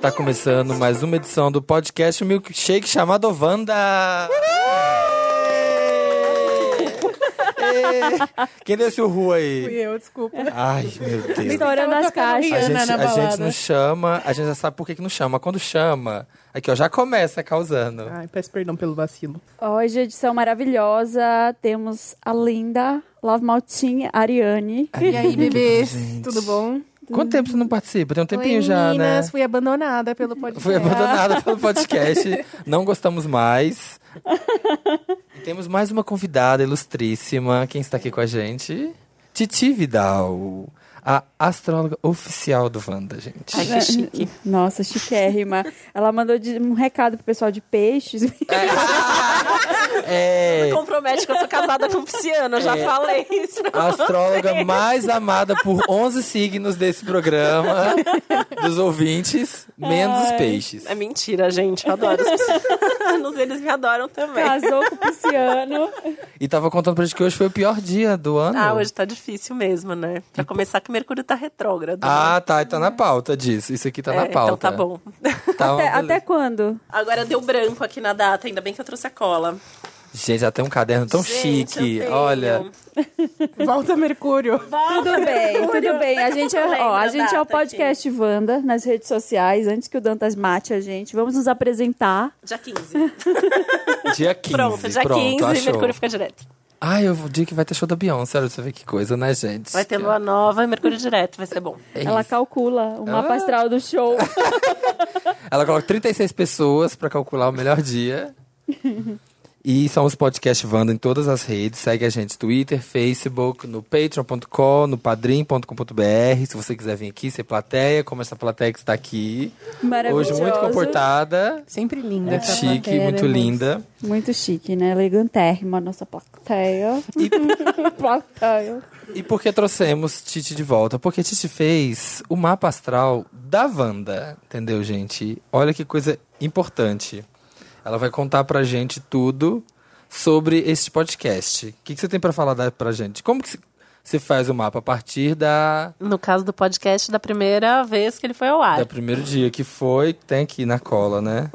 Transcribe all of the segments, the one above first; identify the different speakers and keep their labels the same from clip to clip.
Speaker 1: Tá começando mais uma edição do podcast Milkshake chamado Wanda. Ê! Ê! Quem desse o Ru
Speaker 2: Fui
Speaker 1: aí?
Speaker 2: eu, desculpa.
Speaker 1: Ai, meu Deus.
Speaker 3: Estourando
Speaker 2: Tava
Speaker 3: as
Speaker 2: tocando
Speaker 3: caixas.
Speaker 1: A
Speaker 2: Rihanna
Speaker 1: gente,
Speaker 2: na
Speaker 1: a gente
Speaker 2: balada.
Speaker 1: não chama, a gente já sabe por que, que não chama. Quando chama, aqui ó, já começa causando.
Speaker 2: Ai, peço perdão pelo vacilo.
Speaker 3: Hoje, edição maravilhosa. Temos a linda Love Maltin, Ariane.
Speaker 4: E aí, bebês,
Speaker 1: gente.
Speaker 4: tudo bom?
Speaker 1: Quanto tempo você não participa? Tem um tempinho
Speaker 4: Oi,
Speaker 1: já,
Speaker 5: Ah,
Speaker 4: meninas,
Speaker 1: né?
Speaker 4: fui abandonada pelo podcast.
Speaker 5: É.
Speaker 1: Foi abandonada pelo podcast. Não gostamos mais. E temos mais uma convidada ilustríssima. Quem está aqui com a gente? Titi Vidal. A astróloga oficial do Wanda, gente.
Speaker 5: É.
Speaker 4: Ai, que chique.
Speaker 3: Né? Nossa, chiquérrima. Ela mandou de- um recado pro pessoal de peixes.
Speaker 1: É
Speaker 5: compromete que eu sou casada com um pisciano, eu já falei isso.
Speaker 1: a astróloga mais amada por 11 signos desse programa, dos ouvintes, menos os peixes.
Speaker 5: É mentira, gente, eu adoro os piscianos, eles me adoram também.
Speaker 3: Casou com o Pisciano.
Speaker 1: E tava contando pra gente que hoje foi o pior dia do ano.
Speaker 5: Ah, hoje tá difícil mesmo, né? Pra começar que Mercúrio tá retrógrado.
Speaker 1: Ah, tá. Tá na pauta disso. Isso aqui tá
Speaker 5: né?
Speaker 1: na
Speaker 5: É,
Speaker 1: pauta.
Speaker 5: Então tá bom.
Speaker 1: Tá uma
Speaker 3: Até,
Speaker 1: beleza.
Speaker 3: até quando?
Speaker 5: Agora deu branco aqui na data, ainda bem que eu trouxe a cola.
Speaker 1: Gente, até um caderno tão
Speaker 5: Gente, eu
Speaker 1: chique.
Speaker 5: tenho.
Speaker 1: Olha.
Speaker 2: Volta, Mercúrio.
Speaker 3: Tudo bem, tudo bem. A gente, é-
Speaker 5: lembro
Speaker 3: ó, a
Speaker 5: a
Speaker 3: gente é o
Speaker 5: data aqui.
Speaker 3: podcast Wanda nas redes sociais. Antes que o Dantas mate a gente, vamos nos apresentar.
Speaker 5: Dia 15.
Speaker 1: Dia 15.
Speaker 5: pronto, dia 15,
Speaker 1: achou.
Speaker 5: Mercúrio fica direto.
Speaker 1: Ai, eu vou dia que vai ter show da Beyoncé. Olha, você vê que coisa, né, gente?
Speaker 5: Vai ter lua nova e Mercúrio direto, vai ser bom.
Speaker 1: É
Speaker 3: Ela
Speaker 1: isso.
Speaker 3: calcula o mapa
Speaker 1: Ah.
Speaker 3: astral do show.
Speaker 1: Ela coloca 36 pessoas pra calcular o melhor dia. E somos podcast Wanda em todas as redes. Segue a gente no Twitter, Facebook, no patreon.com, no padrim.com.br. Se você quiser vir aqui ser plateia, como essa plateia que está aqui. Hoje
Speaker 3: Maravilhoso.
Speaker 1: muito comportada,
Speaker 2: Sempre linda.
Speaker 1: muito
Speaker 2: essa
Speaker 1: chique,
Speaker 2: plateia,
Speaker 1: muito
Speaker 2: né,
Speaker 1: linda.
Speaker 3: Muito chique, né? Elegantérrima a nossa plateia.
Speaker 1: E,
Speaker 3: plateia.
Speaker 1: e por que trouxemos Titi de volta? Porque Titi fez o mapa astral da Wanda, entendeu, gente? Olha que coisa importante. Ela vai contar pra gente tudo sobre este podcast. O que, que você tem pra falar da- pra gente? Como que se- se faz o mapa a partir da,
Speaker 5: No caso do podcast, da primeira vez que ele foi ao ar.
Speaker 1: da primeiro dia que foi, tem aqui na cola, né?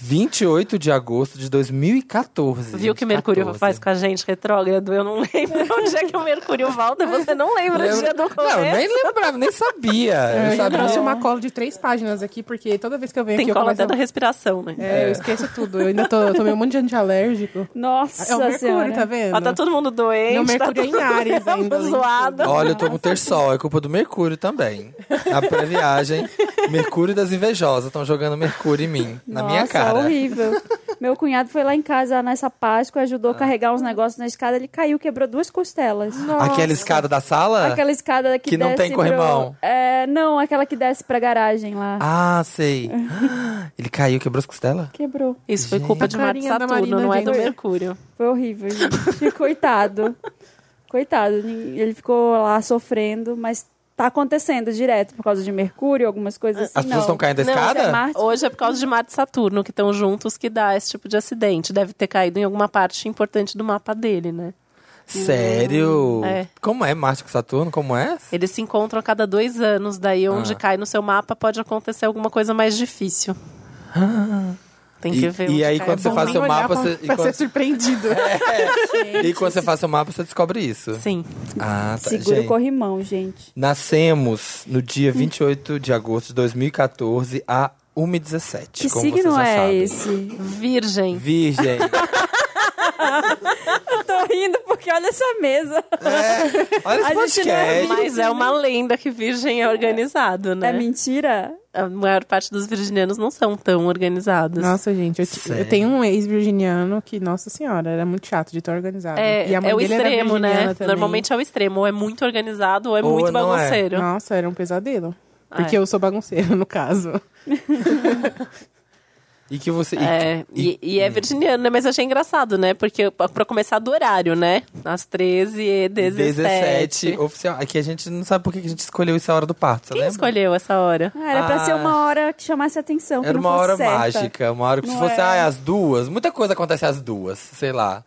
Speaker 1: 28 de agosto de 2014.
Speaker 5: Viu que Mercúrio
Speaker 1: 14.
Speaker 5: faz com a gente retrógrado? Eu não lembro onde é que o Mercúrio volta. Você não lembra o dia do começo?
Speaker 1: Não, nem lembrava, nem sabia.
Speaker 2: Eu
Speaker 1: Eu
Speaker 2: já
Speaker 1: sabia.
Speaker 2: trouxe uma cola de três páginas aqui, porque toda vez que eu venho
Speaker 5: Tem
Speaker 2: aqui
Speaker 5: cola
Speaker 2: eu começo...
Speaker 5: até da respiração, né?
Speaker 2: É, eu esqueço tudo. Eu ainda tô, eu tomei um monte de antialérgico.
Speaker 3: Nossa
Speaker 2: É o Mercúrio,
Speaker 3: Senhora.
Speaker 2: tá vendo?
Speaker 5: Ó, tá todo mundo doente.
Speaker 2: Meu Mercúrio
Speaker 5: tá
Speaker 2: é em Ares ainda,
Speaker 5: todo zoado.
Speaker 1: Olha, eu tô com terçol, é culpa do Mercúrio também. Na pré-viagem, Mercúrio das invejosas estão jogando Mercúrio em mim, na minha
Speaker 3: Nossa,
Speaker 1: cara.
Speaker 3: horrível. Meu cunhado foi lá em casa nessa Páscoa, ajudou a
Speaker 1: Ah.
Speaker 3: carregar uns negócios na escada, ele caiu, quebrou duas costelas.
Speaker 1: Aquela escada da sala?
Speaker 3: Aquela escada que,
Speaker 1: Que não
Speaker 3: desce
Speaker 1: tem corrimão.
Speaker 3: pro- É, não, aquela que desce pra garagem lá.
Speaker 1: Ah, sei. Ele caiu, quebrou as costelas?
Speaker 3: Quebrou.
Speaker 5: Isso foi culpa de
Speaker 2: A
Speaker 5: Marte
Speaker 2: carinha da
Speaker 5: Saturno,
Speaker 2: Marina
Speaker 5: não é
Speaker 2: de
Speaker 5: do
Speaker 2: doida.
Speaker 5: Mercúrio.
Speaker 3: Foi horrível, gente. Coitado. Coitado. nin- Ele ficou lá sofrendo, mas tá acontecendo direto por causa de Mercúrio, algumas coisas assim.
Speaker 1: As pessoas
Speaker 3: não.
Speaker 1: estão caindo da
Speaker 5: Não,
Speaker 3: Isso é
Speaker 1: escada?
Speaker 3: Marte.
Speaker 5: Hoje é por causa de Marte e Saturno, que estão juntos, que dá esse tipo de acidente. Deve ter caído em alguma parte importante do mapa dele, né?
Speaker 1: Sério?
Speaker 5: É.
Speaker 1: Como é Marte com Saturno? Como é?
Speaker 5: Eles se encontram a cada dois anos, daí onde
Speaker 1: Ah.
Speaker 5: cai no seu mapa pode acontecer alguma coisa mais difícil. Ah. Tem que
Speaker 1: E-
Speaker 5: ver.
Speaker 1: e
Speaker 5: onde
Speaker 1: aí,
Speaker 5: cai.
Speaker 1: quando
Speaker 5: É
Speaker 1: você
Speaker 5: bom
Speaker 1: faz
Speaker 5: nem
Speaker 1: seu mapa,
Speaker 5: olhar.
Speaker 2: pra,
Speaker 1: você- É.
Speaker 2: pra
Speaker 1: enquanto-
Speaker 2: ser surpreendido.
Speaker 1: E quando você faz seu mapa, você descobre isso.
Speaker 5: é. Sim.
Speaker 1: Ah, tá.
Speaker 3: Segura
Speaker 1: Gente,
Speaker 3: o corrimão, gente.
Speaker 1: nascemos no dia 28 de agosto de 2014 a 1h17.
Speaker 3: Que
Speaker 1: como vocês
Speaker 3: signo
Speaker 1: já
Speaker 3: é
Speaker 1: sabem.
Speaker 3: esse?
Speaker 5: Virgem.
Speaker 1: Virgem.
Speaker 3: Eu tô rindo porque É. olha essa mesa.
Speaker 1: Olha esse
Speaker 3: A gente não é
Speaker 1: podcast.
Speaker 5: Mas é uma lenda que virgem é organizado, né?
Speaker 3: É mentira?
Speaker 5: A maior parte dos virginianos não são tão organizados.
Speaker 2: Nossa, gente, eu, ti-
Speaker 1: Sério?
Speaker 2: eu tenho um ex-virginiano que, nossa senhora, era muito chato de estar organizado.
Speaker 5: É,
Speaker 2: e a mãe
Speaker 5: é o
Speaker 2: dele era
Speaker 5: extremo, né?
Speaker 2: virginiana também.
Speaker 5: Normalmente é o extremo. Ou é muito organizado ou é
Speaker 1: Ou
Speaker 5: muito
Speaker 1: não é.
Speaker 5: bagunceiro.
Speaker 2: Nossa, era um pesadelo.
Speaker 5: Ah,
Speaker 2: Porque
Speaker 5: é.
Speaker 2: eu sou bagunceira, no caso.
Speaker 1: E que você. e-
Speaker 5: É, e, e é virginiano, né? Mas eu achei engraçado, né? Porque pra pra começar do horário, né? Às 13 e 17.
Speaker 1: 17 oficial. Aqui a gente não sabe por que que a gente escolheu essa hora do parto, você
Speaker 5: Quem
Speaker 1: lembra?
Speaker 5: escolheu essa hora?
Speaker 3: Ah, era pra
Speaker 1: Ah.
Speaker 3: ser uma hora que chamasse atenção. que
Speaker 1: Era
Speaker 3: não
Speaker 1: uma
Speaker 3: fosse
Speaker 1: hora
Speaker 3: certa.
Speaker 1: mágica, uma hora que se
Speaker 3: Não
Speaker 1: fosse
Speaker 3: é.
Speaker 1: ah, as duas, muita coisa acontece às duas, sei lá.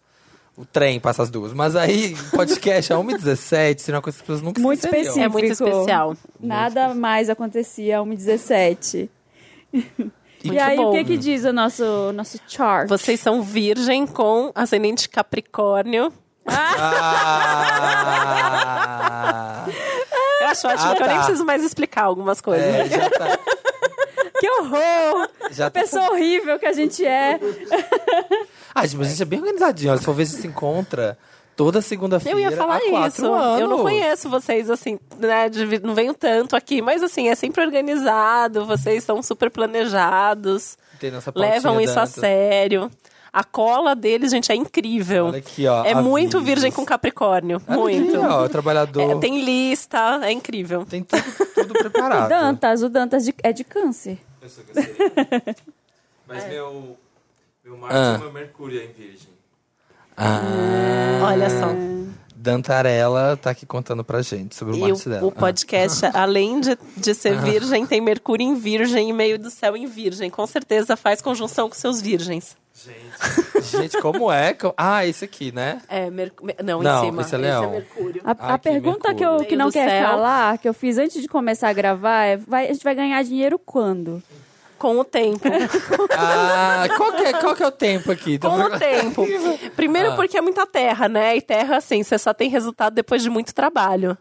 Speaker 1: O trem passa às duas. Mas aí, podcast é a 1h17 seria uma coisa que as pessoas nunca
Speaker 3: Muito
Speaker 1: esqueceriam.
Speaker 3: específico.
Speaker 5: É muito especial.
Speaker 3: Nada mais acontecia a 1h17. E
Speaker 5: Muito
Speaker 3: aí,
Speaker 5: bom.
Speaker 3: o que que diz o nosso, nosso chart?
Speaker 5: Vocês são virgem com ascendente Capricórnio.
Speaker 1: Ah,
Speaker 5: Eu acho ótimo
Speaker 1: Ah,
Speaker 5: que eu nem
Speaker 1: tá.
Speaker 5: preciso mais explicar algumas coisas.
Speaker 1: é, já tá.
Speaker 3: Que horror!
Speaker 1: Já tá.
Speaker 3: Pessoa horrível que a gente é.
Speaker 1: Ah, gente, mas a gente é bem organizadinho. Olha, só ver se se encontra toda segunda-feira.
Speaker 5: Eu ia falar
Speaker 1: há quatro
Speaker 5: isso.
Speaker 1: Anos.
Speaker 5: Eu não conheço vocês assim, né? de- não venho tanto aqui, mas assim, é sempre organizado, vocês são super planejados,
Speaker 1: Tem nossa pautinha
Speaker 5: levam isso a
Speaker 1: dando.
Speaker 5: sério. A cola deles, gente, é incrível.
Speaker 1: Olha aqui, ó.
Speaker 5: é muito
Speaker 1: avisos.
Speaker 5: virgem com Capricórnio.
Speaker 1: Olha
Speaker 5: muito.
Speaker 1: Aqui, ó,
Speaker 5: É,
Speaker 1: trabalhador. tem
Speaker 5: tem lista, é incrível.
Speaker 1: tudo, tudo preparado.
Speaker 3: Dantas, o Dantas de- é de câncer.
Speaker 6: Eu sou canceriano.
Speaker 7: É.
Speaker 6: Mas meu, meu Marte
Speaker 1: Ah.
Speaker 6: e meu Mercúrio é em Virgem.
Speaker 1: Ah,
Speaker 5: Olha só.
Speaker 1: Dantarela tá aqui contando pra gente sobre o
Speaker 5: E
Speaker 1: Marte
Speaker 5: o,
Speaker 1: dela. Ah.
Speaker 5: o podcast, além de, de ser virgem, tem Mercúrio em virgem e meio do céu em virgem. Com certeza faz conjunção com seus virgens.
Speaker 6: Gente,
Speaker 1: Gente, como é? que eu- Ah, esse aqui, né?
Speaker 5: É, mercu... não,
Speaker 1: Não,
Speaker 5: em cima.
Speaker 1: esse é leão.
Speaker 5: Mercúrio.
Speaker 3: A, a
Speaker 1: Aqui,
Speaker 3: pergunta que, eu,
Speaker 5: Mercúrio.
Speaker 3: que não
Speaker 5: Meio do
Speaker 3: quer
Speaker 5: céu.
Speaker 3: calar, que eu fiz antes de começar a gravar, é: vai- a gente vai ganhar dinheiro quando?
Speaker 5: Com o tempo.
Speaker 1: Ah, qual que é, qual que é o tempo aqui?
Speaker 5: Com o tempo.
Speaker 1: Ah.
Speaker 5: Primeiro porque é muita terra, né? E terra, assim, você só tem resultado depois de muito trabalho.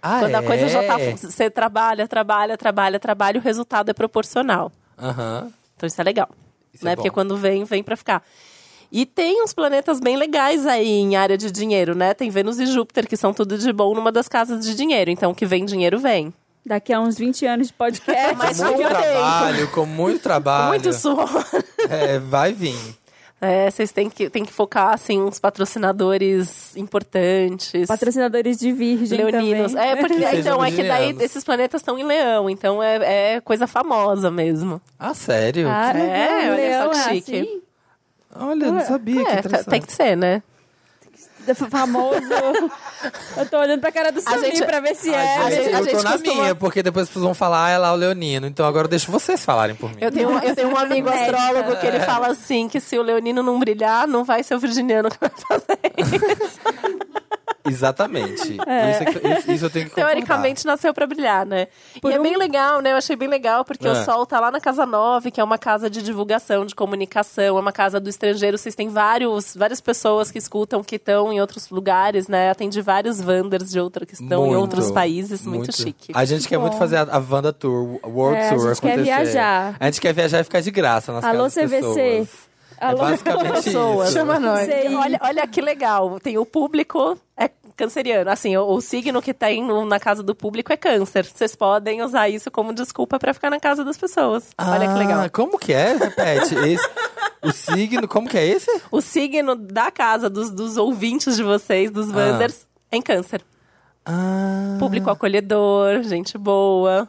Speaker 1: Ah,
Speaker 5: Quando a
Speaker 1: é?
Speaker 5: coisa já tá... Você trabalha, trabalha, trabalha, trabalha, o resultado é proporcional.
Speaker 1: Aham.
Speaker 5: Então isso é legal.
Speaker 1: Isso
Speaker 5: né?
Speaker 1: é bom.
Speaker 5: Porque quando vem, vem pra ficar. E tem uns planetas bem legais aí em área de dinheiro, né? Tem Vênus e Júpiter, que são tudo de bom numa das casas de dinheiro. Então, o que vem dinheiro, vem.
Speaker 3: Daqui a uns 20 anos de podcast.
Speaker 5: Mas
Speaker 1: com
Speaker 5: daqui
Speaker 1: muito
Speaker 5: a tempo.
Speaker 1: trabalho, com muito trabalho.
Speaker 5: Muito suor.
Speaker 1: É, vai vir.
Speaker 5: É, vocês têm que, têm que focar, assim, uns patrocinadores importantes.
Speaker 3: Patrocinadores de virgem
Speaker 5: Leoninos.
Speaker 3: também.
Speaker 5: É, porque
Speaker 1: Sejam
Speaker 5: então, é que daí
Speaker 1: virginianos.
Speaker 5: esses planetas estão em leão, então é, é coisa famosa mesmo.
Speaker 1: Ah, sério?
Speaker 3: Ah,
Speaker 5: É,
Speaker 3: o
Speaker 5: olha
Speaker 3: leão
Speaker 5: só que
Speaker 3: é
Speaker 5: chique.
Speaker 3: assim?
Speaker 1: Olha, eu não sabia que
Speaker 5: É,
Speaker 1: interessante.
Speaker 5: tem que ser, né?
Speaker 3: famoso. eu tô olhando pra cara do Samir
Speaker 5: gente-
Speaker 3: pra ver se é.
Speaker 1: Ai, gente,
Speaker 5: a
Speaker 1: eu
Speaker 5: gente
Speaker 1: tô na
Speaker 5: costuma-
Speaker 1: minha, porque depois vocês vão falar, ah, é lá o Leonino. Então agora eu deixo vocês falarem por mim.
Speaker 5: Eu tenho, eu tenho um amigo astrólogo que ele fala assim: que se o leonino não brilhar, não vai ser o virginiano que vai fazer.
Speaker 1: Exatamente. Isso, é que- isso- isso eu tenho que concordar.
Speaker 5: Teoricamente nasceu pra brilhar, né?
Speaker 3: Por
Speaker 5: e é
Speaker 3: um-
Speaker 5: bem legal, né? Eu achei bem legal, porque o
Speaker 1: É.
Speaker 5: Sol tá lá na Casa 9, que é uma casa de divulgação, de comunicação, é uma casa do estrangeiro. Vocês têm vários, várias pessoas que escutam, que estão em outros lugares, né? Atende vários Wanders de outra, que estão em
Speaker 1: Muito,
Speaker 5: outros países. Muito, chique.
Speaker 1: A gente quer muito fazer a, a Wanda Tour, a World
Speaker 3: É, a
Speaker 1: Tour
Speaker 3: gente quer
Speaker 1: acontecer.
Speaker 3: viajar.
Speaker 1: A gente quer viajar e ficar de graça nas
Speaker 3: Alô,
Speaker 1: casas das
Speaker 3: CVC.
Speaker 1: pessoas.
Speaker 3: Alô,
Speaker 1: é basicamente
Speaker 5: pessoas.
Speaker 1: isso.
Speaker 2: Chama nós.
Speaker 3: Sei.
Speaker 5: Olha, olha que legal. Tem o público é canceriano. Assim, o, o signo que tem no- na casa do público é câncer. Vocês podem usar isso como desculpa pra ficar na casa das pessoas. olha que
Speaker 1: Ah,
Speaker 5: legal.
Speaker 1: Como que é? Repete. Esse- o signo, como que é esse?
Speaker 5: O signo da casa dos, dos ouvintes de vocês, dos Wanders, é em câncer.
Speaker 1: Ah,
Speaker 5: Público acolhedor, gente boa.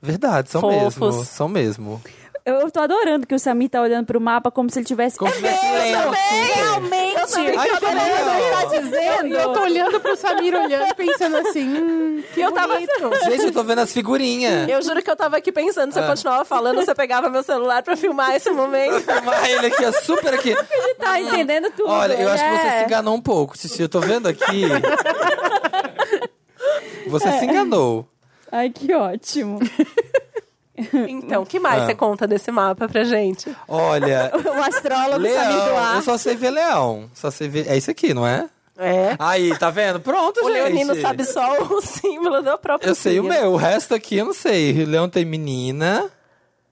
Speaker 1: Verdade, são
Speaker 5: Fofos. É
Speaker 1: mesmo. São mesmo.
Speaker 3: Eu tô adorando que o Samir tá olhando pro mapa como se ele tivesse. É
Speaker 1: Como se tivesse lenço.
Speaker 5: Realmente!
Speaker 1: Ai, que legal.
Speaker 3: tá
Speaker 2: E eu tô olhando pro Samir olhando, pensando assim, hum, que
Speaker 5: Eu tava-
Speaker 2: bonito.
Speaker 1: Gente, eu tô vendo as figurinhas.
Speaker 5: Eu juro que eu tava aqui pensando,
Speaker 1: Ah.
Speaker 5: se eu continuava falando, você pegava meu celular pra filmar esse momento.
Speaker 1: Filmar ele aqui, ó, super aqui.
Speaker 3: Ele tá entendendo tudo.
Speaker 1: Olha, eu acho que você
Speaker 5: É.
Speaker 3: né?
Speaker 1: se enganou um pouco, Titi. Eu tô vendo aqui. Você se enganou.
Speaker 3: Ai, que ótimo.
Speaker 5: Então, o que mais
Speaker 1: Ah.
Speaker 5: você conta desse mapa pra gente?
Speaker 1: Olha,
Speaker 3: O astrólogo Samir
Speaker 1: leão. Eu
Speaker 3: Duarte.
Speaker 1: só sei ver leão. Só sei ver... É isso aqui, não é?
Speaker 5: É.
Speaker 1: Aí, tá vendo? Pronto,
Speaker 5: O
Speaker 1: gente.
Speaker 5: Leonino sabe só o símbolo do próprio
Speaker 1: Eu sei o
Speaker 5: signo.
Speaker 1: meu. O resto aqui eu não sei. O leão tem menina.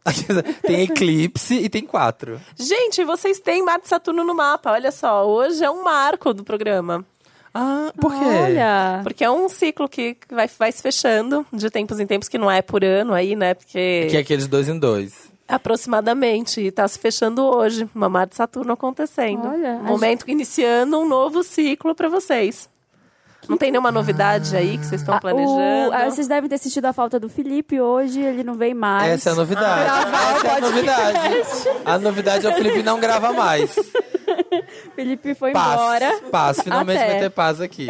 Speaker 1: tem eclipse e tem quatro.
Speaker 5: Gente, vocês têm Marte e Saturno no mapa. Olha só, hoje é um marco do programa.
Speaker 1: Ah, por quê?
Speaker 3: Olha.
Speaker 5: Porque é um ciclo que vai, vai se fechando de tempos em tempos, que não é por ano aí, né? Porque
Speaker 1: Que é aqueles dois em dois.
Speaker 5: aproximadamente está se fechando hoje. Uma Marte e Saturno acontecendo.
Speaker 3: Olha,
Speaker 5: Um Momento iniciando um novo ciclo para vocês. Não tem nenhuma novidade aí que vocês estão tá planejando?
Speaker 3: O- ah, vocês devem ter sentido a falta do Felipe hoje, ele não vem mais.
Speaker 1: Essa é a novidade. Essa é a novidade. A novidade é o Felipe não grava mais.
Speaker 3: Felipe foi
Speaker 1: Paz.
Speaker 3: embora.
Speaker 1: Paz. Finalmente
Speaker 3: Até.
Speaker 1: vai ter paz aqui.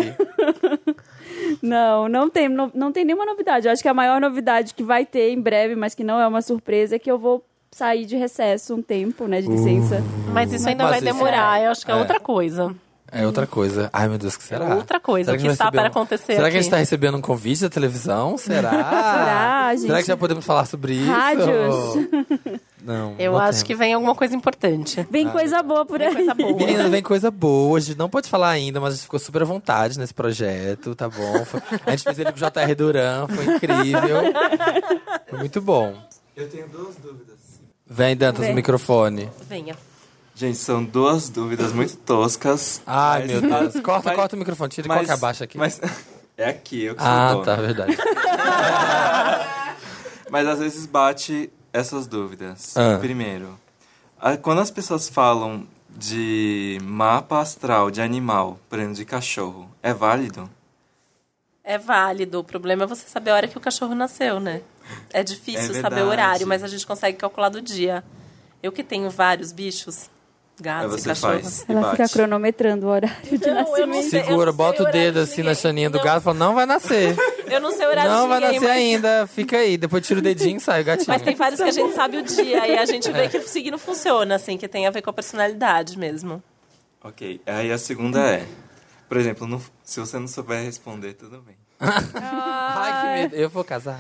Speaker 3: Não, não tem, no- não tem nenhuma novidade. Eu acho que a maior novidade que vai ter em breve, mas que não é uma surpresa, é que eu vou sair de recesso um tempo, né, de licença.
Speaker 5: Mas isso ainda
Speaker 1: Mas
Speaker 5: vai
Speaker 1: isso-
Speaker 5: demorar. Eu acho que é,
Speaker 1: É.
Speaker 5: outra coisa.
Speaker 1: É outra coisa. Ai, meu Deus, o que será?
Speaker 5: Outra coisa
Speaker 1: Será
Speaker 5: que
Speaker 1: nós
Speaker 5: está para
Speaker 1: recebemos-
Speaker 5: acontecer
Speaker 1: Será que a gente
Speaker 5: aqui?
Speaker 1: está recebendo um convite da televisão? Será?
Speaker 3: Será, gente?
Speaker 1: Será que já podemos falar sobre isso?
Speaker 3: Rádios.
Speaker 1: Não.
Speaker 5: Eu
Speaker 1: não
Speaker 5: acho que
Speaker 1: temos.
Speaker 5: vem alguma coisa importante.
Speaker 7: Vem coisa boa por aí.
Speaker 5: Ah, Coisa boa.
Speaker 1: Menina, vem coisa boa. A gente não pode falar ainda, mas a gente ficou super à vontade nesse projeto, tá bom? Foi- A gente fez ele com o JR Duran, foi incrível. Foi muito bom.
Speaker 6: Eu tenho duas dúvidas.
Speaker 1: Vem, Dantas,
Speaker 7: Vem.
Speaker 1: o microfone.
Speaker 5: Venha.
Speaker 6: Gente, são duas dúvidas muito toscas.
Speaker 1: Ai,
Speaker 6: mas-
Speaker 1: meu Deus. Corta,
Speaker 6: mas-
Speaker 1: corta o microfone. Tira e
Speaker 6: mas-
Speaker 1: coloca abaixo aqui.
Speaker 6: Mas é aqui, eu que sou
Speaker 1: ah,
Speaker 6: dono.
Speaker 1: tá, verdade.
Speaker 6: Mas às vezes bate essas dúvidas.
Speaker 1: Ah.
Speaker 6: Primeiro, a- quando as pessoas falam de mapa astral de animal, por exemplo, de cachorro, é válido?
Speaker 5: É válido. O problema é você saber a hora que o cachorro nasceu, né? É difícil
Speaker 6: É
Speaker 5: saber o horário,
Speaker 6: verdade.
Speaker 5: mas a gente consegue calcular do dia. Eu que tenho vários bichos,
Speaker 6: Aí
Speaker 5: gatos e
Speaker 6: você
Speaker 5: cachorros.
Speaker 6: faz e
Speaker 7: Ah, Ela
Speaker 6: bate.
Speaker 7: fica cronometrando o horário de
Speaker 5: Não, eu
Speaker 7: nascimento.
Speaker 5: não sei- eu
Speaker 1: Segura,
Speaker 5: não sei
Speaker 1: bota o
Speaker 5: horário
Speaker 1: dedo
Speaker 5: de
Speaker 1: assim na
Speaker 5: ninguém.
Speaker 1: chaninha do
Speaker 5: Não.
Speaker 1: gato e fala, não vai nascer.
Speaker 5: Eu não sei o horário
Speaker 1: Não
Speaker 5: de
Speaker 1: vai
Speaker 5: ninguém,
Speaker 1: nascer
Speaker 5: mas...
Speaker 1: ainda. Fica aí. Depois tira o dedinho e sai o gatinho.
Speaker 5: Mas tem vários que a gente sabe o dia e a gente
Speaker 6: É.
Speaker 5: vê que o signo funciona, assim, que tem a ver com a personalidade mesmo.
Speaker 6: Ok. Aí a segunda é, por exemplo, não- se você não souber responder, tudo bem.
Speaker 1: Ai, que medo. Eu vou casar.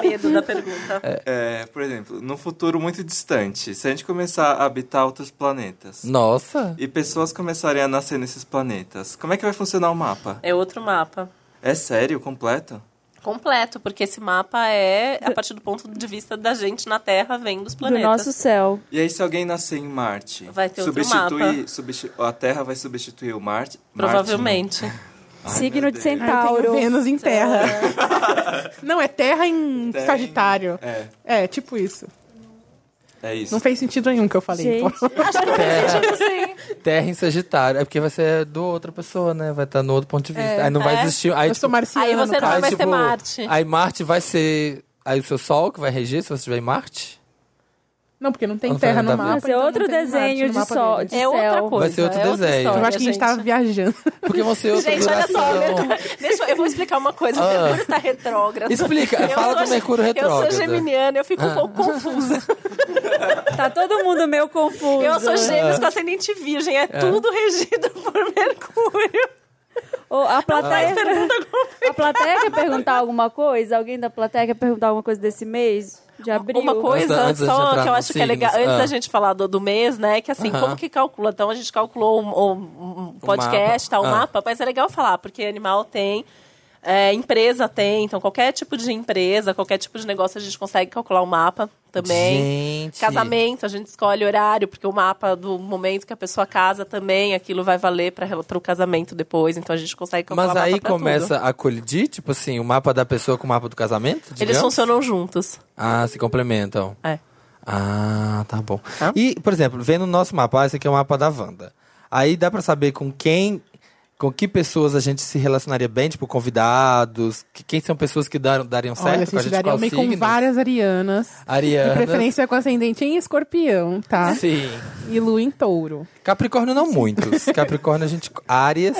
Speaker 5: Medo da pergunta.
Speaker 6: É, por exemplo, num futuro muito distante, se a gente começar a habitar outros planetas
Speaker 1: Nossa.
Speaker 6: e pessoas começarem a nascer nesses planetas, como é que vai funcionar o mapa?
Speaker 5: É outro mapa.
Speaker 6: É sério, completo?
Speaker 5: Completo, porque esse mapa é a partir do ponto de vista da gente na Terra vendo os
Speaker 7: Do
Speaker 5: planetas.
Speaker 7: nosso céu.
Speaker 6: E aí, se alguém nascer em Marte,
Speaker 5: Vai ter outro
Speaker 6: substitui, substi- a Terra vai substituir o Marte?
Speaker 5: Provavelmente.
Speaker 6: Marte, né? Ai,
Speaker 7: Signo
Speaker 6: meu
Speaker 7: de
Speaker 6: Deus.
Speaker 2: Ai, tem
Speaker 7: centauro.
Speaker 2: Ah, Vênus em terra. Não, é terra em
Speaker 6: Tem-
Speaker 2: Sagitário.
Speaker 6: É,
Speaker 2: É, tipo isso.
Speaker 6: é isso.
Speaker 2: Não fez sentido nenhum que eu falei. então.
Speaker 7: Gente,
Speaker 1: Terra, terra em Sagitário. É porque vai ser do outra pessoa, né? Vai estar no outro ponto de vista. aí não vai
Speaker 5: É.
Speaker 1: existir. Aí,
Speaker 2: eu
Speaker 1: tipo,
Speaker 2: sou marciano.
Speaker 5: aí você não
Speaker 1: aí,
Speaker 5: vai
Speaker 1: tipo,
Speaker 5: ser Marte.
Speaker 1: Aí Marte vai ser. Aí o seu Sol que vai reger se você estiver em Marte?
Speaker 2: Não, porque não tem
Speaker 1: Não tem
Speaker 2: terra
Speaker 1: nada a
Speaker 2: no
Speaker 1: ver.
Speaker 7: Vai
Speaker 2: mapa.
Speaker 7: ser
Speaker 2: então não
Speaker 7: outro
Speaker 2: tem Marte
Speaker 7: desenho
Speaker 2: no
Speaker 7: de
Speaker 2: mapa
Speaker 7: sol.
Speaker 2: deles.
Speaker 5: É outra
Speaker 7: Céu.
Speaker 5: coisa.
Speaker 1: Vai ser outro
Speaker 5: é outra
Speaker 1: desenho.
Speaker 5: história,
Speaker 2: Eu acho que a gente tá viajando.
Speaker 1: Porque vão ser outro
Speaker 5: Gente, olha só,
Speaker 1: coração.
Speaker 5: Mercúrio- deixa eu, eu vou explicar uma coisa. O
Speaker 1: Ah.
Speaker 5: Mercúrio tá retrógrado.
Speaker 1: Explica,
Speaker 5: Eu
Speaker 1: fala
Speaker 5: sou
Speaker 1: do Mercúrio
Speaker 5: ge- Eu
Speaker 1: retrógrado.
Speaker 5: sou geminiana, eu fico um pouco confusa.
Speaker 7: Tá todo mundo meio confuso. Né?
Speaker 5: Eu sou gêmeos com ascendente virgem, é, tudo regido por Mercúrio.
Speaker 7: Ô, a
Speaker 3: É.
Speaker 7: plateia. a plateia quer perguntar alguma coisa? Alguém da plateia quer perguntar alguma coisa desse mês? De abril?
Speaker 5: Uma coisa
Speaker 1: Antes da- antes da gente
Speaker 5: só
Speaker 1: entrar
Speaker 5: que eu
Speaker 1: nos
Speaker 5: acho que é
Speaker 1: signos,
Speaker 5: legal, antes
Speaker 1: ah.
Speaker 5: da gente falar do, do mês, né? Que assim,
Speaker 1: Aham.
Speaker 5: como que calcula? Então a gente calculou um, um- um podcast, tal, um
Speaker 1: Ah.
Speaker 5: mapa, mas é legal falar, porque animal tem. é, empresa tem, então qualquer tipo de empresa, qualquer tipo de negócio a gente consegue calcular o mapa também.
Speaker 1: Gente.
Speaker 5: Casamento, a gente escolhe horário, porque o mapa do momento que a pessoa casa também, aquilo vai valer para o casamento depois, então a gente consegue calcular
Speaker 1: Mas
Speaker 5: mapa
Speaker 1: aí
Speaker 5: pra tudo.
Speaker 1: começa a colidir, tipo assim, o mapa da pessoa com o mapa do casamento?
Speaker 5: Eles
Speaker 1: digamos?
Speaker 5: funcionam juntos.
Speaker 1: Ah, se complementam.
Speaker 5: É.
Speaker 1: Ah, tá bom.
Speaker 5: Tá.
Speaker 1: E, por exemplo, vendo o nosso mapa, ah, esse aqui é o mapa da Wanda. Aí dá pra saber com quem, com que pessoas a gente se relacionaria bem, tipo convidados, que, quem são pessoas que dar, dariam certo
Speaker 2: Olha,
Speaker 1: com a
Speaker 2: vocês
Speaker 1: gente,
Speaker 2: tiveram
Speaker 1: qual
Speaker 2: meio com
Speaker 1: signo?
Speaker 2: várias arianas. De
Speaker 1: Ariana.
Speaker 2: preferência com ascendente em escorpião, tá?
Speaker 1: Sim.
Speaker 2: E lua em touro.
Speaker 1: Capricórnio não muitos. Capricórnio a gente... Áries.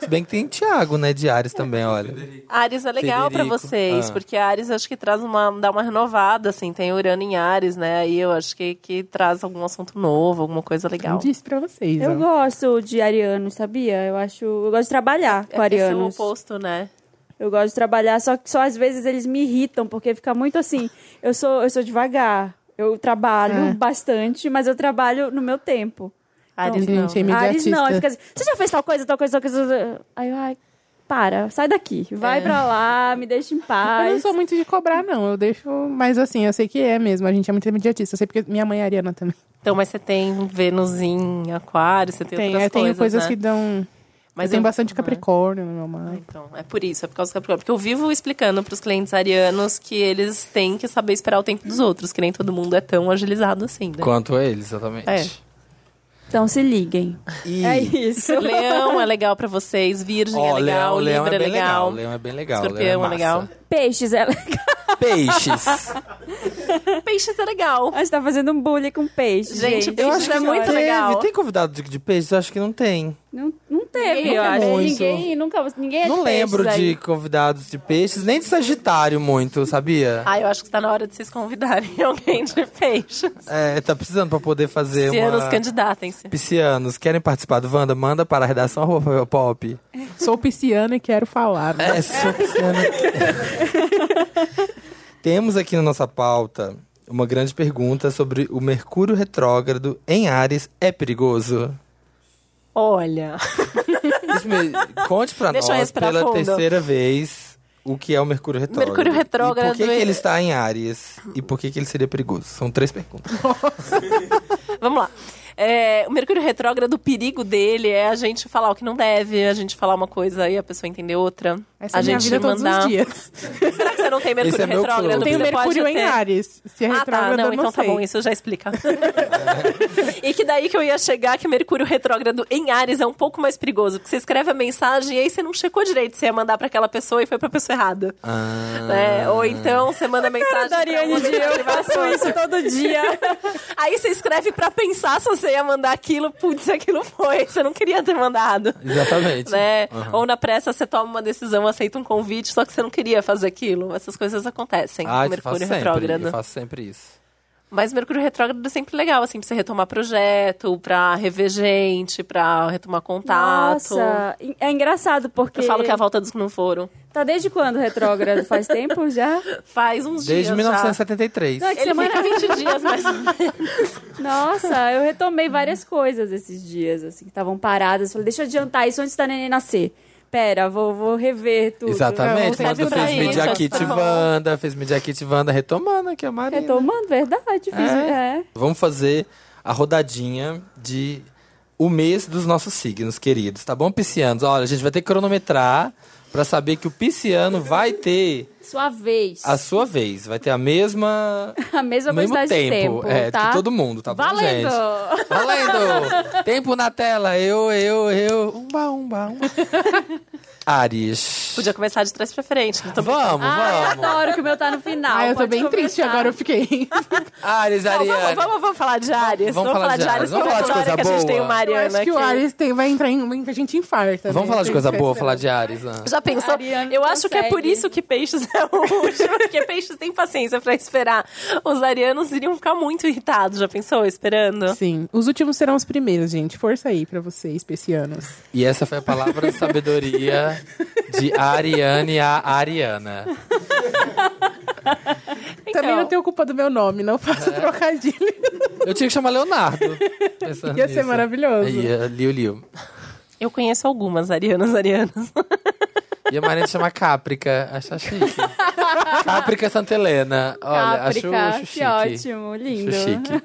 Speaker 1: Se bem que tem Tiago, né, de Áries também, olha.
Speaker 5: Ares é legal pra
Speaker 1: Federico.
Speaker 5: vocês,
Speaker 1: Ah.
Speaker 5: porque Ares acho que traz uma dá uma renovada assim, tem Urano em Ares, né? Aí eu acho que que traz algum assunto novo, alguma coisa legal.
Speaker 2: Eu disse pra vocês.
Speaker 7: Eu
Speaker 2: ó.
Speaker 7: gosto de arianos, sabia? Eu acho. Eu gosto de trabalhar
Speaker 5: É
Speaker 7: com
Speaker 5: que esse é o
Speaker 7: arianos.
Speaker 5: oposto, né?
Speaker 7: Eu gosto de trabalhar, só que só às vezes eles me irritam, porque fica muito assim. Eu sou, eu sou devagar. Eu trabalho
Speaker 2: É.
Speaker 7: bastante, mas eu trabalho no meu tempo.
Speaker 5: Ares
Speaker 2: Gente,
Speaker 5: não.
Speaker 2: é
Speaker 5: né?
Speaker 7: Ares
Speaker 2: imediatista.
Speaker 7: não, aí fica assim, você já fez tal coisa, tal coisa, tal coisa. Aí eu, ai, para, sai daqui, vai
Speaker 5: É.
Speaker 7: pra lá, me deixa em
Speaker 2: Eu não
Speaker 7: paz.
Speaker 2: sou muito de cobrar, não. Eu deixo. Mas assim, eu sei que é mesmo. A gente é muito imediatista. Eu sei porque minha mãe é ariana também.
Speaker 5: Então, mas você tem Vênus em Aquário, você
Speaker 2: É,
Speaker 5: tem,
Speaker 2: Tem,
Speaker 5: outras
Speaker 2: eu tenho coisas
Speaker 5: né?
Speaker 2: que dão.
Speaker 5: Mas
Speaker 2: eu tenho
Speaker 5: eu-
Speaker 2: bastante
Speaker 5: Ah.
Speaker 2: Capricórnio no meu mapa.
Speaker 5: Ah, Então, é por isso, é por causa do Capricórnio. Porque eu vivo explicando pros clientes arianos que eles têm que saber esperar o tempo dos outros, que nem todo mundo é tão agilizado assim, né?
Speaker 1: Quanto a eles, exatamente.
Speaker 5: É.
Speaker 7: Então se liguem.
Speaker 1: E...
Speaker 7: É isso.
Speaker 5: Leão é legal pra vocês, Virgem
Speaker 1: Ó,
Speaker 5: é legal,
Speaker 1: leão, leão é
Speaker 5: Libra
Speaker 1: bem
Speaker 5: é legal.
Speaker 1: Leão é bem legal.
Speaker 5: Escorpião
Speaker 1: leão
Speaker 5: é legal.
Speaker 1: massa.
Speaker 7: Peixes, é legal.
Speaker 1: Peixes.
Speaker 5: Peixes é legal.
Speaker 7: A gente tá fazendo um bullying com peixes.
Speaker 5: Gente,
Speaker 7: Gente,
Speaker 5: peixe
Speaker 7: Isso
Speaker 5: é muito
Speaker 1: Teve,
Speaker 5: legal.
Speaker 1: tem convidado de, de peixes? Eu acho que não tem.
Speaker 7: Não, não teve,
Speaker 5: Ninguém,
Speaker 7: eu
Speaker 5: eu
Speaker 7: acho.
Speaker 1: acho.
Speaker 7: Ninguém, nunca, ninguém é de
Speaker 1: não lembro
Speaker 7: peixes aí.
Speaker 1: de convidados de peixes, nem de Sagitário muito, sabia?
Speaker 5: Ah, eu acho que está na hora de vocês convidarem alguém de peixes.
Speaker 1: É, tá precisando pra poder fazer
Speaker 5: Lucianos,
Speaker 1: uma...
Speaker 5: candidatem-se.
Speaker 1: Piscianos, querem participar do Wanda? Manda para a redação arroba papel pop.
Speaker 2: Sou pisciana e quero falar. né?
Speaker 1: É, sou pisciano. Temos aqui na nossa pauta uma grande pergunta sobre o Mercúrio retrógrado em Ares é perigoso?
Speaker 5: Olha.
Speaker 1: Isso me- Conte pra
Speaker 5: Deixa eu
Speaker 1: nós
Speaker 5: respirar
Speaker 1: pela
Speaker 5: fundo.
Speaker 1: terceira vez o que é o Mercúrio retrógrado.
Speaker 5: Mercúrio retrógrado, é-
Speaker 1: E por que, que
Speaker 5: ele-
Speaker 1: ele está em Ares? E por que, que ele seria perigoso? São três perguntas.
Speaker 5: Vamos lá. É, o Mercúrio retrógrado, o perigo dele é a gente falar o que não deve, a gente falar uma coisa e a pessoa entender outra.
Speaker 2: Essa é
Speaker 5: a
Speaker 2: a minha
Speaker 5: gente
Speaker 2: vida todos
Speaker 5: mandar.
Speaker 2: os dias.
Speaker 5: Será que você não tem Mercúrio
Speaker 1: é meu
Speaker 5: retrógrado?
Speaker 1: clube.
Speaker 2: Eu tenho
Speaker 5: Você pode
Speaker 2: Mercúrio em
Speaker 5: ter.
Speaker 2: Ares. Se é
Speaker 5: Ah, tá.
Speaker 2: retrógrado,
Speaker 5: Não,
Speaker 2: eu não
Speaker 5: então tá
Speaker 2: sei.
Speaker 5: bom, isso já explica. e que daí que eu ia chegar que Mercúrio retrógrado em Ares é um pouco mais perigoso. Porque você escreve a mensagem e aí você não checou direito se ia mandar pra aquela pessoa e foi pra pessoa errada.
Speaker 1: Ah,
Speaker 5: né? Ou então você manda mensagem. pra
Speaker 7: Dariane
Speaker 5: uma
Speaker 7: de eu faço isso todo dia.
Speaker 5: Aí você escreve pra pensar se você ia mandar aquilo, putz, aquilo foi, você não queria ter mandado.
Speaker 1: Exatamente.
Speaker 5: Né?
Speaker 1: Aham.
Speaker 5: Ou na pressa você toma uma decisão, aceita um convite, só que você não queria fazer aquilo. Essas coisas acontecem.
Speaker 1: Ah,
Speaker 5: com
Speaker 1: eu faço
Speaker 5: Mercúrio
Speaker 1: sempre.
Speaker 5: retrógrado.
Speaker 1: Eu faço sempre isso.
Speaker 5: Mas Mercúrio retrógrado é sempre legal, assim, pra você retomar projeto, pra rever gente, pra retomar contato.
Speaker 7: Nossa, é engraçado porque.
Speaker 5: Eu falo que é a volta dos que não foram.
Speaker 7: Tá desde quando retrógrado? Faz tempo já? é
Speaker 5: Faz uns
Speaker 1: Desde
Speaker 5: dias. é
Speaker 1: 1973.
Speaker 5: Já. Ele fica 20 dias, mas.
Speaker 7: Nossa, eu retomei várias coisas esses dias, assim, que estavam paradas. Falei, deixa eu adiantar isso antes da neném nascer. Pera, vou, vou rever tudo.
Speaker 1: Exatamente.
Speaker 5: Não,
Speaker 1: Quando
Speaker 5: não serve né? pra então.
Speaker 1: fez
Speaker 5: isso,
Speaker 1: Media
Speaker 5: essa
Speaker 1: Kit
Speaker 5: prova.
Speaker 1: Wanda, fez Media Kit Wanda retomando aqui a Marina.
Speaker 7: É, Retomando, verdade. Fiz,
Speaker 1: É.
Speaker 7: é.
Speaker 1: Vamos fazer a rodadinha de o mês dos nossos signos queridos, tá bom, piscianos? Olha, a gente vai ter que cronometrar pra saber que o pisciano vai ter
Speaker 7: Sua vez.
Speaker 1: a sua vez, vai ter a mesma
Speaker 7: A mesma
Speaker 1: o mesmo
Speaker 7: quantidade
Speaker 1: tempo,
Speaker 7: de tempo,
Speaker 1: é,
Speaker 7: tá?
Speaker 1: que todo mundo, tá bom,
Speaker 7: Valendo!
Speaker 1: gente? Valendo! Tempo na tela, eu, eu, eu, umba, umba, umba. Ares.
Speaker 5: Podia começar de trás pra frente. Não tô...
Speaker 1: Vamos,
Speaker 7: Ah, eu
Speaker 1: vamos.
Speaker 7: adoro que o meu tá no final.
Speaker 2: Ah, eu tô
Speaker 7: Pode
Speaker 2: bem
Speaker 7: começar.
Speaker 2: triste agora, eu fiquei.
Speaker 1: Ares,
Speaker 5: Não, vamos,
Speaker 1: Ariane.
Speaker 5: vamos, vamos falar de Ares.
Speaker 1: Vamos falar de Ares, vamos falar
Speaker 5: porque
Speaker 1: de
Speaker 5: toda
Speaker 1: coisa
Speaker 5: hora que a gente
Speaker 1: boa.
Speaker 5: tem uma
Speaker 2: Eu
Speaker 5: Ariana
Speaker 2: acho que o
Speaker 5: aqui.
Speaker 2: Ares tem, vai entrar em um que a gente infarta. né?
Speaker 1: Vamos falar de
Speaker 2: Tem
Speaker 1: coisa
Speaker 2: que
Speaker 1: boa,
Speaker 2: ser-
Speaker 1: falar de Ares. né?
Speaker 5: Já pensou?
Speaker 7: Ariana
Speaker 5: eu acho que é
Speaker 7: consegue.
Speaker 5: por isso que peixes é o último, porque peixes tem paciência pra esperar. Os arianos iriam ficar muito irritados, já pensou? Esperando.
Speaker 2: Sim. Os últimos serão os primeiros, gente. Força aí pra vocês, persianos.
Speaker 1: E essa foi a palavra de sabedoria de Ariane a Ariana.
Speaker 2: Também não
Speaker 5: Então,
Speaker 2: tenho culpa do meu nome, não
Speaker 1: É.
Speaker 2: faço trocadilho.
Speaker 1: Eu tinha que chamar Leonardo. pensando
Speaker 2: Ia ser
Speaker 1: nisso.
Speaker 2: maravilhoso.
Speaker 1: Ia, Liu Liu.
Speaker 5: eu conheço algumas arianas arianas.
Speaker 1: E a Marina chama Cáprica. Acha chique. Cáprica Santa Helena. Olha,
Speaker 7: Cáprica,
Speaker 1: acho, acho
Speaker 7: que
Speaker 1: chique.
Speaker 7: ótimo, lindo.
Speaker 1: Acho chique.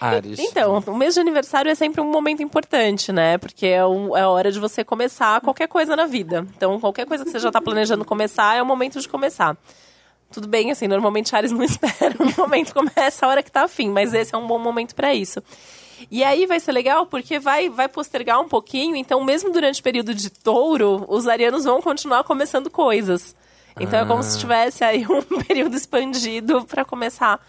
Speaker 1: Ares.
Speaker 5: Então, o mês de aniversário é sempre um momento importante, né? Porque é, o- é a hora de você começar qualquer coisa na vida. Então, qualquer coisa que você já tá planejando começar, é o momento de começar. Tudo bem, assim, normalmente Ares não espera o momento, começa a hora que tá afim, mas esse é um bom momento pra isso. E aí vai ser legal porque vai, vai postergar um pouquinho, então mesmo durante o período de touro, os arianos vão continuar começando coisas. Então é como se tivesse aí um período expandido pra começar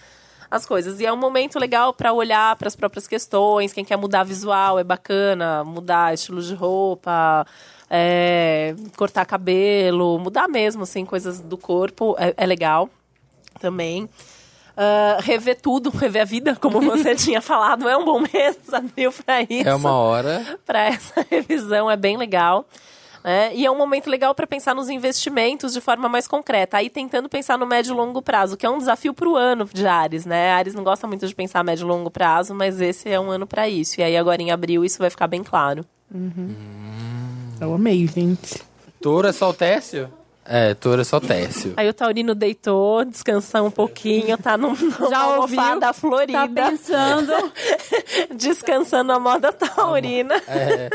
Speaker 5: as coisas. E é um momento legal pra olhar pras próprias questões, quem quer mudar visual é bacana, mudar estilo de roupa, é, cortar cabelo, mudar mesmo, assim, coisas do corpo é- é legal também. Ah, rever tudo, rever a vida, como você tinha falado, é um bom mês, abril pra isso.
Speaker 1: É uma hora.
Speaker 5: Pra essa revisão, é bem legal. né? e é um momento legal para pensar nos investimentos de forma mais concreta. Aí tentando pensar no médio e longo prazo, que é um desafio para o ano de Ares, né? Ares não gosta muito de pensar a médio e longo prazo, mas esse é um ano para isso. E aí agora em abril isso vai ficar bem claro.
Speaker 2: Eu amei, gente.
Speaker 1: Touro é só o Tércio? É, touro é só o Tércio.
Speaker 5: Aí o Taurino deitou, descansou um pouquinho, tá num, numa
Speaker 7: Já ouviu?
Speaker 5: almofada
Speaker 7: Tá
Speaker 5: florida.
Speaker 7: pensando.
Speaker 5: descansando a moda taurina.
Speaker 1: É.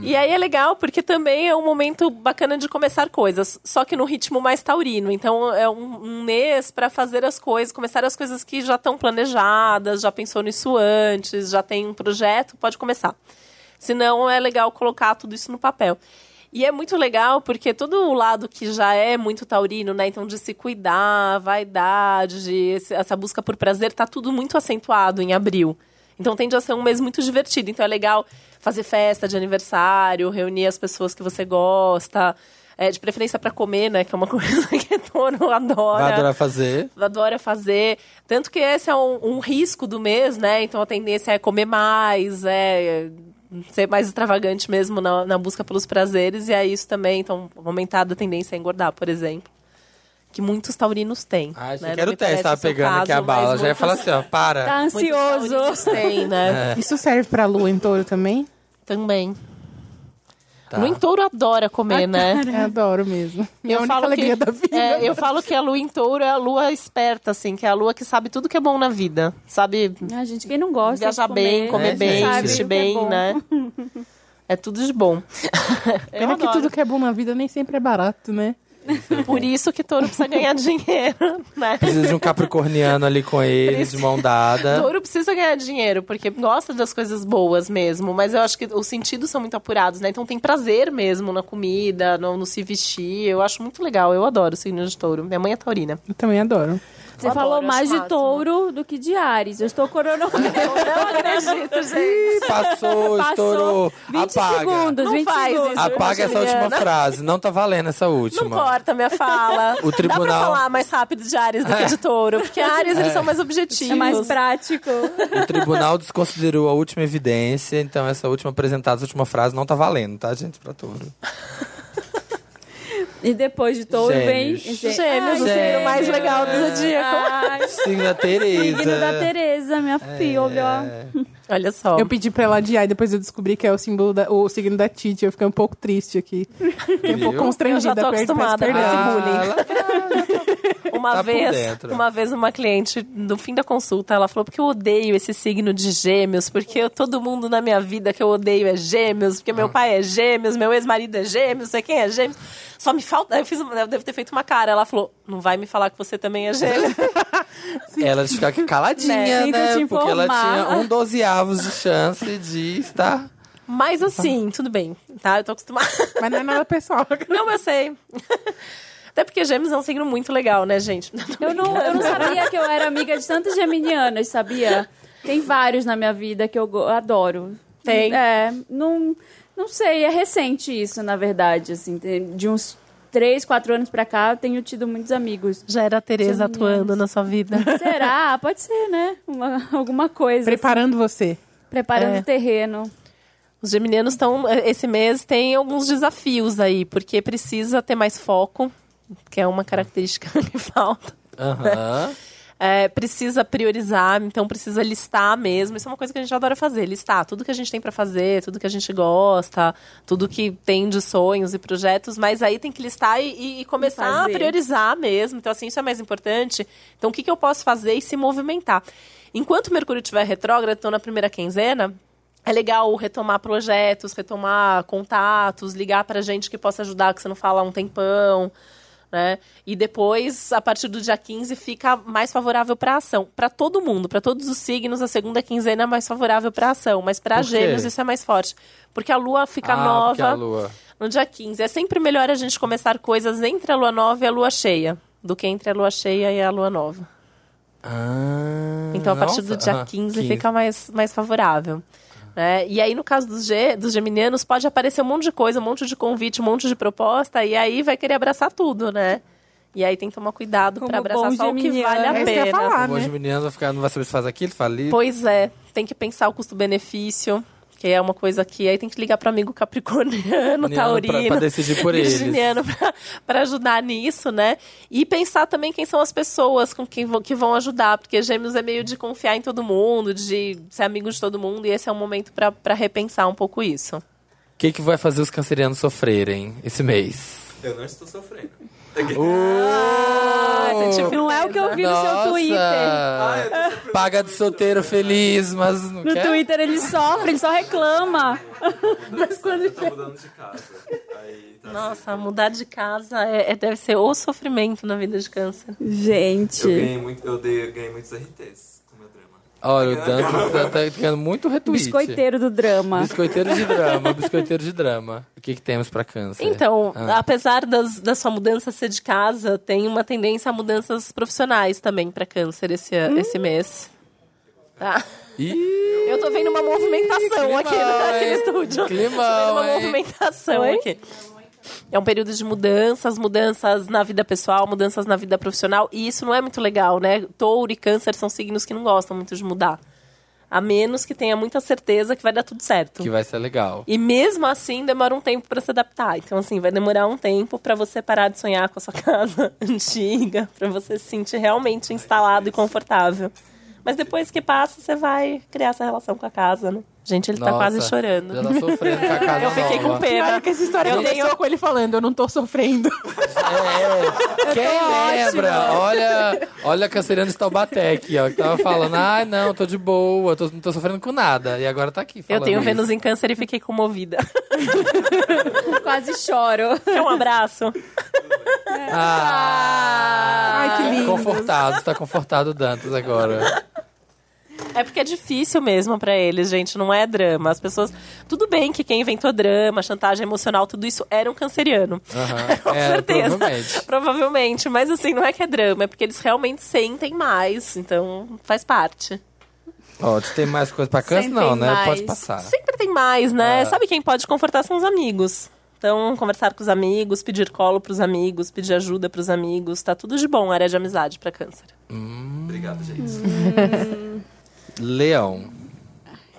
Speaker 5: E aí é legal, porque também é um momento bacana de começar coisas, só que no ritmo mais taurino. Então é um, um mês para fazer as coisas, começar as coisas que já estão planejadas, já pensou nisso antes, já tem um projeto, pode começar. Se não, é legal colocar tudo isso no papel. E é muito legal porque todo o lado que já é muito taurino, né? Então, de se cuidar, vaidade, esse- essa busca por prazer, tá tudo muito acentuado em abril. Então, tende a ser um mês muito divertido. Então, é legal fazer festa de aniversário, reunir as pessoas que você gosta, é, de preferência para comer, né? Que é uma coisa que Tono adora
Speaker 1: Vai adorar fazer.
Speaker 5: adora fazer. Tanto que esse é um, um risco do mês, né? Então a tendência é comer mais, é ser mais extravagante mesmo na, na busca pelos prazeres. E é isso também. Então, aumentada a tendência a engordar, por exemplo. que muitos taurinos têm.
Speaker 1: Ai,
Speaker 5: né?
Speaker 1: gente,
Speaker 5: Não
Speaker 1: quero
Speaker 5: me
Speaker 1: o teste,
Speaker 5: parece
Speaker 1: tava
Speaker 5: o
Speaker 1: pegando aqui a
Speaker 5: caso,
Speaker 1: bala.
Speaker 5: mas
Speaker 1: Já ia
Speaker 5: muitos-
Speaker 1: falar assim, É. ó, para.
Speaker 7: Tá
Speaker 5: muitos
Speaker 7: ansioso.
Speaker 5: taurinos têm, né?
Speaker 2: Isso serve pra lua em touro também?
Speaker 5: Também.
Speaker 1: Tá.
Speaker 5: Lua em touro adora comer, né?
Speaker 2: Eu adoro mesmo. Minha é única alegria
Speaker 5: que,
Speaker 2: da vida.
Speaker 5: é, eu falo que a lua em touro é a lua esperta, assim, que é a lua que sabe tudo que é bom na vida. Sabe
Speaker 7: Ah, gente, quem não gosta
Speaker 5: viajar
Speaker 7: de
Speaker 5: bem, comer
Speaker 1: né,
Speaker 5: bem,
Speaker 1: gente?
Speaker 5: vestir
Speaker 7: Sabe o que é
Speaker 5: bem,
Speaker 7: bom.
Speaker 5: né? É tudo de bom. Eu
Speaker 2: Pena que
Speaker 5: adoro.
Speaker 2: tudo que é bom na vida nem sempre é barato, né?
Speaker 5: Por isso que touro precisa ganhar dinheiro, né?
Speaker 1: Precisa de um capricorniano ali com ele, de mão dada.
Speaker 5: Touro precisa ganhar dinheiro, porque gosta das coisas boas mesmo. Mas eu acho que os sentidos são muito apurados, né? Então tem prazer mesmo na comida, no, no se vestir. Eu acho muito legal. Eu adoro o signo de touro. Minha mãe é taurina.
Speaker 2: Eu também adoro.
Speaker 7: Você
Speaker 5: Eu
Speaker 7: falou
Speaker 5: adoro,
Speaker 7: mais
Speaker 5: acho
Speaker 7: de
Speaker 5: máximo.
Speaker 7: touro do que de Ares. Eu estou coronavirus.
Speaker 5: Não acredito, gente.
Speaker 1: Ih, Passou, estourou.
Speaker 7: 20
Speaker 1: Apaga.
Speaker 7: segundos,
Speaker 5: Não
Speaker 7: 20
Speaker 5: faz isso,
Speaker 7: segundos.
Speaker 1: Apaga essa última frase. Não tá valendo essa
Speaker 5: Não
Speaker 1: última.
Speaker 5: corta minha fala.
Speaker 1: O tribunal-
Speaker 5: Dá pra falar mais rápido de Ares do que de touro, porque Ares eles são mais objetivos.
Speaker 7: É mais prático.
Speaker 1: O tribunal desconsiderou a última evidência, então essa última apresentada, essa última frase não tá valendo, tá, gente? Pra touro.
Speaker 7: E depois de touro vem...
Speaker 1: Gêmeos.
Speaker 5: Gêmeos, o signo mais legal do zodíaco.
Speaker 7: Ai,
Speaker 1: Signo da Tereza.
Speaker 7: signo da Tereza, minha
Speaker 1: É.
Speaker 7: filha. ó.
Speaker 5: Olha só.
Speaker 2: Eu pedi pra ela adiar e depois eu descobri que é o símbolo da- o signo da Titi. Eu fiquei um pouco triste aqui. Fiquei um pouco
Speaker 1: Viu?
Speaker 5: Eu
Speaker 2: constrangida.
Speaker 5: já tô
Speaker 2: peço- peço
Speaker 5: acostumada.
Speaker 2: perdão.
Speaker 5: Ah.
Speaker 1: ela
Speaker 5: Uma
Speaker 1: Tá por
Speaker 5: vez,
Speaker 1: dentro.
Speaker 5: uma vez uma cliente, no fim da consulta, ela falou porque eu odeio esse signo de gêmeos, porque eu- todo mundo na minha vida que eu odeio é gêmeos, porque meu pai é gêmeos, meu ex-marido é gêmeos, não sei quem é gêmeos. Só me falta, eu fiz, uma- eu devo ter feito uma cara. Ela falou: "Não vai me falar que você também é gêmeo".
Speaker 1: ela ficar aqui caladinha,
Speaker 7: Né?
Speaker 1: né?
Speaker 7: Sinto te
Speaker 1: Porque ela
Speaker 7: informar.
Speaker 1: tinha um dozeavos de chance de estar.
Speaker 5: Mas assim, tudo bem, tá? Eu tô acostumada.
Speaker 2: Mas não é nada pessoal.
Speaker 5: Não, eu sei. Até porque gêmeos é um signo muito legal, né, gente?
Speaker 7: Eu não, eu não sabia que eu era amiga de tantas geminianas, sabia? Tem vários na minha vida que eu go- adoro.
Speaker 5: Tem.
Speaker 7: É, não, não sei, é recente isso, na verdade, assim, tem- de uns três, quatro anos pra cá, eu tenho tido muitos amigos.
Speaker 5: Já era a Tereza atuando na sua vida.
Speaker 7: Será? Pode ser, né? Uma- alguma coisa.
Speaker 2: Preparando você.
Speaker 7: assim, preparando
Speaker 5: é.
Speaker 7: o terreno.
Speaker 5: Os geminianos estão. Esse mês tem alguns desafios aí, porque precisa ter mais foco, que é uma característica que falta.
Speaker 1: Aham.
Speaker 5: É, precisa priorizar, então precisa listar mesmo. Isso é uma coisa que a gente adora fazer, listar tudo que a gente tem pra fazer, tudo que a gente gosta, tudo que tem de sonhos e projetos, mas aí tem que listar e- e, e começar a
Speaker 7: fazer.
Speaker 5: priorizar mesmo. Então, assim, isso é mais importante. Então, o que, que eu posso fazer e se movimentar? Enquanto o Mercúrio estiver retrógrado, então na primeira quinzena, é legal retomar projetos, retomar contatos, ligar pra gente que possa ajudar, que você não fala há um tempão, né? E depois, a partir do dia 15, fica mais favorável pra ação. Pra todo mundo, pra todos os signos, a segunda quinzena é mais favorável pra ação, mas pra
Speaker 1: Por quê?
Speaker 5: gêmeos isso é mais forte. Porque a lua fica
Speaker 1: Ah,
Speaker 5: nova
Speaker 1: porque a lua.
Speaker 5: no dia 15. É sempre melhor a gente começar coisas entre a lua nova e a lua cheia, do que entre a lua cheia e a lua nova.
Speaker 1: Ah,
Speaker 5: Então, a partir do
Speaker 1: nossa.
Speaker 5: dia
Speaker 1: Ah,
Speaker 5: 15, fica mais, mais favorável. né? E aí, no caso dos, ge dos geminianos, pode aparecer um monte de coisa, um monte de convite, um monte de proposta, e aí vai querer abraçar tudo, né? E aí tem que tomar cuidado
Speaker 7: Como
Speaker 5: pra abraçar
Speaker 7: bom
Speaker 5: só o que
Speaker 7: geminiano.
Speaker 5: vale a
Speaker 2: É isso que eu ia
Speaker 5: pena.
Speaker 2: falar,
Speaker 1: O
Speaker 2: né?
Speaker 1: Hoje menino vai ficar, não vai saber se faz aquilo, faz ali.
Speaker 5: Pois é, tem que pensar o custo-benefício, que é uma coisa que aí tem que ligar para amigo capricorniano,
Speaker 1: Pra-
Speaker 5: taurino,
Speaker 1: pra decidir por eles.
Speaker 5: virginiano, para ajudar nisso, né? E pensar também quem são as pessoas com quem vão, que vão ajudar, porque Gêmeos é meio de confiar em todo mundo, de ser amigo de todo mundo, e esse é um momento para repensar um pouco isso.
Speaker 1: O que, que vai fazer os cancerianos sofrerem esse mês?
Speaker 6: Eu não estou sofrendo.
Speaker 1: Ah,
Speaker 7: Não é o
Speaker 3: Oh,
Speaker 7: que eu vi no seu Twitter.
Speaker 1: Paga de solteiro feliz, mas não
Speaker 7: No
Speaker 1: quer?
Speaker 7: Twitter ele sofre, ele só reclama.
Speaker 6: Eu tô mudando de casa. Aí tá
Speaker 5: Nossa, mudar de casa é, é- deve ser o sofrimento na vida de câncer.
Speaker 6: Eu
Speaker 7: Gente.
Speaker 6: ganhei, muito, eu dei, ganhei muitos RTs com meu drama.
Speaker 1: Olha, o Dantas tá, tá ganhando muito retweet.
Speaker 7: Biscoiteiro do drama.
Speaker 1: Biscoiteiro de drama, biscoiteiro de drama. O que, que temos pra câncer?
Speaker 5: Então,
Speaker 1: Ah.
Speaker 5: apesar das, da sua mudança ser de casa, tem uma tendência a mudanças profissionais também para câncer esse, a- esse mês. Tá?
Speaker 1: Ih,
Speaker 5: Eu tô vendo uma movimentação
Speaker 1: climão,
Speaker 5: aqui no- naquele
Speaker 1: hein?
Speaker 5: estúdio.
Speaker 1: Climão,
Speaker 5: tô vendo uma
Speaker 1: hein?
Speaker 5: movimentação
Speaker 7: Oi?
Speaker 5: aqui. É um período de mudanças, mudanças na vida pessoal, mudanças na vida profissional. E isso não é muito legal, né? Touro e câncer são signos que não gostam muito de mudar. A menos que tenha muita certeza que vai dar tudo certo.
Speaker 1: Que vai ser legal.
Speaker 5: E mesmo assim, demora um tempo pra se adaptar. Então, assim, vai demorar um tempo pra você parar de sonhar com a sua casa antiga, pra você se sentir realmente instalado e confortável. Mas depois que passa, você vai criar essa relação com a casa, né? Gente, ele tá
Speaker 1: Nossa,
Speaker 5: quase
Speaker 1: Já
Speaker 5: chorando.
Speaker 1: tá sofrendo com a casa
Speaker 5: Eu fiquei com
Speaker 1: nova.
Speaker 5: pena.
Speaker 2: que essa história
Speaker 5: Eu
Speaker 2: começou
Speaker 5: tenho-
Speaker 2: com ele falando, eu não tô sofrendo.
Speaker 1: É, é. Quem lembra? Olha, olha a canceriana de Taubaté aqui, ó. Que tava falando, ai, não, tô de boa, tô, não tô sofrendo com nada. E agora tá aqui
Speaker 5: Eu
Speaker 1: falando
Speaker 5: tenho
Speaker 1: isso.
Speaker 5: Vênus em câncer e fiquei comovida.
Speaker 7: Quase choro.
Speaker 5: Quer um abraço?
Speaker 1: Ah,
Speaker 2: Ai, que lindo.
Speaker 1: confortado, tá confortado o Dantas agora.
Speaker 5: É porque é difícil mesmo pra eles, gente. Não é drama. As pessoas. Tudo bem que quem inventou drama, chantagem emocional, tudo isso era um canceriano.
Speaker 1: Aham,
Speaker 5: Com
Speaker 1: é,
Speaker 5: certeza.
Speaker 1: provavelmente.
Speaker 5: Provavelmente. Mas assim, não é que é drama, é porque eles realmente sentem mais. Então faz parte.
Speaker 1: Ó, tu tem mais coisa pra câncer?
Speaker 7: Sempre
Speaker 1: Não, né?
Speaker 7: mais.
Speaker 1: Pode passar.
Speaker 5: Sempre tem mais, né?
Speaker 1: É.
Speaker 5: Sabe quem pode confortar são os amigos. Então, conversar com os amigos, pedir colo pros amigos, pedir ajuda pros amigos, tá tudo de bom, área de amizade pra câncer.
Speaker 6: Obrigado, gente.
Speaker 1: Leão,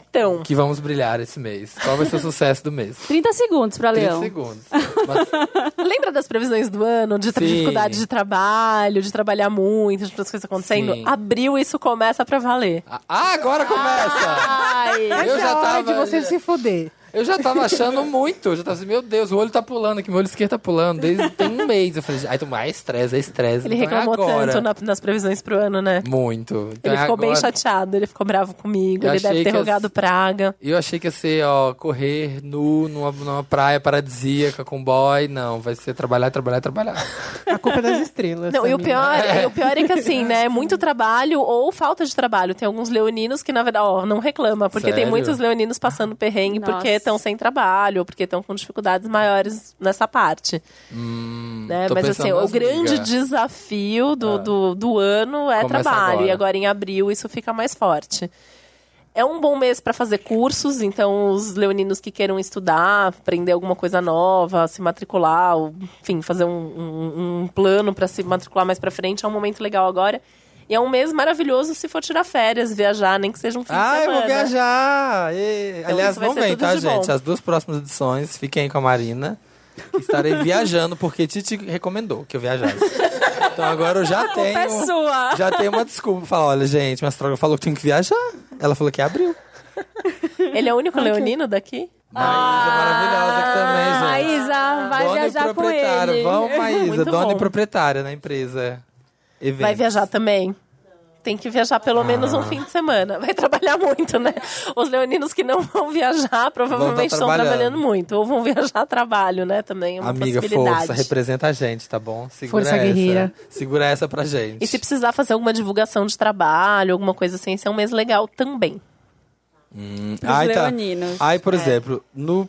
Speaker 5: Então,
Speaker 1: que vamos brilhar esse mês. Qual vai ser o sucesso do mês?
Speaker 7: 30 segundos pra
Speaker 1: 30
Speaker 7: Leão.
Speaker 1: segundos. Mas
Speaker 5: Lembra das previsões do ano, de tra-
Speaker 1: Sim.
Speaker 5: dificuldade de trabalho, de trabalhar muito, de outras coisas acontecendo?
Speaker 1: Sim.
Speaker 5: Abril, isso começa pra valer.
Speaker 1: Ah, agora começa!
Speaker 7: Ai,
Speaker 1: eu, já
Speaker 2: Hora de
Speaker 1: tava,
Speaker 2: é você se foder.
Speaker 1: eu já tava achando muito. Eu já tava assim, meu Deus, o olho tá pulando aqui, meu olho esquerdo tá pulando. Desde tem um mês. Eu falei, ai, tomar estresse, é estresse.
Speaker 5: Ele
Speaker 1: então é
Speaker 5: reclamou
Speaker 1: agora.
Speaker 5: tanto na- nas previsões pro ano, né?
Speaker 1: Muito. Então
Speaker 5: Ele
Speaker 1: é
Speaker 5: ficou bem
Speaker 1: agora.
Speaker 5: chateado, ele ficou bravo comigo,
Speaker 1: Eu
Speaker 5: ele deve
Speaker 1: achei
Speaker 5: ter
Speaker 1: que as-
Speaker 5: rogado praga.
Speaker 1: Eu achei que ia ser, ó, correr nu numa, numa praia paradisíaca com boy. Não, vai ser trabalhar, trabalhar, trabalhar.
Speaker 2: A culpa é das estrelas.
Speaker 5: Não, e o
Speaker 2: Samira.
Speaker 5: pior, e o pior é que assim, né? Muito trabalho ou falta de trabalho. Tem alguns leoninos que, na verdade, ó, não reclama, porque tem
Speaker 1: Sério?
Speaker 5: muitos leoninos passando perrengue
Speaker 7: Nossa.
Speaker 5: porque estão sem trabalho, ou porque estão com dificuldades maiores nessa parte. né?
Speaker 1: Hum, tô
Speaker 5: Mas
Speaker 1: pensando
Speaker 5: assim, o
Speaker 1: nas
Speaker 5: grande
Speaker 1: migas.
Speaker 5: desafio do, do, do ano é
Speaker 1: Começa
Speaker 5: trabalho.
Speaker 1: agora.
Speaker 5: E agora em abril isso fica mais forte. É um bom mês para fazer cursos, então os leoninos que queiram estudar, aprender alguma coisa nova, se matricular, ou, enfim, fazer um, um- um plano para se matricular mais para frente é um momento legal agora. E é um mês maravilhoso se for tirar férias, viajar, nem que seja um fim de
Speaker 1: Ah,
Speaker 5: semana. Então,
Speaker 1: eu vou viajar! E- Aliás,
Speaker 5: isso vai
Speaker 1: não
Speaker 5: ser
Speaker 1: vem,
Speaker 5: tudo
Speaker 1: tá,
Speaker 5: de
Speaker 1: gente?
Speaker 5: bom.
Speaker 1: As duas próximas edições, fiquem aí com a Marina. que Estarei viajando, porque Titi recomendou que eu viajasse. Então agora eu já tenho.
Speaker 5: É sua!
Speaker 1: Já tenho uma desculpa. Falar, olha, gente, minha astróloga falou que tenho que viajar. Ela falou que abriu.
Speaker 5: Ele é o único leonino daqui?
Speaker 1: Maísa maravilhosa aqui também, gente.
Speaker 7: Maísa, vai
Speaker 1: dona e
Speaker 7: viajar com
Speaker 1: proprietária.
Speaker 7: ele.
Speaker 1: Vamos, Maísa.
Speaker 5: Muito
Speaker 1: Dona e
Speaker 5: bom.
Speaker 1: proprietária na empresa. Eventos.
Speaker 5: Vai viajar também? Tem que viajar pelo menos
Speaker 1: Ah.
Speaker 5: um fim de semana. Vai trabalhar muito, né? Os leoninos que não vão viajar provavelmente
Speaker 1: Vão tá
Speaker 5: estão trabalhando
Speaker 1: trabalhando
Speaker 5: muito. Ou vão viajar a trabalho, né? Também é uma
Speaker 1: Amiga,
Speaker 5: possibilidade.
Speaker 1: força, representa a gente, tá bom? Segura
Speaker 2: Força
Speaker 1: essa.
Speaker 2: guerreira.
Speaker 1: Segura essa pra gente.
Speaker 5: E se precisar fazer alguma divulgação de trabalho, alguma coisa assim, esse é um mês legal também.
Speaker 7: Pros leoninos.
Speaker 1: Aí, tá. por
Speaker 7: É.
Speaker 1: exemplo, no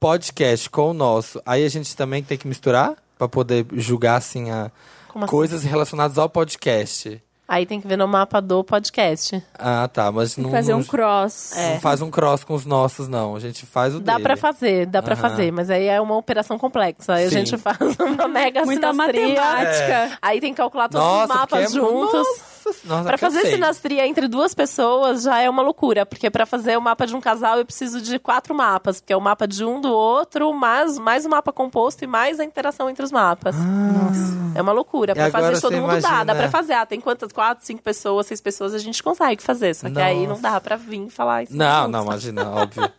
Speaker 1: podcast com o nosso, aí a gente também tem que misturar pra poder julgar assim a
Speaker 5: Como assim?
Speaker 1: coisas relacionadas ao podcast.
Speaker 5: Aí tem que ver no mapa do podcast.
Speaker 1: Ah, tá, mas não,
Speaker 7: Fazer
Speaker 1: não,
Speaker 7: um cross.
Speaker 1: não faz um cross com os nossos não, a gente faz o
Speaker 5: É. Dá
Speaker 1: dele.
Speaker 5: pra fazer, dá pra
Speaker 1: Aham.
Speaker 5: fazer, mas aí é uma operação complexa. Aí
Speaker 1: Sim.
Speaker 5: a gente faz uma mega
Speaker 7: Muita
Speaker 5: sinastria. É.
Speaker 7: matemática.
Speaker 5: Aí tem que calcular todos
Speaker 1: Nossa,
Speaker 5: os mapas
Speaker 1: porque é-
Speaker 5: juntos.
Speaker 1: Nossa, nossa,
Speaker 5: Pra fazer
Speaker 1: cansei.
Speaker 5: sinastria entre duas pessoas já é uma loucura, porque pra fazer o mapa de um casal eu preciso de quatro mapas, porque é o mapa de um do outro, mais mais o mapa composto e mais a interação entre os mapas. É uma loucura. Pra
Speaker 1: Ah. agora
Speaker 5: fazer de todo
Speaker 1: você
Speaker 5: mundo dá,
Speaker 1: imagina-
Speaker 5: dá pra fazer. Ah, tem quantas? Quatro, cinco pessoas, seis pessoas, a gente consegue fazer, só que aí não
Speaker 1: Nossa.
Speaker 5: dá pra vir falar isso.
Speaker 1: Não, não, imagina, óbvio.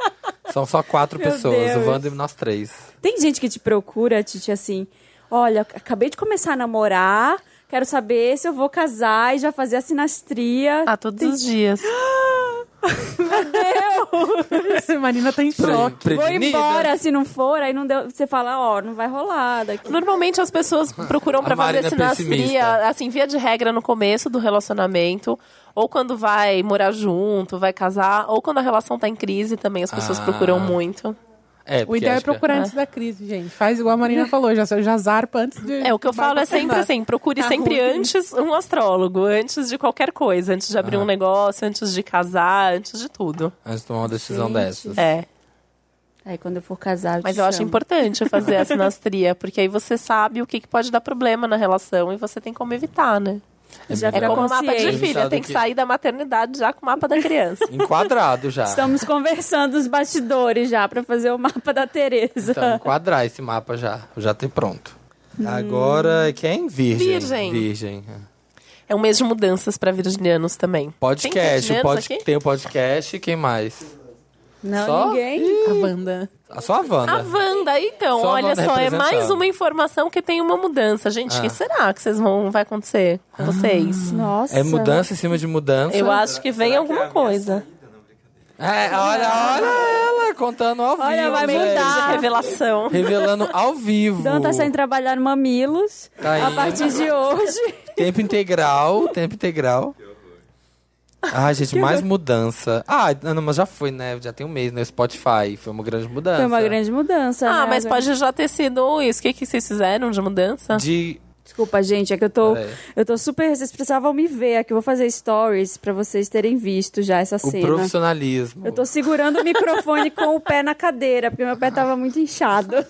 Speaker 1: São só quatro
Speaker 7: Meu
Speaker 1: pessoas,
Speaker 7: Deus.
Speaker 1: o Wander e nós três.
Speaker 7: Tem gente que te procura, Titi, assim: olha, acabei de começar a namorar, quero saber se eu vou casar e já fazer a sinastria.
Speaker 5: Ah, todos os dias.
Speaker 2: Essa Marina tá em choque.
Speaker 1: Pre-
Speaker 7: vou
Speaker 1: prevenida.
Speaker 7: embora se não for, aí não deu. Você fala: ó, não vai rolar daqui.
Speaker 5: Normalmente as pessoas procuram
Speaker 1: A
Speaker 5: pra fazer
Speaker 1: Marina é pessimista.
Speaker 5: sinastria, assim, via de regra no começo do relacionamento, ou quando vai morar junto, vai casar, ou quando a relação tá em crise também as pessoas
Speaker 1: Ah.
Speaker 5: procuram muito.
Speaker 1: É,
Speaker 2: O
Speaker 1: porque
Speaker 2: ideal é
Speaker 1: acho que-
Speaker 2: procurar antes da crise, gente. Faz igual a Marina falou, já, já zarpa antes de.
Speaker 5: É, o que eu falo é sempre assim, procure
Speaker 2: Tá
Speaker 5: sempre
Speaker 2: ruim.
Speaker 5: antes um astrólogo, antes de qualquer coisa, antes de abrir
Speaker 1: Ah.
Speaker 5: um negócio, antes de casar, antes de tudo.
Speaker 1: Antes de tomar uma decisão
Speaker 7: Gente.
Speaker 1: dessas.
Speaker 5: É.
Speaker 7: Aí quando eu for casar, eu te
Speaker 5: Mas eu acho
Speaker 7: chamo.
Speaker 5: importante fazer a sinastria, porque aí você sabe o que, que pode dar problema na relação e você tem como evitar, né?
Speaker 7: Já
Speaker 5: É
Speaker 7: Era
Speaker 1: melhor.
Speaker 5: como o mapa de
Speaker 7: consciente.
Speaker 5: filha, tem que sair da maternidade já com o mapa da criança.
Speaker 1: Enquadrado já.
Speaker 7: Estamos conversando os bastidores já pra fazer o mapa da Tereza.
Speaker 1: Então, enquadrar esse mapa já. Já ter pronto. Agora, quem? Virgem.
Speaker 5: Hum. Virgem.
Speaker 1: Virgem. é.
Speaker 5: É um mês de mudanças para virginianos também.
Speaker 1: Podcast.
Speaker 5: Tem
Speaker 1: o pod- É.
Speaker 5: aqui?
Speaker 1: Tem o podcast. Quem mais?
Speaker 7: Não,
Speaker 1: Só?
Speaker 7: ninguém.
Speaker 2: A Wanda.
Speaker 1: Ah, Só a Wanda.
Speaker 5: A Wanda, então,
Speaker 1: Só a
Speaker 5: olha
Speaker 1: Wanda
Speaker 5: só, é
Speaker 1: representada.
Speaker 5: mais uma informação que tem uma mudança. Gente, o que será que vocês vão, vai acontecer com vocês?
Speaker 7: Nossa.
Speaker 1: É mudança em cima de mudança.
Speaker 5: Eu acho que vem alguma coisa.
Speaker 1: É, olha, olha ela contando ao vivo.
Speaker 7: Olha, vai
Speaker 1: gente.
Speaker 5: Tá.
Speaker 7: mudar. Ah.
Speaker 5: Revelação.
Speaker 1: Revelando ao vivo.
Speaker 7: Dan tá saindo trabalhar no Mamilos
Speaker 1: Tá
Speaker 7: a
Speaker 1: indo.
Speaker 7: partir de hoje.
Speaker 1: Tempo integral, tempo integral. Ai, gente, mais mudança. Ah, não, mas já foi, né? Já tem um mês no Spotify. Foi uma grande mudança.
Speaker 7: Foi uma grande mudança.
Speaker 5: Ah,
Speaker 7: né,
Speaker 5: mas
Speaker 7: agora?
Speaker 5: pode já ter sido isso. O que, que vocês fizeram de mudança?
Speaker 1: De.
Speaker 7: Desculpa, gente, é que eu tô.
Speaker 1: Peraí.
Speaker 7: Eu tô super. Vocês precisavam me ver aqui. Eu vou fazer stories pra vocês terem visto já essa
Speaker 1: O
Speaker 7: cena.
Speaker 1: profissionalismo.
Speaker 7: né? Eu tô segurando o microfone com o pé na cadeira, porque meu pé tava muito inchado.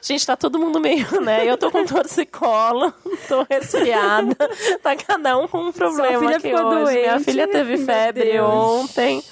Speaker 5: Gente, tá todo mundo meio, né? Eu tô com torcicolo, tô resfriada. Tá cada um com um problema
Speaker 7: filha
Speaker 5: aqui
Speaker 7: ficou
Speaker 5: hoje. Minha
Speaker 7: doente.
Speaker 5: filha teve
Speaker 7: Meu
Speaker 5: febre
Speaker 7: Deus.
Speaker 5: ontem.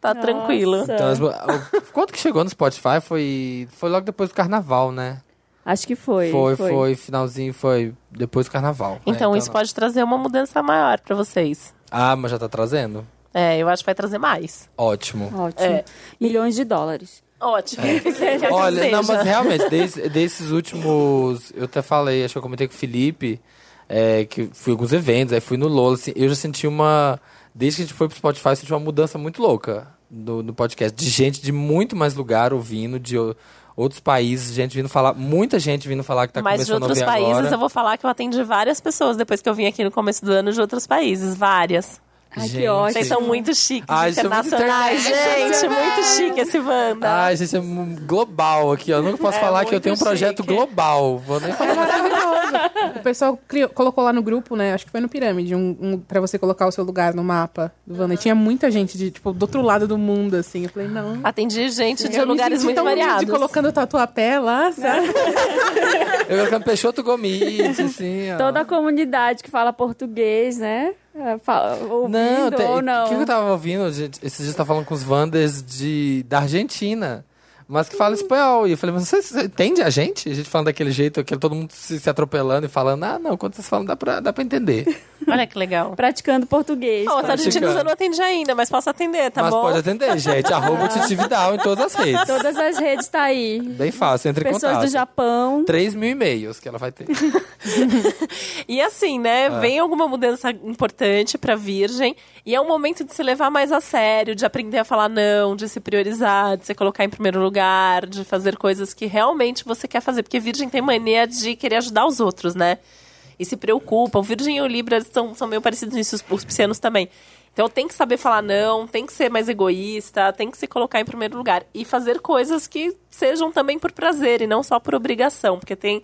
Speaker 5: Tá
Speaker 7: Nossa.
Speaker 5: tranquilo.
Speaker 1: Então, as mu- o- quanto que chegou no Spotify foi, foi logo depois do carnaval, né?
Speaker 7: Acho que foi.
Speaker 1: foi, finalzinho, foi depois do carnaval. né?
Speaker 5: Então, isso
Speaker 1: não-
Speaker 5: pode trazer uma mudança maior pra vocês.
Speaker 1: Ah, mas já tá trazendo?
Speaker 5: É, eu acho que vai trazer mais.
Speaker 1: Ótimo.
Speaker 7: Ótimo.
Speaker 5: É.
Speaker 7: Milhões de dólares.
Speaker 5: Ótimo. Quer que
Speaker 1: É. Olha, não,
Speaker 5: seja.
Speaker 1: mas realmente, des- desses últimos. Eu até falei, acho que eu comentei com o Felipe, é, que fui a alguns eventos, aí fui no Lola. assim, eu já senti uma. Desde que a gente foi pro Spotify, eu senti uma mudança muito louca no, no podcast. De gente de muito mais lugar ouvindo, de o- outros países, gente vindo falar. Muita gente vindo falar que tá
Speaker 5: Mas de
Speaker 1: começando a
Speaker 5: outros
Speaker 1: ouvir
Speaker 5: países,
Speaker 1: agora.
Speaker 5: eu vou falar que eu atendi várias pessoas depois que eu vim aqui no começo do ano de outros países. Várias.
Speaker 7: Ai, que
Speaker 1: Gente.
Speaker 7: ótimo.
Speaker 5: Vocês são muito chiques,
Speaker 1: Ah, isso é muito
Speaker 5: internacionais,
Speaker 1: internacional.
Speaker 5: gente. Muito chique esse Wanda.
Speaker 1: Ai, gente, é mu- global aqui, ó. Eu nunca posso
Speaker 5: É
Speaker 1: falar que eu
Speaker 5: muito
Speaker 1: tenho um projeto
Speaker 5: chique.
Speaker 1: global. Vou nem falar.
Speaker 2: O pessoal criou- colocou lá no grupo, né? Acho que foi no Pirâmide, um, um, pra você colocar o seu lugar no mapa do Wanda. E tinha muita gente, de, tipo, do outro lado do mundo, assim. Eu falei, não.
Speaker 5: Atendi gente de
Speaker 2: Eu me
Speaker 5: lugares
Speaker 2: senti
Speaker 5: muito
Speaker 2: tão humilde
Speaker 5: variados. Né?
Speaker 2: colocando o tatuapé lá, sabe?
Speaker 1: Eu colocando Peixoto Gomes, assim, ó.
Speaker 7: Toda a comunidade que fala português, né? É, Fala, ouvindo
Speaker 1: Não, tem-
Speaker 7: ou
Speaker 1: O
Speaker 7: não.
Speaker 1: que que eu tava ouvindo? Gente? Esses dias eu tava tá falando com os Wanders de, da Argentina. Mas que fala espanhol. E eu falei, mas você, você entende a gente? A gente falando daquele jeito, aquele, todo mundo se, se atropelando e falando, ah, não, quando vocês falam dá pra, dá pra entender.
Speaker 5: Olha que legal.
Speaker 7: Praticando português.
Speaker 5: Ó, os argentinos
Speaker 1: Tá chegando.
Speaker 5: eu não atendi ainda, mas posso atender, tá
Speaker 1: mas
Speaker 5: bom?
Speaker 1: pode atender, gente. Arroba o Titi Vidal em todas as redes.
Speaker 7: Todas as redes tá aí.
Speaker 1: Bem fácil, entre em
Speaker 7: Pessoas
Speaker 1: contato.
Speaker 7: do Japão.
Speaker 1: 3 mil e-mails que ela vai ter.
Speaker 5: E assim, né? Vem alguma mudança importante pra Virgem. E é um momento de se levar mais a sério, de aprender a falar não, de se priorizar, de se colocar em primeiro lugar, de fazer coisas que realmente você quer fazer. Porque Virgem tem mania de querer ajudar os outros, né? E se preocupa. O Virgem e o Libra são, são meio parecidos nisso, os- os piscianos também. Então tem que saber falar não, tem que ser mais egoísta, tem que se colocar em primeiro lugar. E fazer coisas que sejam também por prazer e não só por obrigação. Porque tem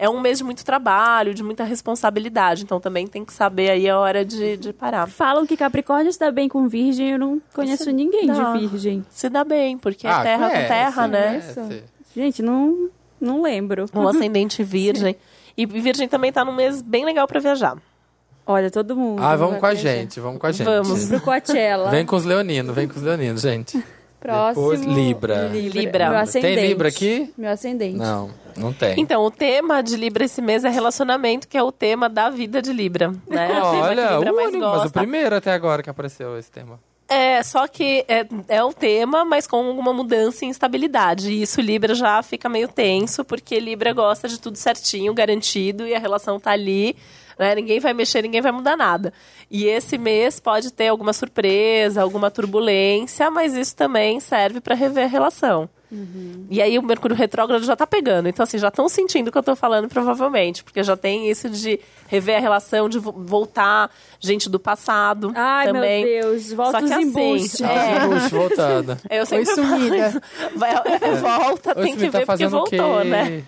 Speaker 5: é um mês de muito trabalho, de muita responsabilidade. Então também tem que saber aí a hora de, de parar.
Speaker 7: Falam que Capricórnio se dá bem com Virgem. Eu não conheço
Speaker 5: é
Speaker 7: ninguém
Speaker 5: dá.
Speaker 7: de Virgem.
Speaker 5: Se dá bem, porque é
Speaker 1: Ah,
Speaker 5: terra
Speaker 1: conhece,
Speaker 5: com terra, né?
Speaker 1: conhece.
Speaker 7: Gente, não, não lembro.
Speaker 1: é.
Speaker 5: Um
Speaker 1: Uhum.
Speaker 5: ascendente virgem. E virgem também tá num mês bem legal pra viajar.
Speaker 7: Olha, todo mundo.
Speaker 1: Ah, vamos
Speaker 7: vai
Speaker 1: com a
Speaker 7: viajar.
Speaker 1: gente, vamos com a gente.
Speaker 5: Vamos.
Speaker 7: Pro Coachella.
Speaker 1: Vem com os leoninos, vem com os leoninos, gente.
Speaker 7: Próximo.
Speaker 1: Depois, Libra.
Speaker 5: Libra.
Speaker 7: Meu
Speaker 1: Tem
Speaker 7: ascendente.
Speaker 1: Libra aqui?
Speaker 7: Meu ascendente.
Speaker 1: Não, não tem.
Speaker 5: Então, o tema de Libra esse mês é relacionamento, que é o tema da vida de Libra. Né? É o tema que
Speaker 1: Olha,
Speaker 5: Libra
Speaker 1: o
Speaker 5: mais
Speaker 1: único, mas o
Speaker 5: gosta.
Speaker 1: primeiro até agora que apareceu esse tema.
Speaker 5: É, só que é, é o tema, mas com alguma mudança e instabilidade. E isso Libra já fica meio tenso, porque Libra gosta de tudo certinho, garantido, e a relação tá ali, né? Ninguém vai mexer, ninguém vai mudar nada. E esse mês pode ter alguma surpresa, alguma turbulência, mas isso também serve para rever a relação.
Speaker 7: Uhum.
Speaker 5: E aí o Mercúrio retrógrado já tá pegando. Então, assim, já estão sentindo o que eu tô falando, provavelmente. Porque já tem isso de rever a relação, de vo- voltar gente do passado
Speaker 7: Ai,
Speaker 5: também.
Speaker 7: meu Deus.
Speaker 5: Só
Speaker 7: Volta
Speaker 5: que
Speaker 7: os
Speaker 5: assim,
Speaker 7: embustes.
Speaker 5: É.
Speaker 1: Puxa, voltando.
Speaker 5: Eu sempre
Speaker 2: Foi sumida.
Speaker 5: falo isso. Vai- é, volta,
Speaker 1: Ô,
Speaker 5: tem
Speaker 1: Smith,
Speaker 5: que ver porque
Speaker 1: tá o
Speaker 5: voltou,
Speaker 1: quê?
Speaker 5: né?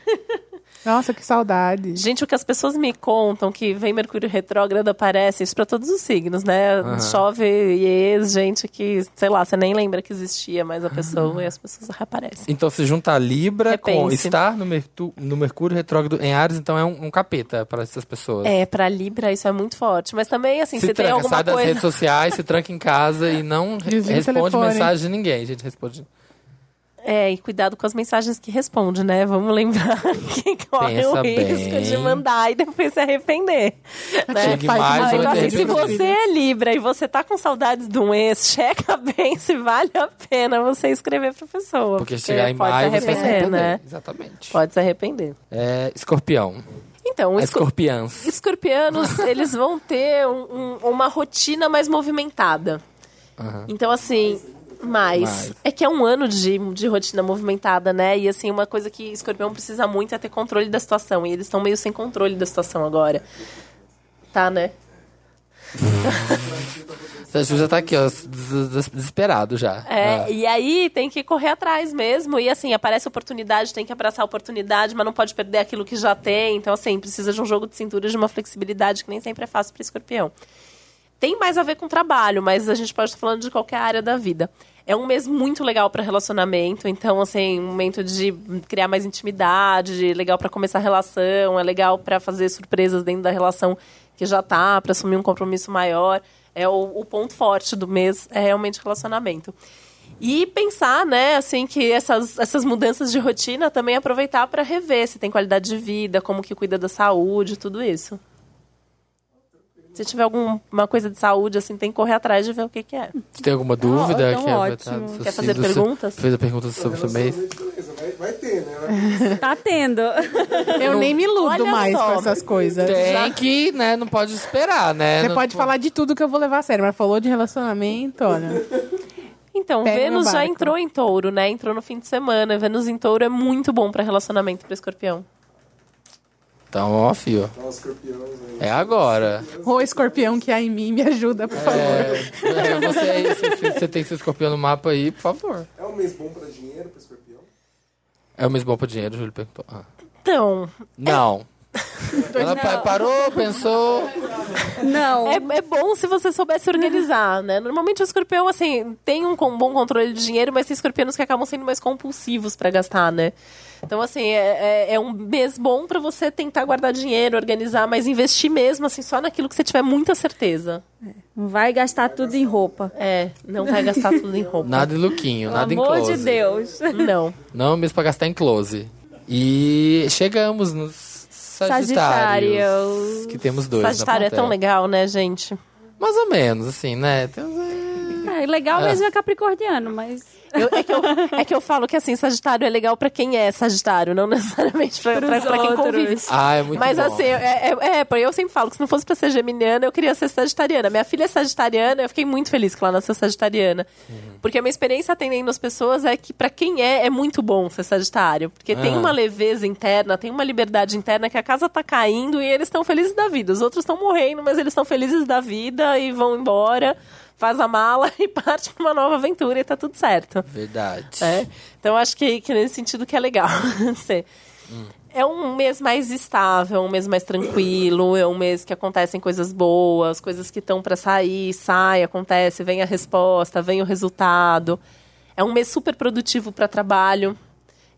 Speaker 2: Nossa, que saudade.
Speaker 5: Gente, o que as pessoas me contam que vem Mercúrio retrógrado aparece, isso pra todos os signos, né?
Speaker 1: Aham.
Speaker 5: Chove e ex, gente que, sei lá, você nem lembra que existia, mas a pessoa e as pessoas reaparecem.
Speaker 1: Então se junta a
Speaker 5: É
Speaker 1: Libra com
Speaker 5: Repense.
Speaker 1: estar no, Mertu- no Mercúrio retrógrado em Ares, então é um, um capeta para essas pessoas.
Speaker 5: É, pra Libra isso é muito forte. Mas também, assim,
Speaker 1: se
Speaker 5: se,
Speaker 1: tranca,
Speaker 5: tem alguma
Speaker 1: sai das
Speaker 5: coisa.
Speaker 1: redes sociais, se tranca em casa e não re-
Speaker 2: Desliga o
Speaker 1: responde
Speaker 2: telefone.
Speaker 1: mensagem de ninguém. gente responde.
Speaker 5: É, e cuidado com as mensagens que responde, né? Vamos lembrar que corre o
Speaker 1: Pensa
Speaker 5: risco
Speaker 1: bem.
Speaker 5: de mandar e depois se arrepender. né?
Speaker 1: Chega
Speaker 2: Faz
Speaker 1: mais
Speaker 2: uma-
Speaker 5: Ah,
Speaker 1: ou
Speaker 5: então, assim,
Speaker 1: interrompe
Speaker 5: se
Speaker 1: o vídeo.
Speaker 5: você é Libra e você tá com saudades de um ex, checa bem se vale a pena você escrever pra pessoa.
Speaker 1: Porque chegar em
Speaker 5: pode
Speaker 1: maio
Speaker 5: se
Speaker 1: você vai se
Speaker 5: arrepender,
Speaker 1: arrepender.
Speaker 5: né?
Speaker 1: Exatamente.
Speaker 5: Pode se arrepender.
Speaker 1: É, escorpião.
Speaker 5: Então, os esco-
Speaker 1: Escorpiãs.
Speaker 5: escorpianos, eles vão ter um- um- uma rotina mais movimentada.
Speaker 1: Aham.
Speaker 5: Então, assim, mas
Speaker 1: Mais.
Speaker 5: é que é um ano de, de rotina movimentada, né? E, assim, uma coisa que escorpião precisa muito é ter controle da situação. E eles estão meio sem controle da situação agora. Tá, né?
Speaker 1: Essa Ju já tá aqui, ó, des- des- desesperado já.
Speaker 5: É,
Speaker 1: Ah.
Speaker 5: e aí tem que correr atrás mesmo. E assim, aparece oportunidade, tem que abraçar a oportunidade, mas não pode perder aquilo que já tem. Então, assim, precisa de um jogo de cintura e de uma flexibilidade que nem sempre é fácil para escorpião. Tem mais a ver com trabalho, mas a gente pode estar falando de qualquer área da vida. É um mês muito legal para relacionamento, então, assim, um momento de criar mais intimidade, legal para começar a relação, é legal para fazer surpresas dentro da relação que já tá, para assumir um compromisso maior. É o, o ponto forte do mês, é realmente relacionamento. E pensar, né, assim, que essas, essas mudanças de rotina também aproveitar para rever se tem qualidade de vida, como que cuida da saúde, tudo isso. Se tiver alguma coisa de saúde, assim, tem que correr atrás de ver o que, que é.
Speaker 1: Você tem alguma dúvida?
Speaker 7: então ótimo.
Speaker 1: tá-
Speaker 5: Quer fazer
Speaker 1: do seu-
Speaker 5: perguntas?
Speaker 1: Fez a pergunta sobre o seu mês.
Speaker 8: Vai, vai ter, né? Vai-
Speaker 7: Tá tendo.
Speaker 2: Eu nem me iludo
Speaker 5: Olha
Speaker 2: mais
Speaker 5: só.
Speaker 2: com essas coisas.
Speaker 1: Tem que, né? Não pode esperar, né?
Speaker 2: Você
Speaker 1: Não-
Speaker 2: pode falar de tudo que eu vou levar a sério, mas falou de relacionamento, olha.
Speaker 5: Então,
Speaker 2: Pega no
Speaker 5: Vênus já
Speaker 2: barco.
Speaker 5: entrou em touro, né? Entrou no fim de semana. Vênus em touro é muito bom para relacionamento para escorpião.
Speaker 1: Então, ó, fio.
Speaker 8: Tá os escorpiões aí.
Speaker 1: É agora.
Speaker 2: Ô, escorpião que há em mim, me ajuda, por favor.
Speaker 1: É, você, aí, se- se você tem seu escorpião no mapa aí, por favor.
Speaker 8: É um mês bom pra dinheiro, pro escorpião?
Speaker 1: É o mesmo bom pro dinheiro, Júlio perguntou. Ah.
Speaker 5: Então,
Speaker 1: Não. Ela pa- parou, pensou.
Speaker 7: Não.
Speaker 5: é, é bom se você soubesse organizar, né? Normalmente o escorpião, assim, tem um com- bom controle de dinheiro, mas tem escorpianos que acabam sendo mais compulsivos para gastar, né? Então, assim, é, é- é um mês bom para você tentar guardar dinheiro, organizar, mas investir mesmo, assim, só naquilo que você tiver muita certeza.
Speaker 7: Vai gastar tudo em roupa.
Speaker 5: É, não vai gastar tudo em roupa.
Speaker 1: Nada em lookinho, nada em
Speaker 7: Pelo amor
Speaker 1: close.
Speaker 7: de Deus.
Speaker 5: Não.
Speaker 1: Não mesmo pra gastar em close. E chegamos nos Sagitários.
Speaker 7: Sagitários.
Speaker 1: Que temos dois. na
Speaker 5: Sagitário é
Speaker 1: plateia.
Speaker 5: tão legal, né, gente?
Speaker 1: Mais ou menos, assim, né? Temos aí-
Speaker 7: É, legal mesmo é capricorniano, mas
Speaker 5: Eu- é, que eu, é que eu falo que, assim, Sagitário é legal pra quem é Sagitário, não necessariamente pra, pra-
Speaker 7: Pros
Speaker 5: pra quem convive.
Speaker 7: outros.
Speaker 1: Ah, é muito
Speaker 5: Mas
Speaker 1: bom.
Speaker 5: assim, é, é- é, pô, eu sempre falo que se não fosse pra ser geminiana, eu queria ser sagitariana. Minha filha é sagitariana, eu fiquei muito feliz que ela nasceu sagitariana.
Speaker 1: Uhum.
Speaker 5: Porque a minha experiência atendendo as pessoas é que pra quem é, é muito bom ser sagitário. Porque tem
Speaker 1: Ah.
Speaker 5: uma leveza interna, tem uma liberdade interna que a casa tá caindo e eles estão felizes da vida. Os outros estão morrendo, mas eles estão felizes da vida e vão embora, faz a mala e parte pra uma nova aventura e tá tudo certo.
Speaker 1: Verdade.
Speaker 5: É. Então acho que, que nesse sentido que é legal ser. É um mês mais estável, é um mês mais tranquilo, é um mês que acontecem coisas boas, coisas que estão para sair, sai, acontece, vem a resposta, vem o resultado. É um mês super produtivo para trabalho.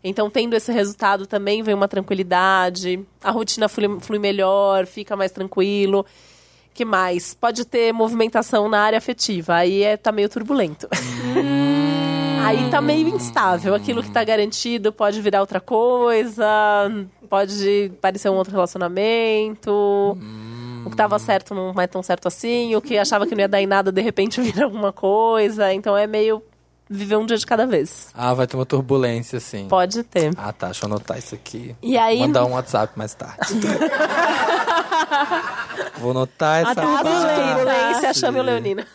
Speaker 5: Então, tendo esse resultado também vem uma tranquilidade, a rotina flui, flui melhor, fica mais tranquilo. Que mais? Pode ter movimentação na área afetiva, aí é, tá meio turbulento. Aí tá meio instável. Aquilo que tá garantido pode virar outra coisa, pode parecer um outro relacionamento. O que tava certo não é tão certo assim. O que achava que não ia dar em nada, de repente vira alguma coisa. Então é meio viver um dia de cada vez.
Speaker 1: Ah, vai ter uma turbulência, assim.
Speaker 5: Pode ter.
Speaker 1: Ah, tá. Deixa eu anotar isso aqui.
Speaker 5: E aí-
Speaker 1: Mandar um WhatsApp mais tarde. Vou anotar essa parte.
Speaker 5: Turbulência, chame o Leonina.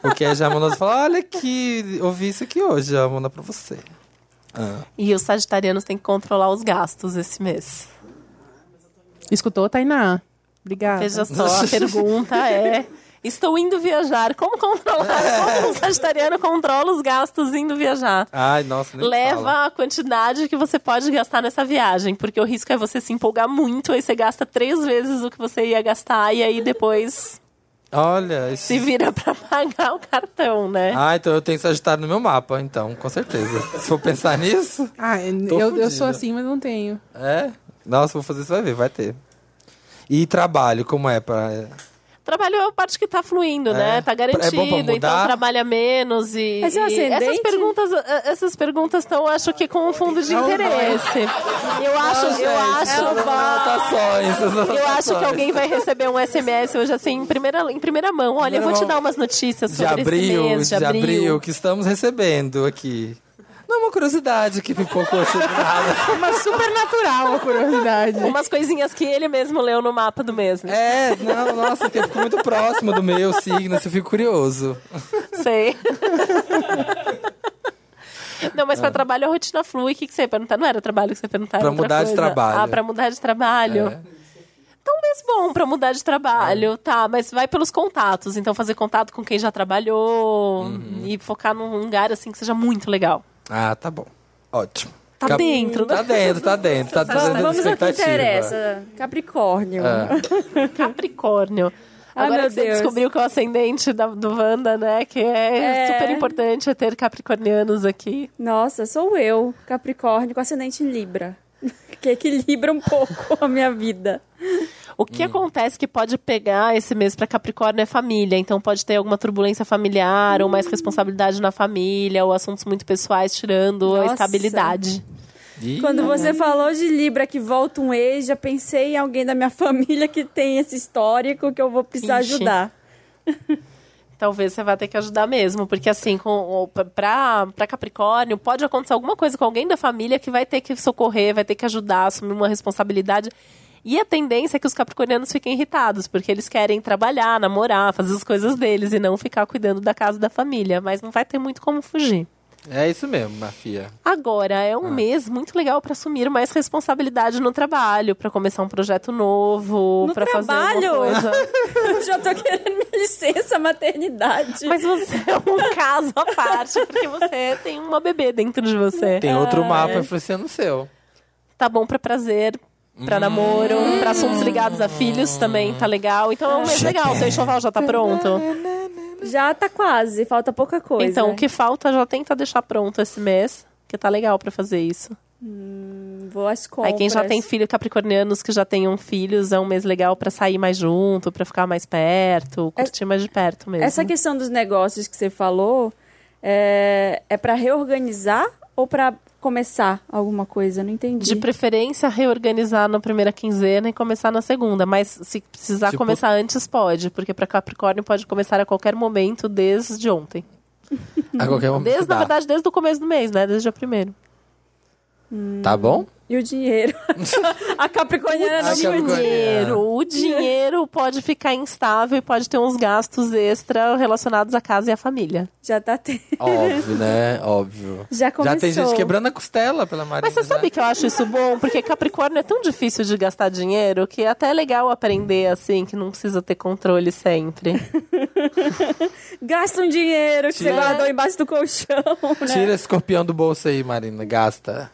Speaker 1: Porque aí já mandou falar, olha aqui, ouvi isso aqui hoje, já vou mandar pra você. Ah,
Speaker 5: E os sagitarianos têm que controlar os gastos esse mês.
Speaker 2: Escutou, Tainá? Obrigada.
Speaker 5: Veja só, a pergunta é: Tá Estou indo viajar. Como
Speaker 1: É.
Speaker 5: controlar? Como um sagitariano controla os gastos indo viajar?
Speaker 1: Ai, nossa, Ah, nem
Speaker 5: Leva
Speaker 1: fala.
Speaker 5: a quantidade que você pode gastar nessa viagem, porque o risco é você se empolgar muito, aí você gasta três vezes o que você ia gastar, e aí depois
Speaker 1: Olha,
Speaker 5: se
Speaker 1: esse...
Speaker 5: vira pra pagar o cartão, né?
Speaker 1: Ah, então eu tenho Sagitário no meu mapa, então, com certeza. Se for pensar nisso,
Speaker 2: Ah,
Speaker 1: Tô
Speaker 2: eu, eu
Speaker 1: fudida.
Speaker 2: sou assim, mas não tenho.
Speaker 1: é. Nossa, vou fazer isso, vai ver, vai ter. E trabalho, como é? Pra...
Speaker 5: Trabalho é a parte que tá fluindo, né? Tá
Speaker 1: É. pra
Speaker 5: garantido, então
Speaker 1: mudar?
Speaker 5: trabalha menos e.
Speaker 7: Mas e o
Speaker 5: e-
Speaker 7: ascendente?
Speaker 5: essas perguntas, eh, essas perguntas estão, acho que com um fundo de interesse. Eu acho, eu acho.
Speaker 1: São É, anotações, são
Speaker 5: Eu acho que
Speaker 1: anotações.
Speaker 5: alguém vai receber um SMS hoje assim, em primeira, em primeira mão. Olha, eu vou te dar umas notícias
Speaker 1: de
Speaker 5: sobre esse
Speaker 1: abril,
Speaker 5: mês
Speaker 1: de abril, que estamos recebendo aqui. Não, uma curiosidade que pipocou assim do nada.
Speaker 2: É Uma super natural a curiosidade.
Speaker 5: Umas coisinhas que ele mesmo leu no mapa do mês.
Speaker 1: É,
Speaker 5: né?
Speaker 1: não, nossa, que eu fico muito próximo do meu signo, assim, eu fico curioso.
Speaker 5: Sei. Não, mas pra trabalho a rotina flui. O que, que você ia perguntar? Não era trabalho que você ia perguntar. era
Speaker 1: Ah. Pra
Speaker 5: outra
Speaker 1: mudar de
Speaker 5: coisa.
Speaker 1: trabalho.
Speaker 5: Ah, pra mudar de trabalho.
Speaker 1: É.
Speaker 5: Então, mês bom pra mudar de trabalho, tá? Mas vai pelos contatos. Então, fazer contato com quem já trabalhou
Speaker 1: Uhum.
Speaker 5: e focar num lugar assim que seja muito legal.
Speaker 1: Ah, tá bom. Ótimo.
Speaker 5: Tá dentro, né?
Speaker 1: Tá dentro, tá dentro, tá dentro da
Speaker 7: Vamos ao que
Speaker 1: expectativa.
Speaker 7: interessa. Capricórnio.
Speaker 5: É. Capricórnio.
Speaker 7: Ai,
Speaker 5: Agora
Speaker 7: meu
Speaker 5: que você
Speaker 7: Deus.
Speaker 5: descobriu que é o ascendente da- do Wanda, né? Que é,
Speaker 7: É.
Speaker 5: super importante é ter capricornianos aqui.
Speaker 7: Nossa, sou eu, Capricórnio, com ascendente em Libra. Que equilibra um pouco a minha vida.
Speaker 5: O que acontece que pode pegar esse mês para Capricórnio é família. Então pode ter alguma turbulência familiar, ou mais responsabilidade na família, ou assuntos muito pessoais tirando a
Speaker 7: Nossa.
Speaker 5: estabilidade.
Speaker 1: Ih,
Speaker 7: Quando você falou de Libra que volta um ex, já pensei em alguém da minha família que tem esse histórico que eu vou precisar
Speaker 5: Ixi.
Speaker 7: ajudar.
Speaker 5: Talvez você vá ter que ajudar mesmo, porque assim, com, o- pra- pra, pra Capricórnio, pode acontecer alguma coisa com alguém da família que vai ter que socorrer, vai ter que ajudar, assumir uma responsabilidade. E a tendência é que os capricornianos fiquem irritados, porque eles querem trabalhar, namorar, fazer as coisas deles e não ficar cuidando da casa da família. Mas não vai ter muito como fugir.
Speaker 1: É isso mesmo, Mafia.
Speaker 5: Agora, é um mês muito legal para assumir mais responsabilidade no trabalho, para começar um projeto novo,
Speaker 7: No
Speaker 5: para fazer alguma
Speaker 7: trabalho?
Speaker 5: coisa.
Speaker 7: Eu já tô querendo minha licença maternidade.
Speaker 5: Mas você é um caso à parte, porque você tem uma bebê dentro de você.
Speaker 1: Tem outro mapa influenciando o seu.
Speaker 5: Tá bom pra prazer, pra namoro, pra assuntos ligados a filhos também, tá legal. Então é um mês legal, seu enxoval já tá pronto.
Speaker 7: Já tá quase, falta pouca coisa.
Speaker 5: Então, o que falta, já tenta deixar pronto esse mês, que tá legal pra fazer isso.
Speaker 7: Vou às compras.
Speaker 5: Aí quem já tem filho, capricornianos que já tenham filhos, é um mês legal pra sair mais junto, pra ficar mais perto, curtir mais de perto mesmo.
Speaker 7: É- Essa questão dos negócios que você falou é, é para reorganizar ou pra começar alguma coisa? Não entendi.
Speaker 5: De preferência, reorganizar na primeira quinzena e começar na segunda. Mas se precisar
Speaker 1: Tipo-
Speaker 5: começar antes, pode. Porque para Capricórnio pode começar a qualquer momento desde ontem.
Speaker 1: A qualquer momento.
Speaker 5: Desde, na
Speaker 1: dá.
Speaker 5: verdade, desde o começo do mês, né? Desde o primeiro.
Speaker 1: Tá bom?
Speaker 7: E o dinheiro? a Capricorniana
Speaker 1: A
Speaker 7: não
Speaker 1: Capricor-
Speaker 7: me
Speaker 1: Capricorniano.
Speaker 5: dinheiro. O dinheiro pode ficar instável e pode ter uns gastos extra relacionados à casa e à família.
Speaker 7: Já tá tendo.
Speaker 1: Óbvio, né? Óbvio.
Speaker 7: Já começou.
Speaker 1: Já tem gente quebrando a costela pela Marina. né?
Speaker 5: Mas você sabe que eu acho isso bom? Porque Capricórnio é tão difícil de gastar dinheiro que é até legal aprender, assim, que não precisa ter controle sempre.
Speaker 7: Gasta um dinheiro que você
Speaker 1: Tira.
Speaker 7: guardou embaixo do colchão. né?
Speaker 3: né?
Speaker 1: Tira esse escorpião do bolso aí, Marina. Gasta.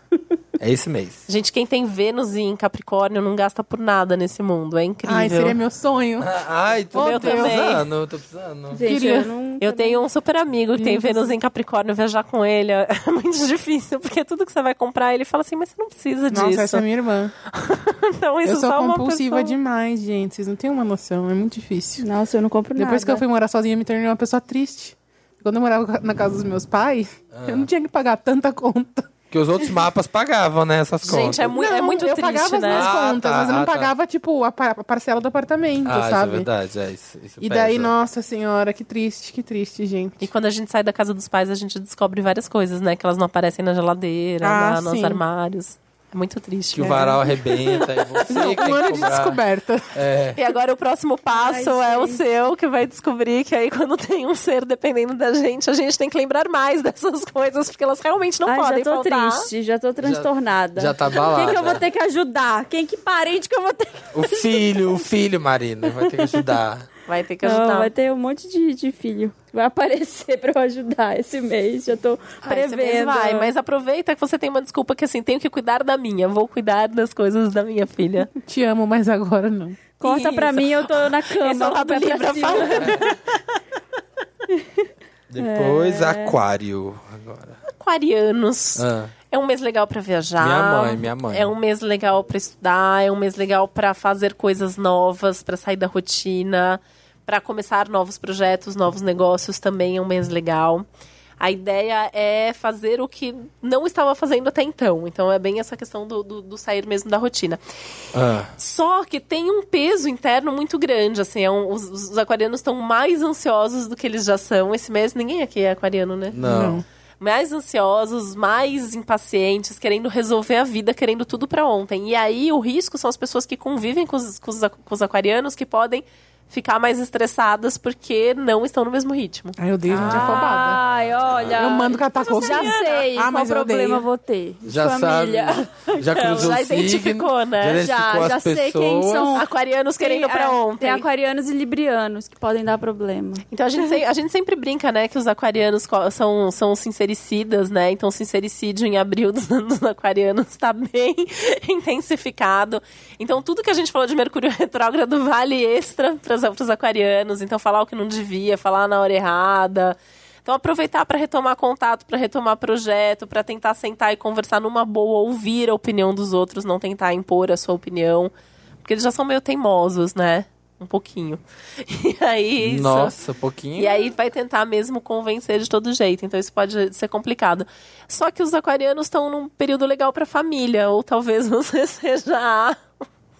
Speaker 1: É esse mês.
Speaker 5: Gente, quem tem Vênus em Capricórnio não gasta por nada nesse mundo. É incrível.
Speaker 2: Ai, seria meu sonho.
Speaker 1: Ai, tô,
Speaker 5: Meu
Speaker 1: tô
Speaker 5: Deus.
Speaker 1: precisando, tô precisando.
Speaker 7: Gente,
Speaker 2: Queria.
Speaker 7: eu não.
Speaker 5: Eu tenho um super amigo que tem Vênus em Capricórnio. Viajar com ele é muito difícil, porque tudo que você vai comprar, ele fala assim, mas você não precisa
Speaker 2: Nossa,
Speaker 5: disso.
Speaker 2: essa é minha irmã.
Speaker 5: Então, isso
Speaker 2: eu sou
Speaker 5: só uma
Speaker 2: compulsiva
Speaker 5: pessoa...
Speaker 2: demais, gente. Vocês não têm uma noção. É muito difícil.
Speaker 7: Nossa, eu não compro
Speaker 2: Depois
Speaker 7: nada.
Speaker 2: que eu fui morar sozinha, eu me tornei uma pessoa triste. Quando eu morava na casa dos meus pais, eu não tinha que pagar tanta conta.
Speaker 1: Porque os outros mapas pagavam, né? Essas contas.
Speaker 5: Gente, é, mu é
Speaker 2: Não,
Speaker 5: muito
Speaker 2: eu
Speaker 5: triste,
Speaker 2: pagava
Speaker 5: né?
Speaker 2: as minhas
Speaker 1: Ah,
Speaker 2: contas, mas eu
Speaker 1: tá,
Speaker 2: não
Speaker 1: ah, tá.
Speaker 2: pagava, tipo, a, par- a parcela do apartamento,
Speaker 1: ah, isso é
Speaker 2: sabe?
Speaker 1: verdade, é isso. isso
Speaker 2: e daí,
Speaker 1: pesa.
Speaker 2: nossa senhora, que triste, que triste, gente.
Speaker 5: E quando a gente sai da casa dos pais, a gente descobre várias coisas, né? Que elas não aparecem na geladeira,
Speaker 2: Ah,
Speaker 5: na- nos
Speaker 2: sim.
Speaker 5: armários. É muito triste.
Speaker 1: Que o
Speaker 5: né?
Speaker 1: varal arrebenta e você que tem
Speaker 2: Um ano
Speaker 1: que
Speaker 2: de
Speaker 1: cobrar.
Speaker 2: descoberta.
Speaker 1: É.
Speaker 5: E agora o próximo passo
Speaker 7: Ai,
Speaker 5: é o
Speaker 7: gente.
Speaker 5: seu, que vai descobrir que aí quando tem um ser dependendo da gente, a gente tem que lembrar mais dessas coisas, porque elas realmente não
Speaker 7: Ai,
Speaker 5: podem
Speaker 7: já tô
Speaker 5: faltar.
Speaker 7: triste, já tô transtornada.
Speaker 1: Já tá
Speaker 7: Quem
Speaker 1: balada.
Speaker 7: que eu vou ter que ajudar? Quem que parente que eu vou ter que...
Speaker 1: O filho, o filho, Marina, vai ter que ajudar.
Speaker 5: Vai ter que ajudar.
Speaker 7: Não, vai ter um monte de, de filho que vai aparecer pra eu ajudar esse mês. Já tô
Speaker 5: Ah, esse mês
Speaker 7: prevendo.
Speaker 5: vai, mas aproveita que você tem uma desculpa que assim, tenho que cuidar da minha, vou cuidar das coisas da minha filha.
Speaker 2: Te amo, mas agora não.
Speaker 7: Corta pra
Speaker 5: Isso.
Speaker 7: mim, eu tô na cama.
Speaker 5: Esse é o
Speaker 7: com
Speaker 5: lado
Speaker 7: pé pra
Speaker 5: Libra
Speaker 7: cima.
Speaker 5: falando. É.
Speaker 1: Depois, aquário. Agora.
Speaker 5: Aquarianos.
Speaker 1: Ah,
Speaker 5: É um mês legal pra viajar.
Speaker 1: Minha mãe, minha mãe.
Speaker 5: É um mês legal pra estudar, é um mês legal pra fazer coisas novas, pra sair da rotina, pra começar novos projetos, novos negócios também é um mês legal. A ideia é fazer o que não estava fazendo até então. Então é bem essa questão do- do- do sair mesmo da rotina.
Speaker 1: ah.
Speaker 5: Só que tem um peso interno muito grande, assim, é um- os, os aquarianos estão mais ansiosos do que eles já são esse mês. Ninguém aqui é aquariano, né?
Speaker 1: Não.
Speaker 5: Mais ansiosos, mais impacientes, querendo resolver a vida, querendo tudo pra ontem. E aí o risco são as pessoas que convivem com os, com os a- com os aquarianos que podem ficar mais estressadas porque não estão no mesmo ritmo.
Speaker 2: Ai, Ah, eu odeio gente afobada.
Speaker 7: Ai, olha.
Speaker 2: Eu mando catar coco.
Speaker 7: Já sei
Speaker 2: Ah,
Speaker 7: qual
Speaker 2: mas eu
Speaker 7: problema
Speaker 2: odeio.
Speaker 7: eu vou ter.
Speaker 1: Já
Speaker 7: Família.
Speaker 1: sabe. Já cruzou
Speaker 5: já
Speaker 1: o signo,
Speaker 5: identificou,
Speaker 1: Já,
Speaker 5: né?
Speaker 1: identificou
Speaker 7: Já-
Speaker 1: as
Speaker 7: já sei quem
Speaker 1: pessoas.
Speaker 7: são.
Speaker 5: Aquarianos querendo
Speaker 7: Tem,
Speaker 5: pra
Speaker 7: é,
Speaker 5: ontem.
Speaker 7: Tem aquarianos e librianos que podem dar problema.
Speaker 5: Então a gente, se- a gente sempre brinca, né, que os aquarianos co- são, são sincericidas, né? Então o sincericídio em abril dos anos aquarianos está bem intensificado. Então tudo que a gente falou de Mercúrio retrógrado vale extra para os aquarianos. Então falar o que não devia, falar na hora errada. Então aproveitar para retomar contato, para retomar projeto, para tentar sentar e conversar numa boa, ouvir a opinião dos outros, não tentar impor a sua opinião, porque eles já são meio teimosos, né? Um pouquinho. E aí isso-
Speaker 1: Nossa, um pouquinho.
Speaker 5: e aí vai tentar mesmo convencer de todo jeito. Então isso pode ser complicado. Só que os aquarianos estão num período legal para família, ou talvez você seja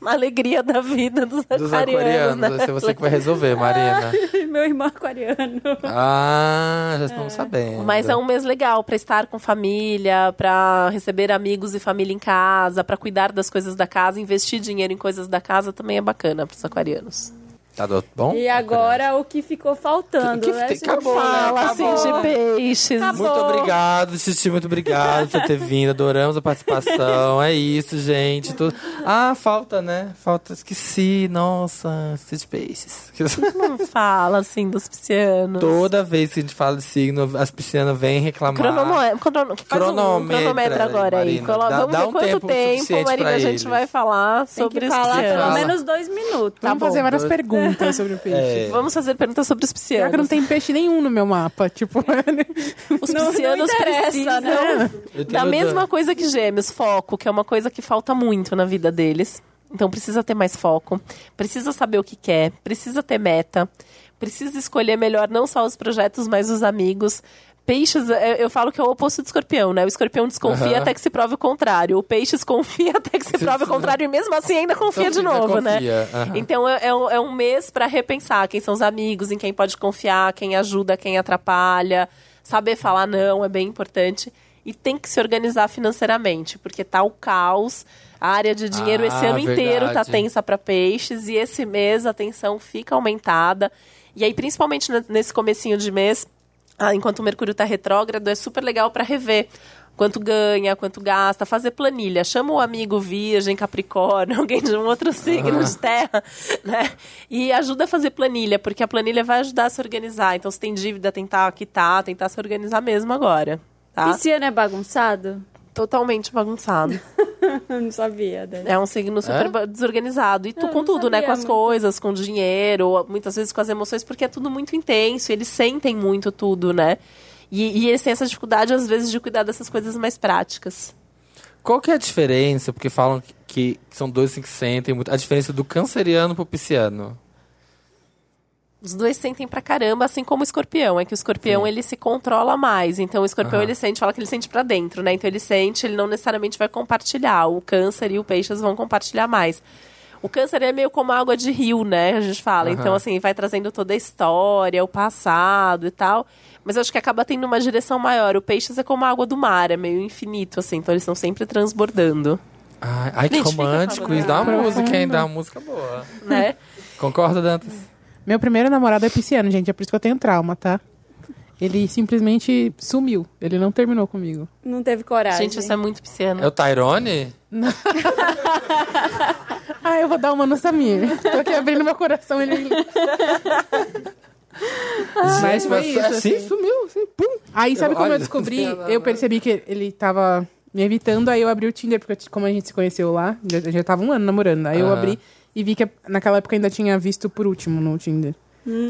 Speaker 5: a alegria da vida dos aquarianos.
Speaker 1: Dos aquarianos.
Speaker 5: né?
Speaker 1: Vai ser você que vai resolver, Marina.
Speaker 7: Meu irmão
Speaker 5: é
Speaker 7: aquariano.
Speaker 1: Ah, já estamos sabendo.
Speaker 5: Mas é um mês legal pra estar com família, pra receber amigos e família em casa, pra cuidar das coisas da casa, investir dinheiro em coisas da casa também é bacana pros aquarianos.
Speaker 1: Tá do- bom?
Speaker 7: E agora o que ficou faltando,
Speaker 1: Que- que
Speaker 7: né?
Speaker 1: tem-
Speaker 7: Tipo,
Speaker 1: acabou, né?
Speaker 7: fala,
Speaker 5: Fala
Speaker 7: assim,
Speaker 5: assim de
Speaker 7: GP.
Speaker 5: peixes.
Speaker 1: Muito obrigado, Titi, muito obrigado por ter vindo. Adoramos a participação. É isso, gente. Tudo- Ah, falta, né? Falta, esqueci. Nossa, esqueci de peixes.
Speaker 5: Não fala assim dos piscianos.
Speaker 1: Toda vez que a gente fala de signo, as piscianas vêm reclamar.
Speaker 5: Cronometra, crono, faz um
Speaker 1: Cronometra,
Speaker 5: cronometra agora aí.
Speaker 1: Marina.
Speaker 5: Colo-
Speaker 1: Dá-
Speaker 5: Vamos
Speaker 1: dá
Speaker 5: ver
Speaker 1: um
Speaker 5: quanto
Speaker 1: tempo
Speaker 5: tempo,
Speaker 1: suficiente
Speaker 5: Marina,
Speaker 1: pra
Speaker 5: a gente
Speaker 1: eles.
Speaker 5: vai falar
Speaker 7: Tem
Speaker 5: sobre
Speaker 7: que
Speaker 5: os
Speaker 7: falar pelo
Speaker 5: piscianos.
Speaker 1: Fala.
Speaker 7: menos dois minutos.
Speaker 1: Tá
Speaker 2: Vamos fazer várias
Speaker 1: dois-
Speaker 2: perguntas sobre o peixe.
Speaker 1: É,
Speaker 5: Vamos fazer perguntas sobre os
Speaker 2: Será que não
Speaker 5: piscianos.
Speaker 2: tem peixe nenhum no meu mapa? Tipo,
Speaker 5: Os piscianos precisam
Speaker 7: né?
Speaker 1: eu tenho
Speaker 5: da mesma
Speaker 1: dúvida.
Speaker 5: coisa que gêmeos, foco, que é uma coisa que falta muito na vida deles. Então precisa ter mais foco, precisa saber o que quer, precisa ter meta, precisa escolher melhor não só os projetos, mas os amigos. Peixes, é, eu falo que é o oposto do escorpião, né? O escorpião desconfia
Speaker 1: Aham.
Speaker 5: até que se prove o contrário. O peixe confia até que se prove o contrário e mesmo assim ainda confia
Speaker 1: Confia,
Speaker 5: de novo, né?
Speaker 1: Então, confia, aham.
Speaker 5: Então é, é um, é um mês para repensar quem são os amigos, em quem pode confiar, quem ajuda, quem atrapalha. Saber falar não é bem importante. E tem que se organizar financeiramente, porque tá o caos. A área de dinheiro
Speaker 1: Ah,
Speaker 5: esse ano inteiro tá
Speaker 1: verdade.
Speaker 5: tensa para peixes. E esse mês a tensão fica aumentada. E aí, principalmente ne- nesse comecinho de mês, ah, enquanto o Mercúrio tá retrógrado, é super legal para rever. Quanto ganha, quanto gasta, fazer planilha. Chama o amigo virgem, capricórnio, alguém de um outro signo de terra, né? E ajuda a fazer planilha, porque a planilha vai ajudar a se organizar. Então, se tem dívida, tentar quitar, tentar se organizar mesmo agora, tá?
Speaker 7: Pisciano é bagunçado?
Speaker 5: Totalmente bagunçado.
Speaker 7: Eu não sabia, né?
Speaker 5: É um signo super ba- desorganizado. E tu,
Speaker 7: Eu
Speaker 5: com
Speaker 7: não
Speaker 5: tudo, né?
Speaker 7: sabia
Speaker 5: Com as
Speaker 7: muito.
Speaker 5: coisas, com o dinheiro, muitas vezes com as emoções, porque é tudo muito intenso. e Eles sentem muito tudo, né? E, e eles têm essa dificuldade, às vezes, de cuidar dessas coisas mais práticas.
Speaker 1: Qual que é a diferença? Porque falam que, que são dois que sentem muito. A diferença do canceriano pro pisciano.
Speaker 5: Os dois sentem pra caramba, assim como o escorpião. É que o escorpião, ele se controla mais. Então, o escorpião,
Speaker 1: Aham.
Speaker 5: ele sente, fala que ele sente pra dentro, né? Então, ele sente, ele não necessariamente vai compartilhar. O câncer e o peixes vão compartilhar mais. O câncer é meio como água de rio, né? A gente fala. Então,
Speaker 1: Aham.
Speaker 5: assim, vai trazendo toda a história, o passado e tal. Mas eu acho que acaba tendo uma direção maior. O peixes é como a água do mar, é meio infinito, assim. Então, eles estão sempre transbordando,
Speaker 1: Ai, ai, que
Speaker 5: Gente, fica
Speaker 1: romântico.
Speaker 5: falando.
Speaker 1: Isso dá uma
Speaker 2: Ah,
Speaker 1: música, hein?
Speaker 2: profunda.
Speaker 1: Dá uma música boa.
Speaker 5: né?
Speaker 1: Concorda, Dantas?
Speaker 2: meu primeiro namorado é pisciano, gente. É por isso que eu tenho trauma, tá? Ele simplesmente sumiu. Ele não terminou comigo.
Speaker 5: é
Speaker 7: Não teve coragem.
Speaker 5: Gente, isso é muito pisciano.
Speaker 1: É o Tyrone?
Speaker 2: Ah, eu vou dar uma no Samir. Tô aqui abrindo meu coração, ele... Mas foi
Speaker 1: mas
Speaker 2: isso,
Speaker 1: assim,
Speaker 2: assim.
Speaker 1: sumiu. Assim, pum.
Speaker 2: Aí sabe como
Speaker 1: Olha,
Speaker 2: eu descobri?
Speaker 1: não, não,
Speaker 2: Eu
Speaker 1: não.
Speaker 2: percebi que ele tava me evitando, aí eu abri o Tinder, porque eu ti- como a gente se conheceu lá, já, já tava um ano namorando. Aí eu
Speaker 1: Aham.
Speaker 2: abri e vi que naquela época ainda tinha visto por último no Tinder.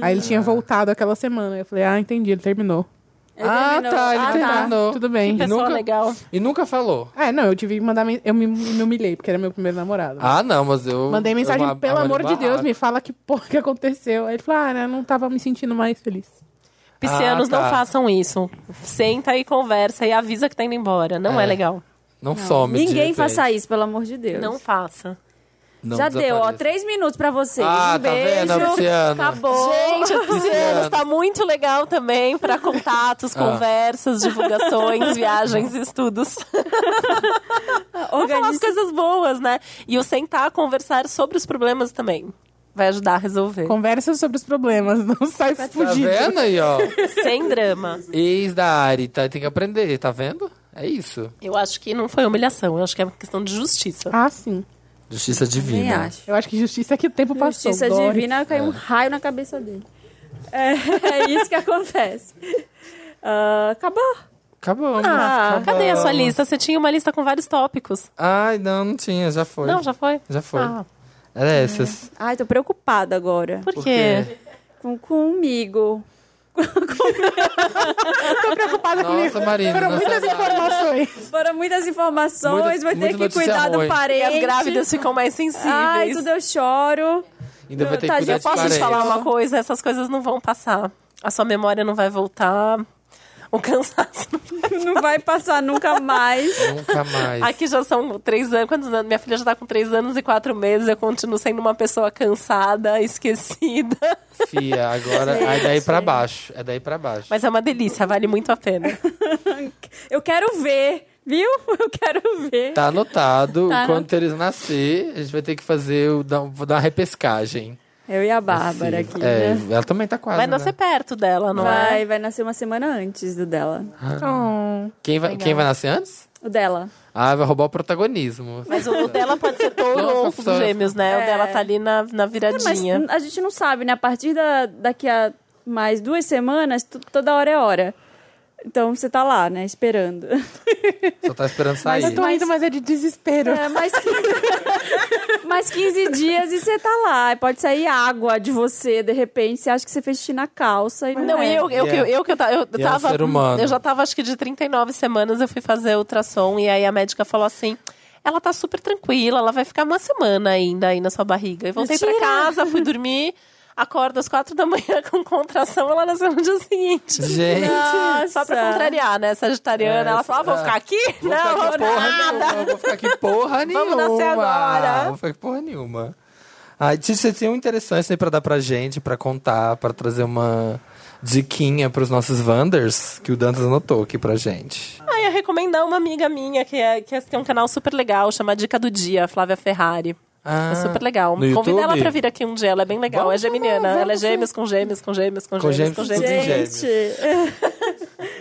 Speaker 2: Aí ele
Speaker 1: Ah.
Speaker 2: tinha voltado aquela semana. Eu falei, ah, entendi, ele terminou.
Speaker 3: Ele
Speaker 1: Ah,
Speaker 3: terminou.
Speaker 1: tá, ele terminou.
Speaker 2: Tudo bem.
Speaker 1: Que
Speaker 5: Pessoa
Speaker 1: Nunca-
Speaker 5: legal.
Speaker 1: E nunca falou.
Speaker 2: Ah, não, eu tive que mandar. men- Eu me, me humilhei, porque era meu primeiro namorado.
Speaker 1: Ah, não, mas eu.
Speaker 2: Mandei mensagem,
Speaker 1: eu ab-
Speaker 2: pelo
Speaker 1: abri
Speaker 2: amor de Deus,
Speaker 1: barraco.
Speaker 2: me fala que porra que aconteceu. Aí ele falou, ah, né, não tava me sentindo mais feliz.
Speaker 5: Piscianos,
Speaker 1: Ah, tá.
Speaker 5: não façam isso. Senta e conversa e avisa que tá indo embora. Não é,
Speaker 1: É.
Speaker 5: legal.
Speaker 1: Não, some. de
Speaker 3: Ninguém
Speaker 1: repente.
Speaker 3: faça isso, pelo amor de Deus.
Speaker 5: Não faça.
Speaker 1: Não
Speaker 3: Já deu, ó,
Speaker 1: desapareça.
Speaker 3: três minutos pra vocês.
Speaker 1: Ah,
Speaker 3: um
Speaker 1: tá
Speaker 3: beijo.
Speaker 1: vendo, Luciana?
Speaker 3: acabou.
Speaker 5: Gente, o Piscianos tá muito legal também para contatos,
Speaker 1: Ah.
Speaker 5: conversas, divulgações, viagens e estudos. Vamos falar as
Speaker 3: Organiza-
Speaker 5: coisas boas, né? E o sentar, conversar sobre os problemas também. Vai ajudar a resolver.
Speaker 2: Conversa sobre os problemas, não sai
Speaker 1: Tá
Speaker 2: fugido.
Speaker 1: vendo aí, ó?
Speaker 5: Sem drama.
Speaker 1: Ex da Ari, tá, tem que aprender, tá vendo? É isso.
Speaker 5: Eu acho que não foi humilhação, eu acho que é uma questão de justiça.
Speaker 2: Ah, sim.
Speaker 1: Justiça divina.
Speaker 3: Nem acho.
Speaker 2: Eu acho que justiça é que o tempo passou.
Speaker 3: Justiça
Speaker 2: Dóris.
Speaker 3: divina, caiu
Speaker 1: É.
Speaker 3: um raio na cabeça dele. É, é isso que acontece. Ah, acabou.
Speaker 1: Acabamos.
Speaker 3: Ah,
Speaker 5: Cadê a sua lista? Você tinha uma lista com vários tópicos.
Speaker 1: Ai, não, não tinha, já foi.
Speaker 5: Não, já foi?
Speaker 1: Já foi.
Speaker 5: Ah.
Speaker 1: Era essas.
Speaker 3: Ai, tô preocupada agora.
Speaker 5: Por,
Speaker 1: Por
Speaker 5: quê?
Speaker 1: quê?
Speaker 3: Com, comigo.
Speaker 2: Preocupada comigo.
Speaker 1: Nossa, Marina.
Speaker 2: Foram
Speaker 1: nossa-
Speaker 2: muitas informações.
Speaker 3: Foram muitas
Speaker 1: Muita-
Speaker 3: informações, vou ter
Speaker 1: muita
Speaker 3: que
Speaker 1: notícia
Speaker 3: cuidar
Speaker 1: ruim.
Speaker 3: do
Speaker 5: E
Speaker 3: parente.
Speaker 5: as grávidas ficam mais sensíveis.
Speaker 3: Ai, tudo eu choro.
Speaker 1: Ainda vai ter que
Speaker 3: Tadinha,
Speaker 1: cuidar de
Speaker 5: Posso te
Speaker 1: parente.
Speaker 5: falar uma coisa? Essas coisas não vão passar. A sua memória não vai voltar. O cansaço.
Speaker 3: Não vai passar nunca mais.
Speaker 1: Nunca mais.
Speaker 5: Aqui já são três anos. Quantos anos? Minha filha já tá com três anos e quatro meses. Eu continuo sendo uma pessoa cansada, esquecida.
Speaker 1: Fia, agora é daí pra baixo. É daí pra baixo.
Speaker 5: Mas é uma delícia, vale muito a pena.
Speaker 3: Eu quero ver, viu? Eu quero ver.
Speaker 1: Tá anotado.
Speaker 3: Tá
Speaker 1: Quando eles nascer, a gente vai ter que fazer. o- dar- um, Vou dar uma repescagem.
Speaker 3: Eu e a
Speaker 5: Ah,
Speaker 3: Bárbara
Speaker 1: Assim.
Speaker 3: aqui,
Speaker 1: É,
Speaker 3: né?
Speaker 1: Ela também tá quase.
Speaker 5: Vai
Speaker 1: né?
Speaker 5: nascer perto dela, não é?
Speaker 3: Vai, vai nascer uma semana antes do dela.
Speaker 2: Oh.
Speaker 1: Quem vai, quem vai nascer antes?
Speaker 3: O dela.
Speaker 1: Ah, vai roubar o protagonismo.
Speaker 5: Mas o o dela pode ser touro
Speaker 1: Nossa,
Speaker 5: ou um
Speaker 1: só-
Speaker 5: fogo gêmeos, né?
Speaker 3: É.
Speaker 5: O dela tá ali na, na
Speaker 3: É, Mas
Speaker 5: viradinha.
Speaker 3: a gente não sabe, né? A partir da, daqui a mais duas semanas, tu- toda hora é hora. Então você tá lá, né? Esperando.
Speaker 1: Só tá esperando sair.
Speaker 2: Eu tô
Speaker 3: Mas-
Speaker 2: indo, mas é de desespero.
Speaker 3: É, mais, 15... mais 15 dias e você tá lá. Pode sair água de você, de repente. Você acha que você fez xixi na calça e não,
Speaker 5: Não,
Speaker 3: é.
Speaker 5: e eu, eu,
Speaker 1: Yeah.
Speaker 5: eu, eu que eu, ta- eu
Speaker 1: E é um
Speaker 5: tava.
Speaker 1: ser humano.
Speaker 5: Eu já tava, acho que de 39 semanas, eu fui fazer ultrassom e aí a médica falou assim. Ela tá super tranquila, ela vai ficar uma semana ainda aí na sua barriga. E voltei pra
Speaker 3: Mentira!
Speaker 5: casa, fui dormir, acordo às quatro da manhã com contração, ela nasceu no dia seguinte.
Speaker 1: Gente.
Speaker 3: Nossa.
Speaker 5: Só pra contrariar, né, sagitariana.
Speaker 1: É,
Speaker 5: ela falou, ah, vou
Speaker 1: é.
Speaker 5: ficar aqui?
Speaker 1: Vou
Speaker 5: não,
Speaker 1: ficar
Speaker 5: vou
Speaker 1: aqui porra
Speaker 5: nada.
Speaker 1: nenhuma. Vou ficar aqui porra nenhuma.
Speaker 5: Vamos nascer agora.
Speaker 1: Vou ficar aqui porra nenhuma. Ah, Titi, você tem um interessante aí pra dar pra gente, pra contar, pra trazer uma diquinha pros nossos Wanders, que o Dantas anotou aqui pra gente.
Speaker 5: Ah, ia recomendar uma amiga minha que, é, que tem um canal super legal, chama Dica do Dia, a Flávia Ferrari.
Speaker 1: Ah,
Speaker 5: é super legal.
Speaker 1: no
Speaker 5: Convida ela
Speaker 1: YouTube?
Speaker 5: pra vir aqui um dia, ela é bem legal.
Speaker 1: Vamos
Speaker 5: é geminiana,
Speaker 1: chamar,
Speaker 5: ela é
Speaker 1: vamos
Speaker 5: gêmeos com gêmeos, com gêmeos, com
Speaker 1: Com
Speaker 5: gêmeos, com
Speaker 1: gêmeos, tudo em
Speaker 5: gêmeos.
Speaker 1: gêmeos.
Speaker 3: Gente,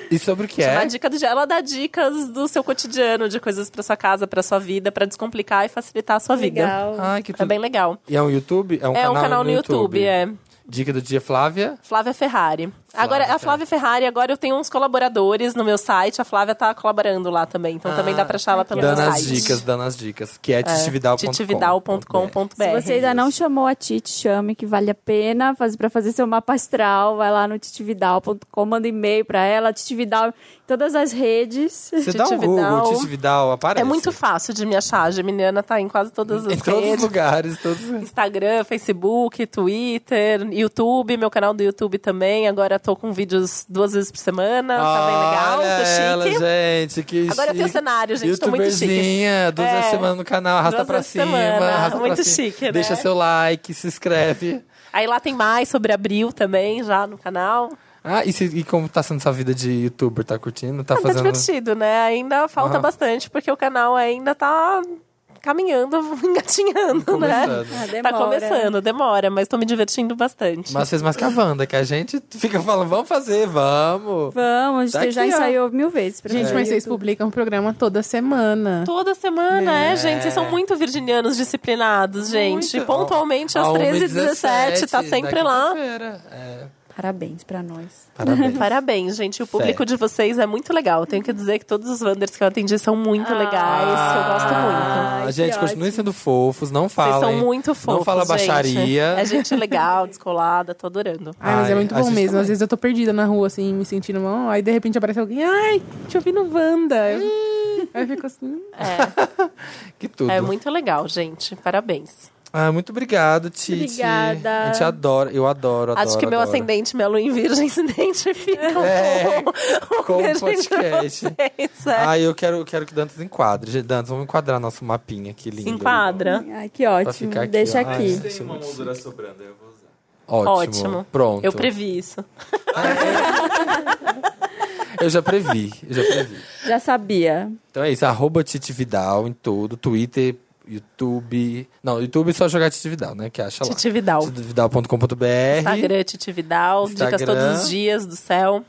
Speaker 1: E sobre o que
Speaker 5: Chama
Speaker 1: é?
Speaker 5: a dica do dia. Ela dá dicas do seu cotidiano, de coisas pra sua casa, pra sua vida, pra descomplicar e facilitar a sua vida.
Speaker 3: legal.
Speaker 1: Ai, que tudo.
Speaker 5: É bem legal.
Speaker 1: E é um YouTube? É um,
Speaker 5: é
Speaker 1: canal,
Speaker 5: um canal no YouTube, é.
Speaker 1: Dica do dia, Flávia.
Speaker 5: Flávia Ferrari. agora, a
Speaker 1: Ferrari.
Speaker 5: Flávia Ferrari, agora eu tenho uns colaboradores no meu site. A Flávia tá colaborando lá também. Então também
Speaker 1: Ah,
Speaker 5: dá pra achar ela pelo meu
Speaker 1: Dando as
Speaker 5: site.
Speaker 1: dicas, dando as dicas. Que é titividal.com.
Speaker 5: titividal.com.br.
Speaker 3: Se você ainda não chamou a Tite, chame, que vale a pena faz, pra fazer seu mapa astral. Vai lá no titividal.com, manda e-mail pra ela, titividal, em todas as redes.
Speaker 1: Você dá um
Speaker 5: Titividal.
Speaker 1: Google, Titividal, aparece.
Speaker 5: É muito fácil de me achar. A Geminiana tá em quase todas as
Speaker 1: Em todos os
Speaker 5: redes.
Speaker 1: lugares, todos...
Speaker 5: Instagram, Facebook, Twitter, YouTube, meu canal do YouTube também. Agora tô com vídeos duas vezes por semana. tá bem legal,
Speaker 1: Olha
Speaker 5: tô chique.
Speaker 1: ela, gente, que
Speaker 5: Agora eu tenho
Speaker 1: chique.
Speaker 5: cenário, gente, tô muito chique.
Speaker 1: Youtuberzinha, duas vezes
Speaker 5: É.
Speaker 1: por semana no canal, arrasta
Speaker 5: Duas
Speaker 1: pra
Speaker 5: vezes por
Speaker 1: cima.
Speaker 5: semana,
Speaker 1: Arrasta pra
Speaker 5: muito
Speaker 1: cima.
Speaker 5: chique, né?
Speaker 1: Deixa seu like, se inscreve.
Speaker 5: Aí lá tem mais sobre abril também, já no canal.
Speaker 1: Ah, e, se- e como tá sendo sua vida de youtuber? Tá curtindo? Tá
Speaker 5: Ah, Tá
Speaker 1: fazendo.
Speaker 5: divertido, né? Ainda falta
Speaker 1: Aham.
Speaker 5: bastante, porque o canal ainda tá caminhando, engatinhando, né?
Speaker 1: Começando.
Speaker 7: Ah,
Speaker 5: Tá
Speaker 7: demora.
Speaker 5: começando, demora, mas tô me divertindo bastante.
Speaker 1: Mas fez mais que a Wanda, que a gente fica falando, vamos fazer, vamos.
Speaker 7: Vamos,
Speaker 1: Tá
Speaker 7: você já
Speaker 1: aqui, ó.
Speaker 7: ensaiou mil vezes. pra
Speaker 2: Gente,
Speaker 7: fazer
Speaker 3: É.
Speaker 2: mas vocês
Speaker 7: isso.
Speaker 2: publicam o programa toda semana.
Speaker 5: Toda semana, é. gente. Vocês são muito virginianos disciplinados, gente.
Speaker 1: Muito.
Speaker 5: Pontualmente Tá às
Speaker 1: A
Speaker 5: 13h17, tá
Speaker 1: 1h17
Speaker 5: sempre
Speaker 1: da
Speaker 5: lá.
Speaker 1: quinta-feira. É.
Speaker 7: Parabéns pra nós.
Speaker 1: Parabéns.
Speaker 5: Parabéns, gente. O público de vocês é muito legal. Tenho que dizer que todos os Wanders que eu atendi são muito legais. Eu gosto muito.
Speaker 1: Ah,
Speaker 7: Ai,
Speaker 1: gente,
Speaker 7: que
Speaker 1: continuem
Speaker 7: ótimo.
Speaker 1: sendo fofos, não falem.
Speaker 5: Vocês são muito fofos.
Speaker 1: Não fala
Speaker 5: gente.
Speaker 1: baixaria.
Speaker 5: É gente legal, descolada, tô adorando.
Speaker 2: Ai, mas
Speaker 1: Ai,
Speaker 2: é muito
Speaker 1: a
Speaker 2: bom
Speaker 1: gente
Speaker 2: mesmo.
Speaker 1: também.
Speaker 2: Às vezes eu tô perdida na rua, assim, me sentindo mal. Aí de repente aparece alguém, ai, te ouvi no Wanda. Eu- Aí eu fico assim.
Speaker 5: É,
Speaker 1: Que tudo.
Speaker 5: é muito legal, gente. Parabéns.
Speaker 1: Ah, muito obrigado, Titi.
Speaker 7: Obrigada.
Speaker 1: A gente adora, eu adoro, adoro.
Speaker 5: Acho que meu
Speaker 1: adoro.
Speaker 5: ascendente, minha lua em virgem, se identifica
Speaker 1: É,
Speaker 5: com, o
Speaker 1: com o
Speaker 5: que a gente
Speaker 1: podcast.
Speaker 5: fez, é.
Speaker 1: Ah, eu quero, eu quero que Dantas enquadre. Gente, Dantas, vamos enquadrar nosso mapinha aqui lindo.
Speaker 5: Enquadra.
Speaker 7: Ai, que ótimo.
Speaker 1: ficar aqui,
Speaker 7: Deixa
Speaker 1: ó.
Speaker 7: aqui.
Speaker 1: Ai.
Speaker 6: Tem uma moldura sobrando, eu vou usar.
Speaker 1: Ótimo.
Speaker 5: Ótimo.
Speaker 1: Pronto.
Speaker 5: Eu previ isso.
Speaker 1: Eu já previ, eu já previ.
Speaker 7: Já sabia.
Speaker 1: Então é isso, arroba Titi Vidal em tudo, Twitter, YouTube. Não, YouTube é só jogar Titi Vidal, né? Que acha lá.
Speaker 5: Titi Vidal.
Speaker 1: titividal.com.br.
Speaker 5: Instagram, Titi Vidal,
Speaker 1: Instagram.
Speaker 5: dicas todos os dias do céu.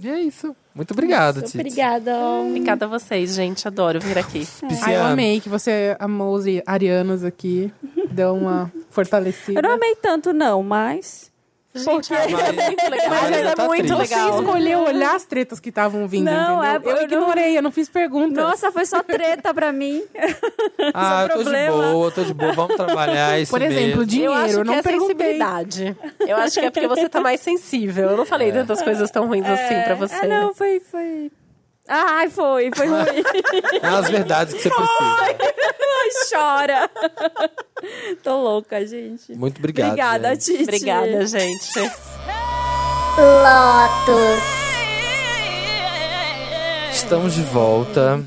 Speaker 1: E é isso. Muito obrigado, Titi.
Speaker 7: Obrigada.
Speaker 5: Obrigada a vocês, gente. Adoro vir aqui.
Speaker 2: Ai, eu
Speaker 1: Pisciano.
Speaker 2: amei que você amou os arianos aqui. Deu uma fortalecida.
Speaker 7: Eu não amei tanto, não, mas.
Speaker 5: Gente, é muito legal.
Speaker 1: Mas
Speaker 5: Mas
Speaker 1: ela
Speaker 5: é
Speaker 1: tá
Speaker 5: muito
Speaker 1: triste.
Speaker 2: Você
Speaker 5: legal.
Speaker 2: escolheu olhar as tretas que estavam vindo,
Speaker 7: Não,
Speaker 2: entendeu?
Speaker 7: é-
Speaker 2: eu
Speaker 7: eu não-
Speaker 2: ignorei, eu não fiz perguntas.
Speaker 7: Nossa, foi só treta pra mim.
Speaker 1: Ah, eu tô de
Speaker 7: problema.
Speaker 1: boa, eu tô de boa. Vamos trabalhar isso
Speaker 2: Por exemplo,
Speaker 1: mesmo.
Speaker 2: dinheiro,
Speaker 5: eu acho
Speaker 2: eu
Speaker 5: que
Speaker 2: não
Speaker 5: é
Speaker 2: perguntei.
Speaker 5: sensibilidade. Eu acho que é porque você tá mais sensível. Eu não falei tantas coisas tão ruins assim pra você.
Speaker 7: Ah, não, foi, foi. Ah, Ai, foi, foi ruim.
Speaker 1: As verdades que você precisa.
Speaker 7: Ai, chora. Tô louca, gente.
Speaker 1: Muito obrigado.
Speaker 7: Obrigada,
Speaker 1: gente.
Speaker 7: Titi.
Speaker 5: Obrigada, gente.
Speaker 1: Estamos de volta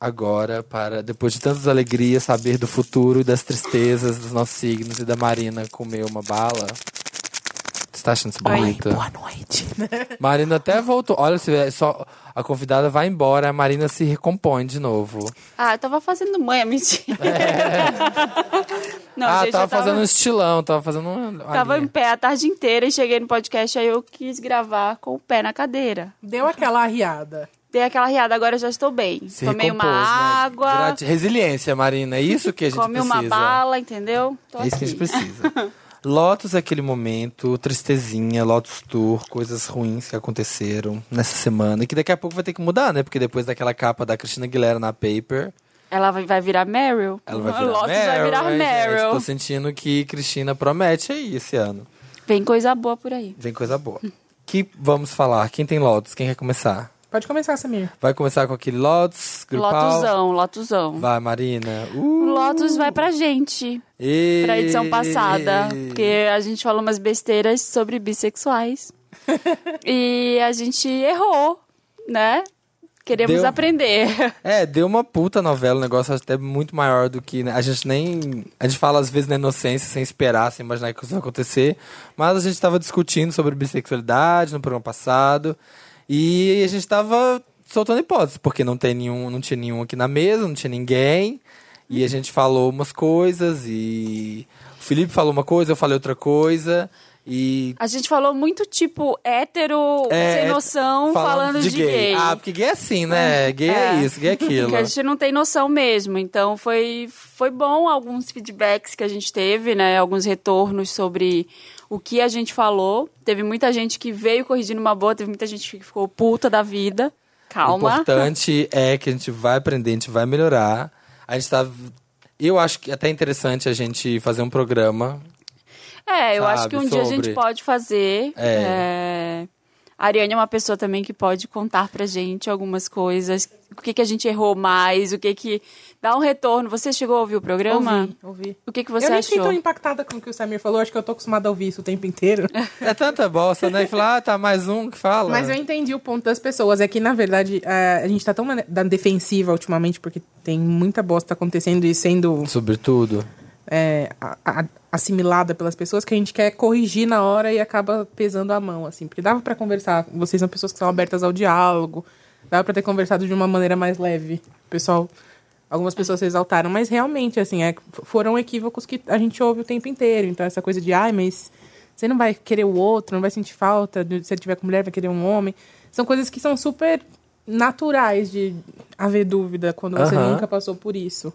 Speaker 1: agora para, depois de tantas alegrias, saber do futuro e das tristezas dos nossos signos e da Marina comer uma bala. Você tá achando isso bonito?
Speaker 5: Boa noite.
Speaker 1: Marina até voltou. Olha, você vê, só a convidada vai embora, a Marina se recompõe de novo.
Speaker 3: Ah, eu tava fazendo manha, mentira. Não,
Speaker 1: ah,
Speaker 3: gente,
Speaker 1: tava,
Speaker 3: eu tava
Speaker 1: fazendo um estilão, tava fazendo um.
Speaker 3: Tava
Speaker 1: ali.
Speaker 3: em pé a tarde inteira e cheguei no podcast, aí eu quis gravar com o pé na cadeira.
Speaker 2: Deu aquela arriada.
Speaker 3: Dei aquela riada, agora eu já estou bem.
Speaker 1: se
Speaker 3: Tomei
Speaker 1: recompôs,
Speaker 3: uma
Speaker 1: né?
Speaker 3: água,
Speaker 1: Grati- Resiliência, Marina. É isso que a gente
Speaker 3: comi
Speaker 1: precisa.
Speaker 3: uma bala, entendeu? Tô
Speaker 1: É isso que a gente
Speaker 3: aqui.
Speaker 1: precisa. Lotus é aquele momento, tristezinha, Lotus Tour, coisas ruins que aconteceram nessa semana. E que daqui a pouco vai ter que mudar, né? Porque depois daquela capa da Cristina Aguilera na Paper,
Speaker 3: Ela vai, vai virar Meryl?
Speaker 1: ela vai
Speaker 3: A
Speaker 1: virar
Speaker 3: Lotus
Speaker 1: Meryl.
Speaker 3: vai virar
Speaker 1: né, gente?
Speaker 3: Meryl.
Speaker 1: Tô sentindo que Cristina promete aí esse ano.
Speaker 3: Vem coisa boa por aí.
Speaker 1: Vem coisa boa. que vamos falar? Quem tem Lotus? Quem quer começar?
Speaker 2: Pode começar, Samir.
Speaker 1: Vai começar com aquele Lotus, grupal?
Speaker 3: Lotuzão, Lotuzão.
Speaker 1: Vai, Marina. Uh,
Speaker 3: O Lotus vai pra gente,
Speaker 1: e...
Speaker 3: pra edição passada. Porque a gente falou umas besteiras sobre bissexuais. e a gente errou, né? Queremos
Speaker 1: Deu.
Speaker 3: aprender.
Speaker 1: É, deu uma puta novela, um negócio até muito maior do que. né, A gente nem. A gente fala às vezes na inocência, sem esperar, sem imaginar que isso vai acontecer. Mas a gente tava discutindo sobre bissexualidade no programa passado. E a gente tava soltando hipóteses, porque não, tem nenhum, não tinha nenhum aqui na mesa, não tinha ninguém. E a gente falou umas coisas e. O Felipe falou uma coisa, eu falei outra coisa. E
Speaker 3: A gente falou muito tipo hétero,
Speaker 1: É,
Speaker 3: sem noção, falando, de, gay.
Speaker 1: Ah, porque gay é assim, né? Gay é,
Speaker 3: É.
Speaker 1: isso, gay é aquilo.
Speaker 3: Que a gente não tem noção mesmo. Então foi, foi bom alguns feedbacks que a gente teve, né? Alguns retornos sobre o que a gente falou. Teve muita gente que veio corrigindo uma boa, teve muita gente que ficou puta da vida.
Speaker 1: O
Speaker 3: Calma.
Speaker 1: importante é que a gente vai aprender, a gente vai melhorar. A gente tá. Eu acho que até é interessante a gente fazer um programa.
Speaker 3: É, eu
Speaker 1: sabe,
Speaker 3: acho que um dia a
Speaker 1: sobre-
Speaker 3: gente pode fazer.
Speaker 1: É.
Speaker 3: É. A Ariane é uma pessoa também que pode contar pra gente algumas coisas. O que, que a gente errou mais, o que que... Dá um retorno. Você chegou a ouvir o programa?
Speaker 2: Ouvi, ouvi.
Speaker 3: O que, que você
Speaker 2: eu nem fiquei
Speaker 3: achou?
Speaker 2: tão impactada com o que o Samir falou, acho que eu tô acostumada a ouvir isso o tempo inteiro.
Speaker 1: É tanta bosta, né? E falar, ah, tá mais um que fala.
Speaker 2: Mas eu entendi o ponto das pessoas. É que, na verdade, a a gente tá tão na na defensiva ultimamente, porque tem muita bosta acontecendo e sendo
Speaker 1: Sobretudo.
Speaker 2: é, a- a- assimilada pelas pessoas que a gente quer corrigir na hora e acaba pesando a mão, assim. Porque dava pra conversar. Vocês são pessoas que são abertas ao diálogo. Dava pra ter conversado de uma maneira mais leve. O pessoal Algumas pessoas se exaltaram, mas realmente, assim, é, foram equívocos que a gente ouve o tempo inteiro. Então, essa coisa de, ai, mas você não vai querer o outro, não vai sentir falta, de- se ele tiver com mulher, vai querer um homem. São coisas que são super naturais de haver dúvida quando você
Speaker 1: Aham.
Speaker 2: nunca passou por isso.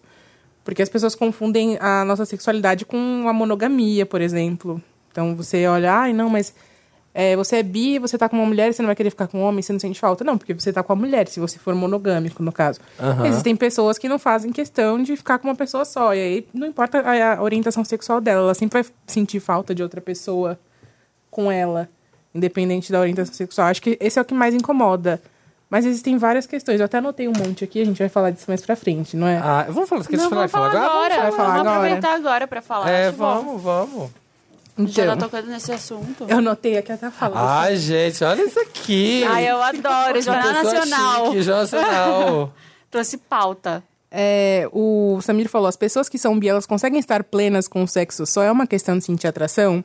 Speaker 2: Porque as pessoas confundem a nossa sexualidade com a monogamia, por exemplo. Então você olha, ai, não, mas é, você é bi, você tá com uma mulher, você não vai querer ficar com um homem, você não sente falta. Não, porque você tá com a mulher, se você for monogâmico, no caso.
Speaker 1: Aham.
Speaker 2: Existem pessoas que não fazem questão de ficar com uma pessoa só. E aí não importa a, a orientação sexual dela, ela sempre vai sentir falta de outra pessoa com ela, independente da orientação sexual. Acho que esse é o que mais incomoda. Mas existem várias questões. Eu até anotei um monte aqui, a gente vai falar disso mais pra frente, não é?
Speaker 1: Ah, vamos falar, esqueci de
Speaker 3: Não,
Speaker 1: falar,
Speaker 3: vamos falar
Speaker 1: falar
Speaker 3: agora.
Speaker 2: Vai
Speaker 3: Vamos,
Speaker 2: falar agora.
Speaker 3: aproveitar agora pra falar.
Speaker 1: É,
Speaker 3: acho bom.
Speaker 1: "Ah, vamos, vamos.
Speaker 3: Já tá
Speaker 2: Então,
Speaker 3: tocando nesse assunto.
Speaker 2: eu anotei aqui até falar.
Speaker 1: Ai, gente, olha isso aqui.
Speaker 3: Ai, eu adoro.
Speaker 1: Uma
Speaker 3: Jornal
Speaker 1: pessoa
Speaker 3: Nacional.
Speaker 1: Chique, Jornal Nacional.
Speaker 3: Trouxe pauta.
Speaker 2: É, o Samir falou: as pessoas que são bi, elas conseguem estar plenas com o sexo só é uma questão de sentir atração?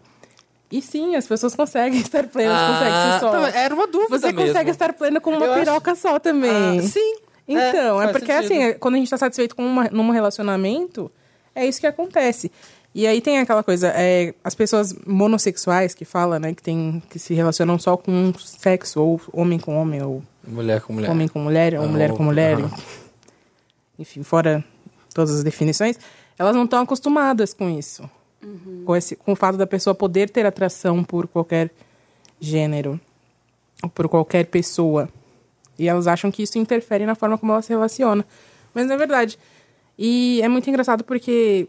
Speaker 2: E sim, as pessoas conseguem estar plenas com o sexo só.
Speaker 1: Ah, tá, era uma dúvida
Speaker 2: Você consegue
Speaker 1: mesmo.
Speaker 2: estar plena com uma
Speaker 1: Eu acho-
Speaker 2: piroca só também.
Speaker 1: Ah, sim.
Speaker 2: Então, é,
Speaker 1: faz
Speaker 2: porque
Speaker 1: sentido.
Speaker 2: assim, é- quando a gente tá satisfeito com uma, num relacionamento, é isso que acontece. E aí tem aquela coisa, é, as pessoas monossexuais que falam, né, que, tem, que se relacionam só com um sexo, ou homem com homem, ou
Speaker 1: Mulher com mulher.
Speaker 2: homem com mulher, ou
Speaker 1: Ah,
Speaker 2: mulher com
Speaker 1: ou-
Speaker 2: mulher,
Speaker 1: aham.
Speaker 2: enfim, fora todas as definições, elas não estão acostumadas com isso. Com, esse, com o fato da pessoa poder ter atração por qualquer gênero, ou por qualquer pessoa. E elas acham que isso interfere na forma como ela se relaciona. Mas não é verdade. E é muito engraçado porque,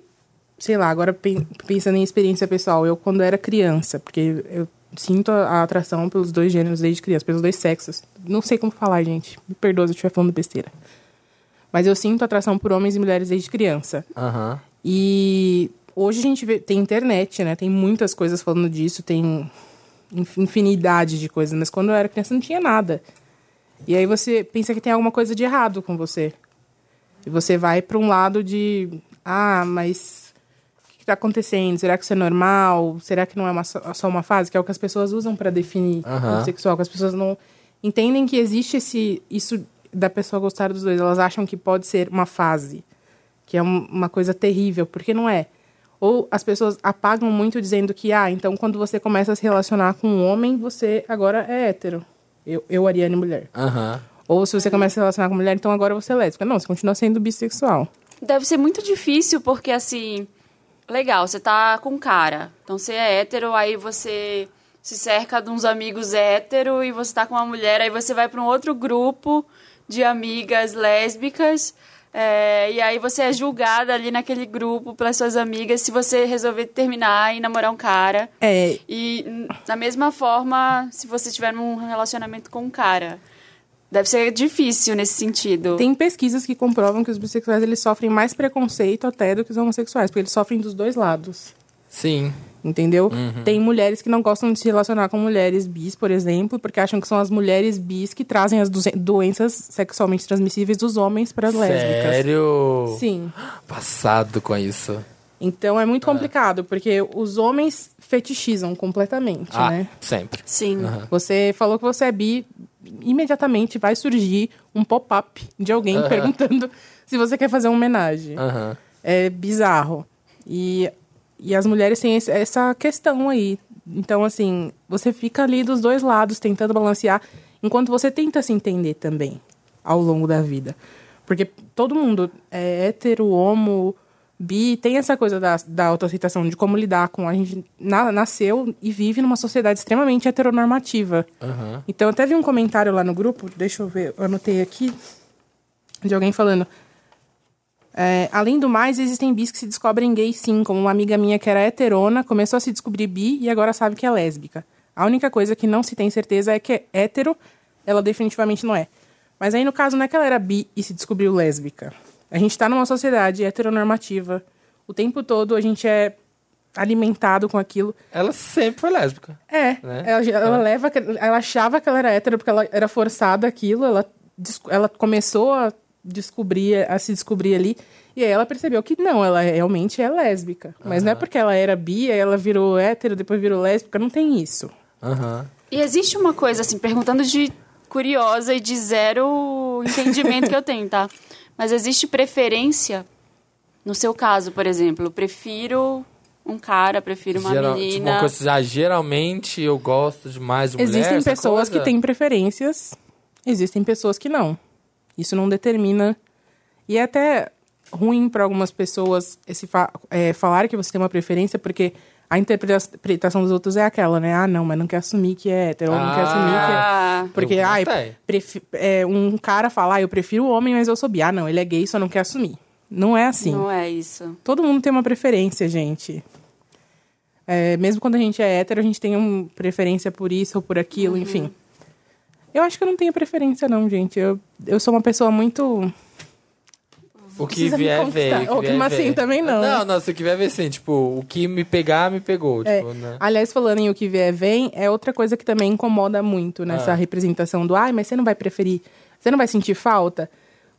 Speaker 2: sei lá, agora pen- pensando em experiência pessoal, eu quando era criança, porque eu sinto a a atração pelos dois gêneros desde criança, pelos dois sexos. Não sei como falar, gente. Me perdoa se eu estiver falando besteira. Mas eu sinto atração por homens e mulheres desde criança.
Speaker 1: Aham.
Speaker 2: E hoje a gente vê, tem internet, né? Tem muitas coisas falando disso, tem inf- infinidade de coisas. Mas quando eu era criança não tinha nada. E aí você pensa que tem alguma coisa de errado com você. E você vai para um lado de, ah, mas o que está acontecendo? Será que isso é normal? Será que não é uma só só uma fase? Que é o que as pessoas usam para definir
Speaker 1: Aham.
Speaker 2: o sexual. Que as pessoas não entendem que existe esse isso da pessoa gostar dos dois. Elas acham que pode ser uma fase, que é um- uma coisa terrível, porque não é. Ou as pessoas apagam muito dizendo que, ah, então quando você começa a se relacionar com um homem, você agora é hétero. Eu, eu Ariane, mulher.
Speaker 1: Aham.
Speaker 2: Ou se você começa a se relacionar com mulher, então agora você é lésbica. Não, você continua sendo bissexual.
Speaker 3: Deve ser muito difícil, porque assim. Legal, você tá com um cara. Então você é hétero, aí você se cerca de uns amigos hétero e você tá com uma mulher, aí você vai pra um outro grupo de amigas lésbicas. é, e aí você é julgada ali naquele grupo pelas suas amigas se você resolver terminar e namorar um cara.
Speaker 2: É,
Speaker 3: E n- da mesma forma, se você tiver um relacionamento com um cara. Deve ser difícil nesse sentido.
Speaker 2: tem pesquisas que comprovam que os bissexuais eles sofrem mais preconceito até do que os homossexuais, porque eles sofrem dos dois lados.
Speaker 1: Sim.
Speaker 2: Entendeu?
Speaker 1: Uhum.
Speaker 2: Tem mulheres que não gostam de se relacionar com mulheres bis, por exemplo, porque acham que são as mulheres bis que trazem as duze- doenças sexualmente transmissíveis dos homens para as lésbicas.
Speaker 1: Sério?
Speaker 2: Sim.
Speaker 1: Passado com isso.
Speaker 2: Então é muito
Speaker 1: Ah.
Speaker 2: complicado, porque os homens fetichizam completamente,
Speaker 1: Ah,
Speaker 2: né?
Speaker 1: sempre.
Speaker 3: Sim.
Speaker 2: Você falou que você é bi, imediatamente vai surgir um pop-up de alguém
Speaker 1: Aham.
Speaker 2: perguntando se você quer fazer uma homenagem.
Speaker 1: Aham.
Speaker 2: É bizarro. E, e as mulheres têm esse- essa questão aí. Então, assim, você fica ali dos dois lados tentando balancear, enquanto você tenta se entender também ao longo da vida. Porque todo mundo é hétero, homo, bi, tem essa coisa da, da autoaceitação, de como lidar com. A gente na- nasceu e vive numa sociedade extremamente heteronormativa.
Speaker 1: Aham.
Speaker 2: Então, eu até vi um comentário lá no grupo, deixa eu ver, eu anotei aqui, de alguém falando. é, além do mais, existem bis que se descobrem gays sim, como uma amiga minha que era heterona, começou a se descobrir bi e agora sabe que é lésbica. A única coisa que não se tem certeza é que é hétero, ela definitivamente não é. Mas aí, no caso, não é que ela era bi e se descobriu lésbica. A gente tá numa sociedade heteronormativa. O tempo todo a gente é alimentado com aquilo.
Speaker 1: Ela sempre foi lésbica.
Speaker 2: É,
Speaker 1: Né?
Speaker 2: ela, ela
Speaker 1: É.
Speaker 2: leva, ela achava que ela era hétero porque ela era forçada aquilo, ela, des- ela começou a descobrir, a se descobrir ali, e aí ela percebeu que não, ela realmente é lésbica. Mas não é porque ela era bi, aí ela virou hétero, depois virou lésbica, não tem isso.
Speaker 1: Aham.
Speaker 3: E existe uma coisa, assim, perguntando de curiosa e de zero entendimento que eu tenho, tá? Mas existe preferência? No seu caso, por exemplo, prefiro um cara, prefiro uma
Speaker 1: Geral- tipo,
Speaker 3: menina.
Speaker 1: uma coisa, assim, ah, geralmente eu gosto demais de mulher.
Speaker 2: Existem
Speaker 1: essa
Speaker 2: pessoas
Speaker 1: coisa.
Speaker 2: que têm preferências, existem pessoas que não. Isso não determina. E é até ruim para algumas pessoas esse fa é, falar que você tem uma preferência, porque a interpretação dos outros é aquela, né? Ah, não, mas não quer assumir que é hétero, ou não quer assumir que é.
Speaker 3: Ah,
Speaker 2: Porque,
Speaker 1: Eu
Speaker 2: ai,
Speaker 1: gostei.
Speaker 2: prefi- é, um cara falar, eu prefiro o homem, mas eu sou bi. Ah, não, ele é gay, só não quer assumir. Não é assim.
Speaker 3: não é isso.
Speaker 2: Todo mundo tem uma preferência, gente. É, mesmo quando a gente é hétero, a gente tem uma preferência por isso ou por aquilo, enfim. Eu acho que eu não tenho preferência, não, gente. Eu, eu sou uma pessoa muito.
Speaker 1: O que
Speaker 2: precisa me
Speaker 1: vier,
Speaker 2: conquistar.
Speaker 1: veio.
Speaker 2: Ou que-
Speaker 1: vier,
Speaker 2: mas assim,
Speaker 1: veio.
Speaker 2: também não,
Speaker 1: Não, não, se o que vier, veio sim. Tipo, o que me pegar, me pegou.
Speaker 2: É.
Speaker 1: Tipo, né?
Speaker 2: Aliás, falando em o que vier, vem, é outra coisa que também incomoda muito nessa
Speaker 1: Ah.
Speaker 2: representação do ai, mas você não vai preferir, você não vai sentir falta?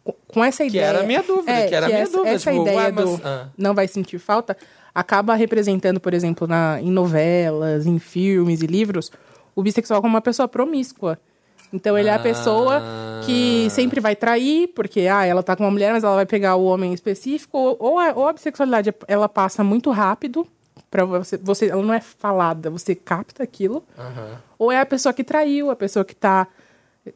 Speaker 2: Com- Com essa
Speaker 1: Que
Speaker 2: ideia.
Speaker 1: era a minha dúvida,
Speaker 2: É,
Speaker 1: que era a minha
Speaker 2: essa,
Speaker 1: dúvida.
Speaker 2: Essa
Speaker 1: tipo,
Speaker 2: ideia
Speaker 1: ué,
Speaker 2: do.
Speaker 1: mas- ah.
Speaker 2: não vai sentir falta, acaba representando, por exemplo, na, em novelas, em filmes e livros, o bissexual como uma pessoa promíscua. Então ele é a pessoa que sempre vai trair, porque ah, ela tá com uma mulher, mas ela vai pegar o homem específico, ou, ou a, ou a bissexualidade ela passa muito rápido para você, você, ela não é falada, você capta aquilo. Ou é a pessoa que traiu, a pessoa que tá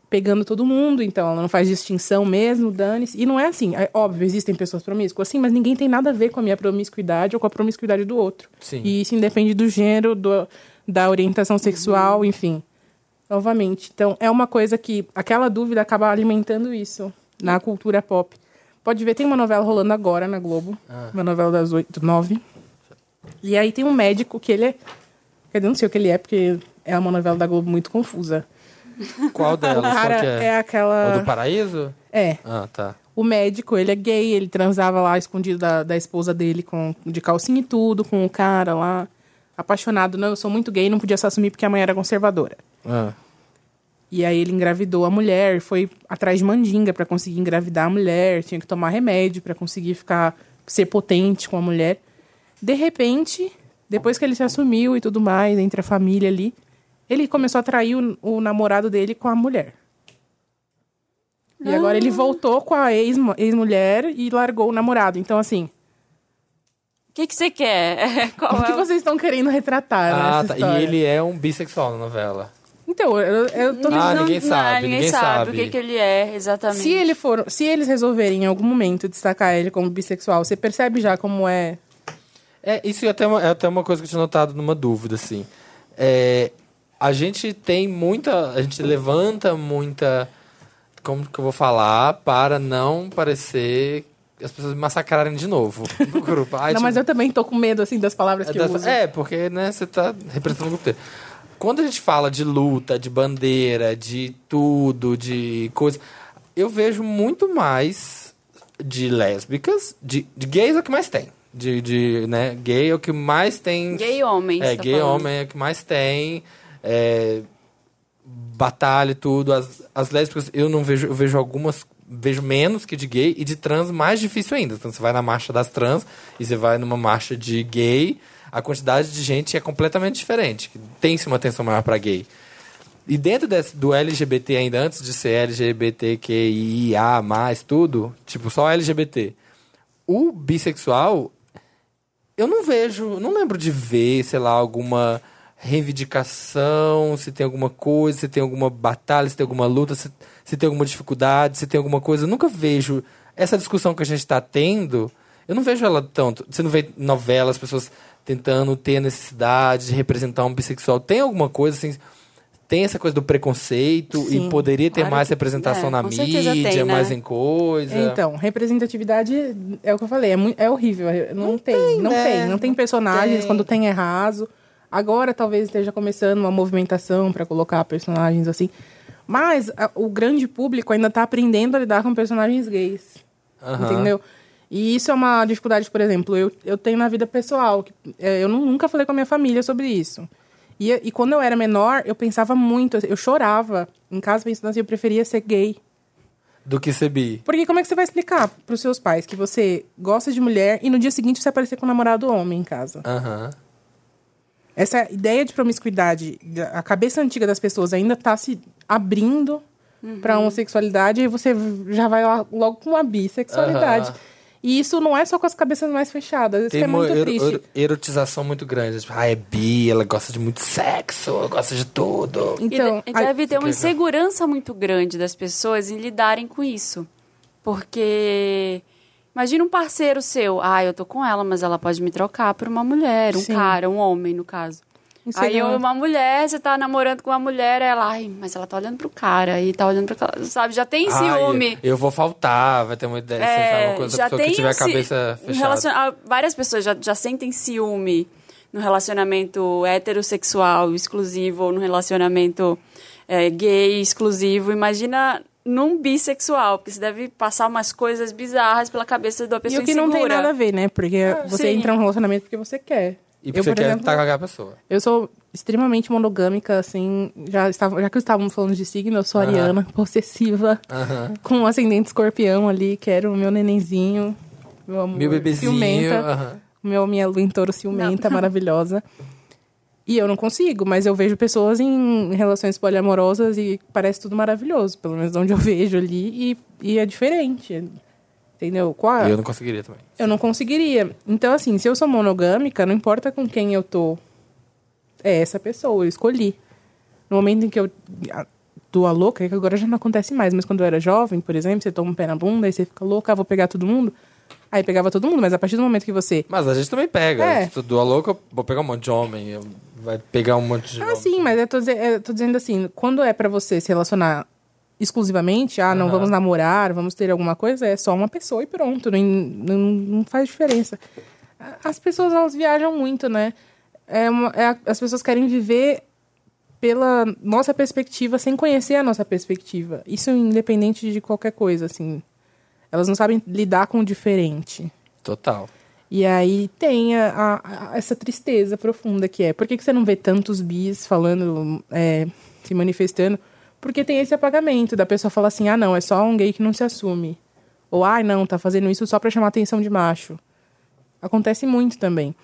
Speaker 2: pegando todo mundo, então ela não faz distinção mesmo, dane-se. E não é assim, é óbvio, existem pessoas promíscuas, sim, mas ninguém tem nada a ver com a minha promiscuidade ou com a promiscuidade do outro.
Speaker 1: Sim.
Speaker 2: E isso independe do gênero, do, da orientação sexual,
Speaker 1: Uhum.
Speaker 2: enfim. Novamente. Então, é uma coisa que aquela dúvida acaba alimentando isso
Speaker 1: Uhum.
Speaker 2: na cultura pop. Pode ver, tem uma novela rolando agora na Globo,
Speaker 1: Ah.
Speaker 2: uma novela das oito, nove. E aí tem um médico que ele é. Quer dizer, eu não sei o que ele é, porque é uma novela da Globo muito confusa.
Speaker 1: Qual
Speaker 2: O
Speaker 1: delas?
Speaker 2: cara
Speaker 1: Qual que
Speaker 2: é,
Speaker 1: é? O do
Speaker 2: aquela.
Speaker 1: paraíso?
Speaker 2: É.
Speaker 1: Ah, tá.
Speaker 2: O médico, ele é gay, ele transava lá escondido da, da esposa dele com, de calcinha e tudo, com o cara lá. Apaixonado, não, eu sou muito gay, não podia se assumir porque a mãe era conservadora.
Speaker 1: Ah.
Speaker 2: E aí ele engravidou a mulher, foi atrás de mandinga pra conseguir engravidar a mulher, tinha que tomar remédio pra conseguir ficar ser potente com a mulher. De repente, depois que ele se assumiu e tudo mais, entre a família ali, ele começou a trair o, o namorado dele com a mulher. E agora ele voltou com a ex- ex-mulher e largou o namorado. Então, assim,
Speaker 3: O que, que você quer? Qual
Speaker 2: o que
Speaker 3: é o-
Speaker 2: vocês estão querendo retratar
Speaker 1: Ah,
Speaker 2: nessa
Speaker 1: tá.
Speaker 2: história?
Speaker 1: E ele é um bissexual na novela.
Speaker 2: Então, eu, eu tô
Speaker 1: Ah,
Speaker 3: Não-
Speaker 1: ninguém
Speaker 3: não,
Speaker 1: sabe,
Speaker 3: ninguém,
Speaker 1: ninguém
Speaker 3: sabe, o
Speaker 1: sabe.
Speaker 3: que, que ele é exatamente.
Speaker 2: Se, ele for, se eles resolverem em algum momento destacar ele como bissexual, você percebe já como é.
Speaker 1: É, isso é até, uma, é até uma coisa que eu tinha notado numa dúvida, assim. É, a gente tem muita. A gente levanta muita. Como que eu vou falar? Para não parecer. As pessoas me massacrarem de novo no grupo. Ai,
Speaker 2: não,
Speaker 1: tipo,
Speaker 2: mas eu também tô com medo, assim, das palavras que
Speaker 1: É,
Speaker 2: eu
Speaker 1: dessa-
Speaker 2: uso.
Speaker 1: É, porque né, você tá representando o grupo inteiro. Quando a gente fala de luta, de bandeira, de tudo, de coisa, eu vejo muito mais de lésbicas, de, de gays é o que mais tem. De, de, né, gay é o que mais tem.
Speaker 3: Gay homem,
Speaker 1: É,
Speaker 3: você tá
Speaker 1: gay
Speaker 3: falando.
Speaker 1: homem é o que mais tem. É, batalha e tudo. As, as lésbicas, eu não vejo, eu vejo algumas, vejo menos que de gay e de trans mais difícil ainda. Então você vai na marcha das trans e você vai numa marcha de gay, a quantidade de gente é completamente diferente. Tem-se uma atenção maior para gay. E dentro desse, do LGBT, ainda antes de ser LGBTQIA, tudo, tipo, só LGBT. O bissexual, eu não vejo, não lembro de ver, sei lá, alguma reivindicação, se tem alguma coisa, se tem alguma batalha, se tem alguma luta, se, se tem alguma dificuldade, se tem alguma coisa. Eu nunca vejo essa discussão que a gente está tendo. Eu não vejo ela tanto. Você não vê novelas, pessoas tentando ter a necessidade de representar um bissexual. Tem alguma coisa assim? Tem essa coisa do preconceito e
Speaker 2: Sim,
Speaker 1: poderia ter
Speaker 3: claro
Speaker 1: mais
Speaker 3: que-
Speaker 1: representação
Speaker 3: é,
Speaker 1: na
Speaker 3: com certeza
Speaker 1: mídia,
Speaker 3: tem, né?
Speaker 1: mais em coisa.
Speaker 2: Então, representatividade é o que eu falei, é, mui- é horrível. é- Não, tem, não
Speaker 1: né?
Speaker 2: tem. Não tem personagens,
Speaker 1: tem.
Speaker 2: quando tem é raso. Agora talvez esteja começando uma movimentação pra colocar personagens assim. Mas a- o grande público ainda tá aprendendo a lidar com personagens gays.
Speaker 1: Aham.
Speaker 2: Entendeu? E isso é uma dificuldade, por exemplo, eu, eu tenho na vida pessoal. Que, é, eu nu- nunca falei com a minha família sobre isso. E, e quando eu era menor, eu pensava muito, eu chorava em casa pensando assim, eu preferia ser gay.
Speaker 1: Do que ser bi.
Speaker 2: Porque como é que você vai explicar pros seus pais que você gosta de mulher e no dia seguinte você aparecer com um namorado homem em casa?
Speaker 1: Aham.
Speaker 2: Essa ideia de promiscuidade, da- a cabeça antiga das pessoas ainda tá se abrindo
Speaker 1: Uhum.
Speaker 2: pra homossexualidade e você já vai lá logo com uma bissexualidade.
Speaker 1: Aham.
Speaker 2: E isso não é só com as cabeças mais fechadas, isso
Speaker 1: Tem
Speaker 2: é
Speaker 1: uma
Speaker 2: muito
Speaker 1: ero-
Speaker 2: triste.
Speaker 1: ero- erotização muito grande. Tipo, ah, é bi, ela gosta de muito sexo, ela gosta de tudo.
Speaker 3: E
Speaker 2: Então,
Speaker 3: de- e
Speaker 2: aí-
Speaker 3: deve ter uma insegurança muito grande das pessoas em lidarem com isso. Porque imagina um parceiro seu, ah, eu tô com ela, mas ela pode me trocar por uma mulher, um
Speaker 2: Sim. Um
Speaker 3: cara, um homem, no caso. Aí
Speaker 2: Insegurança.
Speaker 3: eu- uma mulher, você tá namorando com uma mulher, ela, ai, mas ela tá olhando pro cara e tá olhando pra aquela- sabe, já tem ciúme.
Speaker 1: Ai, eu vou faltar, vai ter uma ideia.
Speaker 3: É,
Speaker 1: É, uma coisa, a pessoa que tiver a
Speaker 3: um ci-
Speaker 1: cabeça
Speaker 3: um
Speaker 1: fechada.
Speaker 3: relacion- ah, Várias pessoas já, já sentem ciúme no relacionamento heterossexual exclusivo ou no relacionamento eh, gay exclusivo. Imagina num bissexual, porque você deve passar umas coisas bizarras pela cabeça da
Speaker 2: E
Speaker 3: pessoa
Speaker 2: o que não tem
Speaker 3: insegura. Ah,
Speaker 2: nada a ver, né? Porque você
Speaker 3: sim.
Speaker 2: entra num relacionamento porque você quer.
Speaker 1: E
Speaker 2: eu,
Speaker 1: você quer
Speaker 2: por
Speaker 1: tá
Speaker 2: exemplo,
Speaker 1: estar com aquela pessoa.
Speaker 2: eu sou extremamente monogâmica, assim. Já, estava, já que estávamos falando de signo, eu sou
Speaker 1: Aham.
Speaker 2: ariana, possessiva,
Speaker 1: Aham.
Speaker 2: com um ascendente escorpião ali, quero o meu nenenzinho, meu amor
Speaker 1: Meu bebezinho.
Speaker 2: Hum, ciumenta.
Speaker 1: aham.
Speaker 2: Meu, minha lua em touro ciumenta, maravilhosa. E eu não consigo, mas eu vejo pessoas em relações poliamorosas e parece tudo maravilhoso, pelo menos onde eu vejo ali, e, e é diferente. Entendeu? Qual a-
Speaker 1: E Eu não conseguiria também.
Speaker 2: eu não conseguiria. Então, assim, se eu sou monogâmica, não importa com quem eu tô. É essa pessoa, eu escolhi. No momento em que eu a- dou a louca, é que agora já não acontece mais, mas quando eu era jovem, por exemplo, você toma um pé na bunda, aí você fica louca, ah, vou pegar todo mundo. Aí pegava todo mundo, mas a partir do momento que você.
Speaker 1: Mas a gente também pega.
Speaker 2: É.
Speaker 1: Se tu doa louco, eu vou pegar um monte de homem. eu- Vai pegar um monte de
Speaker 2: Ah,
Speaker 1: homem.
Speaker 2: sim, mas eu tô, dize- eu tô dizendo assim, quando é pra você se relacionar exclusivamente, ah, não vamos namorar, vamos ter alguma coisa, é só uma pessoa e pronto, não, não, não faz diferença. A- As pessoas, elas viajam muito, né? É uma- é a- as pessoas querem viver pela nossa perspectiva, sem conhecer a nossa perspectiva. Isso independente de qualquer coisa, assim. Elas não sabem lidar com o diferente.
Speaker 1: Total.
Speaker 2: E aí tem a- a- a- essa tristeza profunda que é. Por que, que você não vê tantos bis falando, é, se manifestando? Porque tem esse apagamento da pessoa falar assim, ah, não, é só um gay que não se assume. Ou, ah, não, tá fazendo isso só pra chamar atenção de macho. Acontece muito também.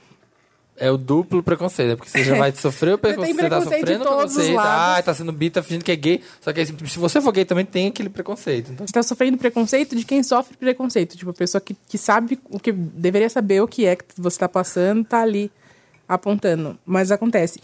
Speaker 1: É o duplo preconceito, né? Porque você já vai sofrer o preconceito. Você tá
Speaker 2: preconceito de
Speaker 1: sofrendo o
Speaker 2: todos os
Speaker 1: preconceito.
Speaker 2: lados.
Speaker 1: Ah, tá sendo bi, tá fingindo que é gay. Só que aí, se você for gay também, tem aquele preconceito. Então,
Speaker 2: Você tá sofrendo preconceito de quem sofre preconceito. Tipo, a pessoa que, que sabe o que deveria saber o que é que você tá passando, tá ali apontando. Mas acontece.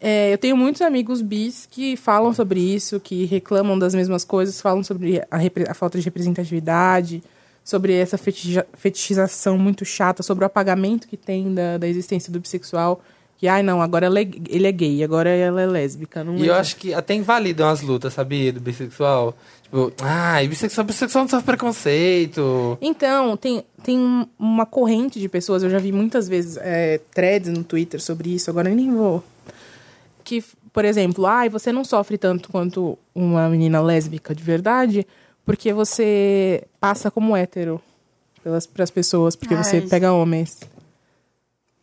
Speaker 2: É, eu tenho muitos amigos bis que falam sobre isso, que reclamam das mesmas coisas, falam sobre a, repre- a falta de representatividade, sobre essa feticha- fetichização muito chata, sobre o apagamento que tem da, da existência do bissexual. Que, ai, não, agora ela é- ele é gay, agora ela é lésbica. Não
Speaker 1: E eu
Speaker 2: é-
Speaker 1: acho que até invalidam as lutas, sabia? Do bissexual. Tipo, ah, e bissexual, bissexual não sofre preconceito.
Speaker 2: Então, tem, tem um- uma corrente de pessoas, eu já vi muitas vezes é, threads no Twitter sobre isso, agora eu nem vou. Que, por exemplo, ai, você não sofre tanto quanto uma menina lésbica de verdade, porque você passa como hétero pelas, pras pessoas, porque você
Speaker 3: Ai.
Speaker 2: pega homens.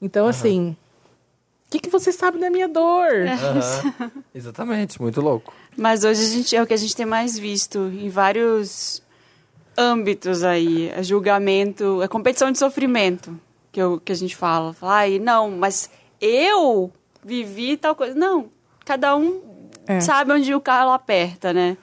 Speaker 2: Então, assim, o que, que você sabe da minha dor?
Speaker 1: Aham. Exatamente, muito louco.
Speaker 3: Mas hoje a gente, é o que a gente tem mais visto em vários âmbitos aí. É julgamento, é competição de sofrimento que, eu, que a gente fala. Fala, ai, não, mas eu vivi tal coisa. Não, cada um
Speaker 2: É.
Speaker 3: sabe onde o carro aperta, né?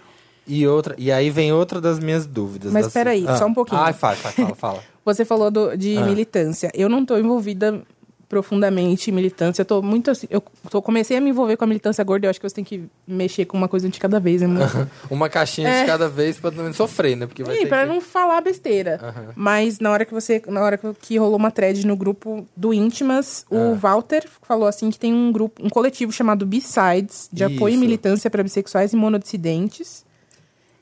Speaker 1: E, outra, e aí vem outra das minhas dúvidas.
Speaker 2: Mas
Speaker 1: das-
Speaker 2: peraí, só um pouquinho.
Speaker 1: Ah, fala, fala, fala. fala.
Speaker 2: Você falou do- de
Speaker 1: Ah.
Speaker 2: militância. Eu não estou envolvida profundamente em militância. Eu tô muito assim- eu tô- comecei a me envolver com a militância gorda, eu acho que você tem que mexer com uma coisa de cada vez, é muito.
Speaker 1: Uma caixinha
Speaker 2: É.
Speaker 1: de cada vez pra não sofrer, né? Porque vai
Speaker 2: E
Speaker 1: ter
Speaker 2: para
Speaker 1: que-
Speaker 2: não falar besteira. Mas na hora que você, na hora que rolou uma thread no grupo do Íntimas, o Walter falou assim que tem um grupo, um coletivo chamado B-Sides de apoio e
Speaker 1: Isso.
Speaker 2: militância para bissexuais e monodissidentes.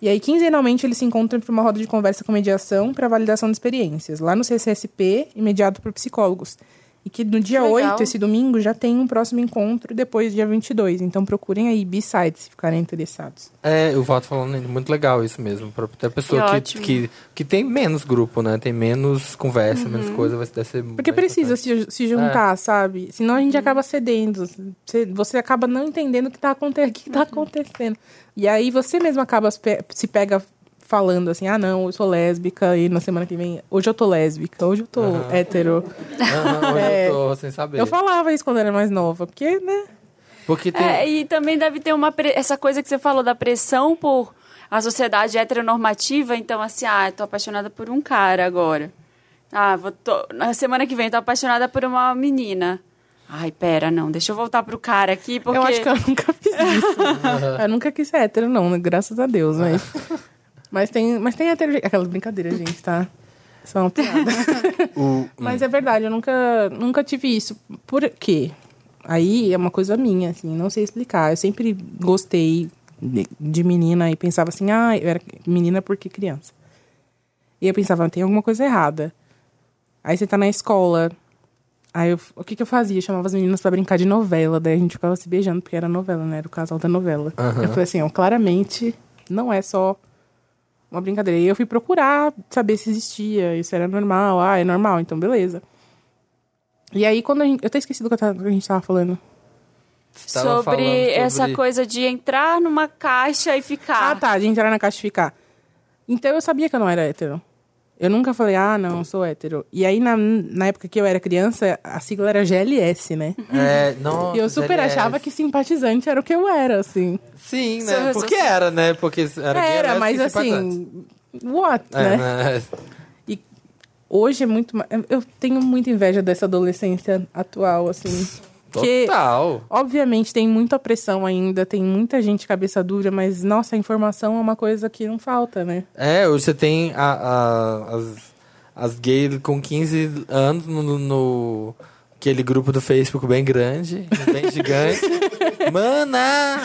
Speaker 2: E aí, quinzenalmente, eles se encontram para uma roda de conversa com mediação para validação de experiências, lá no CCSP e mediado por psicólogos. E que no dia
Speaker 3: Que legal.
Speaker 2: 8, esse domingo, já tem um próximo encontro, depois dia 22. Então procurem aí B-Sides se ficarem interessados.
Speaker 1: É, o Valdo falando, é muito legal isso mesmo. Pra até a pessoa
Speaker 3: Que
Speaker 1: que,
Speaker 3: ótimo.
Speaker 1: que, que tem menos grupo, né? Tem menos conversa,
Speaker 3: Uhum.
Speaker 1: menos coisa, vai deve ser.
Speaker 2: Porque
Speaker 1: bem
Speaker 2: precisa
Speaker 1: importante.
Speaker 2: se, se juntar, sabe? Senão a gente acaba cedendo. Você, você acaba não entendendo o que tá, aconte o que tá acontecendo. E aí você mesmo acaba se pe- se pega falando assim, ah não, eu sou lésbica, e na semana que vem, hoje eu tô lésbica, hoje eu tô hétero.
Speaker 1: Aham, hoje
Speaker 2: É.
Speaker 1: eu tô sem saber.
Speaker 2: Eu falava isso quando era mais nova, porque, né?
Speaker 1: Porque tem.
Speaker 3: É, e também deve ter uma pre- essa coisa que você falou da pressão por a sociedade heteronormativa, então assim, ah, tô apaixonada por um cara agora. Ah, vou tô- na semana que vem tô apaixonada por uma menina. Ai, pera, não, deixa eu voltar pro cara aqui, porque
Speaker 2: Eu acho que eu nunca fiz isso. né? eu nunca quis ser hétero, não, né? graças a Deus, mas. mas tem, mas tem hétero. Aquela brincadeira, gente, tá? Só uma piada.
Speaker 1: O-
Speaker 2: Mas é verdade, eu nunca, nunca tive isso. Por quê? Aí é uma coisa minha, assim, não sei explicar. Eu sempre gostei de, de menina e pensava assim, ah, eu era menina porque criança. E eu pensava, tem alguma coisa errada. Aí você tá na escola. Aí eu- o que que eu fazia? Eu chamava as meninas pra brincar de novela, daí a gente ficava se beijando, porque era novela, né? Era o casal da novela. Eu falei assim, ó, claramente não é só uma brincadeira. E eu fui procurar saber se existia, isso era normal. Ah, é normal, então beleza. E aí, quando a gente. Eu até esqueci do que eu tava- que a gente tava falando.
Speaker 1: Tava
Speaker 3: sobre,
Speaker 1: falando sobre- é,
Speaker 3: essa coisa de entrar numa caixa e
Speaker 2: Ah,
Speaker 3: ficar.
Speaker 2: tá, de entrar na caixa e ficar. Então eu sabia que eu não era hétero. Eu nunca falei, ah, não, eu sou hétero. E aí, na, na época que eu era criança, a sigla era GLS, né?
Speaker 1: É, nossa,
Speaker 2: e eu super
Speaker 1: GLS.
Speaker 2: achava que simpatizante era o que eu era, assim.
Speaker 1: Sim,
Speaker 3: Seu
Speaker 1: né?
Speaker 3: resu-
Speaker 1: Porque era, né? Porque era né? gay,
Speaker 2: era,
Speaker 1: lésbica
Speaker 2: mas
Speaker 1: e simpatizante.
Speaker 2: assim. What,
Speaker 1: É,
Speaker 2: né?
Speaker 1: né?
Speaker 2: Hoje é muito. ma- Eu tenho muita inveja dessa adolescência atual, assim. Que-
Speaker 1: Total.
Speaker 2: Obviamente tem muita pressão ainda, tem muita gente cabeça dura, mas nossa, a informação é uma coisa que não falta, né?
Speaker 1: É, hoje você tem a- a- as, as gays com 15 anos no, no- aquele grupo do Facebook bem grande, bem gigante. Mana!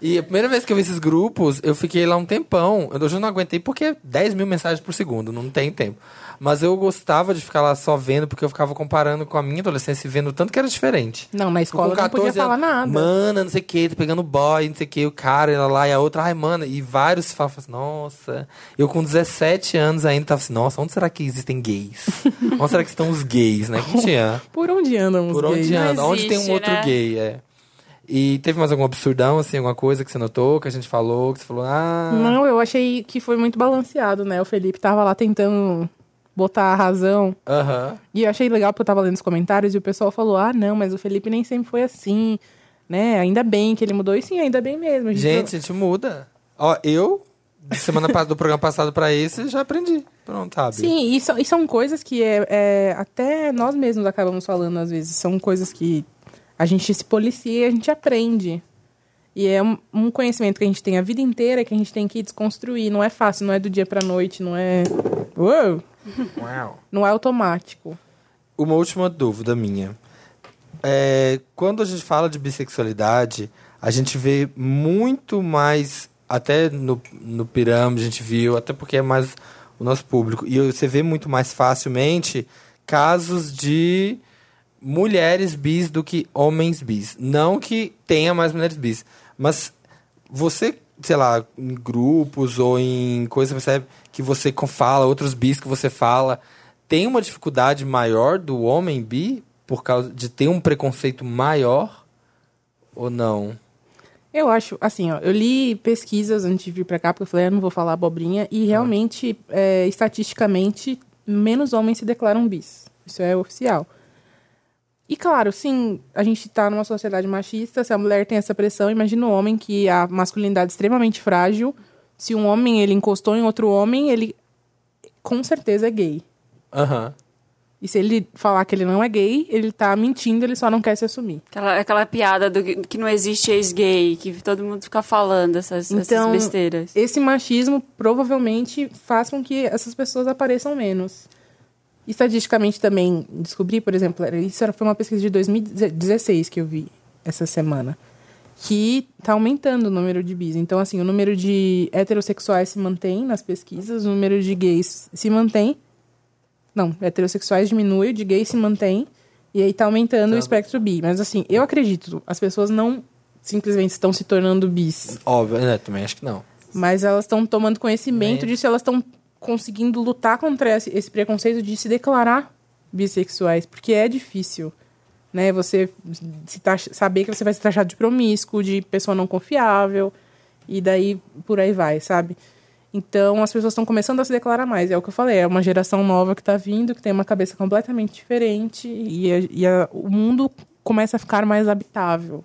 Speaker 1: E a primeira vez que eu vi esses grupos, eu fiquei lá um tempão. Eu já não aguentei porque é 10 mil mensagens por segundo, não tem tempo. Mas eu gostava de ficar lá só vendo, porque eu ficava comparando com a minha adolescência e vendo o tanto que era diferente.
Speaker 2: Não, na
Speaker 1: Tipo, com
Speaker 2: escola não podia
Speaker 1: 14
Speaker 2: falar
Speaker 1: anos,
Speaker 2: nada.
Speaker 1: Mana, não sei o que, tô pegando boy, não sei o que, o cara, ela lá e a outra, ai, mana. E vários falam assim, nossa. Eu com 17 anos ainda tava assim, nossa, onde será que existem gays? onde será que estão os gays, né? Que tinha.
Speaker 2: Por onde andam os
Speaker 1: Por onde
Speaker 2: gays?
Speaker 3: Não
Speaker 1: anda? Onde tem um
Speaker 3: existe,
Speaker 1: outro
Speaker 3: né?
Speaker 1: gay, é. E teve mais algum absurdão, assim, alguma coisa que você notou, que a gente falou, que você falou, ah.
Speaker 2: Não, eu achei que foi muito balanceado, né? O Felipe tava lá tentando botar a razão.
Speaker 1: Aham.
Speaker 2: E eu achei legal porque eu tava lendo os comentários e o pessoal falou: ah, não, mas o Felipe nem sempre foi assim, né? Ainda bem que ele mudou. E sim, ainda bem mesmo. A
Speaker 1: Gente, a gente muda. Ó, eu, de semana passada, do programa passado pra esse, já aprendi. Pronto, sabe?
Speaker 2: Sim, e são, e são coisas que é, é, até nós mesmos acabamos falando às vezes. São coisas que a gente se policia e a gente aprende. E é um, um conhecimento que a gente tem a vida inteira que a gente tem que desconstruir. Não é fácil, não é do dia pra noite, não é. Uou!
Speaker 1: Uau.
Speaker 2: Não é automático.
Speaker 1: Uma última dúvida minha. É, quando a gente fala de bissexualidade, a gente vê muito mais, até no, no Pirâmide a gente viu, até porque é mais o nosso público, e você vê muito mais facilmente casos de mulheres bis do que homens bis. Não que tenha mais mulheres bis, mas você, sei lá, em grupos ou em coisas, percebe que você co- fala, outros bis que você fala, tem uma dificuldade maior do homem bi por causa de ter um preconceito maior ou não?
Speaker 2: Eu acho, assim, ó, eu li pesquisas antes de vir pra cá, porque eu falei, eu não vou falar abobrinha, e realmente, é, estatisticamente, menos homens se declaram bis. Isso é oficial. E claro, sim, a gente tá numa sociedade machista, se a mulher tem essa pressão, imagina o homem que a masculinidade é extremamente frágil. Se um homem, ele encostou em outro homem, ele com certeza é gay.
Speaker 1: Aham.
Speaker 2: E se ele falar que ele não é gay, ele tá mentindo, ele só não quer se assumir.
Speaker 3: Aquela, aquela piada do que que não existe ex-gay, que todo mundo fica falando essas, essas
Speaker 2: Então,
Speaker 3: besteiras.
Speaker 2: esse machismo provavelmente faz com que essas pessoas apareçam menos. Estatisticamente também descobri, por exemplo, era- isso era- foi uma pesquisa de 2016 que eu vi essa semana, que tá aumentando o número de bis. Então, assim, o número de heterossexuais se mantém nas pesquisas, o número de gays se mantém. Não, heterossexuais diminui, o de gays se mantém, e aí tá aumentando o espectro bi. Mas, assim, eu acredito, as pessoas não simplesmente estão se tornando bis.
Speaker 1: Óbvio, né? Também acho que não.
Speaker 2: Mas elas estão tomando conhecimento
Speaker 1: Né?
Speaker 2: disso, elas estão conseguindo lutar contra esse, esse preconceito de se declarar bissexuais, porque é difícil, né? Você se taxa- saber que você vai ser taxado de promíscuo, de pessoa não confiável, e daí por aí vai, sabe? Então as pessoas estão começando a se declarar mais, é o que eu falei, é uma geração nova que está vindo, que tem uma cabeça completamente diferente, e, a- e a- o mundo começa a ficar mais habitável.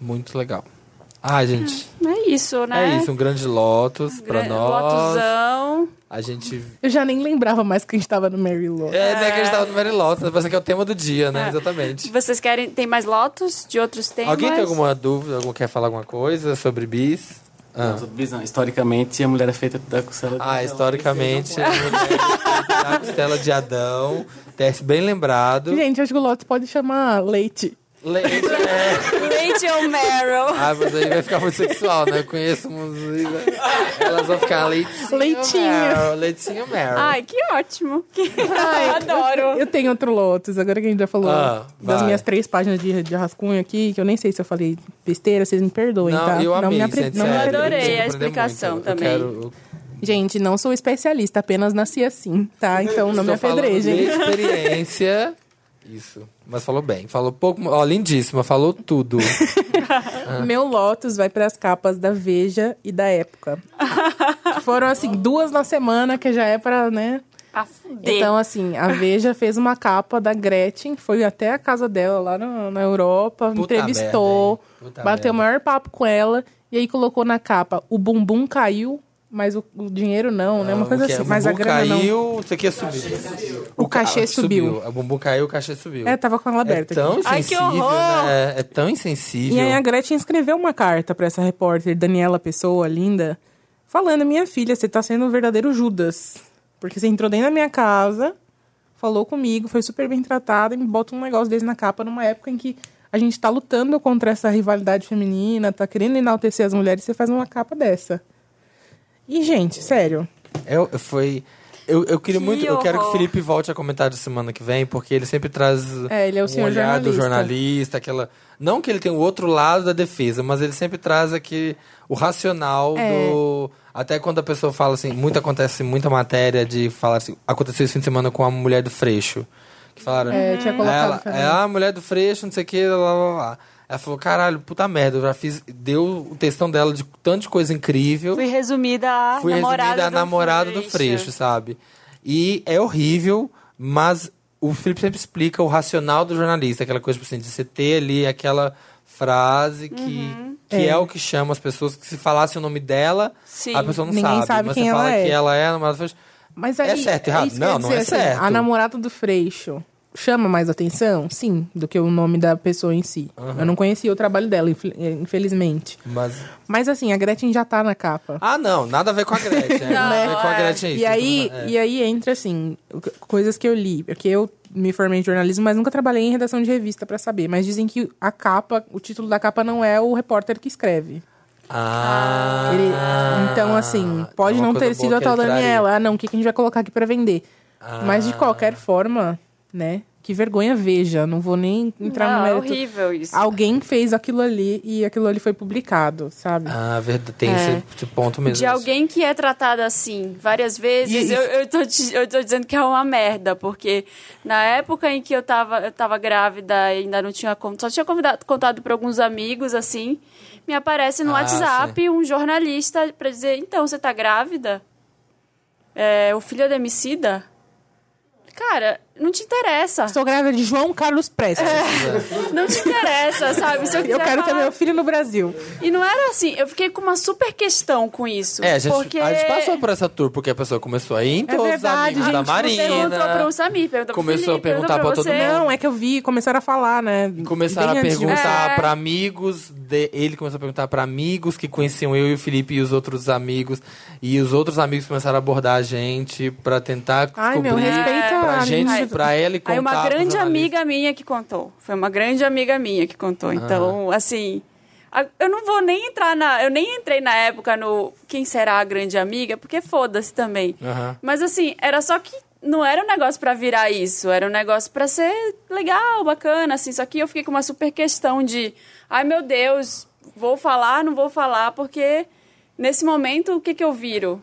Speaker 1: Muito legal. Ah, gente,
Speaker 3: É isso, né?
Speaker 1: é isso. Um grande Lotus pra
Speaker 3: Gran-
Speaker 1: nós.
Speaker 3: Lotuzão.
Speaker 1: A gente...
Speaker 2: Eu já nem lembrava mais que a gente tava no Mary Lou.
Speaker 1: É, né, que a gente tava no Mary Lotus. Parece que é o tema do dia, né? Exatamente.
Speaker 3: Vocês querem. Tem mais lotos de outros temas?
Speaker 1: Alguém tem alguma dúvida? Algum quer falar alguma coisa sobre bis? Ah.
Speaker 9: Não, sobre bis não. Historicamente, a mulher é feita da costela de
Speaker 1: Ah,
Speaker 9: Adão.
Speaker 1: historicamente, a
Speaker 3: né?
Speaker 1: mulher da costela de Adão. Teste bem lembrado.
Speaker 2: Gente, acho que o Lotus pode chamar leite.
Speaker 1: Leite, é.
Speaker 3: Rachel Merrill.
Speaker 1: Ah, mas aí vai ficar muito sexual, né? Eu conheço umas. Elas vão ficar leitinho.
Speaker 2: Leitinho.
Speaker 1: Meryl, leitinho Meryl.
Speaker 3: Ai, que ótimo.
Speaker 2: Adoro. Eu tenho outro Lotus, agora que a gente já falou
Speaker 1: Ah,
Speaker 2: das
Speaker 1: vai.
Speaker 2: minhas três páginas de, de rascunho aqui, que eu nem sei se eu falei besteira, vocês me perdoem,
Speaker 1: não,
Speaker 2: tá?
Speaker 1: eu amei,
Speaker 2: me apre-
Speaker 1: gente,
Speaker 2: me
Speaker 1: sério,
Speaker 2: apre-
Speaker 1: eu
Speaker 3: Adorei
Speaker 1: preciso
Speaker 3: a
Speaker 1: aprender
Speaker 3: explicação
Speaker 1: muito. Eu
Speaker 3: também.
Speaker 1: quero- eu
Speaker 2: Gente, não sou especialista, apenas nasci assim, tá? Então não me
Speaker 1: estou falando
Speaker 2: apedrejem.
Speaker 1: de experiência. Isso. Mas falou bem. Falou pouco. Ó, lindíssima. Falou tudo.
Speaker 2: Meu Lotus vai para as capas da Veja e da Época. Que Foram, assim, duas na semana, que já é pra, né?
Speaker 3: Pra fuder.
Speaker 2: Então, assim, a Veja fez uma capa da Gretchen, foi até a casa dela lá na, na Europa,
Speaker 1: Puta
Speaker 2: entrevistou,
Speaker 1: merda, hein? Puta
Speaker 2: bateu o
Speaker 1: merda.
Speaker 2: maior papo com ela, e aí colocou na capa: o bumbum caiu, mas o, o dinheiro não, né? Uma coisa
Speaker 1: O que é?
Speaker 2: assim,
Speaker 1: O
Speaker 2: mas a
Speaker 1: bumbum
Speaker 2: grana não.
Speaker 1: caiu, isso aqui é subiu.
Speaker 2: O cachê
Speaker 1: Ah,
Speaker 2: subiu.
Speaker 1: O bumbum caiu, o cachê subiu.
Speaker 2: É, tava com ela aberta.
Speaker 1: É tão
Speaker 2: aqui.
Speaker 1: insensível,
Speaker 3: Ai, que horror!
Speaker 1: né? É tão
Speaker 2: E
Speaker 1: insensível.
Speaker 2: aí a Gretchen escreveu uma carta pra essa repórter, Daniela Pessoa, linda, falando: "Minha filha, você tá sendo um verdadeiro Judas, porque você entrou dentro da minha casa, falou comigo, foi super bem tratada e me bota um negócio desse na capa numa época em que a gente tá lutando contra essa rivalidade feminina, tá querendo enaltecer as mulheres, você faz uma capa dessa". E gente, sério,
Speaker 1: É, foi... Eu, eu queria
Speaker 3: Que
Speaker 1: muito... Eu quero que o
Speaker 3: horror.
Speaker 1: Felipe volte a comentar de semana que vem, porque ele sempre traz
Speaker 2: É, ele é o
Speaker 1: um
Speaker 2: senhor
Speaker 1: olhar do
Speaker 2: jornalista.
Speaker 1: jornalista, aquela... Não que ele tenha o outro lado da defesa, mas ele sempre traz aqui o racional
Speaker 2: É.
Speaker 1: do... Até quando a pessoa fala assim... Muito acontece, muita matéria de falar assim... Aconteceu esse fim de semana com a mulher do Freixo. Que falaram...
Speaker 2: É, eu tinha colocado
Speaker 1: Ela,
Speaker 2: também.
Speaker 1: é a mulher do Freixo, não sei o que, lá, lá, lá. Ela falou, caralho, puta merda, eu já fiz... Deu o textão dela de tanta coisa incrível
Speaker 3: Fui resumida a
Speaker 1: fui
Speaker 3: namorada
Speaker 1: resumida a
Speaker 3: do
Speaker 1: namorada do Freixo, sabe? E é horrível, mas o Felipe sempre explica o racional do jornalista, aquela coisa tipo assim, de você ter ali aquela frase que,
Speaker 3: Uhum.
Speaker 1: que é. o que chama as pessoas, que se falasse o nome dela,
Speaker 3: Sim.
Speaker 1: a pessoa não
Speaker 2: Ninguém
Speaker 1: sabe,
Speaker 2: sabe
Speaker 1: mas
Speaker 2: quem
Speaker 1: você
Speaker 2: ela
Speaker 1: fala
Speaker 2: é.
Speaker 1: que ela é a namorada do Freixo.
Speaker 2: Mas
Speaker 1: É
Speaker 2: aí,
Speaker 1: certo, errado?
Speaker 2: isso que
Speaker 1: Não,
Speaker 2: eu ia
Speaker 1: não
Speaker 2: dizer, assim,
Speaker 1: é certo.
Speaker 2: A namorada do Freixo chama mais atenção, sim, do que o nome da pessoa em si. Eu não conhecia o trabalho dela, infel- eh, infelizmente.
Speaker 1: Mas...
Speaker 2: Mas assim, a Gretchen já tá na capa.
Speaker 1: Ah, não, nada a ver com a Gretchen. né? nada a ver com
Speaker 3: é.
Speaker 1: a Gretchen. isso,
Speaker 2: e, aí,
Speaker 1: isso, é.
Speaker 2: e aí entra, assim, o- coisas que eu li. Porque eu me formei em jornalismo, mas nunca trabalhei em redação de revista pra saber. Mas dizem que a capa, o título da capa não é o repórter que escreve.
Speaker 1: Ah,
Speaker 2: Ele- então, assim, pode
Speaker 1: uma
Speaker 2: não
Speaker 1: coisa boa
Speaker 2: ter sido a
Speaker 1: que é
Speaker 2: tal
Speaker 1: ele traria.
Speaker 2: Daniela. Ah, não, o que, que a gente vai colocar aqui pra vender? Mas
Speaker 1: Ah.
Speaker 2: de qualquer forma, né? Que vergonha, veja. Não vou nem entrar
Speaker 3: Não,
Speaker 2: no
Speaker 3: é
Speaker 2: mérito.
Speaker 3: horrível isso.
Speaker 2: Alguém fez aquilo ali e aquilo ali foi publicado, sabe?
Speaker 1: Ah, verdade, tem esse, esse ponto mesmo.
Speaker 3: É.
Speaker 1: assim.
Speaker 3: De alguém que é tratada assim várias vezes,
Speaker 1: E-
Speaker 3: eu, eu, tô, te- eu tô dizendo que é uma merda, porque na época em que eu tava, eu tava grávida e ainda não tinha conto, só tinha convidado, contado para alguns amigos, assim, me aparece no
Speaker 1: Ah,
Speaker 3: WhatsApp um jornalista pra dizer, então, você tá grávida? É, o filho é demicida? Cara, não te interessa.
Speaker 2: Sou grávida de João Carlos Prestes.
Speaker 3: É, Não te interessa, sabe? Se eu,
Speaker 2: Eu
Speaker 3: quiser
Speaker 2: quero ter
Speaker 3: falar-
Speaker 2: meu filho no Brasil.
Speaker 3: E não era assim, eu fiquei com uma super questão com isso.
Speaker 1: É, a gente,
Speaker 3: porque... É
Speaker 1: a gente passou por essa tour, porque a pessoa começou a ir em todos
Speaker 2: verdade,
Speaker 1: os amigos da
Speaker 2: gente,
Speaker 3: Perguntou um para
Speaker 1: Marina.
Speaker 3: o Samir, perguntou pro
Speaker 1: Começou
Speaker 3: Felipe,
Speaker 1: a perguntar
Speaker 3: perguntou
Speaker 1: pra
Speaker 3: pra
Speaker 1: todo
Speaker 3: você.
Speaker 2: Não, é que eu vi, começaram a falar, né?
Speaker 1: Começaram
Speaker 2: Bem
Speaker 1: a
Speaker 2: antes de você.
Speaker 1: perguntar
Speaker 3: É.
Speaker 1: pra amigos. de- ele começou a perguntar pra amigos que conheciam eu e o Felipe e os outros amigos. E os outros amigos começaram a abordar a gente pra tentar
Speaker 2: Ai, meu,
Speaker 1: descobrir
Speaker 2: respeita
Speaker 1: pra
Speaker 2: a
Speaker 1: gente,
Speaker 2: minha-
Speaker 1: pra ela e contar.
Speaker 3: Aí uma
Speaker 1: pro
Speaker 3: grande
Speaker 1: jornalista.
Speaker 3: amiga minha que contou. Foi uma grande amiga minha que contou. Então, assim, a- eu não vou nem entrar na, eu nem entrei na época no quem será a grande amiga, porque foda-se também.
Speaker 1: Aham.
Speaker 3: Mas assim, era só que não era um negócio pra virar isso, era um negócio pra ser legal, bacana, assim. Só que eu fiquei com uma super questão de, ai meu Deus, vou falar, não vou falar, porque nesse momento o que que eu viro?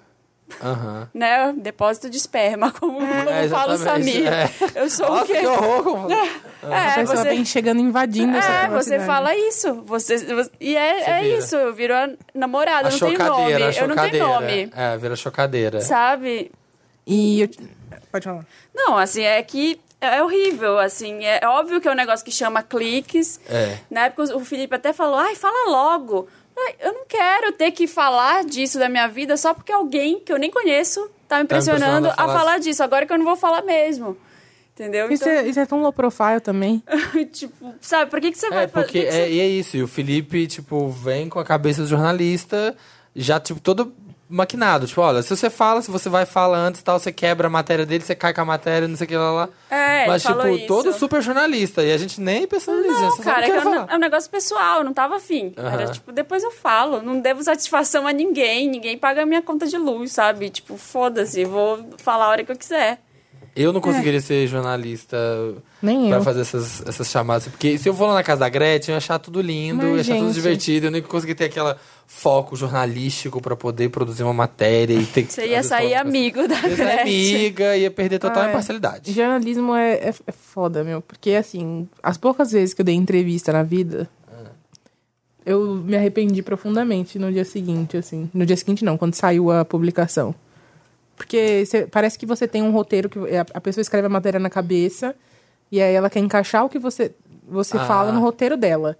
Speaker 1: Aham.
Speaker 3: né, depósito de esperma, como, como
Speaker 1: É,
Speaker 3: fala o
Speaker 1: exatamente,
Speaker 3: Samir.
Speaker 1: é.
Speaker 3: Eu sou o
Speaker 1: Nossa,
Speaker 3: quê?
Speaker 1: que horror! como-
Speaker 2: A
Speaker 3: É,
Speaker 2: pessoa assim,
Speaker 3: você,
Speaker 2: vem chegando invadindo essa
Speaker 3: é, você
Speaker 2: privacidade.
Speaker 3: fala isso. Você, você- e é, é
Speaker 1: vira.
Speaker 3: isso, eu viro a namorada,
Speaker 1: A
Speaker 3: não tem nome.
Speaker 1: chocadeira, a
Speaker 3: Eu não tenho
Speaker 1: chocadeira.
Speaker 3: nome.
Speaker 1: É, vira chocadeira.
Speaker 3: Sabe?
Speaker 2: E eu... Pode falar.
Speaker 3: Não, assim, é que é, é horrível, assim. É, é óbvio que é um negócio que chama cliques.
Speaker 1: É.
Speaker 3: Na época, os- o Felipe até falou, ai, fala logo. Ai, Eu não quero ter que falar disso da minha vida só porque alguém que eu nem conheço tá me
Speaker 1: pressionando
Speaker 3: pressionando
Speaker 1: a
Speaker 3: a
Speaker 1: falar-
Speaker 3: falar disso. Agora que eu não vou falar mesmo. Entendeu? Então,
Speaker 2: Isso, é, isso é tão low profile também.
Speaker 3: tipo, sabe, por que, que você vai
Speaker 1: É,
Speaker 3: fa-
Speaker 1: porque
Speaker 3: por que que
Speaker 1: é, e é isso. E o Felipe, tipo, vem com a cabeça do jornalista, já, tipo, todo maquinado. Tipo, olha, se você fala, se você vai fala antes e tal, você quebra a matéria dele, você cai com a matéria, não sei o que lá. lá.
Speaker 3: É, ele
Speaker 1: Mas, tipo,
Speaker 3: falou isso.
Speaker 1: todo super jornalista. E a gente nem pensou nisso. a gente
Speaker 3: Não,
Speaker 1: só
Speaker 3: cara, é,
Speaker 1: quer
Speaker 3: que é um-
Speaker 1: falar.
Speaker 3: é um negócio pessoal, eu não tava afim. Era
Speaker 1: Aham.
Speaker 3: tipo, depois eu falo, não devo satisfação a ninguém, ninguém paga a minha conta de luz, sabe? Tipo, foda-se, vou falar a hora que eu É. quiser.
Speaker 1: Eu não conseguiria ser jornalista
Speaker 2: Nem
Speaker 1: pra
Speaker 2: eu.
Speaker 1: fazer essas, essas chamadas. Porque se eu vou lá na casa da Gretchen, eu ia achar tudo lindo,
Speaker 2: Mas,
Speaker 1: eu ia achar tudo
Speaker 2: gente.
Speaker 1: divertido. Eu nem consegui ter aquele foco jornalístico pra poder produzir uma matéria e ter que.
Speaker 3: Você ia
Speaker 1: às vezes, falar
Speaker 3: sair
Speaker 1: com as
Speaker 3: amigo
Speaker 1: Ia
Speaker 3: da
Speaker 1: sair
Speaker 3: Gretchen.
Speaker 1: é amiga, ia perder total
Speaker 2: É. Ah, é.
Speaker 1: imparcialidade.
Speaker 2: Jornalismo é, é, é foda, meu. Porque, assim, as poucas vezes que eu dei entrevista na vida,
Speaker 1: Ah.
Speaker 2: eu me arrependi profundamente no dia seguinte, assim. No dia seguinte, não, quando saiu a publicação. Porque cê- parece que você tem um roteiro que a, a pessoa escreve a matéria na cabeça e aí ela quer encaixar o que você, você
Speaker 1: Ah.
Speaker 2: fala no roteiro dela.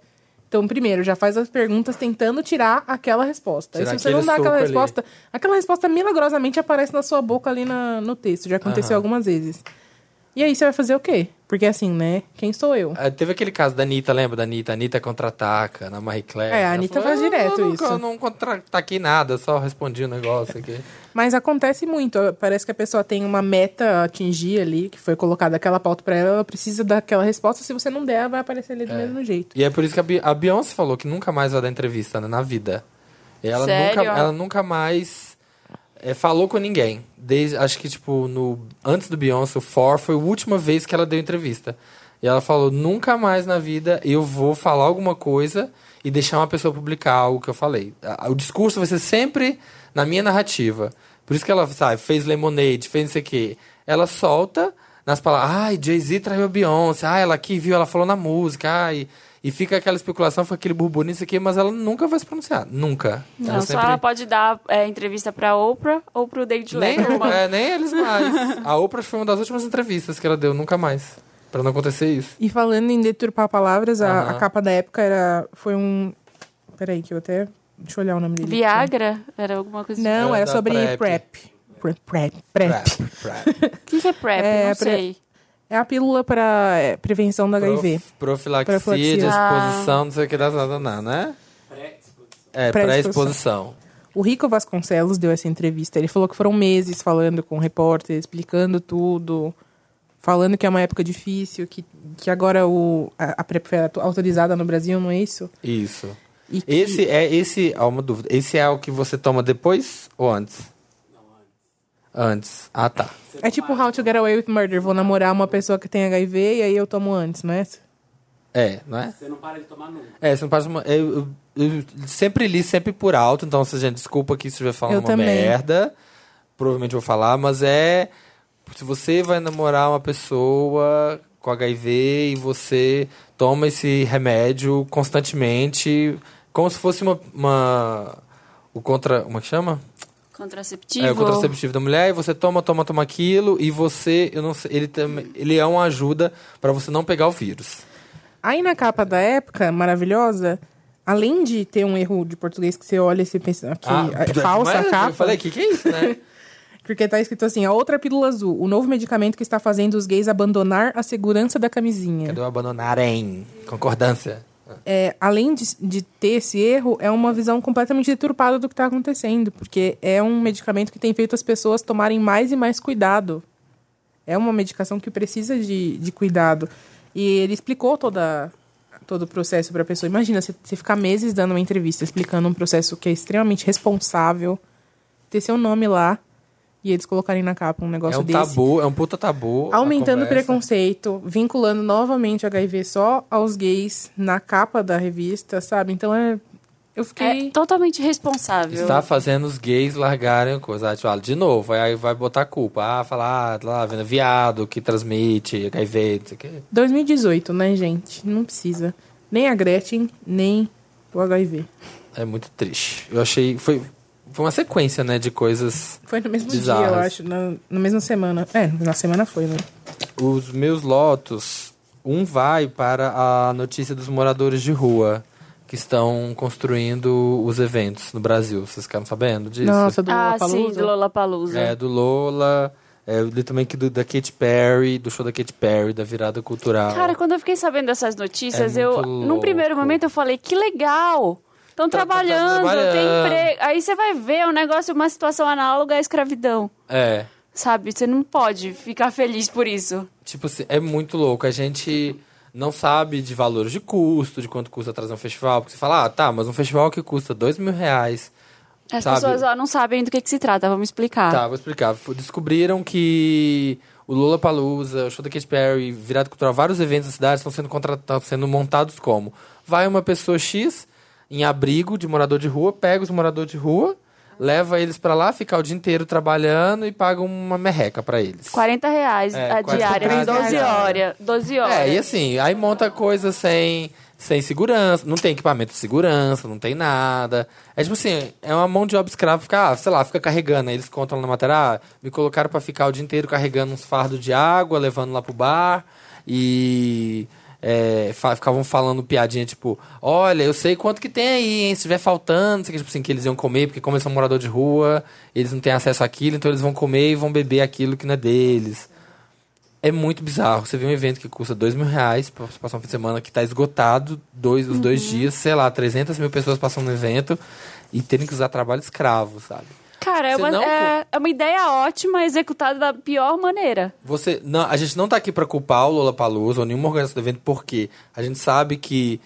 Speaker 2: Então, primeiro, já faz as perguntas tentando tirar aquela resposta.
Speaker 1: Tirar
Speaker 2: e se você não
Speaker 1: aquele
Speaker 2: dá aquela
Speaker 1: soco ali.
Speaker 2: resposta, aquela resposta milagrosamente aparece na sua boca ali na- no texto. Já aconteceu
Speaker 1: Aham.
Speaker 2: algumas vezes. E aí você vai fazer o quê? Porque assim, né? Quem sou eu?
Speaker 1: Ah, teve aquele caso da Anitta, lembra da Anitta? Anitta contra-ataca na Marie Claire.
Speaker 2: É, a
Speaker 1: Ela
Speaker 2: Anitta
Speaker 1: falou,
Speaker 2: faz
Speaker 1: "Eu não-
Speaker 2: direto
Speaker 1: eu
Speaker 2: isso."
Speaker 1: Não, eu não contra-ataquei nada, só respondi o negócio aqui.
Speaker 2: Mas acontece muito. Parece que a pessoa tem uma meta a atingir ali, que foi colocada aquela pauta pra ela, ela precisa daquela resposta. Se você não der, ela vai aparecer ali do mesmo jeito.
Speaker 1: E é por isso que a Bi- a Beyoncé falou que nunca mais vai dar entrevista né, na vida. E ela,
Speaker 3: Sério?
Speaker 1: nunca, ela nunca mais é, falou com ninguém. Desde, acho que, tipo, no, antes do Beyoncé, o For foi a última vez que ela deu entrevista. E ela falou: nunca mais na vida eu vou falar alguma coisa e deixar uma pessoa publicar algo que eu falei. A- O discurso vai ser sempre na minha narrativa. Por isso que ela, sabe, fez Lemonade, fez não sei o quê. Ela solta nas palavras: ai, Jay-Z traiu a Beyoncé, ai, ela aqui viu, ela falou na música, ai. E fica aquela especulação, fica aquele burburinho, isso aqui, mas ela nunca vai se pronunciar. Nunca.
Speaker 3: Não, só ela pode dar é, entrevista pra Oprah ou pro David
Speaker 1: Nem,
Speaker 3: Letterman.
Speaker 1: é, nem eles mais. A Oprah foi uma das últimas entrevistas que ela deu, nunca mais. Pra não acontecer isso.
Speaker 2: E falando em deturpar palavras, a,
Speaker 1: Aham.
Speaker 2: a capa da época era. Foi um. Peraí, que eu até. Deixa eu olhar o nome dele.
Speaker 3: Viagra? Era alguma coisa assim.
Speaker 2: Não,
Speaker 1: É
Speaker 2: era
Speaker 1: da
Speaker 2: sobre
Speaker 1: PrEP.
Speaker 2: PrEP. PrEP. PrEP. PrEP.
Speaker 3: O que, que é PrEP?
Speaker 2: É,
Speaker 3: não
Speaker 2: pre-
Speaker 3: sei.
Speaker 2: É a pílula para é, prevenção do HIV.
Speaker 1: Prof- profilaxia,
Speaker 2: Profilaxia.
Speaker 1: de
Speaker 3: Ah.
Speaker 1: exposição, não sei o que, dá, dá, dá, dá, né? É,
Speaker 2: Pré-exposição.
Speaker 1: pré-exposição.
Speaker 2: O Rico Vasconcelos deu essa entrevista. Ele falou que foram meses falando com o repórter, explicando tudo, falando que é uma época difícil, que, que agora o, a, a PrEP foi atu- autorizada no Brasil, não é isso?
Speaker 1: Isso.
Speaker 2: E que-
Speaker 1: Esse é esse, há uma dúvida. Esse é o que você toma depois ou antes? Antes. Ah, tá.
Speaker 2: É tipo How to Get Away with Murder. Vou namorar uma pessoa que tem HIV e aí eu tomo antes, não é? isso?
Speaker 1: É, não é?
Speaker 9: Você não para de tomar nunca.
Speaker 1: É, você não passa uma. Eu, eu- eu sempre li sempre por alto, então, se, gente, desculpa aqui se estiver falando
Speaker 2: Eu
Speaker 1: uma
Speaker 2: também.
Speaker 1: merda. Provavelmente vou falar, mas é. Se você vai namorar uma pessoa com HIV e você toma esse remédio constantemente, como se fosse uma. uma o contra. Como é que chama?
Speaker 3: Contraceptivo?
Speaker 1: É, o contraceptivo da mulher, e você toma, toma, toma aquilo, e você, eu não sei, ele, também- ele é uma ajuda pra você não pegar o vírus.
Speaker 2: Aí na capa da época, maravilhosa, além de ter um erro de português que você olha e você pensa que é falsa a
Speaker 1: Ah, mas
Speaker 2: capa.
Speaker 1: Eu falei, o que, que é isso, né?
Speaker 2: Porque tá escrito assim, a outra pílula azul, o novo medicamento que está fazendo os gays abandonar a segurança da camisinha.
Speaker 1: Cadê o abandonarem? Concordância.
Speaker 2: É, além de, de ter esse erro, é uma visão completamente deturpada do que está acontecendo, porque é um medicamento que tem feito as pessoas tomarem mais e mais cuidado. É uma medicação que precisa de, de cuidado. E ele explicou toda, todo o processo para a pessoa. Imagina você você ficar meses dando uma entrevista explicando um processo que é extremamente responsável, ter seu nome lá e eles colocarem na capa um negócio
Speaker 1: é um
Speaker 2: desse.
Speaker 1: tabu, é um puta tabu. a
Speaker 2: Aumentando o
Speaker 1: conversa.
Speaker 2: preconceito, vinculando novamente o HIV só aos gays na capa da revista, sabe? Então é. Eu fiquei.
Speaker 3: É totalmente responsável.
Speaker 1: Está fazendo os gays largarem a coisa. Ah, tipo, ah, de novo, aí vai botar culpa. Ah, falar, ah, tá lá, vendo viado que transmite HIV, não sei o quê.
Speaker 2: 2018, né, gente? Não precisa. Nem a Gretchen, nem o HIV.
Speaker 1: É muito triste. Eu achei. Foi Foi uma sequência, né, de coisas.
Speaker 2: Foi no mesmo dia, eu
Speaker 1: Bizarras.
Speaker 2: acho. Na, na mesma semana. É, na semana foi, né?
Speaker 1: Os meus lotos, um vai para a notícia dos moradores de rua que estão construindo os eventos no Brasil. Vocês ficaram sabendo disso?
Speaker 2: Nossa, do
Speaker 7: Ah, sim,
Speaker 2: Lollapalooza.
Speaker 7: do Lollapalooza.
Speaker 1: É, do Lola. É, eu li também que do, da Katy Perry, do show da Katy Perry, da virada cultural.
Speaker 3: Cara, quando eu fiquei sabendo dessas notícias,
Speaker 1: É
Speaker 3: eu,
Speaker 1: muito
Speaker 3: num primeiro
Speaker 1: louco.
Speaker 3: momento, eu falei, que legal! Estão
Speaker 1: Tá- tá- tá
Speaker 3: trabalhando, tem
Speaker 1: trabalhando.
Speaker 3: emprego. Aí você vai ver um negócio, uma situação análoga à escravidão.
Speaker 1: É.
Speaker 3: Sabe? Você não pode ficar feliz por isso.
Speaker 1: Tipo assim, é muito louco. A gente não sabe de valores de custo, de quanto custa trazer um festival. Porque você fala, ah, tá, mas um festival que custa dois mil reais.
Speaker 3: As
Speaker 1: Sabe?
Speaker 3: pessoas ó, não sabem do que, que se trata, vamos explicar.
Speaker 1: Tá, vou explicar. F- Descobriram que o Lollapalooza, o show da Katy Perry, virado cultural, vários eventos na cidade estão sendo contratados, sendo montados como? Vai uma pessoa X em abrigo de morador de rua, pega os moradores de rua, leva eles pra lá, fica o dia inteiro trabalhando e paga uma merreca pra eles.
Speaker 3: 40 reais
Speaker 1: É,
Speaker 3: a
Speaker 1: 40
Speaker 3: diária,
Speaker 1: reais
Speaker 3: 12
Speaker 1: a diária.
Speaker 3: horas. 12 horas.
Speaker 1: É, e assim, aí monta coisa sem, sem segurança, não tem equipamento de segurança, não tem nada. É tipo assim, é uma mão de obra escrava ficar, ah, sei lá, fica carregando. Aí eles contam lá na matéria, ah, me colocaram pra ficar o dia inteiro carregando uns fardos de água, levando lá pro bar e. é, fa- ficavam falando piadinha, tipo, olha, eu sei quanto que tem aí, hein? Se tiver faltando, não sei o que, tipo assim, que eles iam comer, porque como eles são morador de rua, eles não têm acesso àquilo, então eles vão comer e vão beber aquilo que não é deles. É muito bizarro. Você vê um evento que custa dois mil reais pra você passar um fim de semana que tá esgotado dois, os dois dias, sei lá, 300 mil pessoas passando no evento e terem que usar trabalho escravo, sabe?
Speaker 3: Cara, é
Speaker 1: Você
Speaker 3: uma,
Speaker 1: não-
Speaker 3: é- é uma ideia ótima, executada da pior maneira.
Speaker 1: Você, não, a gente não tá aqui pra culpar o Lollapalooza ou nenhuma organização do evento, porque a gente sabe que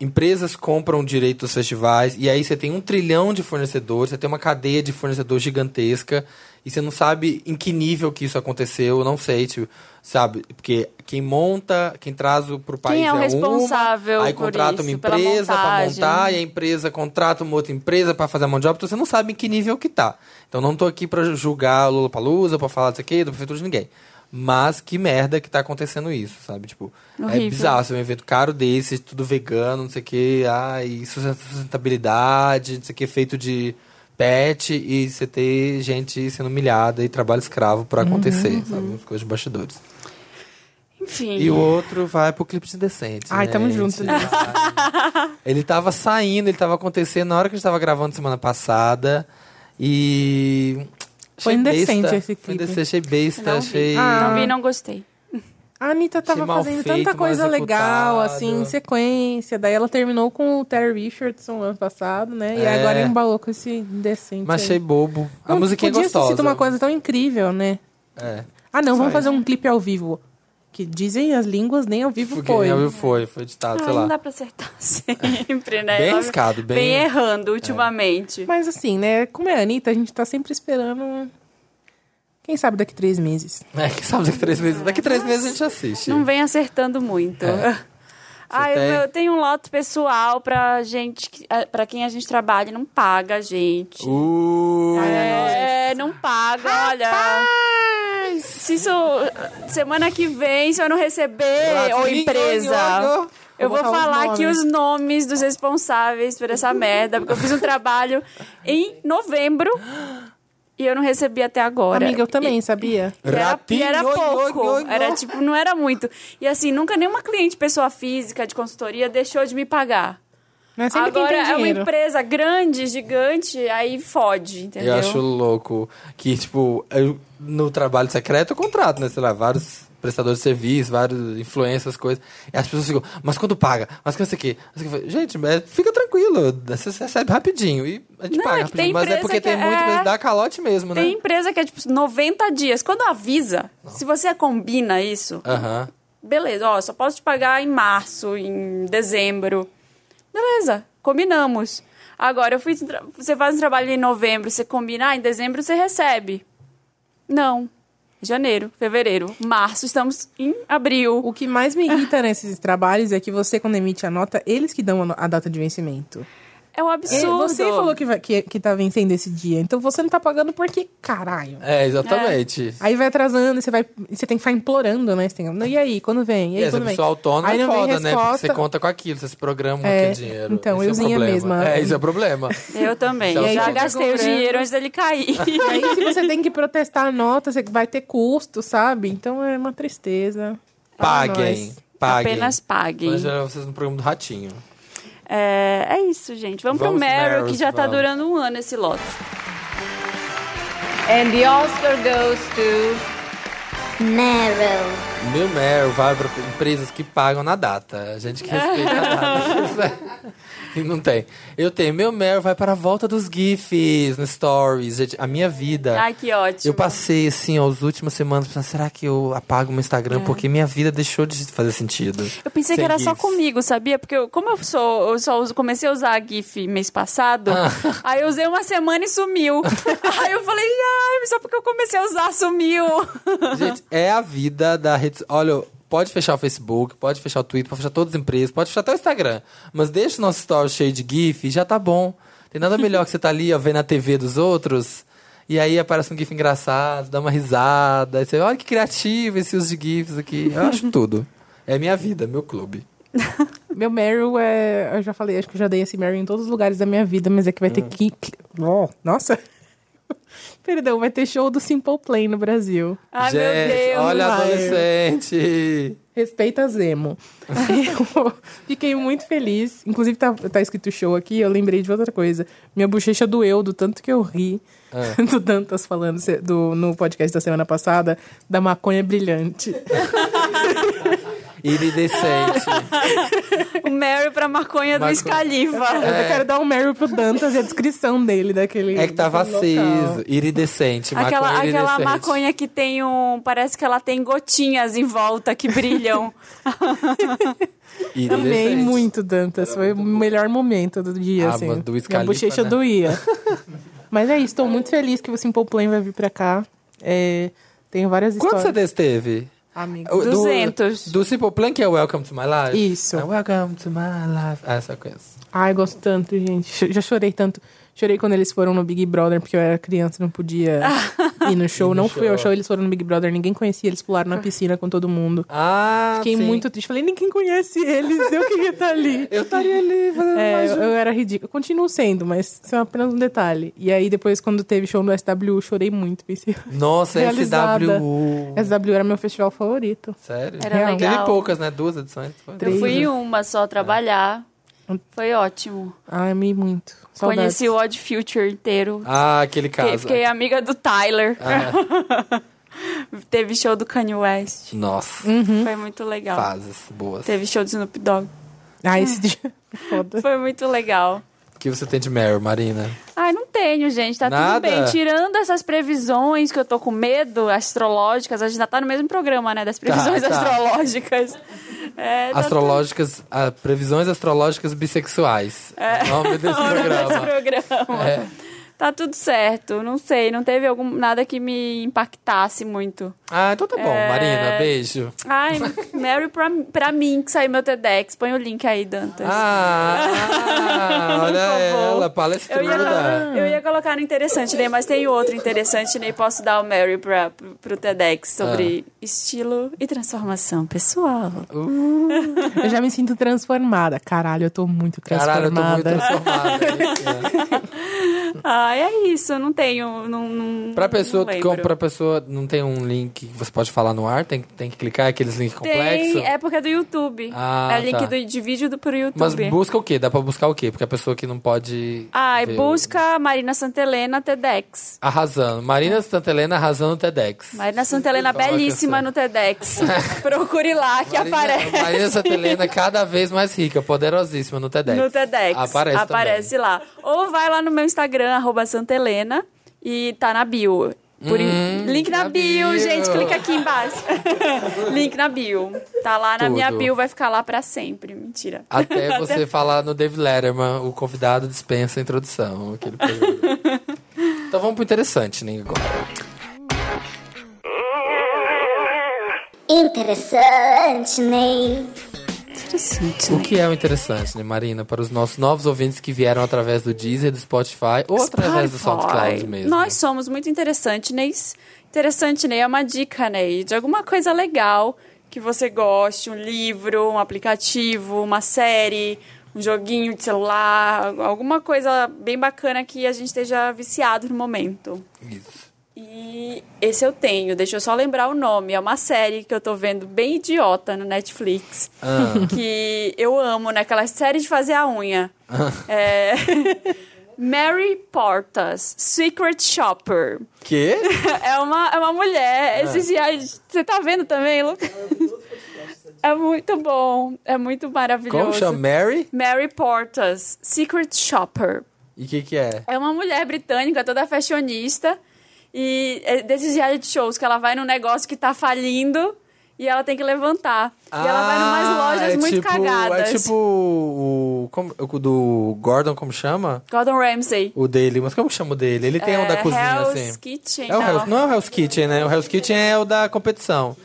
Speaker 1: empresas compram direito dos festivais e aí você tem um trilhão de fornecedores, você tem uma cadeia de fornecedores gigantesca e você não sabe em que nível que isso aconteceu, não sei, tipo, sabe? Porque quem monta, quem traz o pro país
Speaker 3: Quem é o
Speaker 1: uma,
Speaker 3: responsável
Speaker 1: aí
Speaker 3: por
Speaker 1: contrata uma
Speaker 3: isso, pela
Speaker 1: empresa pra
Speaker 3: montagem?
Speaker 1: montar e a empresa contrata uma outra empresa para fazer a mão de obra, então você não sabe em que nível que tá. Então não tô aqui para julgar Lula Palusa, para falar disso aqui, da prefeitura de ninguém. Mas que merda que tá acontecendo isso, sabe? Tipo, é
Speaker 3: Horrível.
Speaker 1: bizarro, você vê um evento caro desse, tudo vegano, não sei o que, ai, sustentabilidade, não sei o que, feito de pet e você ter gente sendo humilhada e trabalho escravo por acontecer,
Speaker 2: Uhum.
Speaker 1: sabe? Umas coisas de bastidores.
Speaker 3: Enfim.
Speaker 1: E o outro vai pro clipe de decente.
Speaker 2: Ai,
Speaker 1: né,
Speaker 2: tamo
Speaker 1: gente?
Speaker 2: junto, né?
Speaker 1: Ele tava saindo, ele tava acontecendo na hora que a gente tava gravando semana passada. E.
Speaker 2: Foi
Speaker 1: achei
Speaker 2: indecente
Speaker 1: besta.
Speaker 2: esse
Speaker 1: Foi
Speaker 2: clipe.
Speaker 1: indecente, achei besta,
Speaker 3: Não vi. Ah,
Speaker 1: achei.
Speaker 3: Não vi, não gostei.
Speaker 2: A Anitta tava
Speaker 1: Achei mal
Speaker 2: fazendo
Speaker 1: feito,
Speaker 2: tanta
Speaker 1: mal
Speaker 2: coisa legal,
Speaker 1: executado.
Speaker 2: assim, em sequência. Daí ela terminou com o Terry Richardson ano passado, né? E
Speaker 1: É.
Speaker 2: agora embalou com esse indecente.
Speaker 1: Mas achei bobo. A
Speaker 2: Não,
Speaker 1: musiquinha é
Speaker 2: podia ter
Speaker 1: gostosa.
Speaker 2: sido uma coisa tão incrível, né?
Speaker 1: É.
Speaker 2: Ah, não, vamos
Speaker 1: Só
Speaker 2: fazer um clipe ao vivo. Que dizem as línguas, nem ao vivo
Speaker 1: Porque
Speaker 2: foi.
Speaker 1: foi. foi, foi editado,
Speaker 3: Ah,
Speaker 1: sei
Speaker 3: não
Speaker 1: lá.
Speaker 3: dá pra acertar sempre, né?
Speaker 1: Bem
Speaker 3: Ela
Speaker 1: arriscado, bem.
Speaker 3: Vem errando ultimamente.
Speaker 2: Mas assim, né? Como é a Anitta, a gente tá sempre esperando. Quem sabe daqui três meses.
Speaker 1: É, quem sabe daqui três meses. Daqui três meses a gente assiste.
Speaker 3: Não vem acertando muito. Ah, eu,
Speaker 1: tem-
Speaker 3: eu tenho um lote pessoal pra gente, que- ah, pra quem a gente trabalha, e não paga, a gente.
Speaker 1: Uh,
Speaker 3: É, não paga, olha. Se isso. Semana que vem, se eu não receber, ou empresa. Eu vou
Speaker 2: Vou botar os
Speaker 3: falar aqui
Speaker 2: nomes.
Speaker 3: os nomes dos responsáveis por essa merda, porque eu fiz um trabalho em novembro e eu não recebi até agora.
Speaker 2: Amiga, eu também, sabia?
Speaker 3: E Era, e era
Speaker 1: Ratinho,
Speaker 3: pouco.
Speaker 1: nho, nho, nho.
Speaker 3: Era tipo, não era muito. E assim, nunca nenhuma cliente, pessoa física de consultoria, deixou de me pagar.
Speaker 2: Não é sempre
Speaker 3: Agora
Speaker 2: quem tem
Speaker 3: é uma
Speaker 2: dinheiro.
Speaker 3: empresa grande, gigante, aí fode, entendeu?
Speaker 1: Eu acho né? louco que, tipo, eu- no trabalho secreto eu contrato, né? Sei lá, vários prestadores de serviço, vários influencers, coisas. E as pessoas ficam, mas quando paga? Mas quando isso aqui? Mas quando-" Gente, é, fica tranquilo, você recebe rapidinho e a gente
Speaker 3: Não,
Speaker 1: paga
Speaker 3: é que tem
Speaker 1: rapidinho. Mas é
Speaker 3: empresa
Speaker 1: porque
Speaker 3: que
Speaker 1: tem muito,
Speaker 3: é-
Speaker 1: mas dá calote mesmo,
Speaker 3: Tem
Speaker 1: né?
Speaker 3: empresa que é tipo 90 dias. Quando avisa, se você combina isso,
Speaker 1: Aham.
Speaker 3: beleza, ó, só posso te pagar em março, em dezembro. Beleza, combinamos. Agora, eu fui tra- você faz um trabalho em novembro, você combina, ah, em dezembro você recebe. Não. Janeiro, fevereiro, março, estamos em abril.
Speaker 2: O que mais me irrita nesses trabalhos é que você, quando emite a nota, eles que dão a no- a data de vencimento.
Speaker 3: É um absurdo.
Speaker 2: Você falou que, vai, que, que tá vencendo esse dia, então você não tá pagando porque, caralho.
Speaker 1: É, exatamente.
Speaker 2: Aí vai atrasando, e você vai. e Você tem que ficar implorando, né? Você tem, "Não, e aí, quando vem? E aí,
Speaker 1: E essa
Speaker 2: quando vem?
Speaker 1: pessoa autônoma
Speaker 2: Aí
Speaker 1: é
Speaker 2: não vem
Speaker 1: foda, né? Porque
Speaker 2: resposta.
Speaker 1: você conta com aquilo, você se programa
Speaker 2: É,
Speaker 1: aquele dinheiro.
Speaker 2: então,
Speaker 1: Esse é o
Speaker 2: euzinha
Speaker 1: problema.
Speaker 2: mesma.
Speaker 1: É, isso é o problema.
Speaker 3: Eu também.
Speaker 1: Então,
Speaker 3: Eu já
Speaker 1: gente,
Speaker 3: gastei o
Speaker 2: comprando.
Speaker 3: dinheiro antes dele cair.
Speaker 2: E aí, se você tem que protestar a nota, você vai ter custo, sabe? Então é uma tristeza. Fala
Speaker 1: Paguem.
Speaker 2: nós.
Speaker 1: Paguem.
Speaker 3: Ah, Apenas paguem.
Speaker 1: Mas já vocês no programa do Ratinho.
Speaker 3: É, é isso, gente. Vamos,
Speaker 1: Vamos,
Speaker 3: pro Meryl,
Speaker 1: Meryl,
Speaker 3: que já tá
Speaker 1: vamos.
Speaker 3: durando um ano esse lote.
Speaker 10: And the Oscar goes to
Speaker 11: Meryl.
Speaker 1: Meu Meryl vai para empresas que pagam na data. Gente que respeita a data. é. E não tem. Eu tenho. Meu Meryl vai para a volta dos GIFs no Stories. Gente, a minha vida.
Speaker 3: Ai, que ótimo.
Speaker 1: Eu passei, assim, ó, as últimas semanas pensando, será que eu apago meu Instagram?
Speaker 3: É.
Speaker 1: Porque minha vida deixou de fazer sentido.
Speaker 3: Eu pensei
Speaker 1: Sem
Speaker 3: que era só
Speaker 1: GIFs.
Speaker 3: comigo, sabia? Porque eu- como eu sou, eu só uso- comecei a usar a GIF mês passado,
Speaker 1: Ah.
Speaker 3: aí eu usei uma semana e sumiu. aí eu falei, ai, só porque eu comecei a usar, sumiu.
Speaker 1: Gente, é a vida da rede. so- Olha, pode fechar o Facebook, pode fechar o Twitter, pode fechar todas as empresas, pode fechar até o Instagram. Mas deixa o nosso story cheio de GIF, já tá bom. Tem nada melhor que você tá ali, ó, vendo a TV dos outros. E aí aparece um GIF engraçado, dá uma risada. Aí você, olha que criativo esse uso de GIFs aqui. Eu acho tudo. É minha vida, meu clube.
Speaker 2: Meu Meryl é. Eu já falei, acho que eu já dei esse Meryl em todos os lugares da minha vida, mas é que vai
Speaker 1: Hum.
Speaker 2: ter que. que- Ó, Nossa! Perdão, vai ter show do Simple Play no Brasil.
Speaker 3: Ai,
Speaker 1: Gente,
Speaker 3: meu Deus.
Speaker 1: olha a
Speaker 2: vai.
Speaker 1: adolescente.
Speaker 2: Respeita Zemo. eu fiquei muito feliz. Inclusive, tá, tá escrito show aqui, eu lembrei de outra coisa. Minha bochecha doeu do tanto que eu ri
Speaker 1: Ah.
Speaker 2: do Dantas falando se- do, no podcast da semana passada da maconha brilhante.
Speaker 1: Iridescente.
Speaker 3: O Mary pra maconha do
Speaker 1: Maconha.
Speaker 3: Escaliva.
Speaker 2: Eu quero dar um Meryl pro Dantas e a descrição dele daquele.
Speaker 1: É que tava
Speaker 2: daquele local.
Speaker 1: aceso. Iridescente.
Speaker 3: Aquela,
Speaker 1: É, maconha
Speaker 3: aquela
Speaker 1: iridescente.
Speaker 3: maconha que tem um. Parece que ela tem gotinhas em volta que brilham. é
Speaker 2: Amei
Speaker 1: Iridescente.
Speaker 2: muito, Dantas. Foi o melhor momento do dia,
Speaker 1: Ah,
Speaker 2: assim.
Speaker 1: mas do Wiz
Speaker 2: Minha
Speaker 1: Khalifa,
Speaker 2: bochecha
Speaker 1: né?
Speaker 2: doía. mas é isso, estou muito feliz que o Simple Plan vai vir pra cá. É, tenho várias
Speaker 1: Quanto você
Speaker 2: histórias.
Speaker 1: desse teve?
Speaker 2: Amigo.
Speaker 1: O-
Speaker 3: 200.
Speaker 1: Do, do Simple Plan, que é Welcome to My Life?
Speaker 2: Isso.
Speaker 1: É Welcome to My Life. Ah, essa coisa.
Speaker 2: um- Ai, gosto tanto, gente. Cho- Já chorei tanto. Chorei quando eles foram no Big Brother, porque eu era criança e não podia ir no show.
Speaker 1: Ir no
Speaker 2: não fui ao
Speaker 1: show.
Speaker 2: show, eles foram no Big Brother, ninguém conhecia, eles pularam na piscina com todo mundo.
Speaker 1: Ah,
Speaker 2: Fiquei
Speaker 1: sim.
Speaker 2: muito triste. Falei, ninguém conhece eles, eu queria estar ali.
Speaker 1: Eu estaria ali fazendo
Speaker 2: É,
Speaker 1: mais
Speaker 2: eu,
Speaker 1: um.
Speaker 2: eu era ridícula. Eu Continuo sendo, mas isso é apenas um detalhe. E aí, depois, quando teve show no SW, eu chorei muito. Pensei,
Speaker 1: Nossa,
Speaker 2: realizada.
Speaker 1: SWU.
Speaker 2: SW era meu festival favorito.
Speaker 1: Sério?
Speaker 3: Era
Speaker 1: Real. Teve
Speaker 3: legal.
Speaker 1: poucas, né? Duas edições. Foi.
Speaker 3: Eu fui em uma só trabalhar. Foi ótimo.
Speaker 2: Ai, amei muito. Saudades.
Speaker 3: Conheci o Odd Future inteiro.
Speaker 1: Ah, aquele
Speaker 3: Fiquei,
Speaker 1: caso.
Speaker 3: fiquei amiga do Tyler.
Speaker 1: Ah.
Speaker 3: Teve show do Kanye West.
Speaker 1: Nossa,
Speaker 3: Foi muito legal.
Speaker 1: fases boas.
Speaker 3: Teve show do Snoop Dogg.
Speaker 2: Ah, esse dia. Foda.
Speaker 3: Foi muito legal.
Speaker 1: O que você tem de Meryl, Marina?
Speaker 3: Ai, não tenho, gente. Tá
Speaker 1: Nada.
Speaker 3: tudo bem. Tirando essas previsões que eu tô com medo, astrológicas, a gente ainda tá no mesmo programa, né? Das previsões
Speaker 1: tá.
Speaker 3: astrológicas. É, tá
Speaker 1: Astrológicas, ah, previsões astrológicas bissexuais. É. O nome desse
Speaker 3: tudo nesse
Speaker 1: programa.
Speaker 3: programa.
Speaker 1: É.
Speaker 3: Tá tudo certo. Não sei, não teve algum, nada que me impactasse muito.
Speaker 1: Ah, então tá bom,
Speaker 3: É.
Speaker 1: Marina. Beijo.
Speaker 3: Ai, Mary, pra, pra mim que saiu meu TEDx. Põe o link aí, Dantas.
Speaker 1: Ah, olha
Speaker 3: favor.
Speaker 1: ela,
Speaker 3: Eu ia,
Speaker 1: palestrada.
Speaker 3: eu ia colocar no interessante, né? Mas tem outro interessante, né? Posso dar o Mary pra, pro TEDx sobre
Speaker 1: Ah.
Speaker 3: estilo e transformação pessoal.
Speaker 2: Eu já me sinto transformada. Caralho, eu tô muito
Speaker 1: Caralho, eu tô muito
Speaker 2: transformada.
Speaker 1: transformada. É.
Speaker 3: Ah, é isso. Não tenho. Não, não,
Speaker 1: pra pessoa
Speaker 3: não
Speaker 1: que
Speaker 3: lembro.
Speaker 1: pra pessoa não tem um link que você pode falar no ar, tem, tem que clicar aqueles links complexos.
Speaker 3: Tem, é porque é do YouTube.
Speaker 1: Ah,
Speaker 3: é link
Speaker 1: tá.
Speaker 3: do, de vídeo do, pro YouTube.
Speaker 1: Mas busca o quê? Dá pra buscar o quê? Porque a pessoa que não pode.
Speaker 3: Ai,
Speaker 1: ver o-
Speaker 3: busca Marina Santelena TEDx.
Speaker 1: Arrasando. Marina Santa Helena arrasando o TEDx.
Speaker 3: Marina Santelena
Speaker 1: Coloca
Speaker 3: belíssima
Speaker 1: essa.
Speaker 3: no TEDx. Procure lá que
Speaker 1: Marina-
Speaker 3: aparece.
Speaker 1: Marina Santa Helena é cada vez mais rica, poderosíssima no TEDx.
Speaker 3: No TEDx.
Speaker 1: Aparece,
Speaker 3: Aparece lá. Ou vai lá no meu Instagram, arroba Santelena, e tá na bio. Por in-
Speaker 1: Hum,
Speaker 3: Link na,
Speaker 1: na
Speaker 3: bio,
Speaker 1: bio.
Speaker 3: gente. Clica aqui embaixo. Link na bio. Tá lá na
Speaker 1: Tudo.
Speaker 3: minha bio, vai ficar lá pra sempre. Mentira.
Speaker 1: também. Até você falar no David Letterman, o convidado dispensa a introdução. Aquele programa. então vamos pro interessante, né, agora.
Speaker 11: Interessante, Ney.
Speaker 3: interessante, né?
Speaker 1: O que é o interessante, né, Marina? Para os nossos novos ouvintes que vieram através do Deezer, do Spotify ou através do
Speaker 3: Spotify.
Speaker 1: SoundCloud mesmo.
Speaker 3: Nós somos muito interessantes, Ney. Interessante, Ney, é uma dica, Ney, de alguma coisa legal que você goste, um livro, um aplicativo, uma série, um joguinho de celular, alguma coisa bem bacana que a gente esteja viciado no momento. E esse eu tenho, deixa eu só lembrar o nome. É uma série que eu tô vendo bem idiota no Netflix.
Speaker 1: Ah.
Speaker 3: Que eu amo, né? Aquela série de fazer a unha.
Speaker 1: Ah.
Speaker 3: É... Mary Portas, Secret Shopper.
Speaker 1: Quê?
Speaker 3: É uma, é uma mulher.
Speaker 1: Ah.
Speaker 3: Esses dias. Você tá vendo também, Lucas? É muito bom. É muito maravilhoso.
Speaker 1: Como chama? Mary?
Speaker 3: Mary Portas, Secret Shopper.
Speaker 1: E o que, que é?
Speaker 3: É uma mulher britânica, toda fashionista. E é desses reality shows que ela vai num negócio que tá falindo e ela tem que levantar. e ela vai numas lojas
Speaker 1: é
Speaker 3: muito
Speaker 1: tipo,
Speaker 3: cagadas.
Speaker 1: É tipo o, como- o do Gordon, como chama?
Speaker 3: Gordon Ramsay.
Speaker 1: O dele, mas como chama o dele? Ele tem um da
Speaker 3: É,
Speaker 1: cozinha,
Speaker 3: Hell's
Speaker 1: assim.
Speaker 3: Kitchen,
Speaker 1: é o
Speaker 3: não.
Speaker 1: Hell's, não é o Hell's Kitchen, né? O Hell's Kitchen é o da competição.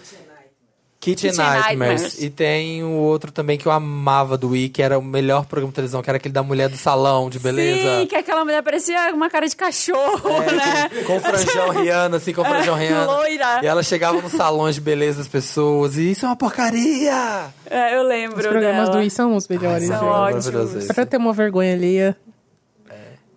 Speaker 1: Kitchen,
Speaker 3: Kitchen
Speaker 1: Nightmares.
Speaker 3: Nightmares.
Speaker 1: E tem o outro também que eu amava do Wii, que era o melhor programa de televisão, que era aquele da mulher do salão, de beleza. É,
Speaker 3: Sim, que é aquela mulher parecia uma cara de cachorro, né?
Speaker 1: Com o franjão Rihanna, assim, com o franjão
Speaker 3: É,
Speaker 1: Rihanna.
Speaker 3: loira.
Speaker 1: E ela chegava nos salões de beleza das pessoas e isso é uma porcaria! é
Speaker 3: É, eu lembro
Speaker 2: Os programas
Speaker 3: dela.
Speaker 2: do I são os melhores,
Speaker 3: Ai, são
Speaker 2: gente.
Speaker 1: ótimos.
Speaker 2: Só pra ter uma vergonha alheia.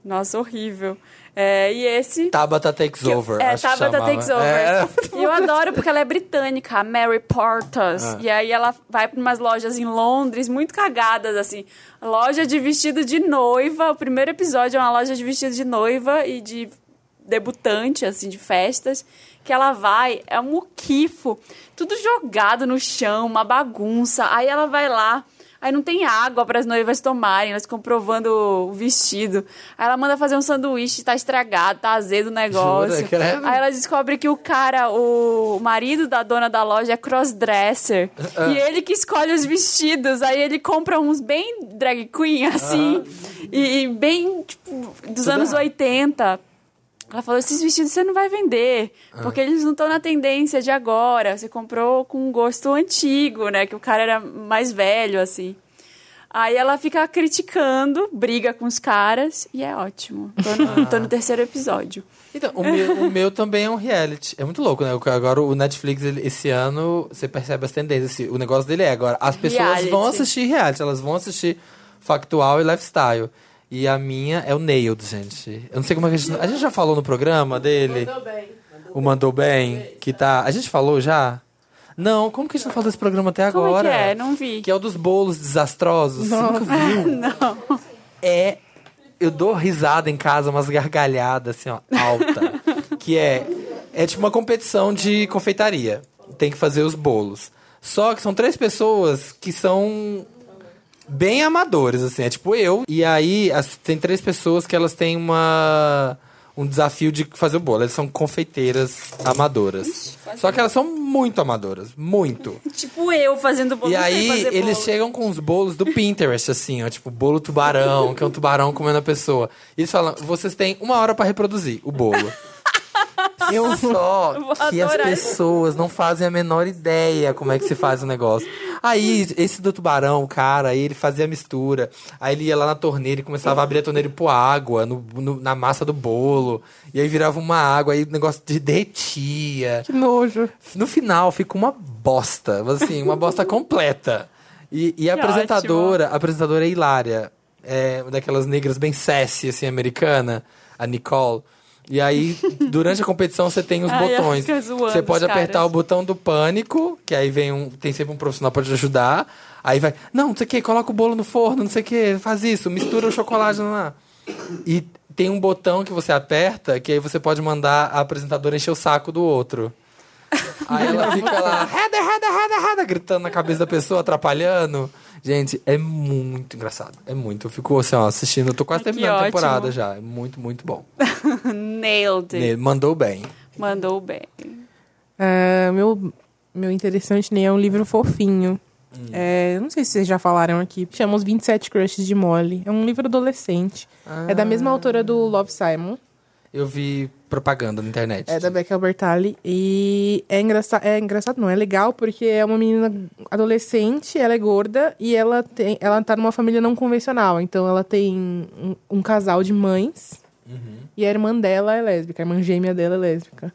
Speaker 3: Nossa, horrível. É, e esse...
Speaker 1: Tabata Takes Over.
Speaker 3: é,
Speaker 1: acho que
Speaker 3: Tabata
Speaker 1: chamava.
Speaker 3: Takes Over.
Speaker 1: É.
Speaker 3: E eu adoro porque ela é britânica, a Mary Portas.
Speaker 1: Ah.
Speaker 3: E aí ela vai pra umas lojas em Londres, muito cagadas, assim. Loja de vestido de noiva. O primeiro episódio é uma loja de vestido de noiva e de debutante, assim, de festas. Que ela vai, é um muquifo, tudo jogado no chão, uma bagunça. Aí ela vai lá. Aí não tem água para as noivas tomarem, elas ficam provando o vestido. Aí ela manda fazer um sanduíche, tá estragado, tá azedo o negócio.
Speaker 1: Jura, credo?
Speaker 3: Aí ela descobre que o cara, o marido da dona da loja é crossdresser.
Speaker 1: Ah.
Speaker 3: E ele que escolhe os vestidos. Aí ele compra uns bem drag queen, assim. E, e bem, tipo, dos
Speaker 1: Ah. Tudo
Speaker 3: anos
Speaker 1: errado.
Speaker 3: 80. Ela falou, esses vestidos você não vai vender,
Speaker 1: Ah.
Speaker 3: porque eles não estão na tendência de agora. Você comprou com um gosto antigo, né? Que o cara era mais velho, assim. Aí ela fica criticando, briga com os caras, e é ótimo. Tô no,
Speaker 1: Ah.
Speaker 3: tô no terceiro episódio.
Speaker 1: Então, O meu, o meu também é um reality. É muito louco, né? Porque Agora o Netflix, ele- esse ano, você percebe as tendências. assim, O negócio dele é agora. As pessoas
Speaker 3: Reality.
Speaker 1: vão assistir reality, elas vão assistir factual e lifestyle. E a minha é o Nailed, gente. Eu não sei como é que a gente. A gente já falou no programa dele. Mandou bem. O Mandou Bem, que tá. A gente falou já? Não, como que a gente não falou desse programa até
Speaker 3: Como
Speaker 1: agora?
Speaker 3: é que é? Não vi.
Speaker 1: Que é o dos bolos desastrosos. Você nunca viu?
Speaker 3: não.
Speaker 1: é. Eu dou risada em casa, umas gargalhadas, assim, ó, alta. que é. É tipo uma competição de confeitaria. Tem que fazer os bolos. Só que são três pessoas que são bem amadores, assim. É tipo eu. E aí, as- tem três pessoas que elas têm uma. Um desafio de fazer o bolo. Elas são confeiteiras amadoras. Só que elas são muito amadoras. Muito.
Speaker 3: Tipo eu fazendo bolo
Speaker 1: E
Speaker 3: sem
Speaker 1: aí
Speaker 3: fazer
Speaker 1: eles
Speaker 3: bolo.
Speaker 1: chegam com os bolos do Pinterest, assim, ó, tipo bolo tubarão, que é um tubarão comendo a pessoa. E eles falam: vocês têm uma hora pra reproduzir o bolo. Eu só
Speaker 3: Vou
Speaker 1: que as
Speaker 3: adorar.
Speaker 1: pessoas não fazem a menor ideia como é que se faz o negócio. Aí, esse do tubarão, o cara, aí ele fazia a mistura. Aí ele ia lá na torneira e começava a abrir a torneira e pôr água no- no- na massa do bolo. E aí virava uma água, aí o negócio de derretia.
Speaker 2: Que nojo.
Speaker 1: No final fica uma bosta, mas, assim, uma bosta completa. E, e a
Speaker 2: Que
Speaker 1: apresentadora, a apresentadora é hilária. É uma daquelas negras bem sassy, assim, americana, a Nicole. E aí, durante a competição, você tem os
Speaker 3: Ai, ela
Speaker 1: botões.
Speaker 3: fica zoando
Speaker 1: Você pode
Speaker 3: os caras.
Speaker 1: apertar o botão do pânico, que aí vem um. Tem sempre um profissional pra te ajudar. Aí vai, não, não sei o que, coloca o bolo no forno, não sei o que, faz isso, mistura o chocolate lá. E tem um botão que você aperta, que aí você pode mandar a apresentadora encher o saco do outro. Aí ela fica lá, rada, rada, rada, rada, gritando na cabeça da pessoa, atrapalhando. Gente, é muito engraçado. É muito. Eu fico assim, ó, assistindo. Eu tô quase
Speaker 3: Ai, que
Speaker 1: terminando a
Speaker 3: ótimo.
Speaker 1: temporada já. É muito, muito bom.
Speaker 3: Nailed it.
Speaker 1: Ele mandou bem.
Speaker 3: Mandou bem.
Speaker 2: É, meu, meu interessante nem é um livro fofinho. É, eu não sei se vocês já falaram aqui. Chama Os 27 Crushes de Molly. É um livro adolescente. É da mesma autora do Love, Simon.
Speaker 1: Eu vi propaganda na internet.
Speaker 2: É da Beck Albertalli. E é engraçado, é engraçado, não, é legal, porque é uma menina adolescente, ela é gorda e ela, tem, ela tá numa família não convencional. Então ela tem um, um casal de mães
Speaker 1: Uhum.
Speaker 2: e a irmã dela é lésbica, a irmã gêmea dela é lésbica.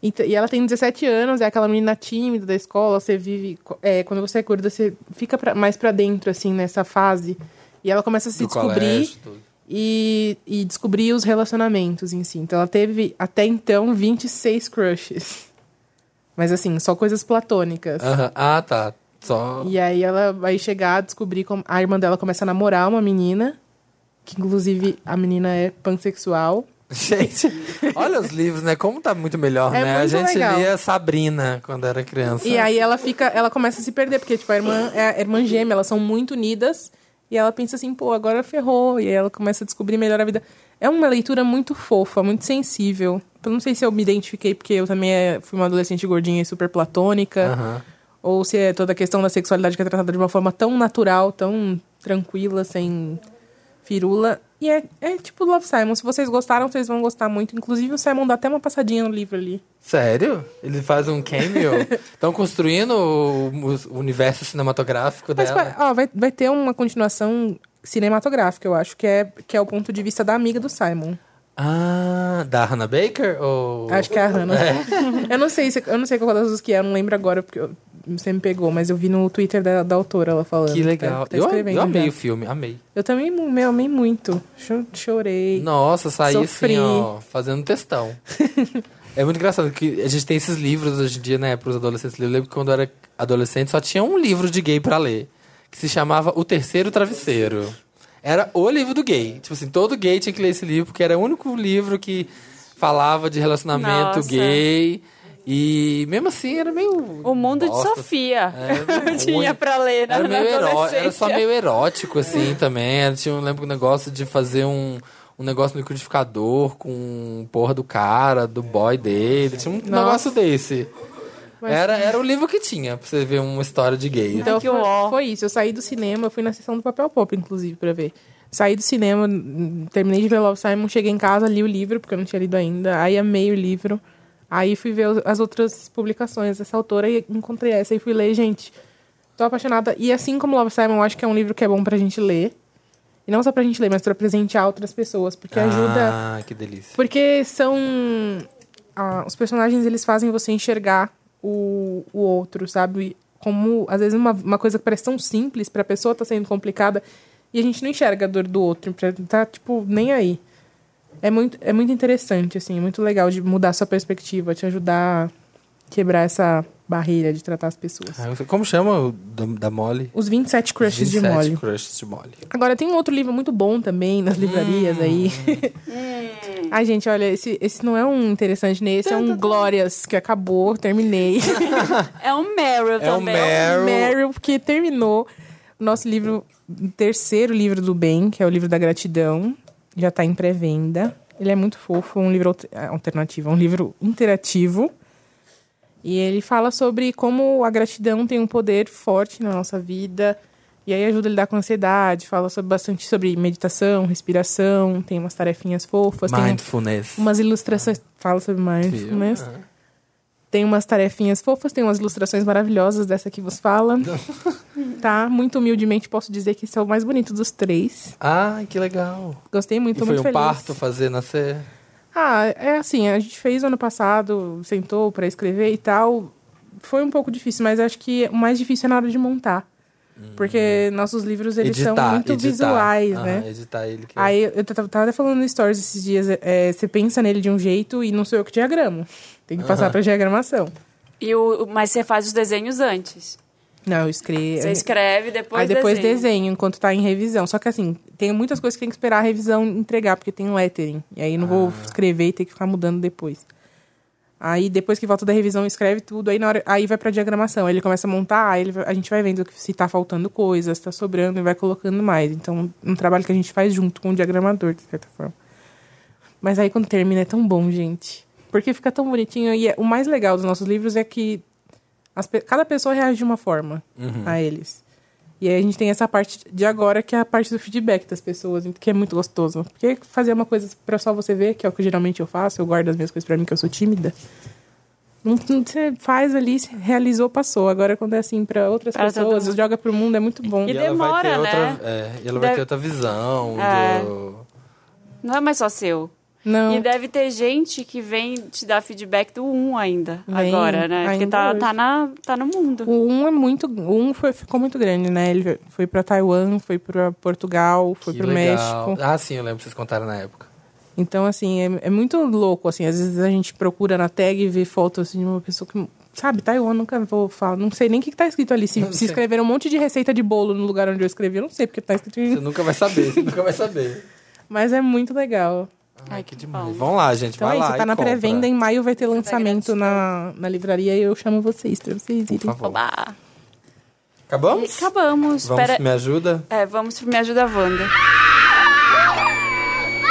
Speaker 2: Então, e ela tem 17 anos, é aquela menina tímida da escola, você vive. é, quando você é gorda, você fica pra- mais pra dentro, assim, nessa fase. E ela começa a se
Speaker 1: Do
Speaker 2: descobrir
Speaker 1: colégio, tudo.
Speaker 2: e, e descobrir os relacionamentos em si. Então ela teve, até então, 26 crushes. Mas assim, só coisas platônicas.
Speaker 1: Aham. Ah, tá. Só.
Speaker 2: E aí ela vai chegar a descobrir como a irmã dela começa a namorar uma menina, que inclusive a menina é pansexual.
Speaker 1: Gente, olha os livros, né? Como tá muito melhor,
Speaker 2: É
Speaker 1: né? a
Speaker 2: muito
Speaker 1: gente
Speaker 2: legal.
Speaker 1: lia Sabrina quando era criança.
Speaker 2: E aí ela fica, ela começa a se perder, porque tipo, a irmã é a irmã gêmea, elas são muito unidas, e ela pensa assim, pô, agora ferrou, e aí ela começa a descobrir melhor a vida. É uma leitura muito fofa, muito sensível. Eu não sei se eu me identifiquei porque eu também é- fui uma adolescente gordinha e super platônica,
Speaker 1: Aham.
Speaker 2: ou se é toda a questão da sexualidade que é tratada de uma forma tão natural, tão tranquila, sem firula. E é, é tipo Love Simon. Se vocês gostaram, vocês vão gostar muito. Inclusive, o Simon dá até uma passadinha no livro ali.
Speaker 1: Sério? Ele faz um cameo? Estão construindo o, o universo cinematográfico
Speaker 2: Mas
Speaker 1: dela?
Speaker 2: vai, ó, vai, vai ter uma continuação cinematográfica, eu acho, que é, que é o ponto de vista da amiga do Simon.
Speaker 1: Ah, da Hannah Baker? Ou...
Speaker 2: Acho que é a Hannah.
Speaker 1: É.
Speaker 2: eu não sei se eu não sei qual das duas que é, eu não lembro agora, porque eu- você me pegou, mas eu vi no Twitter da, da autora ela falando.
Speaker 1: Que legal.
Speaker 2: Tá, tá
Speaker 1: eu,
Speaker 2: escrevendo
Speaker 1: eu amei
Speaker 2: já.
Speaker 1: o filme, amei.
Speaker 2: Eu também mu- meu, amei muito. Cho- Chorei.
Speaker 1: Nossa, saí
Speaker 2: Sofri.
Speaker 1: assim, ó, fazendo textão. é muito engraçado que a gente tem esses livros hoje em dia, né, pros adolescentes. Eu lembro que quando eu era adolescente só tinha um livro de gay pra ler, que se chamava O Terceiro Travesseiro. Era o livro do gay. Tipo assim, todo gay tinha que ler esse livro, porque era o único livro que falava de relacionamento
Speaker 3: Nossa.
Speaker 1: gay. E mesmo assim era meio.
Speaker 3: O Um mundo
Speaker 1: bosta,
Speaker 3: de Sofia.
Speaker 1: É,
Speaker 3: não tinha
Speaker 1: ruim.
Speaker 3: pra ler, né?
Speaker 1: Era, meio
Speaker 3: na
Speaker 1: eró- era só
Speaker 3: adolescência.
Speaker 1: meio erótico, assim, também. Era, tinha, eu lembro que um negócio de fazer um, um negócio no liquidificador com porra do cara, do boy dele. Tinha um
Speaker 2: Nossa.
Speaker 1: negócio desse.
Speaker 2: Mas-
Speaker 1: Era, era o livro que tinha, pra você ver uma história de gay.
Speaker 2: Então
Speaker 3: Ai, que
Speaker 2: foi,
Speaker 3: ó.
Speaker 2: foi isso. Eu saí do cinema, eu fui na sessão do papel pop, inclusive, pra ver. Saí do cinema, n- terminei de ver Love Simon, cheguei em casa, li o livro, porque eu não tinha lido ainda. Aí amei o livro. Aí fui ver os- as outras publicações dessa autora e encontrei essa e fui ler, gente. Tô apaixonada. E assim como Love Simon, eu acho que é um livro que é bom pra gente ler. E não só pra gente ler, mas pra presentear outras pessoas, porque ajuda.
Speaker 1: Ah, que delícia.
Speaker 2: Porque são. ah, os personagens eles fazem você enxergar o, o outro, sabe? Como, às vezes, uma, uma coisa que parece tão simples pra pessoa tá sendo complicada e a gente não enxerga a dor do outro, pra- tá, tipo, nem aí. É muito, é muito interessante, assim, é muito legal de mudar sua perspectiva, te ajudar a quebrar essa barreira de tratar as pessoas.
Speaker 1: Ah, eu sei- Como chama o da, da Molly?
Speaker 2: Os 27 crushes de
Speaker 1: 27
Speaker 2: Molly.
Speaker 1: crushes de Molly.
Speaker 2: Agora, tem um outro livro muito bom também nas livrarias aí. Ai, gente, olha, esse, esse não é um interessante, né? Esse é um Glórias, que acabou, terminei.
Speaker 3: É um Meryl
Speaker 1: É um
Speaker 3: também.
Speaker 1: Meryl.
Speaker 2: Meryl, porque terminou o nosso livro, o terceiro livro do bem, que é o livro da gratidão. Já tá em pré-venda. Ele é muito fofo, um livro alter- alternativo, é um livro interativo. E ele fala sobre como a gratidão tem um poder forte na nossa vida. E aí ajuda a lidar com a ansiedade, fala sobre- bastante sobre meditação, respiração, tem umas tarefinhas fofas, tem um
Speaker 1: Mindfulness.
Speaker 2: umas ilustrações. Fala sobre mindfulness.
Speaker 1: Viu?
Speaker 2: Tem umas tarefinhas fofas, tem umas ilustrações maravilhosas dessa que vos fala. tá? Muito humildemente posso dizer que esse é o mais bonito dos três.
Speaker 1: Ah, que legal.
Speaker 2: Gostei muito,
Speaker 1: E
Speaker 2: tô
Speaker 1: foi
Speaker 2: muito
Speaker 1: um
Speaker 2: feliz.
Speaker 1: parto fazer nascer.
Speaker 2: Ah, é assim, a gente fez ano passado, sentou pra escrever e tal. Foi um pouco difícil, mas acho que o mais difícil é na hora de montar. Porque nossos livros, eles são muito
Speaker 1: Hum. editar.
Speaker 2: visuais,
Speaker 1: Aham,
Speaker 2: né?
Speaker 1: Editar ele. Que... é.
Speaker 2: Aí eu tava tava até falando no Stories esses dias, é, você pensa nele de um jeito e não sou eu que diagramo. Tem que passar
Speaker 1: Aham.
Speaker 2: pra diagramação.
Speaker 3: E o, mas você faz os desenhos antes.
Speaker 2: Não, eu escrevo.
Speaker 3: Você escreve, depois
Speaker 2: Aí depois desenho.
Speaker 3: desenha.
Speaker 2: enquanto tá em revisão. Só que assim, tem muitas coisas que tem que esperar a revisão entregar, porque tem um lettering. E aí eu não vou escrever e ter que ficar mudando depois. Aí depois que volta da revisão, escreve tudo, aí na hora, aí vai pra diagramação. Aí ele começa a montar, aí ele vai- a gente vai vendo se tá faltando coisa, se tá sobrando e vai colocando mais. Então, um trabalho que a gente faz junto com o diagramador, de certa forma. Mas aí quando termina é tão bom, gente. Porque fica tão bonitinho. E é- o mais legal dos nossos livros é que as pe- cada pessoa reage de uma forma
Speaker 1: Uhum.
Speaker 2: a eles. E aí a gente tem essa parte de agora, que é a parte do feedback das pessoas, que é muito gostoso. Porque fazer uma coisa pra só você ver, que é o que geralmente eu faço, eu guardo as minhas coisas pra mim, que eu sou tímida. Não, não- você faz ali, se realizou, passou. Agora, quando é assim, pra outras
Speaker 7: Pra todo
Speaker 2: pessoas,
Speaker 7: mundo.
Speaker 2: joga pro mundo, é muito bom.
Speaker 7: E
Speaker 1: ela vai ter
Speaker 7: demora, né?
Speaker 1: outra, é, e ela vai
Speaker 7: Deve-
Speaker 1: ter outra visão
Speaker 3: É.
Speaker 1: do-
Speaker 3: Não é mais só seu.
Speaker 2: Não.
Speaker 3: E deve ter gente que vem te dar feedback do 1 ainda,
Speaker 2: Vem,
Speaker 3: agora, né? Porque
Speaker 2: ainda
Speaker 3: tá,
Speaker 2: hoje.
Speaker 3: tá, na, tá no mundo.
Speaker 2: O um é muito. O um foi, ficou muito grande, né? Ele foi pra Taiwan, foi pra Portugal, foi
Speaker 1: Que
Speaker 2: pro
Speaker 1: legal.
Speaker 2: México.
Speaker 1: Ah, sim, eu lembro que vocês contaram na época.
Speaker 2: Então, assim, é, é muito louco, assim. Às vezes a gente procura na tag e vê foto, assim, de uma pessoa que... Sabe, Taiwan, nunca vou falar. Não sei nem o que, que tá escrito ali. Se,
Speaker 1: Não
Speaker 2: se
Speaker 1: sei.
Speaker 2: escreveram um monte de receita de bolo no lugar onde eu escrevi, eu não sei porque tá
Speaker 1: Você
Speaker 2: escrito...
Speaker 1: nunca vai saber, você nunca vai saber.
Speaker 2: Mas é muito legal.
Speaker 1: Ai, que demais. Vão lá, gente,
Speaker 2: Então
Speaker 1: vai
Speaker 2: é isso,
Speaker 1: lá
Speaker 2: tá
Speaker 1: e
Speaker 2: na
Speaker 1: compra.
Speaker 2: pré-venda. Em maio vai ter lançamento na, na livraria e eu chamo vocês pra vocês irem.
Speaker 1: favor.
Speaker 3: Oba!
Speaker 1: Acabamos?
Speaker 3: Acabamos.
Speaker 1: Vamos,
Speaker 3: Pera-
Speaker 1: me ajuda?
Speaker 3: É, vamos pro Me Ajuda Wanda.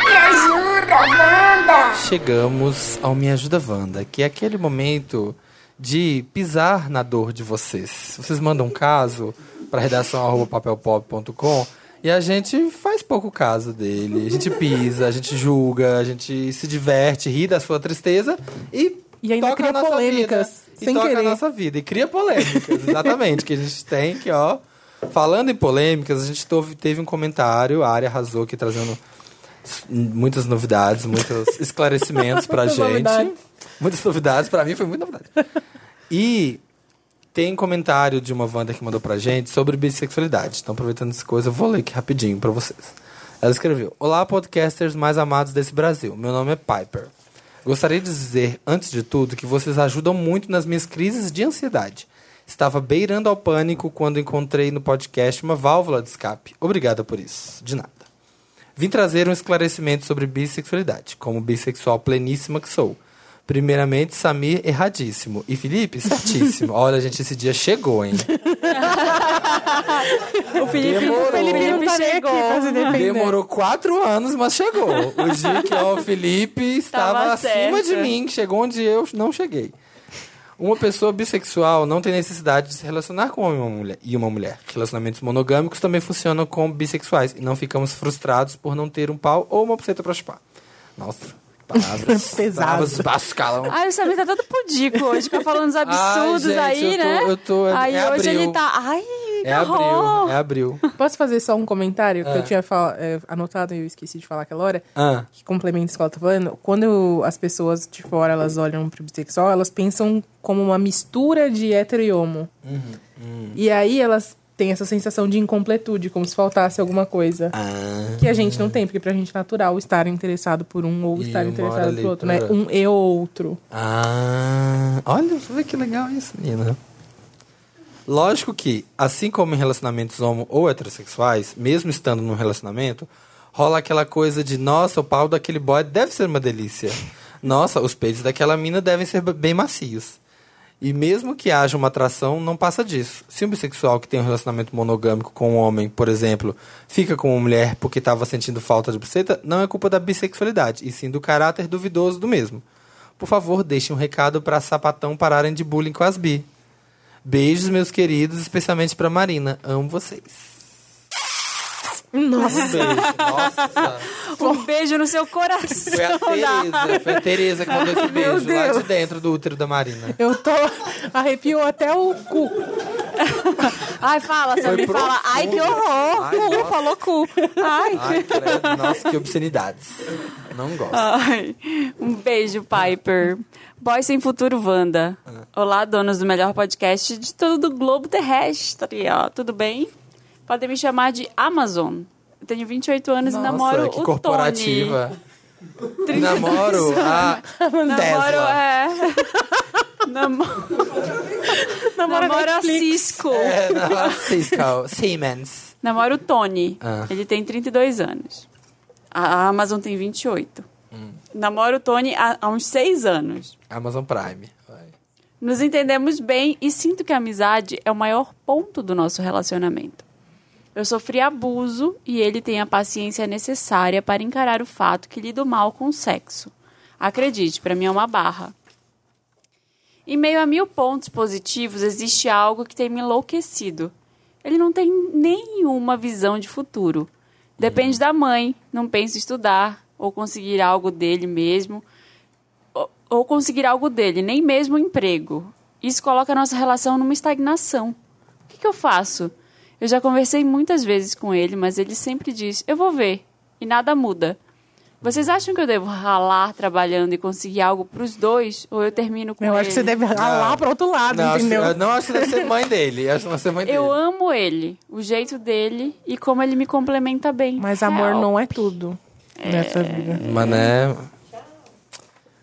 Speaker 11: Me ajuda, Wanda!
Speaker 1: Chegamos ao Me Ajuda Wanda, que é aquele momento de pisar na dor de vocês. Vocês mandam um caso para redação arroba papelpop.com e a gente faz pouco caso dele. A gente pisa, a gente julga, a gente se diverte, ri da sua tristeza e
Speaker 2: E ainda
Speaker 1: toca
Speaker 2: cria
Speaker 1: a nossa
Speaker 2: polêmicas,
Speaker 1: vida,
Speaker 2: sem
Speaker 1: e toca
Speaker 2: querer.
Speaker 1: a nossa vida e cria polêmicas, exatamente, que a gente tem que, ó, falando em polêmicas, a gente tove- teve um comentário, a área arrasou aqui trazendo s- muitas novidades, muitos esclarecimentos pra
Speaker 2: Muitas
Speaker 1: gente.
Speaker 2: novidades.
Speaker 1: Muitas novidades, pra mim foi muita novidade. E tem comentário de uma Wanda que mandou pra gente sobre bissexualidade. Então, aproveitando essa coisa, eu vou ler aqui rapidinho pra vocês. Ela escreveu: Olá, podcasters mais amados desse Brasil. Meu nome é Piper. Gostaria de dizer, antes de tudo, que vocês ajudam muito nas minhas crises de ansiedade. Estava beirando ao pânico quando encontrei no podcast uma válvula de escape. Obrigada por isso. De nada. Vim trazer um esclarecimento sobre bissexualidade, como bissexual pleníssima que sou. Primeiramente, Samir erradíssimo. E Felipe, certíssimo. Olha, gente, esse dia chegou, hein?
Speaker 3: O Felipe,
Speaker 1: Demorou.
Speaker 3: o Felipe,
Speaker 2: Ele não tá nem aqui
Speaker 3: chegou.
Speaker 2: pra se defender.
Speaker 1: Demorou quatro anos, mas chegou. O dia que ó, o Felipe estava
Speaker 3: Tava
Speaker 1: acima
Speaker 3: certo.
Speaker 1: de mim, que chegou onde eu não cheguei. Uma pessoa bissexual não tem necessidade de se relacionar com uma mulher e uma mulher. Relacionamentos monogâmicos também funcionam com bissexuais e não ficamos frustrados por não ter um pau ou uma buceta pra chupar. Nossa, que palavras
Speaker 2: Pesado.
Speaker 1: palavras de baixo escalão.
Speaker 3: Ai, o Samir tá todo pudico hoje, fica falando uns absurdos
Speaker 1: Ah, gente, eu tô-
Speaker 3: aí, né?
Speaker 1: eu tô- é-
Speaker 3: aí
Speaker 1: é
Speaker 3: hoje
Speaker 1: abril.
Speaker 3: ele tá. Ai,
Speaker 1: É abril, é abril.
Speaker 2: Posso fazer só um comentário que
Speaker 1: É.
Speaker 2: eu tinha fal- é, anotado e eu esqueci de falar aquela hora?
Speaker 1: Ah,
Speaker 2: que complementa isso que ela tá falando, quando as pessoas de fora elas olham pro bissexual, elas pensam como uma mistura de hétero e homo.
Speaker 1: Uhum,
Speaker 2: E aí elas têm essa sensação de incompletude, como se faltasse alguma coisa. Que a gente não tem, porque pra gente é natural estar interessado por um ou
Speaker 1: E
Speaker 2: estar
Speaker 1: uma hora
Speaker 2: interessado
Speaker 1: ali
Speaker 2: por outro,
Speaker 1: pra-
Speaker 2: né? Um e outro.
Speaker 1: Ah, olha, você vê que legal isso, menina. Lógico que, assim como em relacionamentos homo ou heterossexuais, mesmo estando num relacionamento, rola aquela coisa de, nossa, o pau daquele boy deve ser uma delícia. Nossa, os peitos daquela mina devem ser b- bem macios. E mesmo que haja uma atração, não passa disso. Se um bissexual que tem um relacionamento monogâmico com um homem, por exemplo, fica com uma mulher porque estava sentindo falta de buceta, não é culpa da bissexualidade, e sim do caráter duvidoso do mesmo. Por favor, deixe um recado para sapatão pararem de bullying com as bi. Beijos, meus queridos, especialmente para Marina. Amo vocês.
Speaker 2: Nossa,
Speaker 1: Um beijo. Nossa.
Speaker 3: um beijo no seu coração.
Speaker 1: é Foi a Tereza. Foi a Tereza que mandou esse beijo lá de
Speaker 2: Deus.
Speaker 1: dentro do útero da Marina.
Speaker 2: eu tô. arrepiou até o cu.
Speaker 3: Ai, fala, Samir,
Speaker 1: profundo.
Speaker 3: fala. Ai, que horror.
Speaker 1: Ai,
Speaker 3: cu,
Speaker 1: nossa.
Speaker 3: falou cu. Ai.
Speaker 1: Ai, credo. Nossa, que obscenidades. Não gosto.
Speaker 3: Ai, um beijo, Piper. Boy Sem Futuro Wanda. Olá, donos do melhor podcast de todo o globo terrestre. Ó. Tudo bem? Podem me chamar de Amazon. Eu tenho 28 anos e
Speaker 1: Nossa,
Speaker 3: namoro
Speaker 1: que
Speaker 3: o
Speaker 1: corporativa.
Speaker 3: Tony.
Speaker 1: Namoro a
Speaker 3: Namoro
Speaker 1: Tesla.
Speaker 3: é... Namoro... Namoro a Cisco.
Speaker 1: É, na Cisco. Siemens.
Speaker 3: Namoro o Tony.
Speaker 1: Ah.
Speaker 3: Ele tem 32 anos. A a Amazon tem 28.
Speaker 1: Hum.
Speaker 3: Namoro o Tony há, há uns 6 anos.
Speaker 1: Amazon Prime. Vai.
Speaker 3: Nos entendemos bem e sinto que a amizade é o maior ponto do nosso relacionamento. Eu sofri abuso e ele tem a paciência necessária para encarar o fato que lido mal com o sexo. Acredite, para mim é uma barra. Em meio a mil pontos positivos, existe algo que tem me enlouquecido. ele não tem nenhuma visão de futuro. Depende da mãe, não pensa em estudar ou conseguir algo dele mesmo, ou, ou conseguir algo dele, nem mesmo um emprego. Isso coloca a nossa relação numa estagnação. O que, que eu faço? Eu já conversei muitas vezes com ele, mas ele sempre diz: eu vou ver, e nada muda. Vocês acham que eu devo ralar trabalhando e conseguir algo para os dois? Ou eu termino com
Speaker 2: Eu
Speaker 3: ele?
Speaker 2: acho que você deve ralar para outro lado,
Speaker 1: Não, acho,
Speaker 2: entendeu?
Speaker 1: eu não acho que deve ser mãe dele. Acho que deve ser
Speaker 2: É
Speaker 1: mãe dele.
Speaker 3: Eu amo ele, o jeito dele e como ele me complementa bem.
Speaker 2: Mas amor não é tudo nessa vida.
Speaker 1: Mané. né,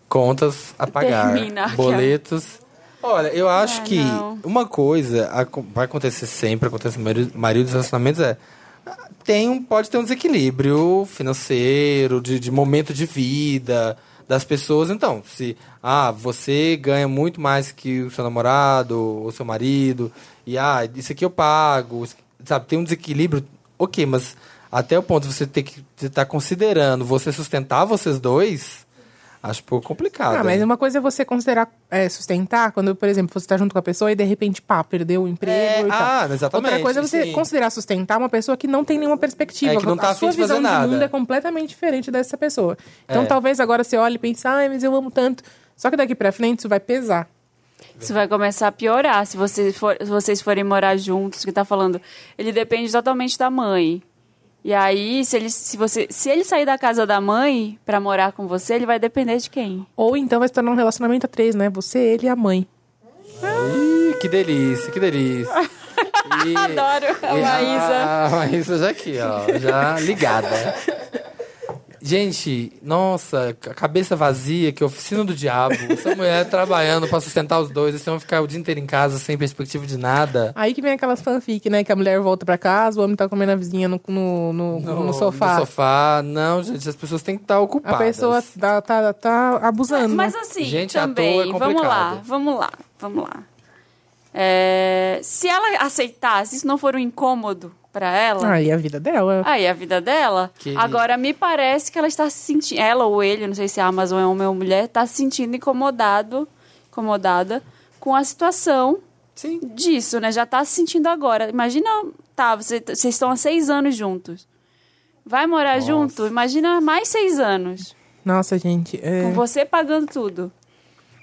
Speaker 1: Contas a pagar.
Speaker 3: Termina aquela-
Speaker 1: boletos. Olha, eu acho
Speaker 3: Ah,
Speaker 1: que
Speaker 3: não.
Speaker 1: uma coisa aco- vai acontecer sempre, acontece no maior- maioria dos relacionamentos, é tem um, pode ter um desequilíbrio financeiro, de, de momento de vida das pessoas. Então, se ah, você ganha muito mais que o seu namorado ou seu marido, e ah, isso aqui eu pago, isso- sabe, tem um desequilíbrio, ok, mas até o ponto de você ter que estar considerando você sustentar vocês dois, acho um pouco complicado.
Speaker 2: Ah, mas uma coisa é você considerar é, sustentar quando, por exemplo, você está junto com a pessoa e de repente, pá, perdeu o emprego
Speaker 1: É,
Speaker 2: e tal.
Speaker 1: ah, exatamente,
Speaker 2: Outra coisa é você
Speaker 1: sim.
Speaker 2: considerar sustentar uma pessoa que não tem nenhuma perspectiva.
Speaker 1: É, que não tá
Speaker 2: a
Speaker 1: afim
Speaker 2: sua
Speaker 1: de fazer
Speaker 2: visão
Speaker 1: nada.
Speaker 2: de mundo é completamente diferente dessa pessoa. Então
Speaker 1: É.
Speaker 2: talvez agora você olhe e pense, ai, mas eu amo tanto. Só que daqui pra frente isso vai pesar.
Speaker 3: Isso vai começar a piorar se, você for- se vocês forem morar juntos, que tá falando. Ele depende totalmente da mãe. E aí, se ele, se você, se ele sair da casa da mãe pra morar com você, ele vai depender de quem?
Speaker 2: Ou então vai se tornar um relacionamento a três, né? Você, ele e a mãe.
Speaker 1: Ih, que delícia, que delícia.
Speaker 3: Adoro a
Speaker 1: E
Speaker 3: Maísa.
Speaker 1: A, a Maísa já aqui, ó. Já ligada. Gente, nossa, ca- cabeça vazia, que oficina do diabo. Essa mulher trabalhando pra sustentar os dois, eles vão ficar o dia inteiro em casa sem perspectiva de nada.
Speaker 2: Aí que vem aquelas fanfic, né? Que a mulher volta pra casa, o homem tá comendo a vizinha no, no, no, no sofá.
Speaker 1: No sofá. Não, gente, as pessoas têm que estar
Speaker 2: A
Speaker 1: ocupadas.
Speaker 2: pessoa tá, tá, tá abusando.
Speaker 3: Mas
Speaker 2: né?
Speaker 3: assim,
Speaker 1: Gente, à
Speaker 3: também,
Speaker 1: toa é
Speaker 3: vamos lá,
Speaker 1: complicado.
Speaker 3: vamos lá, vamos lá. É, se ela aceitasse, isso não for um incômodo pra ela,
Speaker 2: Aí a vida dela. é
Speaker 3: Aí a vida dela.
Speaker 2: Que-
Speaker 3: Agora me parece que ela está se sentindo, ela ou ele, não sei se a Amazon é homem ou mulher, está se sentindo incomodado, incomodada com a situação disso, né? Já está se sentindo agora. Imagina, tá, você- vocês estão há seis anos juntos. Vai morar junto? Imagina mais seis anos.
Speaker 2: Nossa, gente. é-
Speaker 3: Com você pagando tudo.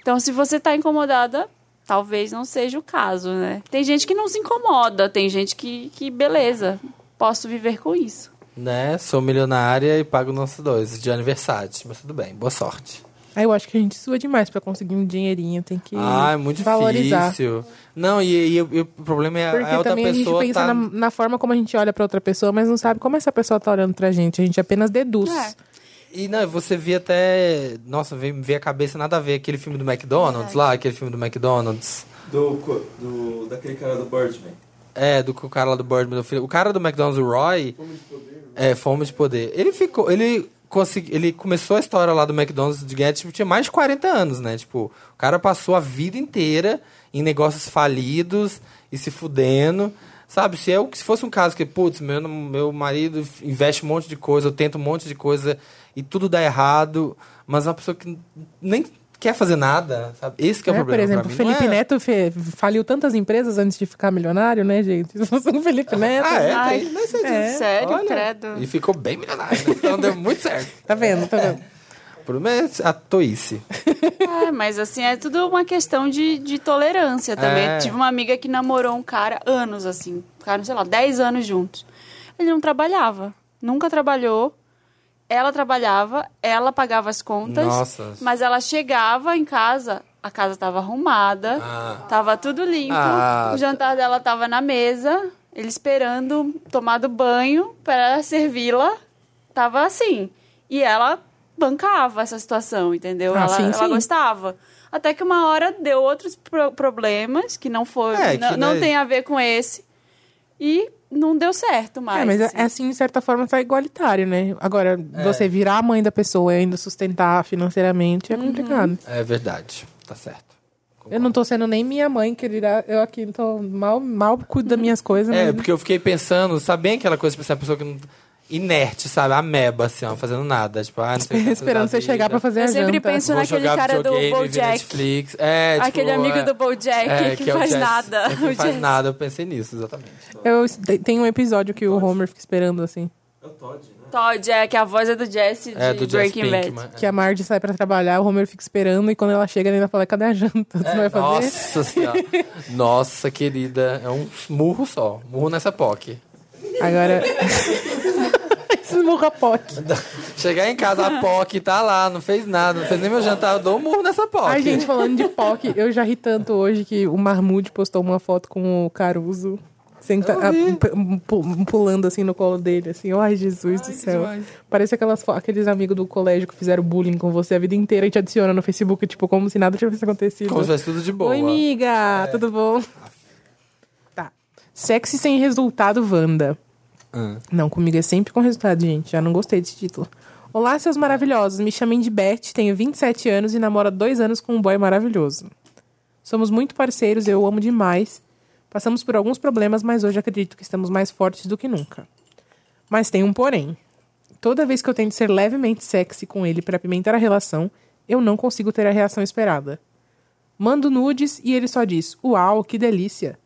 Speaker 3: Então, se você tá incomodada, talvez não seja o caso, né? Tem gente que não se incomoda, tem gente que, que beleza, posso viver com isso.
Speaker 1: Né? Sou milionária e pago nossos dois de aniversário. Mas tudo bem, boa sorte.
Speaker 2: Ah, eu acho que a gente sua demais pra conseguir um dinheirinho. Tem que
Speaker 1: ah, é muito
Speaker 2: valorizar.
Speaker 1: difícil. Não, e, e- e o problema é
Speaker 2: Porque
Speaker 1: a outra
Speaker 2: também a gente
Speaker 1: pessoa
Speaker 2: pensa
Speaker 1: tá
Speaker 2: na, na forma como a gente olha pra outra pessoa, mas não sabe como essa pessoa tá olhando pra gente. A gente apenas deduz.
Speaker 1: E não, você via até. Nossa, veio, me veio a cabeça nada a ver aquele filme do McDonald's lá, aquele filme do McDonald's.
Speaker 6: Do, co- do, daquele cara do Birdman.
Speaker 1: É, do que o cara lá do Birdman do filho. O cara do McDonald's, o Roy. Fome de poder. É, fome de poder. Ele ficou. Ele consegui, Ele começou a história lá do McDonald's de Get, tipo, tinha mais de 40 anos, né? Tipo, o cara passou a vida inteira em negócios falidos e se fudendo. Sabe, se, eu, se fosse um caso que, putz, meu, meu marido investe um monte de coisa, eu tento um monte de coisa e tudo dá errado, mas é uma pessoa que nem quer fazer nada, sabe? Esse que é o
Speaker 2: né?
Speaker 1: problema.
Speaker 2: Por exemplo,
Speaker 1: pra mim. Não
Speaker 2: Felipe
Speaker 1: é-
Speaker 2: Neto fe- faliu tantas empresas antes de ficar milionário, né, gente? Se fosse um Felipe Neto.
Speaker 1: Ah, é?
Speaker 2: Ai,
Speaker 1: Tem- não sei disso.
Speaker 2: É.
Speaker 3: Sério,
Speaker 1: Olha.
Speaker 3: credo.
Speaker 1: E ficou bem milionário. né? Então deu muito certo.
Speaker 2: Tá vendo? Tá vendo?
Speaker 1: O problema é a toice.
Speaker 3: É, mas assim, é tudo uma questão de, de tolerância também.
Speaker 1: É.
Speaker 3: Tive uma amiga que namorou um cara anos, assim, ficaram, sei lá, 10 anos juntos. Ele não trabalhava, nunca trabalhou. Ela trabalhava, ela pagava as contas,
Speaker 1: Nossa.
Speaker 3: mas ela chegava em casa, a casa estava arrumada,
Speaker 1: Ah.
Speaker 3: tava tudo limpo,
Speaker 1: Ah,
Speaker 3: o jantar dela tava na mesa, ele esperando tomar do banho para servi-la, tava assim. E ela bancava essa situação, entendeu?
Speaker 2: Ah,
Speaker 3: ela,
Speaker 2: sim,
Speaker 3: ela
Speaker 2: sim.
Speaker 3: gostava. Até que uma hora deu outros pro- problemas que não foi,
Speaker 1: É, que,
Speaker 3: não, não
Speaker 1: né?
Speaker 3: tem a ver com esse. E não deu certo mais.
Speaker 2: É, mas é-
Speaker 3: assim.
Speaker 2: é assim, de certa forma, tá igualitário, né? Agora,
Speaker 1: É.
Speaker 2: você virar a mãe da pessoa e ainda sustentar financeiramente é complicado.
Speaker 1: É verdade. Tá certo.
Speaker 2: Eu não tô sendo nem minha mãe, querida. Eu aqui tô mal, mal cuido das minhas coisas,
Speaker 1: É,
Speaker 2: mas
Speaker 1: porque eu fiquei pensando, sabe bem aquela coisa, tipo, assim, a pessoa que não. inerte, sabe? Ameba, assim, ó, fazendo nada. Tipo, ah, não sei o que
Speaker 2: Esperando você chegar
Speaker 1: né?
Speaker 2: pra fazer a
Speaker 3: Eu
Speaker 2: janta.
Speaker 3: sempre penso
Speaker 1: Vou
Speaker 3: naquele
Speaker 1: jogar
Speaker 3: cara do
Speaker 1: videogame, ver
Speaker 3: BoJack.
Speaker 1: Netflix. É, tipo,
Speaker 3: Aquele amigo
Speaker 1: é,
Speaker 3: do BoJack
Speaker 1: é,
Speaker 3: que,
Speaker 1: é o
Speaker 3: faz
Speaker 1: Jess-
Speaker 3: nada.
Speaker 1: é, que
Speaker 3: O
Speaker 1: não faz
Speaker 3: Jess.
Speaker 1: nada, eu pensei nisso, exatamente.
Speaker 2: Eu, tem- tem um episódio que o Homer fica esperando, assim.
Speaker 3: Todd, é que a voz é do Jesse de
Speaker 1: É, do Jess
Speaker 3: Breaking Bad.
Speaker 1: Pinkman.
Speaker 2: Que a Marge sai pra trabalhar, o Homer fica esperando, e quando ela chega, ele ainda fala, cadê a janta? Você não vai fazer?
Speaker 1: É, Nossa senhora. Nossa, querida. É um murro só. Murro nessa POC.
Speaker 2: Agora... Esses murrapoque.
Speaker 1: Chegar em casa, a POC tá lá, não fez nada, não fez nem meu jantar, eu dou um murro nessa POC.
Speaker 2: Ai, gente, falando de POC, eu já ri tanto hoje que o Marmude postou uma foto com o Caruso senta, a- pu- pu- pulando assim no colo dele, assim, ai Jesus do céu.
Speaker 1: demais.
Speaker 2: Parece aquelas, fo- aqueles amigos do colégio que fizeram bullying com você a vida inteira e te adiciona no Facebook, tipo, como se nada tivesse acontecido.
Speaker 1: Como se fosse tudo de boa.
Speaker 2: Oi, amiga, tudo bom? Tá. Sexy sem resultado, Wanda.
Speaker 1: Hum.
Speaker 2: Não, comigo é sempre com resultado, gente. Já não gostei desse título. Olá, seus maravilhosos. Me chamem de Beth, tenho 27 anos e namoro há dois anos com um boy maravilhoso. Somos muito parceiros, eu o amo demais. Passamos por alguns problemas, mas hoje acredito que estamos mais fortes do que nunca. Mas tem um porém. Toda vez que eu tento ser levemente sexy com ele para pimentar a relação, eu não consigo ter a reação esperada. Mando nudes e ele só diz: Uau, que delícia!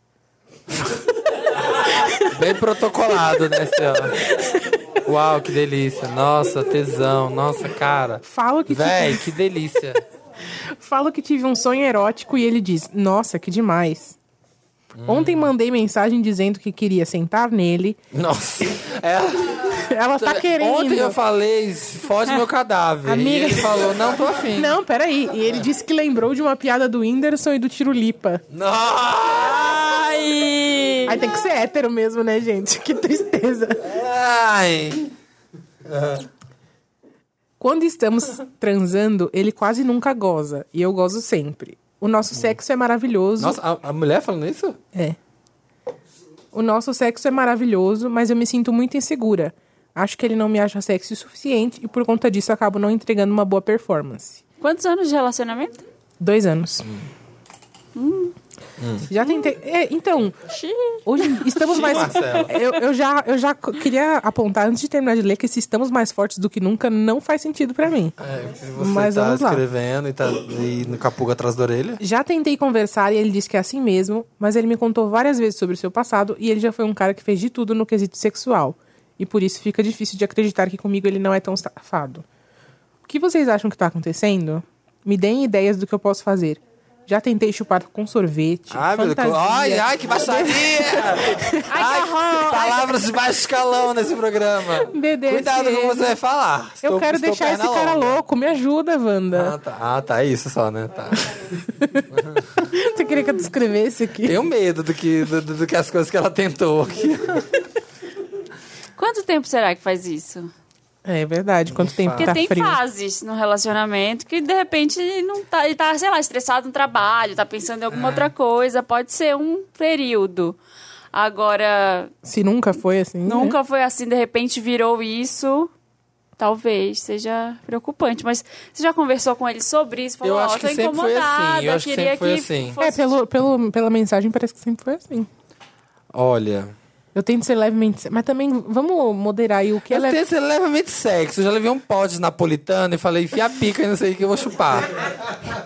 Speaker 1: Bem protocolado, né, senhora? Uau, que delícia. Nossa, tesão. Nossa, cara.
Speaker 2: Falo que, tipo
Speaker 1: Véi, que delícia.
Speaker 2: Falo que tive um sonho erótico e ele diz: Nossa, que demais. Ontem
Speaker 1: Hum.
Speaker 2: mandei mensagem dizendo que queria sentar nele.
Speaker 1: Nossa. É,
Speaker 2: Ela tá querendo.
Speaker 1: Ontem eu falei, fode meu cadáver.
Speaker 2: Amiga-
Speaker 1: E ele falou, não tô afim.
Speaker 2: Não, peraí. E ele disse que lembrou de uma piada do Whindersson e do Tirulipa.
Speaker 1: Nossa!
Speaker 2: Aí tem que ser hétero mesmo, né, gente? Que tristeza.
Speaker 1: Ai.
Speaker 2: Quando estamos transando, ele quase nunca goza. E eu gozo sempre. O nosso sexo é maravilhoso.
Speaker 1: Hum. Nossa, a, a mulher falando isso?
Speaker 2: É. O nosso sexo é maravilhoso, mas eu me sinto muito insegura. Acho que ele não me acha sexy o suficiente e por conta disso acabo não entregando uma boa performance.
Speaker 3: Quantos anos de relacionamento?
Speaker 2: Dois anos. Já tentei. é, então, hoje estamos
Speaker 1: Xiii,
Speaker 2: mais.
Speaker 1: Marcela.
Speaker 2: Eu, eu já, eu já co- queria apontar, antes de terminar de ler, que se estamos mais fortes do que nunca não faz sentido pra mim.
Speaker 1: É, porque você
Speaker 2: Mas
Speaker 1: tá
Speaker 2: vamos lá.
Speaker 1: escrevendo e tá e no capuga atrás da orelha.
Speaker 2: Já tentei conversar e ele disse que é assim mesmo, mas ele me contou várias vezes sobre o seu passado e ele já foi um cara que fez de tudo no quesito sexual. E por isso fica difícil de acreditar que comigo ele não é tão safado. O que vocês acham que tá acontecendo? Me deem ideias do que eu posso fazer. Já tentei chupar com sorvete.
Speaker 1: Ai, Ah, meu Deus.
Speaker 2: fantasia.
Speaker 1: Ai, ai, que baixaria! ai, que palavras de baixo escalão nesse programa.
Speaker 2: BDSM.
Speaker 1: Cuidado com o que você vai falar.
Speaker 2: assim, Eu
Speaker 1: Estou-
Speaker 2: quero
Speaker 1: estou
Speaker 2: deixar esse
Speaker 1: perna
Speaker 2: cara
Speaker 1: longa.
Speaker 2: louco. Me ajuda, Wanda.
Speaker 1: Ah, tá. Ah, tá, é isso só, né? Tá.
Speaker 2: Você queria que eu descrevesse aqui?
Speaker 1: Tenho medo do que, do, do- do que as coisas que ela tentou aqui.
Speaker 3: Quanto tempo será que faz isso?
Speaker 2: É verdade. Quanto tempo
Speaker 3: Porque
Speaker 2: tá
Speaker 3: tem
Speaker 2: frio?
Speaker 3: fases no relacionamento que de repente não tá, ele tá, sei lá, estressado no trabalho, tá pensando em alguma
Speaker 2: É.
Speaker 3: outra coisa, pode ser um período. Agora,
Speaker 2: Se nunca foi assim. né?
Speaker 3: nunca foi assim, de repente virou isso. Talvez seja preocupante, mas você já conversou com ele sobre isso? Falou,
Speaker 1: Eu
Speaker 3: ó,
Speaker 1: acho que
Speaker 3: tô
Speaker 1: sempre foi assim,
Speaker 3: incomodada,
Speaker 1: eu acho que
Speaker 3: queria
Speaker 1: sempre foi
Speaker 3: que
Speaker 1: assim.
Speaker 3: fosse
Speaker 2: É, pelo, pelo, pela mensagem parece que sempre foi assim.
Speaker 1: Olha.
Speaker 2: Eu tento ser levemente. se- Mas também vamos moderar aí o que
Speaker 1: Eu
Speaker 2: ela é
Speaker 1: tenho esse levemente sexo. Eu já levei um pote de napolitano e falei, enfia a pica e não sei o que eu vou chupar.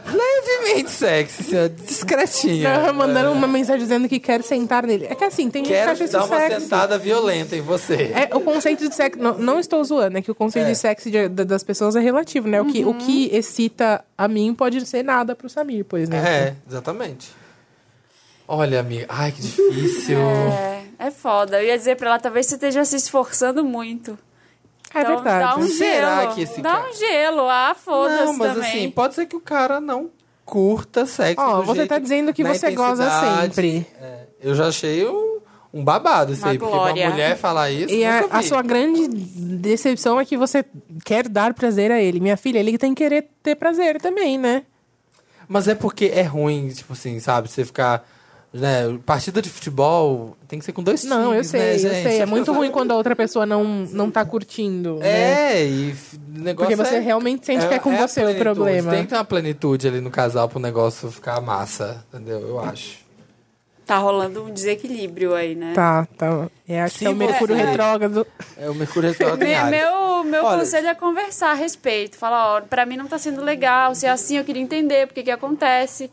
Speaker 1: levemente sexo, assim, ó, discretinha.
Speaker 2: Não, mandando uma mensagem dizendo que quer sentar nele. É que assim, tem gente que acha
Speaker 1: É, Quero
Speaker 2: isso
Speaker 1: dar uma
Speaker 2: sexy.
Speaker 1: sentada violenta em você.
Speaker 2: É, o conceito de sexo. Não, não estou zoando, é que o conceito de sexo de- da- das pessoas é relativo, né? O, que,
Speaker 3: Uhum.
Speaker 2: o que excita a mim pode ser nada pro Samir, por exemplo.
Speaker 1: É, exatamente. Olha, amiga. Ai, que difícil.
Speaker 3: É, é foda. Eu ia dizer pra ela, talvez você esteja se esforçando muito.
Speaker 2: É
Speaker 3: Então, Dá
Speaker 2: verdade.
Speaker 3: um
Speaker 1: Será
Speaker 3: gelo.
Speaker 1: que esse
Speaker 3: dá
Speaker 1: cara-
Speaker 3: um gelo. Ah, foda-se
Speaker 1: não, mas
Speaker 3: também.
Speaker 1: assim, pode ser que o cara não curta sexo.
Speaker 2: Ó,
Speaker 1: do
Speaker 2: você
Speaker 1: jeito-
Speaker 2: tá dizendo que
Speaker 1: na
Speaker 2: você goza
Speaker 1: intensidade.
Speaker 2: sempre.
Speaker 1: É, eu já achei um, um babado isso
Speaker 3: Uma
Speaker 1: aí. Porque
Speaker 3: glória.
Speaker 1: uma mulher falar isso,
Speaker 2: E a,
Speaker 1: nunca
Speaker 2: a
Speaker 1: vi.
Speaker 2: sua grande decepção é que você quer dar prazer a ele. Minha filha, ele tem que querer ter prazer também, né?
Speaker 1: Mas é porque é ruim, tipo assim, sabe? Você ficar... Né, partida de futebol tem que ser com dois
Speaker 2: Não, eu
Speaker 1: times,
Speaker 2: sei,
Speaker 1: né,
Speaker 2: eu
Speaker 1: gente?
Speaker 2: sei. É muito ruim quando a outra pessoa não, não tá curtindo. né?
Speaker 1: É, e f- o negócio
Speaker 2: Porque você
Speaker 1: é-
Speaker 2: realmente sente que é com
Speaker 1: a
Speaker 2: você o
Speaker 1: plenitude.
Speaker 2: problema.
Speaker 1: Tem que ter uma plenitude ali no casal pro negócio ficar massa, entendeu? Eu acho.
Speaker 3: Tá rolando um desequilíbrio aí, né?
Speaker 2: Tá, tá. É aqui
Speaker 3: Se
Speaker 2: é o Mercúrio
Speaker 3: você-
Speaker 2: retrógrado.
Speaker 1: É o Mercúrio retrógrado em
Speaker 3: Me-
Speaker 2: É
Speaker 1: Ares.
Speaker 3: Meu, meu
Speaker 1: Olha,
Speaker 3: conselho é conversar a respeito. Falar, ó, pra mim não tá sendo legal, se é assim eu queria entender porque que acontece.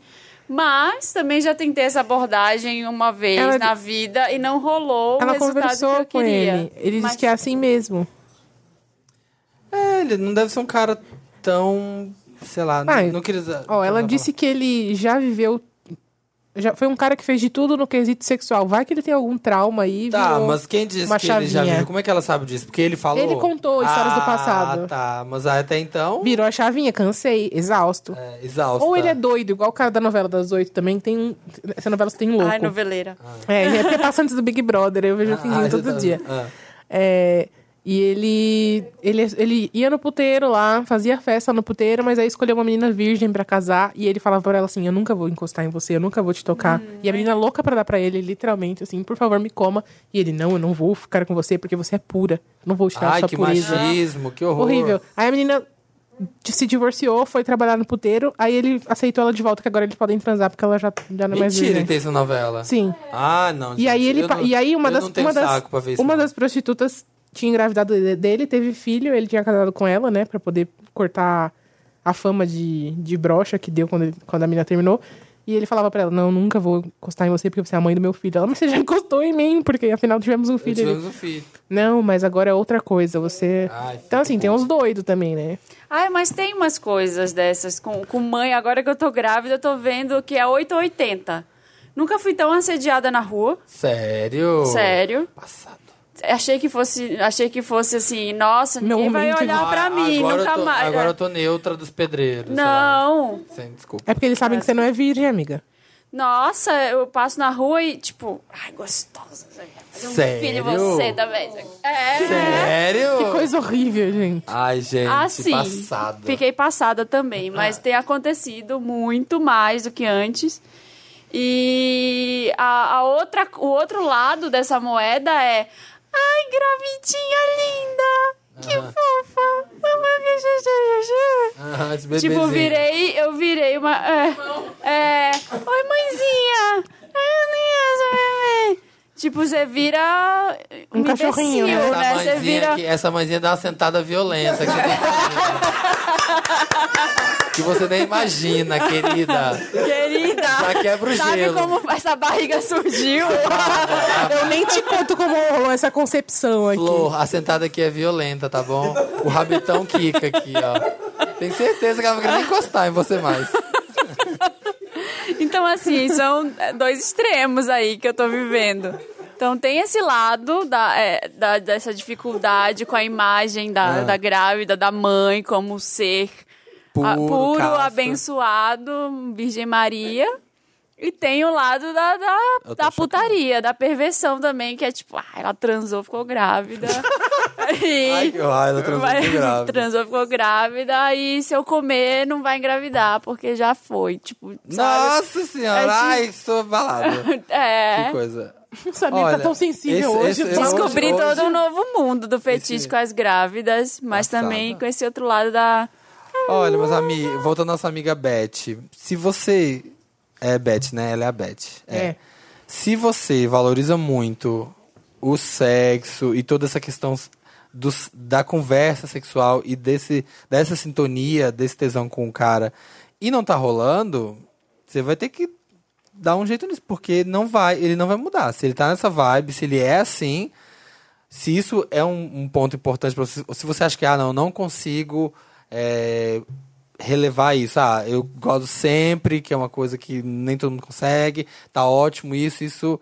Speaker 3: Mas também já tentei essa abordagem uma vez
Speaker 2: Ela-
Speaker 3: na vida e não rolou o
Speaker 2: Ela
Speaker 3: resultado que eu
Speaker 2: conversou com
Speaker 3: queria.
Speaker 2: ele. Ele
Speaker 3: Mas
Speaker 2: disse que é assim mesmo.
Speaker 1: É, ele não deve ser um cara tão. Sei lá,
Speaker 2: Ah,
Speaker 1: não queria. usar-
Speaker 2: Ó, ela
Speaker 1: não,
Speaker 2: disse que ele já viveu. Já foi um cara que fez de tudo no quesito sexual. Vai que ele tem algum trauma aí. e
Speaker 1: Tá,
Speaker 2: virou
Speaker 1: mas quem disse
Speaker 2: uma
Speaker 1: que ele já
Speaker 2: chavinha.
Speaker 1: viu? Como é que ela sabe disso? Porque ele falou.
Speaker 2: Ele contou histórias do
Speaker 1: Ah,
Speaker 2: passado.
Speaker 1: tá. Mas até então,
Speaker 2: Virou a chavinha, cansei, exausto.
Speaker 1: exausto.
Speaker 2: Ou ele é doido, igual o cara da novela das oito também, que tem um. Essa novela só tem um louco.
Speaker 3: Ai, noveleira.
Speaker 2: É, ele é porque passa antes do Big Brother, eu
Speaker 1: Ah,
Speaker 2: vejo o finzinho todo dia. É, e ele, ele, ele ia no puteiro lá, fazia festa no puteiro, mas aí escolheu uma menina virgem pra casar. E ele falava pra ela assim: Eu nunca vou encostar em você, eu nunca vou te tocar. E a menina louca pra dar pra ele, literalmente, assim: Por favor, me coma. E ele: Não, eu não vou ficar com você porque você é pura. Eu Não vou tirar
Speaker 1: Ai,
Speaker 2: sua
Speaker 1: que
Speaker 2: pureza.
Speaker 1: machismo, que horror.
Speaker 2: Horrível. Aí a menina se divorciou, foi trabalhar no puteiro. Aí ele aceitou ela de volta, que agora eles podem transar porque ela já, já não é mais
Speaker 1: Mentira,
Speaker 2: virgem.
Speaker 1: ele tem essa novela.
Speaker 2: Sim.
Speaker 1: Ah, não.
Speaker 2: E aí
Speaker 1: gente,
Speaker 2: ele
Speaker 1: eu
Speaker 2: pa-
Speaker 1: não-
Speaker 2: e aí uma
Speaker 1: eu
Speaker 2: das
Speaker 1: não tenho
Speaker 2: uma das
Speaker 1: saco pra ver isso.
Speaker 2: uma das prostitutas tinha engravidado de- dele, teve filho, ele tinha casado com ela, né, Pra poder cortar a fama de, de brocha que deu quando, ele- quando a menina terminou. E ele falava pra ela: "Não, nunca vou encostar em você porque você é a mãe do meu filho". Ela: "Mas você já encostou em mim, porque afinal tivemos um filho". Ele,
Speaker 1: Tivemos um filho.
Speaker 2: Não, mas agora é outra coisa, você Então assim, tem uns doidos também, né?
Speaker 3: Ai, mas tem umas coisas dessas com, com mãe. Agora que eu tô grávida, eu tô vendo que é 8 ou 80. Nunca fui tão assediada na rua.
Speaker 1: Sério?
Speaker 3: Sério. Achei que fosse, achei que fosse assim, nossa,
Speaker 2: Meu
Speaker 3: ninguém vai
Speaker 2: momento
Speaker 3: olhar
Speaker 2: de-
Speaker 3: pra
Speaker 1: Ah,
Speaker 3: mim,
Speaker 1: agora eu
Speaker 3: nunca
Speaker 1: tô-
Speaker 3: mais. é.
Speaker 1: Agora eu tô neutra dos pedreiros.
Speaker 3: Não.
Speaker 1: Sem desculpa.
Speaker 2: É porque eles sabem que você não é virgem, amiga.
Speaker 3: Nossa, eu passo na rua e tipo, ai, gostosa.
Speaker 1: Sério?
Speaker 3: Filho, você também. É.
Speaker 1: Sério?
Speaker 2: Que coisa horrível, gente.
Speaker 1: Ai, gente,
Speaker 3: Assim,
Speaker 1: passada.
Speaker 3: fiquei passada também, mas tem acontecido muito mais do que antes. E a, a outra, o outro lado dessa moeda é, ai, gravidinha linda, que fofa, mamãe, que ju, ju, ju, ju."
Speaker 1: Ah, esse bebezinho.
Speaker 3: Tipo, virei, eu virei uma. É, é, Oi, mãezinha! é, Ai, meu Deus, bebê." Tipo, você vira. Um,
Speaker 1: cachorrinho,
Speaker 3: imbecil,
Speaker 1: Essa
Speaker 3: né? Você
Speaker 1: mãezinha,
Speaker 3: vira.
Speaker 1: que- essa mãezinha dá uma sentada violenta que você, nem- que você nem imagina, querida.
Speaker 3: Querida!
Speaker 1: Já quebra o
Speaker 3: sabe
Speaker 1: gelo.
Speaker 3: como essa barriga surgiu?
Speaker 2: Eu nem te conto como rolou essa concepção aqui.
Speaker 1: Flor, a sentada aqui é violenta, tá bom? O rabetão quica aqui, ó. Tem certeza que ela não quer nem encostar em você mais.
Speaker 3: Então, assim, são dois extremos aí que eu tô vivendo. Então, tem esse lado da, é, da- dessa dificuldade com a imagem
Speaker 1: Ah.
Speaker 3: da, da grávida, da mãe, como ser
Speaker 1: Puro,
Speaker 3: a- Ah, puro,
Speaker 1: casto.
Speaker 3: abençoado, Virgem Maria. E tem o lado da, da,
Speaker 1: Eu tô
Speaker 3: da putaria, da perversão também, que é tipo, ah, ela transou, ficou grávida. E-
Speaker 1: Ai, que- ai, ela transou,
Speaker 3: Vai-
Speaker 1: ficou grávida.
Speaker 3: transou, ficou grávida. E se eu comer, não vai engravidar, porque já foi. Tipo, sabe?
Speaker 1: Nossa senhora, ai, estou abalada.
Speaker 3: É.
Speaker 1: Que coisa.
Speaker 2: Não sabia que
Speaker 1: Olha,
Speaker 2: tá tão sensível
Speaker 1: esse-
Speaker 2: hoje.
Speaker 1: esse-
Speaker 3: Descobri
Speaker 1: hoje-
Speaker 3: todo
Speaker 1: hoje-
Speaker 3: um novo mundo do fetiche com as grávidas, mas também com esse outro lado da.
Speaker 1: Olha, mas ami, voltando à nossa amiga Beth, se você. É Beth, né? Ela é a Beth. É.
Speaker 2: É.
Speaker 1: Se você valoriza muito o sexo e toda essa questão dos- da conversa sexual e desse, dessa sintonia, desse tesão com o cara, e não tá rolando, você vai ter que dar um jeito nisso, porque não vai, ele não vai mudar. Se ele tá nessa vibe, se ele é assim, se isso é um, um ponto importante para você, ou se você acha que, ah, não, não consigo é, relevar isso, ah, eu gosto sempre, que é uma coisa que nem todo mundo consegue, tá ótimo isso, isso,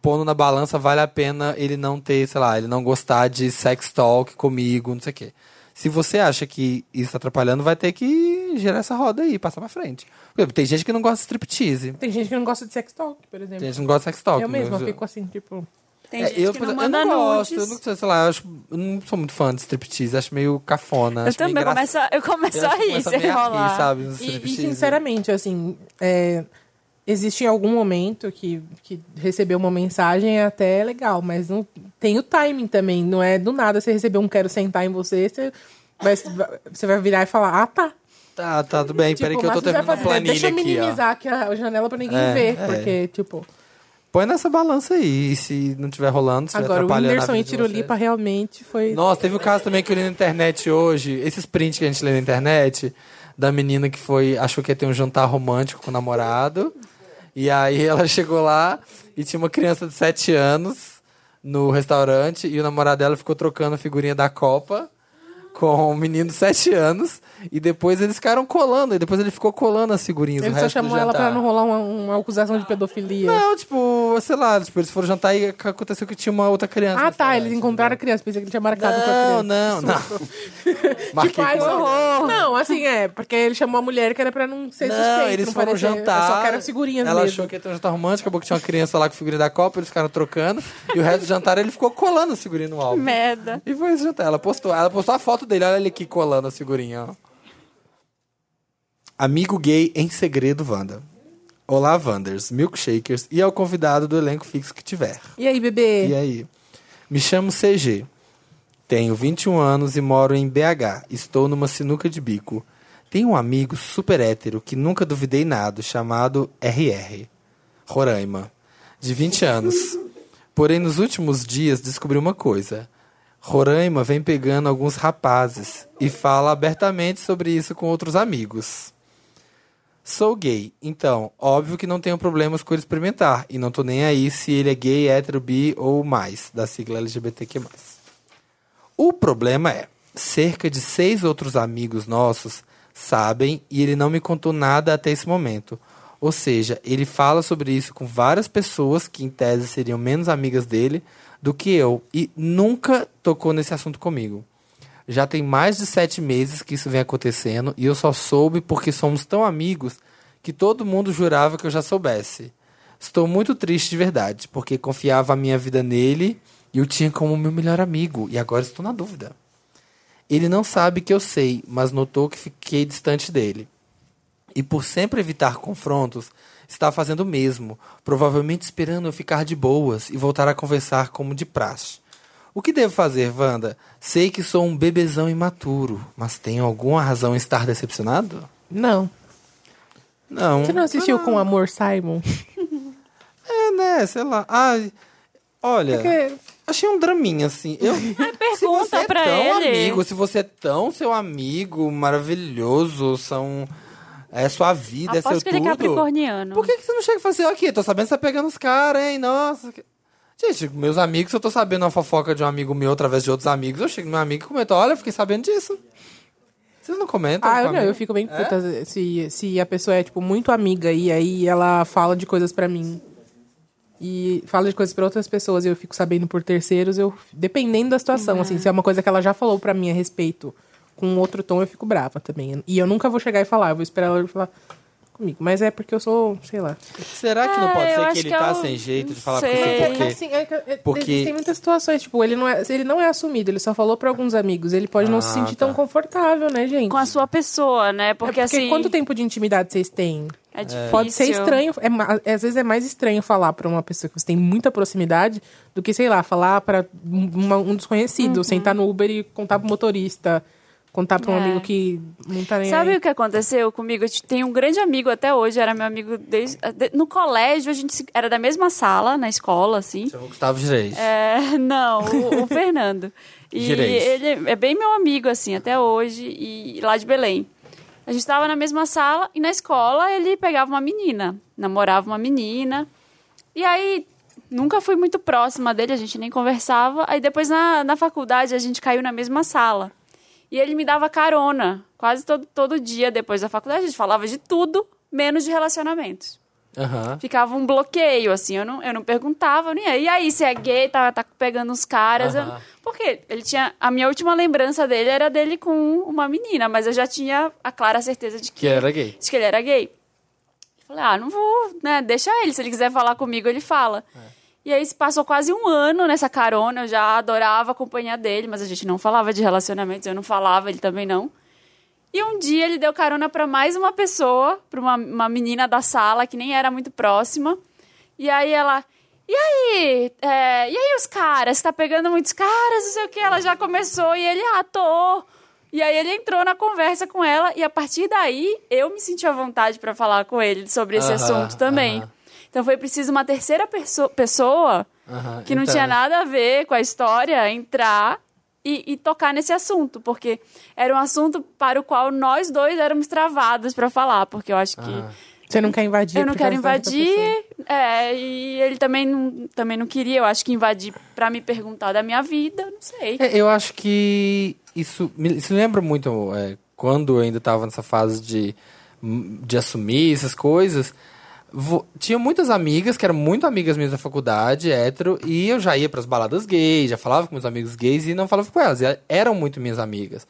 Speaker 1: pondo na balança, vale a pena ele não ter, sei lá, ele não gostar de sex talk comigo, não sei o quê. Se você acha que isso tá atrapalhando, vai ter que gerar essa roda aí, passar pra frente. Por exemplo, Tem gente que não gosta de striptease.
Speaker 2: Tem gente que não gosta de sex talk, por exemplo.
Speaker 1: Tem gente que não gosta de sex talk.
Speaker 2: Eu mesma
Speaker 1: mas-
Speaker 2: fico assim, tipo.
Speaker 3: Tem
Speaker 1: É,
Speaker 3: gente que
Speaker 1: por
Speaker 3: não
Speaker 1: exemplo,
Speaker 3: manda
Speaker 1: eu não gosto, eu
Speaker 3: nudes.
Speaker 1: não, sei, sei lá, eu, acho- eu não sou muito fã de striptease, acho meio cafona.
Speaker 3: Eu
Speaker 1: acho meio
Speaker 3: também
Speaker 1: engra-
Speaker 3: começo, eu
Speaker 2: é
Speaker 3: começo
Speaker 1: Eu
Speaker 3: a
Speaker 1: acho que
Speaker 3: rir,
Speaker 1: começa
Speaker 3: sem
Speaker 1: meio a rir,
Speaker 3: rolar.
Speaker 1: sabe, nos
Speaker 2: E, e
Speaker 1: striptease.
Speaker 2: sinceramente, assim, é, existe algum momento que, que receber uma mensagem é até legal, mas não tem o timing também. Não é do nada você receber um quero sentar em você, você vai, você vai virar e falar, ah, tá.
Speaker 1: Tá, tá, tudo bem,
Speaker 2: Tipo,
Speaker 1: peraí que eu
Speaker 2: mas
Speaker 1: tô
Speaker 2: o você
Speaker 1: terminando
Speaker 2: vai
Speaker 1: a
Speaker 2: fazer?
Speaker 1: planilha
Speaker 2: Deixa eu
Speaker 1: aqui, ó.
Speaker 2: minimizar aqui a janela pra ninguém
Speaker 1: É,
Speaker 2: ver,
Speaker 1: é.
Speaker 2: porque, tipo...
Speaker 1: Põe nessa balança aí. E se não tiver rolando, se tiver
Speaker 2: Agora, o
Speaker 1: atrapalhando a
Speaker 2: Whindersson e
Speaker 1: vida de
Speaker 2: Tirolipa realmente foi.
Speaker 1: vocês. Nossa, teve o caso também que eu li na internet hoje. Esses prints que a gente lê na internet. Da menina que foi... Achou que ia ter um jantar romântico com o namorado. E aí ela chegou lá e tinha uma criança de 7 anos no restaurante. E o namorado dela ficou trocando a figurinha da Copa com um menino de 7 anos. E depois eles ficaram colando. E depois ele ficou colando as figurinhas.
Speaker 2: Ele
Speaker 1: o
Speaker 2: só
Speaker 1: resto do
Speaker 2: chamou ela pra
Speaker 1: jantar.
Speaker 2: não rolar uma, uma acusação de pedofilia.
Speaker 1: Não, tipo, sei lá, tipo, eles foram jantar e ac- aconteceu que tinha uma outra criança.
Speaker 2: Ah, tá, eles encontraram a criança. Pensei que ele tinha marcado com a
Speaker 1: Não, não,
Speaker 2: criança.
Speaker 1: não.
Speaker 2: Tipo,
Speaker 1: Marquei
Speaker 2: ai,
Speaker 1: com uma-
Speaker 2: horror. Não, assim, é, porque ele chamou a mulher que era pra não ser
Speaker 1: Não,
Speaker 2: suspeito.
Speaker 1: eles
Speaker 2: não
Speaker 1: foram
Speaker 2: parecer-
Speaker 1: jantar.
Speaker 2: Eu só quero figurinhas
Speaker 1: Ela
Speaker 2: mesmo.
Speaker 1: achou que ia ter um jantar romântico, acabou que tinha uma criança lá com figurinha da Copa, eles ficaram trocando. E o resto do jantar ele ficou colando a figurinha no álbum.
Speaker 3: Merda.
Speaker 1: E foi esse jantar. Ela postou, ela postou a foto dele, olha ele aqui colando a figurinha, ó. Amigo gay em segredo, Wanda. Olá, Wanders, milkshakers e ao convidado do elenco fixo que tiver.
Speaker 2: E aí, bebê?
Speaker 1: E aí? Me chamo CG. Tenho 21 anos e moro em BH. Estou numa sinuca de bico. Tenho um amigo super hétero que nunca duvidei nada, chamado RR. Roraima. De 20 anos. Porém, nos últimos dias descobri uma coisa. Roraima vem pegando alguns rapazes e fala abertamente sobre isso com outros amigos. Sou gay, então, óbvio que não tenho problemas com ele experimentar. E não tô nem aí se ele é gay, hétero, bi ou mais, da sigla LGBTQ. O problema é: cerca de seis outros amigos nossos sabem e ele não me contou nada até esse momento. Ou seja, ele fala sobre isso com várias pessoas que, em tese, seriam menos amigas dele do que eu e nunca tocou nesse assunto comigo. Já tem mais de sete meses que isso vem acontecendo e eu só soube porque somos tão amigos que todo mundo jurava que eu já soubesse. Estou muito triste de verdade, porque confiava a minha vida nele e o tinha como meu melhor amigo e agora estou na dúvida. Ele não sabe que eu sei, mas notou que fiquei distante dele. E por sempre evitar confrontos, está fazendo o mesmo, provavelmente esperando eu ficar de boas e voltar a conversar como de praxe. O que devo fazer, Wanda? Sei que sou um bebezão imaturo, mas tenho alguma razão em estar decepcionado?
Speaker 2: Não. Ah.
Speaker 1: Não.
Speaker 2: Você não assistiu com Amor Simon?
Speaker 1: É, né? Sei lá. Ai, olha,
Speaker 2: Porque-
Speaker 1: achei um draminha, assim. Eu,
Speaker 3: É Pergunta
Speaker 1: é
Speaker 3: pra
Speaker 1: tão
Speaker 3: ele.
Speaker 1: amigo, se você é tão seu amigo, maravilhoso, são... É sua vida, é seu
Speaker 3: Aposto que ele é
Speaker 1: tudo.
Speaker 3: capricorniano.
Speaker 1: Por que, que você não chega e fala assim, ó, aqui, tô sabendo que você tá pegando os caras, hein? Nossa. que- Gente, meus amigos, se eu tô sabendo uma fofoca de um amigo meu através de outros amigos, eu chego no meu amigo e comento, olha, eu fiquei sabendo disso. Vocês não comentam?
Speaker 2: Ah,
Speaker 1: com
Speaker 2: eu não,
Speaker 1: amigo?
Speaker 2: eu fico bem
Speaker 1: É?
Speaker 2: puta se, se a pessoa é, tipo, muito amiga e aí ela fala de coisas pra mim. E fala de coisas pra outras pessoas e eu fico sabendo por terceiros, eu, dependendo da situação, assim,
Speaker 1: Uhum.
Speaker 2: se é uma coisa que ela já falou pra mim a respeito com outro tom, eu fico brava também. E eu nunca vou chegar e falar, eu vou esperar ela falar comigo. Mas é porque eu sou, sei lá.
Speaker 1: Será que não pode
Speaker 3: Ah, eu
Speaker 1: ser
Speaker 3: acho
Speaker 1: que ele
Speaker 3: que
Speaker 1: tá
Speaker 3: eu
Speaker 1: sem jeito de
Speaker 3: não
Speaker 1: falar com
Speaker 3: sei.
Speaker 1: você?
Speaker 2: É,
Speaker 1: Porque...
Speaker 2: assim, é que, é,
Speaker 1: porque-
Speaker 2: Existem muitas situações, tipo, ele não é, ele não é assumido, ele só falou pra alguns amigos. Ele pode não se
Speaker 1: Ah,
Speaker 2: sentir
Speaker 1: tá.
Speaker 2: tão confortável, né, gente?
Speaker 3: Com a sua pessoa, né?
Speaker 2: É
Speaker 3: Porque, assim.
Speaker 2: quanto tempo de intimidade vocês têm?
Speaker 3: É difícil.
Speaker 2: Pode ser estranho, é, ma- às vezes é mais estranho falar pra uma pessoa que você tem muita proximidade do que, sei lá, falar pra um, uma- um desconhecido, sentar no Uber e contar pro motorista, contar pra um
Speaker 3: Uhum. É.
Speaker 2: amigo que não tá nem
Speaker 3: Sabe
Speaker 2: aí.
Speaker 3: o que aconteceu comigo? Eu te- tenho um grande amigo até hoje, era meu amigo desde. ah, de- No colégio, a gente se- era da mesma sala, na escola, assim.
Speaker 1: Chama o Gustavo Direis.
Speaker 3: É, não, o, o Fernando. E
Speaker 1: Direito.
Speaker 3: ele é bem meu amigo, assim, até hoje, e lá de Belém. A gente estava na mesma sala e na escola ele pegava uma menina, namorava uma menina. E aí nunca fui muito próxima dele, a gente nem conversava. Aí depois na, na faculdade a gente caiu na mesma sala. E ele me dava carona quase todo, todo dia depois da faculdade. A gente falava de tudo, menos de relacionamentos
Speaker 1: Aham.
Speaker 3: ficava um bloqueio, assim, eu não, eu não perguntava, nem aí, e aí, você é gay, tá, tá pegando uns caras, eu-
Speaker 1: Aham.
Speaker 3: porque ele tinha, a minha última lembrança dele era dele com uma menina, mas eu já tinha a clara certeza de que,
Speaker 1: Que era gay.
Speaker 3: de que ele era gay. Eu Falei, ah, não vou, né, deixa ele, se ele quiser falar comigo, ele fala. E aí se passou quase um ano nessa carona, eu já adorava a companhia dele, mas a gente não falava de relacionamentos, eu não falava, ele também não. E um dia ele deu carona para mais uma pessoa, para uma, uma menina da sala que nem era muito próxima. E aí ela. E aí? É, e aí os caras? Tá pegando muitos caras, não sei o que. Ela já começou e ele, ah, tô. E aí ele entrou na conversa com ela e a partir daí eu me senti à vontade para falar com ele sobre esse
Speaker 1: Aham,
Speaker 3: assunto também.
Speaker 1: aham.
Speaker 3: Então foi preciso uma terceira perso- pessoa
Speaker 1: Aham,
Speaker 3: que não
Speaker 1: então,
Speaker 3: tinha nada a ver com a história entrar e, e tocar nesse assunto, porque era um assunto para o qual nós dois éramos travados para falar, porque eu acho que
Speaker 2: Você não quer invadir.
Speaker 3: eu não
Speaker 2: a
Speaker 3: quero
Speaker 2: privacidade da
Speaker 3: invadir,
Speaker 2: pessoa.
Speaker 3: é, e ele também não, também não queria, eu acho que invadir para me perguntar da minha vida, não sei.
Speaker 1: É, eu acho que isso me isso lembra muito é, quando eu ainda estava nessa fase de, hum, de assumir essas coisas. Vo- tinha muitas amigas que eram muito amigas minhas da faculdade, hétero, e eu já ia pras baladas gays, já falava com meus amigos gays e não falava com elas. E elas eram muito minhas amigas.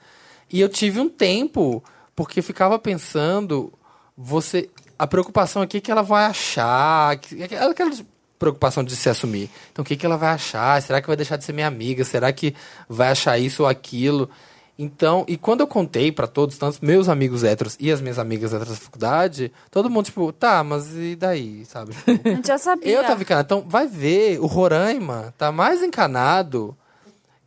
Speaker 1: E eu tive um tempo, porque eu ficava pensando, você. A preocupação aqui é que ela vai achar. que- Aquela, aquela preocupação de se assumir. Então o que, que ela vai achar? Será que vai deixar de ser minha amiga? Será que vai achar isso ou aquilo? Então, e quando eu contei pra todos, tanto meus amigos héteros e as minhas amigas héteros da faculdade, todo mundo, tipo, tá, mas e daí, sabe? Tipo,
Speaker 3: A gente já sabia.
Speaker 1: eu tava encanado. Então, vai ver, o Roraima tá mais encanado.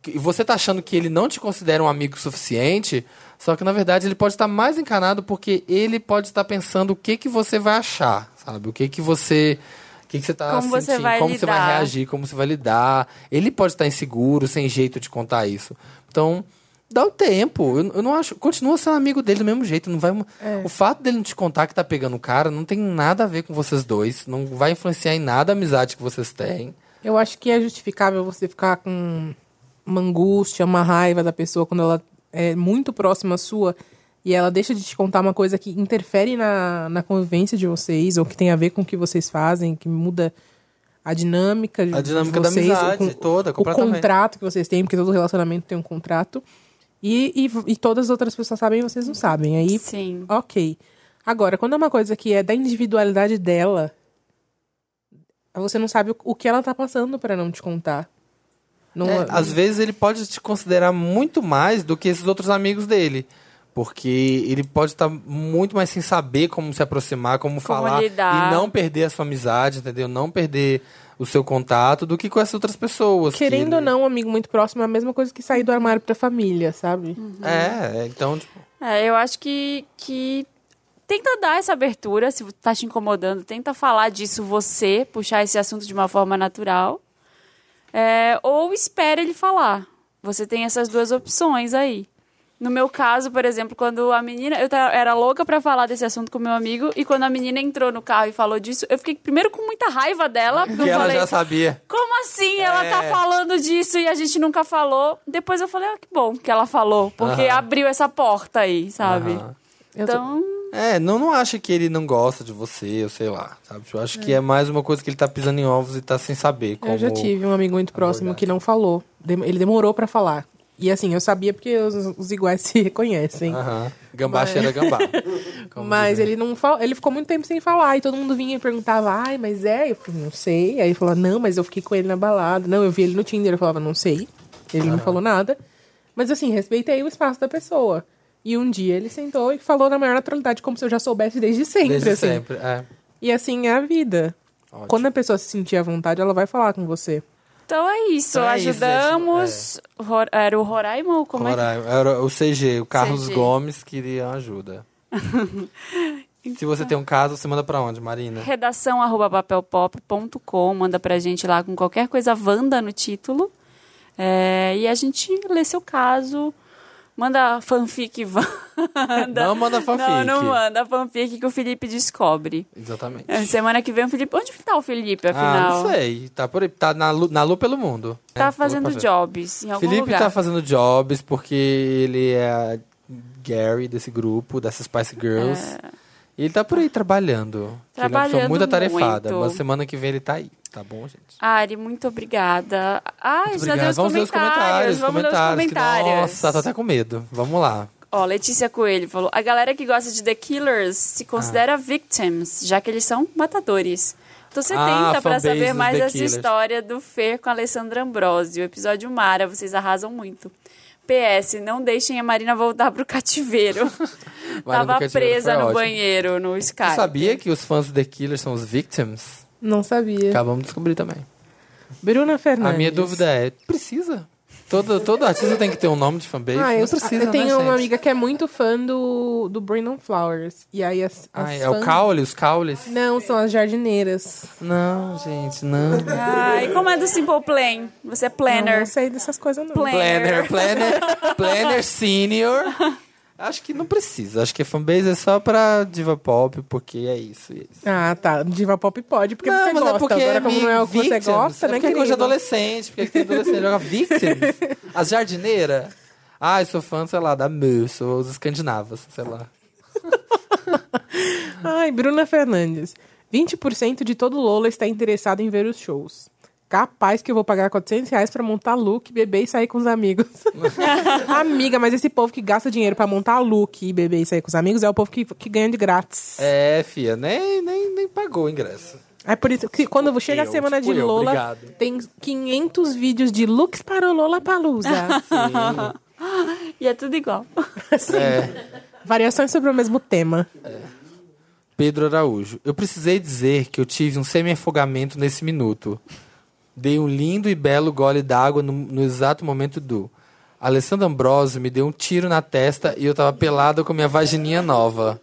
Speaker 1: que- E você tá achando que ele não te considera um amigo suficiente, só que na verdade ele pode estar mais encanado porque ele pode estar pensando o que que você vai achar, sabe? O que que você. O que, que você tá
Speaker 3: Como
Speaker 1: sentindo,
Speaker 3: você vai
Speaker 1: como você vai
Speaker 3: lidar.
Speaker 1: reagir, como você vai lidar. Ele pode estar inseguro, sem jeito de contar isso. Então. Dá o tempo, eu, eu não acho. Continua sendo amigo dele do mesmo jeito. Não vai,
Speaker 3: É.
Speaker 1: O fato dele não te contar que tá pegando o cara não tem nada a ver com vocês dois. Não vai influenciar em nada a amizade que vocês têm.
Speaker 2: Eu acho que é justificável você ficar com uma angústia, uma raiva da pessoa quando ela é muito próxima à sua e ela deixa de te contar uma coisa que interfere na, na convivência de vocês ou que tem a ver com o que vocês fazem, que muda a dinâmica de,
Speaker 1: A dinâmica
Speaker 2: de
Speaker 1: da
Speaker 2: vocês,
Speaker 1: amizade
Speaker 2: o, con-
Speaker 1: toda,
Speaker 2: o
Speaker 1: completamente.
Speaker 2: contrato que vocês têm, porque todo relacionamento tem um contrato. E, e, e todas as outras pessoas sabem e vocês não sabem. Aí,
Speaker 3: Sim.
Speaker 2: ok. Agora, quando é uma coisa que é da individualidade dela, você não sabe o- o que ela tá passando pra não te contar. Não,
Speaker 1: É, às vezes ele pode te considerar muito mais do que esses outros amigos dele. Porque ele pode estar muito mais sem saber como se aproximar, como, falar.
Speaker 3: lidar.
Speaker 1: E não perder a sua amizade, entendeu? Não perder o seu contato do que com essas outras pessoas. que
Speaker 2: Querendo ou
Speaker 1: ele-
Speaker 2: não, um amigo muito próximo é a mesma coisa que sair do armário pra família, sabe?
Speaker 1: É, é, então, tipo,
Speaker 3: É, eu acho que, que tenta dar essa abertura, se tá te incomodando, tenta falar disso você, puxar esse assunto de uma forma natural. É, ou espera ele falar. Você tem essas duas opções aí. No meu caso, por exemplo, quando a menina. Eu ta- era louca pra falar desse assunto com meu amigo, e quando a menina entrou no carro e falou disso, eu fiquei primeiro com muita raiva dela, porque
Speaker 1: que
Speaker 3: eu
Speaker 1: ela
Speaker 3: falei.
Speaker 1: já sabia.
Speaker 3: Como assim ela
Speaker 1: É.
Speaker 3: tá falando disso e a gente nunca falou? Depois eu falei, ah, que bom que ela falou, porque
Speaker 1: Aham.
Speaker 3: abriu essa porta aí, sabe?
Speaker 1: Aham.
Speaker 3: Então,
Speaker 1: É, não, não acha que ele não gosta de você, eu sei lá. Sabe? Eu acho que é mais uma coisa que ele tá pisando em ovos e tá sem saber. Como...
Speaker 2: Eu já tive um amigo muito próximo que não falou. Dem- Ele demorou pra falar. E assim, eu sabia porque os, os iguais se reconhecem.
Speaker 1: Aham. Gambá
Speaker 2: Mas-
Speaker 1: cheira gambá.
Speaker 2: É
Speaker 1: Como
Speaker 2: Mas
Speaker 1: dizem.
Speaker 2: ele não fal... ele ficou muito tempo sem falar e todo mundo vinha e perguntava: "Ai, mas é?" Eu falei: "Não sei". Aí ele falou: "Não, mas eu fiquei com ele na balada. Não, eu vi ele no Tinder". Eu falava: "Não sei". Ele não
Speaker 1: Aham.
Speaker 2: falou nada. Mas assim, respeitei o espaço da pessoa. E um dia ele sentou e falou na maior naturalidade como se eu já soubesse desde sempre,
Speaker 1: Desde
Speaker 2: assim.
Speaker 1: sempre, é.
Speaker 2: E assim é a vida.
Speaker 1: Ótimo.
Speaker 2: Quando a pessoa se sentir à vontade, ela vai falar com você.
Speaker 3: então é isso.
Speaker 1: Então é isso, é.
Speaker 3: Ajudamos. Ro- Era o Roraima ou como é?
Speaker 1: Roraima. Era o CG, o Carlos
Speaker 3: CG.
Speaker 1: Gomes queria ajuda. Se você tem um caso, você manda pra onde, Marina?
Speaker 3: é? Redação arroba papelpop.com. Manda pra gente lá com qualquer coisa Wanda no título. É, e a gente lê seu caso. Manda fanfic Wanda.
Speaker 1: Não manda fanfic.
Speaker 3: Não, não manda fanfic que o Felipe descobre.
Speaker 1: Exatamente.
Speaker 3: É, Semana que vem o Felipe. Onde tá o Felipe,
Speaker 1: Ah,
Speaker 3: afinal?
Speaker 1: não sei. Tá por aí. Tá na lu, na lu pelo mundo.
Speaker 3: Tá
Speaker 1: É,
Speaker 3: fazendo
Speaker 1: pelo-
Speaker 3: jobs em algum
Speaker 1: Felipe
Speaker 3: lugar.
Speaker 1: tá fazendo jobs porque ele é Gary desse grupo, dessas Spice Girls. E ele tá por aí trabalhando. Que ele é uma pessoa
Speaker 3: É. Trabalhando
Speaker 1: muito atarefada.
Speaker 3: muito.
Speaker 1: Mas semana que vem ele tá aí, tá bom, gente?
Speaker 3: Ari, muito obrigada. Ah,
Speaker 1: Muito
Speaker 3: já deu
Speaker 1: obrigado.
Speaker 3: os
Speaker 1: Vamos ler os
Speaker 3: comentários.
Speaker 1: comentários.
Speaker 3: Vamos ler os
Speaker 1: comentários, que-
Speaker 3: comentários.
Speaker 1: nossa, tô até com medo. Vamos lá.
Speaker 3: Ó, Letícia Coelho falou: a galera que gosta de The Killers se considera victims, já que eles são matadores. Tô
Speaker 1: Ah,
Speaker 3: sedenta
Speaker 1: a
Speaker 3: pra
Speaker 1: fanbase
Speaker 3: saber
Speaker 1: dos
Speaker 3: mais
Speaker 1: The
Speaker 3: dessa
Speaker 1: Killers.
Speaker 3: história do Fer com a Alessandra Ambrosio. O episódio Mara, vocês arrasam muito. PS, não deixem a Marina voltar pro cativeiro.
Speaker 1: Marina
Speaker 3: Tava
Speaker 1: do Cativeiro
Speaker 3: presa
Speaker 1: foi
Speaker 3: no
Speaker 1: ótimo.
Speaker 3: banheiro, no Skype.
Speaker 1: Você sabia que os fãs do The Killers são os victims?
Speaker 2: Não sabia.
Speaker 1: Acabamos de descobrir também.
Speaker 2: Bruna Fernandes.
Speaker 1: A minha dúvida é, precisa? Todo, todo artista tem que ter um nome de fanbase.
Speaker 2: Ah,
Speaker 1: não
Speaker 2: eu,
Speaker 1: precisa,
Speaker 2: eu tenho
Speaker 1: né,
Speaker 2: uma
Speaker 1: gente?
Speaker 2: amiga que é muito fã do, do Brandon Flowers. E aí as, as Ah,
Speaker 1: Ai, é o
Speaker 2: fãs-
Speaker 1: caule, os caules?
Speaker 2: Não, são as jardineiras.
Speaker 1: Não, gente, não.
Speaker 3: Ah, e como é do Simple Plan? Você é planner.
Speaker 2: Não, não sei dessas coisas, não.
Speaker 1: Planner, planner, planner senior. Acho que não precisa. Acho que fanbase é só pra diva pop, porque é isso. É isso.
Speaker 2: Ah, tá. Diva pop pode, porque você gosta. Agora, como não é o que você
Speaker 1: Victims.
Speaker 2: gosta,
Speaker 1: é
Speaker 2: né,
Speaker 1: porque é coisa de
Speaker 2: querido?
Speaker 1: adolescente, porque tem adolescente joga Victims. As jardineiras. Ah, eu sou fã, sei lá, da Muse, ou os escandinavas, sei lá.
Speaker 2: Ai, Bruna Fernandes. 20% de todo Lola está interessado em ver os shows. Capaz que eu vou pagar 400 reais pra montar look, beber e sair com os amigos. Amiga, mas esse povo que gasta dinheiro pra montar look e beber e sair com os amigos é o povo que, que ganha de grátis.
Speaker 1: É, fia, nem, nem, nem pagou o ingresso.
Speaker 2: É por isso que quando chega a
Speaker 1: eu,
Speaker 2: semana
Speaker 1: tipo
Speaker 2: de
Speaker 1: eu,
Speaker 2: Lola,
Speaker 1: obrigado.
Speaker 2: tem 500 vídeos de looks para o Lola Palusa.
Speaker 3: e é tudo igual.
Speaker 1: É,
Speaker 2: Variações sobre o mesmo tema.
Speaker 1: Pedro Araújo. Eu precisei dizer que eu tive um semi-afogamento nesse minuto. Dei um lindo e belo gole d'água no, no exato momento do. Alessandro Ambrosio me deu um tiro na testa e eu tava pelada com minha vagininha nova.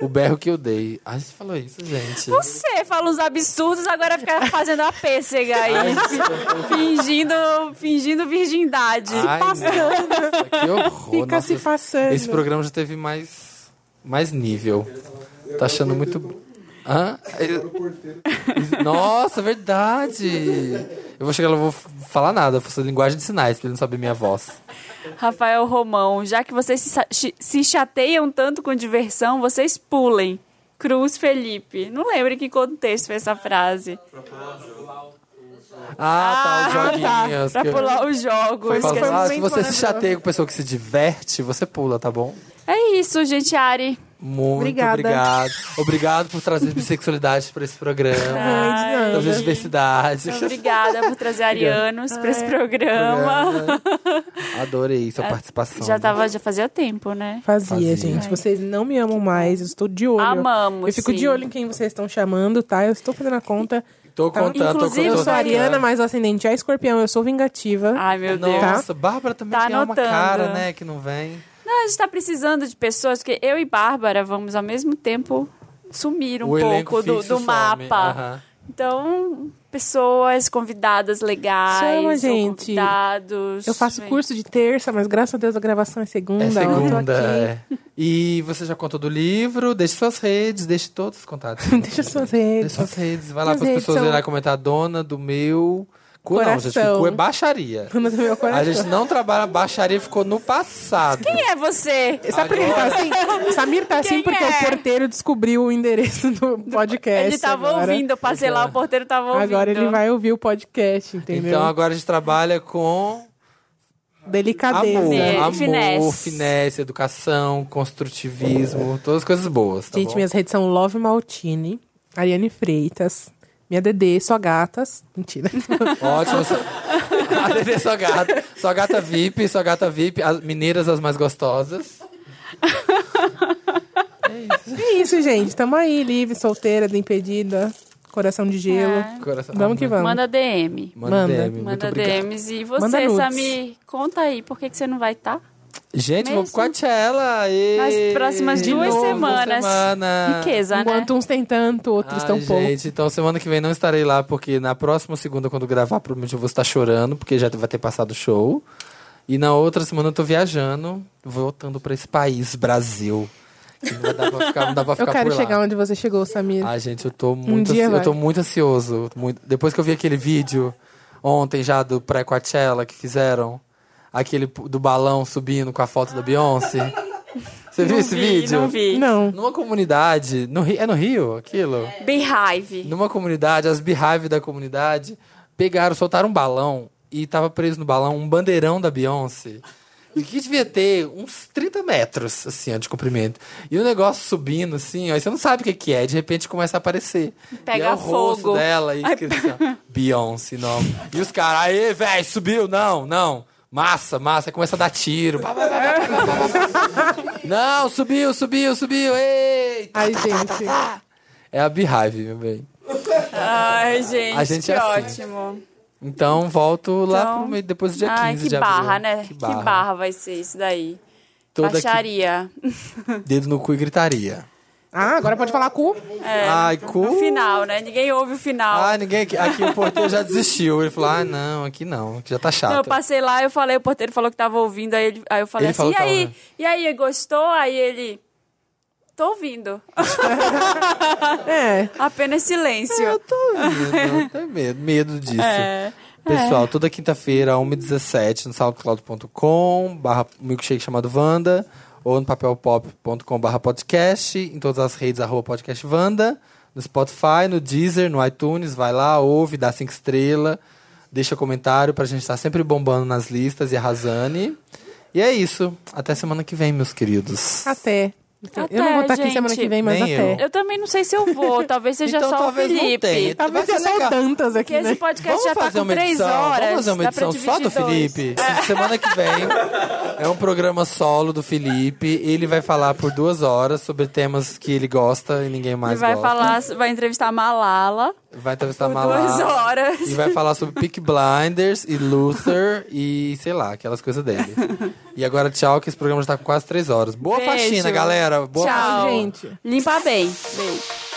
Speaker 1: O berro que eu dei. Ai, você falou isso, gente.
Speaker 3: Você fala uns absurdos, agora fica fazendo a pêssega aí. fingindo, fingindo virgindade.
Speaker 1: Ai, nossa, que horror.
Speaker 2: Fica
Speaker 1: nossa,
Speaker 2: se
Speaker 1: esse-
Speaker 2: passando.
Speaker 1: Esse programa já teve mais, mais nível. Tá achando muito. Hã? Nossa, verdade! Eu vou chegar lá, eu vou f- falar nada, eu faço linguagem de sinais pra ele não saber minha voz.
Speaker 3: Rafael Romão, já que vocês se, sa- chi- se chateiam tanto com diversão, vocês pulem. Cruz Felipe. Não lembro em que contexto foi essa frase.
Speaker 1: Ah, tá, os
Speaker 3: tá.
Speaker 1: joguinhos.
Speaker 3: Pra
Speaker 1: que eu-
Speaker 3: pular os jogos.
Speaker 1: Eu falo,
Speaker 3: que é
Speaker 1: ah,
Speaker 3: muito
Speaker 1: se você se
Speaker 3: quando-
Speaker 1: chateia com pessoa que se diverte, você pula, tá bom?
Speaker 3: É isso, gente, Ari.
Speaker 1: Muito
Speaker 3: Obrigada.
Speaker 1: obrigado. Obrigado por trazer bissexualidade pra esse programa.
Speaker 2: Ah.
Speaker 3: Ai,
Speaker 1: trazer diversidade.
Speaker 3: Obrigada por trazer arianos pra esse programa.
Speaker 1: Programa. Adorei sua
Speaker 3: É,
Speaker 1: participação.
Speaker 3: Já, tava, já fazia tempo, né?
Speaker 2: Fazia,
Speaker 1: Fazia.
Speaker 2: gente. Vocês não me amam mais. Eu estou de olho.
Speaker 3: Amamos,
Speaker 2: Eu fico
Speaker 3: sim.
Speaker 2: de olho em quem vocês estão chamando, tá? Eu estou fazendo a conta.
Speaker 1: Tô
Speaker 2: Tá?
Speaker 1: contando, tô
Speaker 3: Inclusive,
Speaker 2: Eu
Speaker 1: contando.
Speaker 2: sou a Ariana, mas o ascendente é escorpião. Eu sou vingativa.
Speaker 3: Ai, meu Deus.
Speaker 1: Nossa, Bárbara também
Speaker 3: Tá
Speaker 1: tem uma
Speaker 3: anotando.
Speaker 1: cara, né, que não vem.
Speaker 3: Não, a gente tá precisando de pessoas, porque eu e Bárbara vamos ao mesmo tempo sumir um
Speaker 1: o elenco
Speaker 3: pouco do,
Speaker 1: fixo
Speaker 3: do
Speaker 1: some.
Speaker 3: mapa.
Speaker 1: Aham.
Speaker 3: Então, pessoas, convidadas legais,
Speaker 2: Chama,
Speaker 3: ou
Speaker 2: gente.
Speaker 3: convidados.
Speaker 2: Eu faço
Speaker 3: Vem.
Speaker 2: curso de terça, mas graças a Deus a gravação é segunda.
Speaker 1: É
Speaker 2: ó, tô
Speaker 1: segunda.
Speaker 2: aqui.
Speaker 1: é. E você já contou do livro, deixe suas redes, deixe todos os contatos.
Speaker 2: Deixa suas
Speaker 1: deixe
Speaker 2: redes.
Speaker 1: suas redes, vai lá
Speaker 2: Minhas
Speaker 1: para as
Speaker 2: redes
Speaker 1: pessoas
Speaker 2: são-
Speaker 1: irem lá comentar dona do meu cu não, gente, que
Speaker 2: Coração.
Speaker 1: cu é baixaria.
Speaker 2: Dona do meu
Speaker 1: A
Speaker 2: coração.
Speaker 1: gente não trabalha baixaria, ficou no passado.
Speaker 3: Quem é você?
Speaker 2: Sabe por que ele tá assim? Samir tá assim
Speaker 3: Quem
Speaker 2: porque
Speaker 3: é?
Speaker 2: o porteiro descobriu o endereço do podcast.
Speaker 3: Ele tava
Speaker 2: agora.
Speaker 3: ouvindo, eu passei lá, o porteiro tava ouvindo.
Speaker 2: Agora ele vai ouvir o podcast, entendeu?
Speaker 1: Então agora a gente trabalha com
Speaker 2: Delicadeza.
Speaker 1: amor, Tá
Speaker 3: Sim,
Speaker 1: amor,
Speaker 3: finesse.
Speaker 1: finesse. educação, construtivismo, todas as coisas boas, tá
Speaker 2: Gente,
Speaker 1: bom?
Speaker 2: minhas redes são Love Maltini, Ariane Freitas, minha Dedê, só gatas. Mentira.
Speaker 1: Ótimo. só- A Dedê só gata. Só gata VIP, só gata VIP. As mineiras as mais gostosas.
Speaker 2: é isso, gente. Tamo aí, livre, solteira, desimpedida, coração de gelo.
Speaker 1: Coração.
Speaker 2: Vamos que vamos.
Speaker 3: É. Manda DM.
Speaker 1: Manda,
Speaker 2: manda.
Speaker 1: DM. Muito
Speaker 3: Manda
Speaker 1: obrigado.
Speaker 3: DMs. E você,
Speaker 2: Manda nudes.
Speaker 3: Samir, conta aí, por que, que você não vai estar?
Speaker 1: Gente, vamos
Speaker 3: Mesmo?
Speaker 1: com a Tchela. E...
Speaker 3: Nas próximas
Speaker 1: De
Speaker 3: duas
Speaker 1: novo,
Speaker 3: semanas.
Speaker 1: Semana.
Speaker 2: é
Speaker 3: Riqueza, né?
Speaker 2: Enquanto uns têm tanto, outros
Speaker 1: Ai,
Speaker 2: tão pouco.
Speaker 1: gente, então semana que vem não estarei lá, porque na próxima segunda, quando gravar, provavelmente eu vou estar chorando, porque já vai ter passado o show. E na outra semana eu tô viajando, voltando pra esse país, Brasil. Que não dá pra ficar, não dá pra
Speaker 2: Eu
Speaker 1: ficar
Speaker 2: quero
Speaker 1: por lá.
Speaker 2: chegar onde você chegou, Samir.
Speaker 1: Ai, gente, eu tô muito,
Speaker 2: dia
Speaker 1: ansi- eu
Speaker 2: vai.
Speaker 1: tô muito ansioso. muito- Depois que eu vi aquele vídeo ontem já do pré-Coachella que fizeram, aquele p- do balão subindo com a foto da Beyoncé. Você viu
Speaker 3: não
Speaker 1: esse
Speaker 3: vi,
Speaker 1: vídeo?
Speaker 3: Não vi.
Speaker 2: Não.
Speaker 1: Numa comunidade, no, Ri- é no Rio aquilo?
Speaker 3: Beehive.
Speaker 1: Numa comunidade, as beehive da comunidade pegaram, soltaram um balão e tava preso no balão um bandeirão da Beyoncé. E que devia ter uns 30 metros, assim, ó, de comprimento. E o negócio subindo, assim, ó, e você não sabe o que, que é, de repente começa a aparecer.
Speaker 3: Pega
Speaker 1: e é o
Speaker 3: fogo.
Speaker 1: rosto dela e escrito assim, ó, Beyoncé, não. E os caras, aí, velho, subiu, não, não. Massa, massa, aí começa a dar tiro. Pá, pá, pá, pá, pá, pá, pá, pá. Não, subiu, subiu, subiu, ei!
Speaker 2: Ai, gente.
Speaker 1: É a Beehive, meu bem.
Speaker 3: Ai, gente,
Speaker 1: A gente
Speaker 3: que
Speaker 1: é assim.
Speaker 3: ótimo.
Speaker 1: Então, volto lá
Speaker 3: Então-
Speaker 1: pro meio, depois do dia
Speaker 3: Ai,
Speaker 1: 15
Speaker 3: que
Speaker 1: de abril.
Speaker 3: barra, né?
Speaker 1: Que
Speaker 3: Que
Speaker 1: barra.
Speaker 3: barra. vai ser isso daí.
Speaker 1: Toda aqui- Uh!
Speaker 3: Baixaria.
Speaker 1: Dedo no cu e gritaria.
Speaker 2: Ah, agora pode falar cu.
Speaker 3: É,
Speaker 1: Ai, cu.
Speaker 3: No final, né? Ninguém ouve o final.
Speaker 1: Ah, ninguém aqui. Aqui o porteiro já desistiu. Ele falou: ah, não, aqui não, aqui já tá chato.
Speaker 3: Não, eu passei lá, eu falei, o porteiro falou que tava ouvindo, aí, ele, aí eu falei
Speaker 1: Ele
Speaker 3: assim,
Speaker 1: falou
Speaker 3: e
Speaker 1: que tava
Speaker 3: aí?
Speaker 1: ouvindo."
Speaker 3: E aí, gostou? Aí ele, tô ouvindo.
Speaker 2: é.
Speaker 3: Apenas silêncio. eu tô
Speaker 1: Medo, tem medo, medo disso.
Speaker 3: É.
Speaker 1: Pessoal, toda quinta-feira, 1h17, no soundcloud.com, barra milkshake chamado Vanda, ou no papelpop.com barra podcast, em todas as redes, arroba podcast Vanda, no Spotify, no Deezer, no iTunes, vai lá, ouve, dá cinco estrelas, deixa comentário pra gente estar sempre bombando nas listas e arrasane. E é isso. Até semana que vem, meus queridos.
Speaker 2: Até. eu não vou estar aqui
Speaker 3: gente.
Speaker 2: semana que vem, mas
Speaker 1: Nem
Speaker 2: até.
Speaker 1: eu.
Speaker 3: Eu também não sei se eu vou, talvez seja
Speaker 1: Então,
Speaker 3: só o
Speaker 1: talvez não
Speaker 3: Felipe.
Speaker 1: tenha.
Speaker 2: Talvez
Speaker 1: Vai ser
Speaker 2: seja
Speaker 1: legal.
Speaker 2: tantas aqui,
Speaker 3: Porque esse
Speaker 2: né?
Speaker 3: podcast
Speaker 1: Vamos
Speaker 3: já tá
Speaker 1: fazer
Speaker 3: com
Speaker 1: uma
Speaker 3: três
Speaker 1: edição,
Speaker 3: horas.
Speaker 1: Vamos fazer uma
Speaker 3: dá pra
Speaker 1: edição só do
Speaker 3: dividir dois. É.
Speaker 1: Felipe. Semana que vem é um programa solo do Felipe. Ele vai falar por duas horas sobre temas que ele gosta e ninguém
Speaker 3: Ele
Speaker 1: mais
Speaker 3: vai
Speaker 1: gosta.
Speaker 3: falar, vai entrevistar a Malala.
Speaker 1: Vai entrevistar
Speaker 3: por
Speaker 1: Malala.
Speaker 3: duas horas.
Speaker 1: E vai falar sobre Peak Blinders e Luther e sei lá, aquelas coisas dele. E agora tchau, que esse programa já tá com quase três horas. Boa
Speaker 3: Beijo.
Speaker 1: faxina, galera. Boa
Speaker 3: Tchau.
Speaker 1: faxina.
Speaker 2: Gente.
Speaker 3: Limpa bem. Beijo.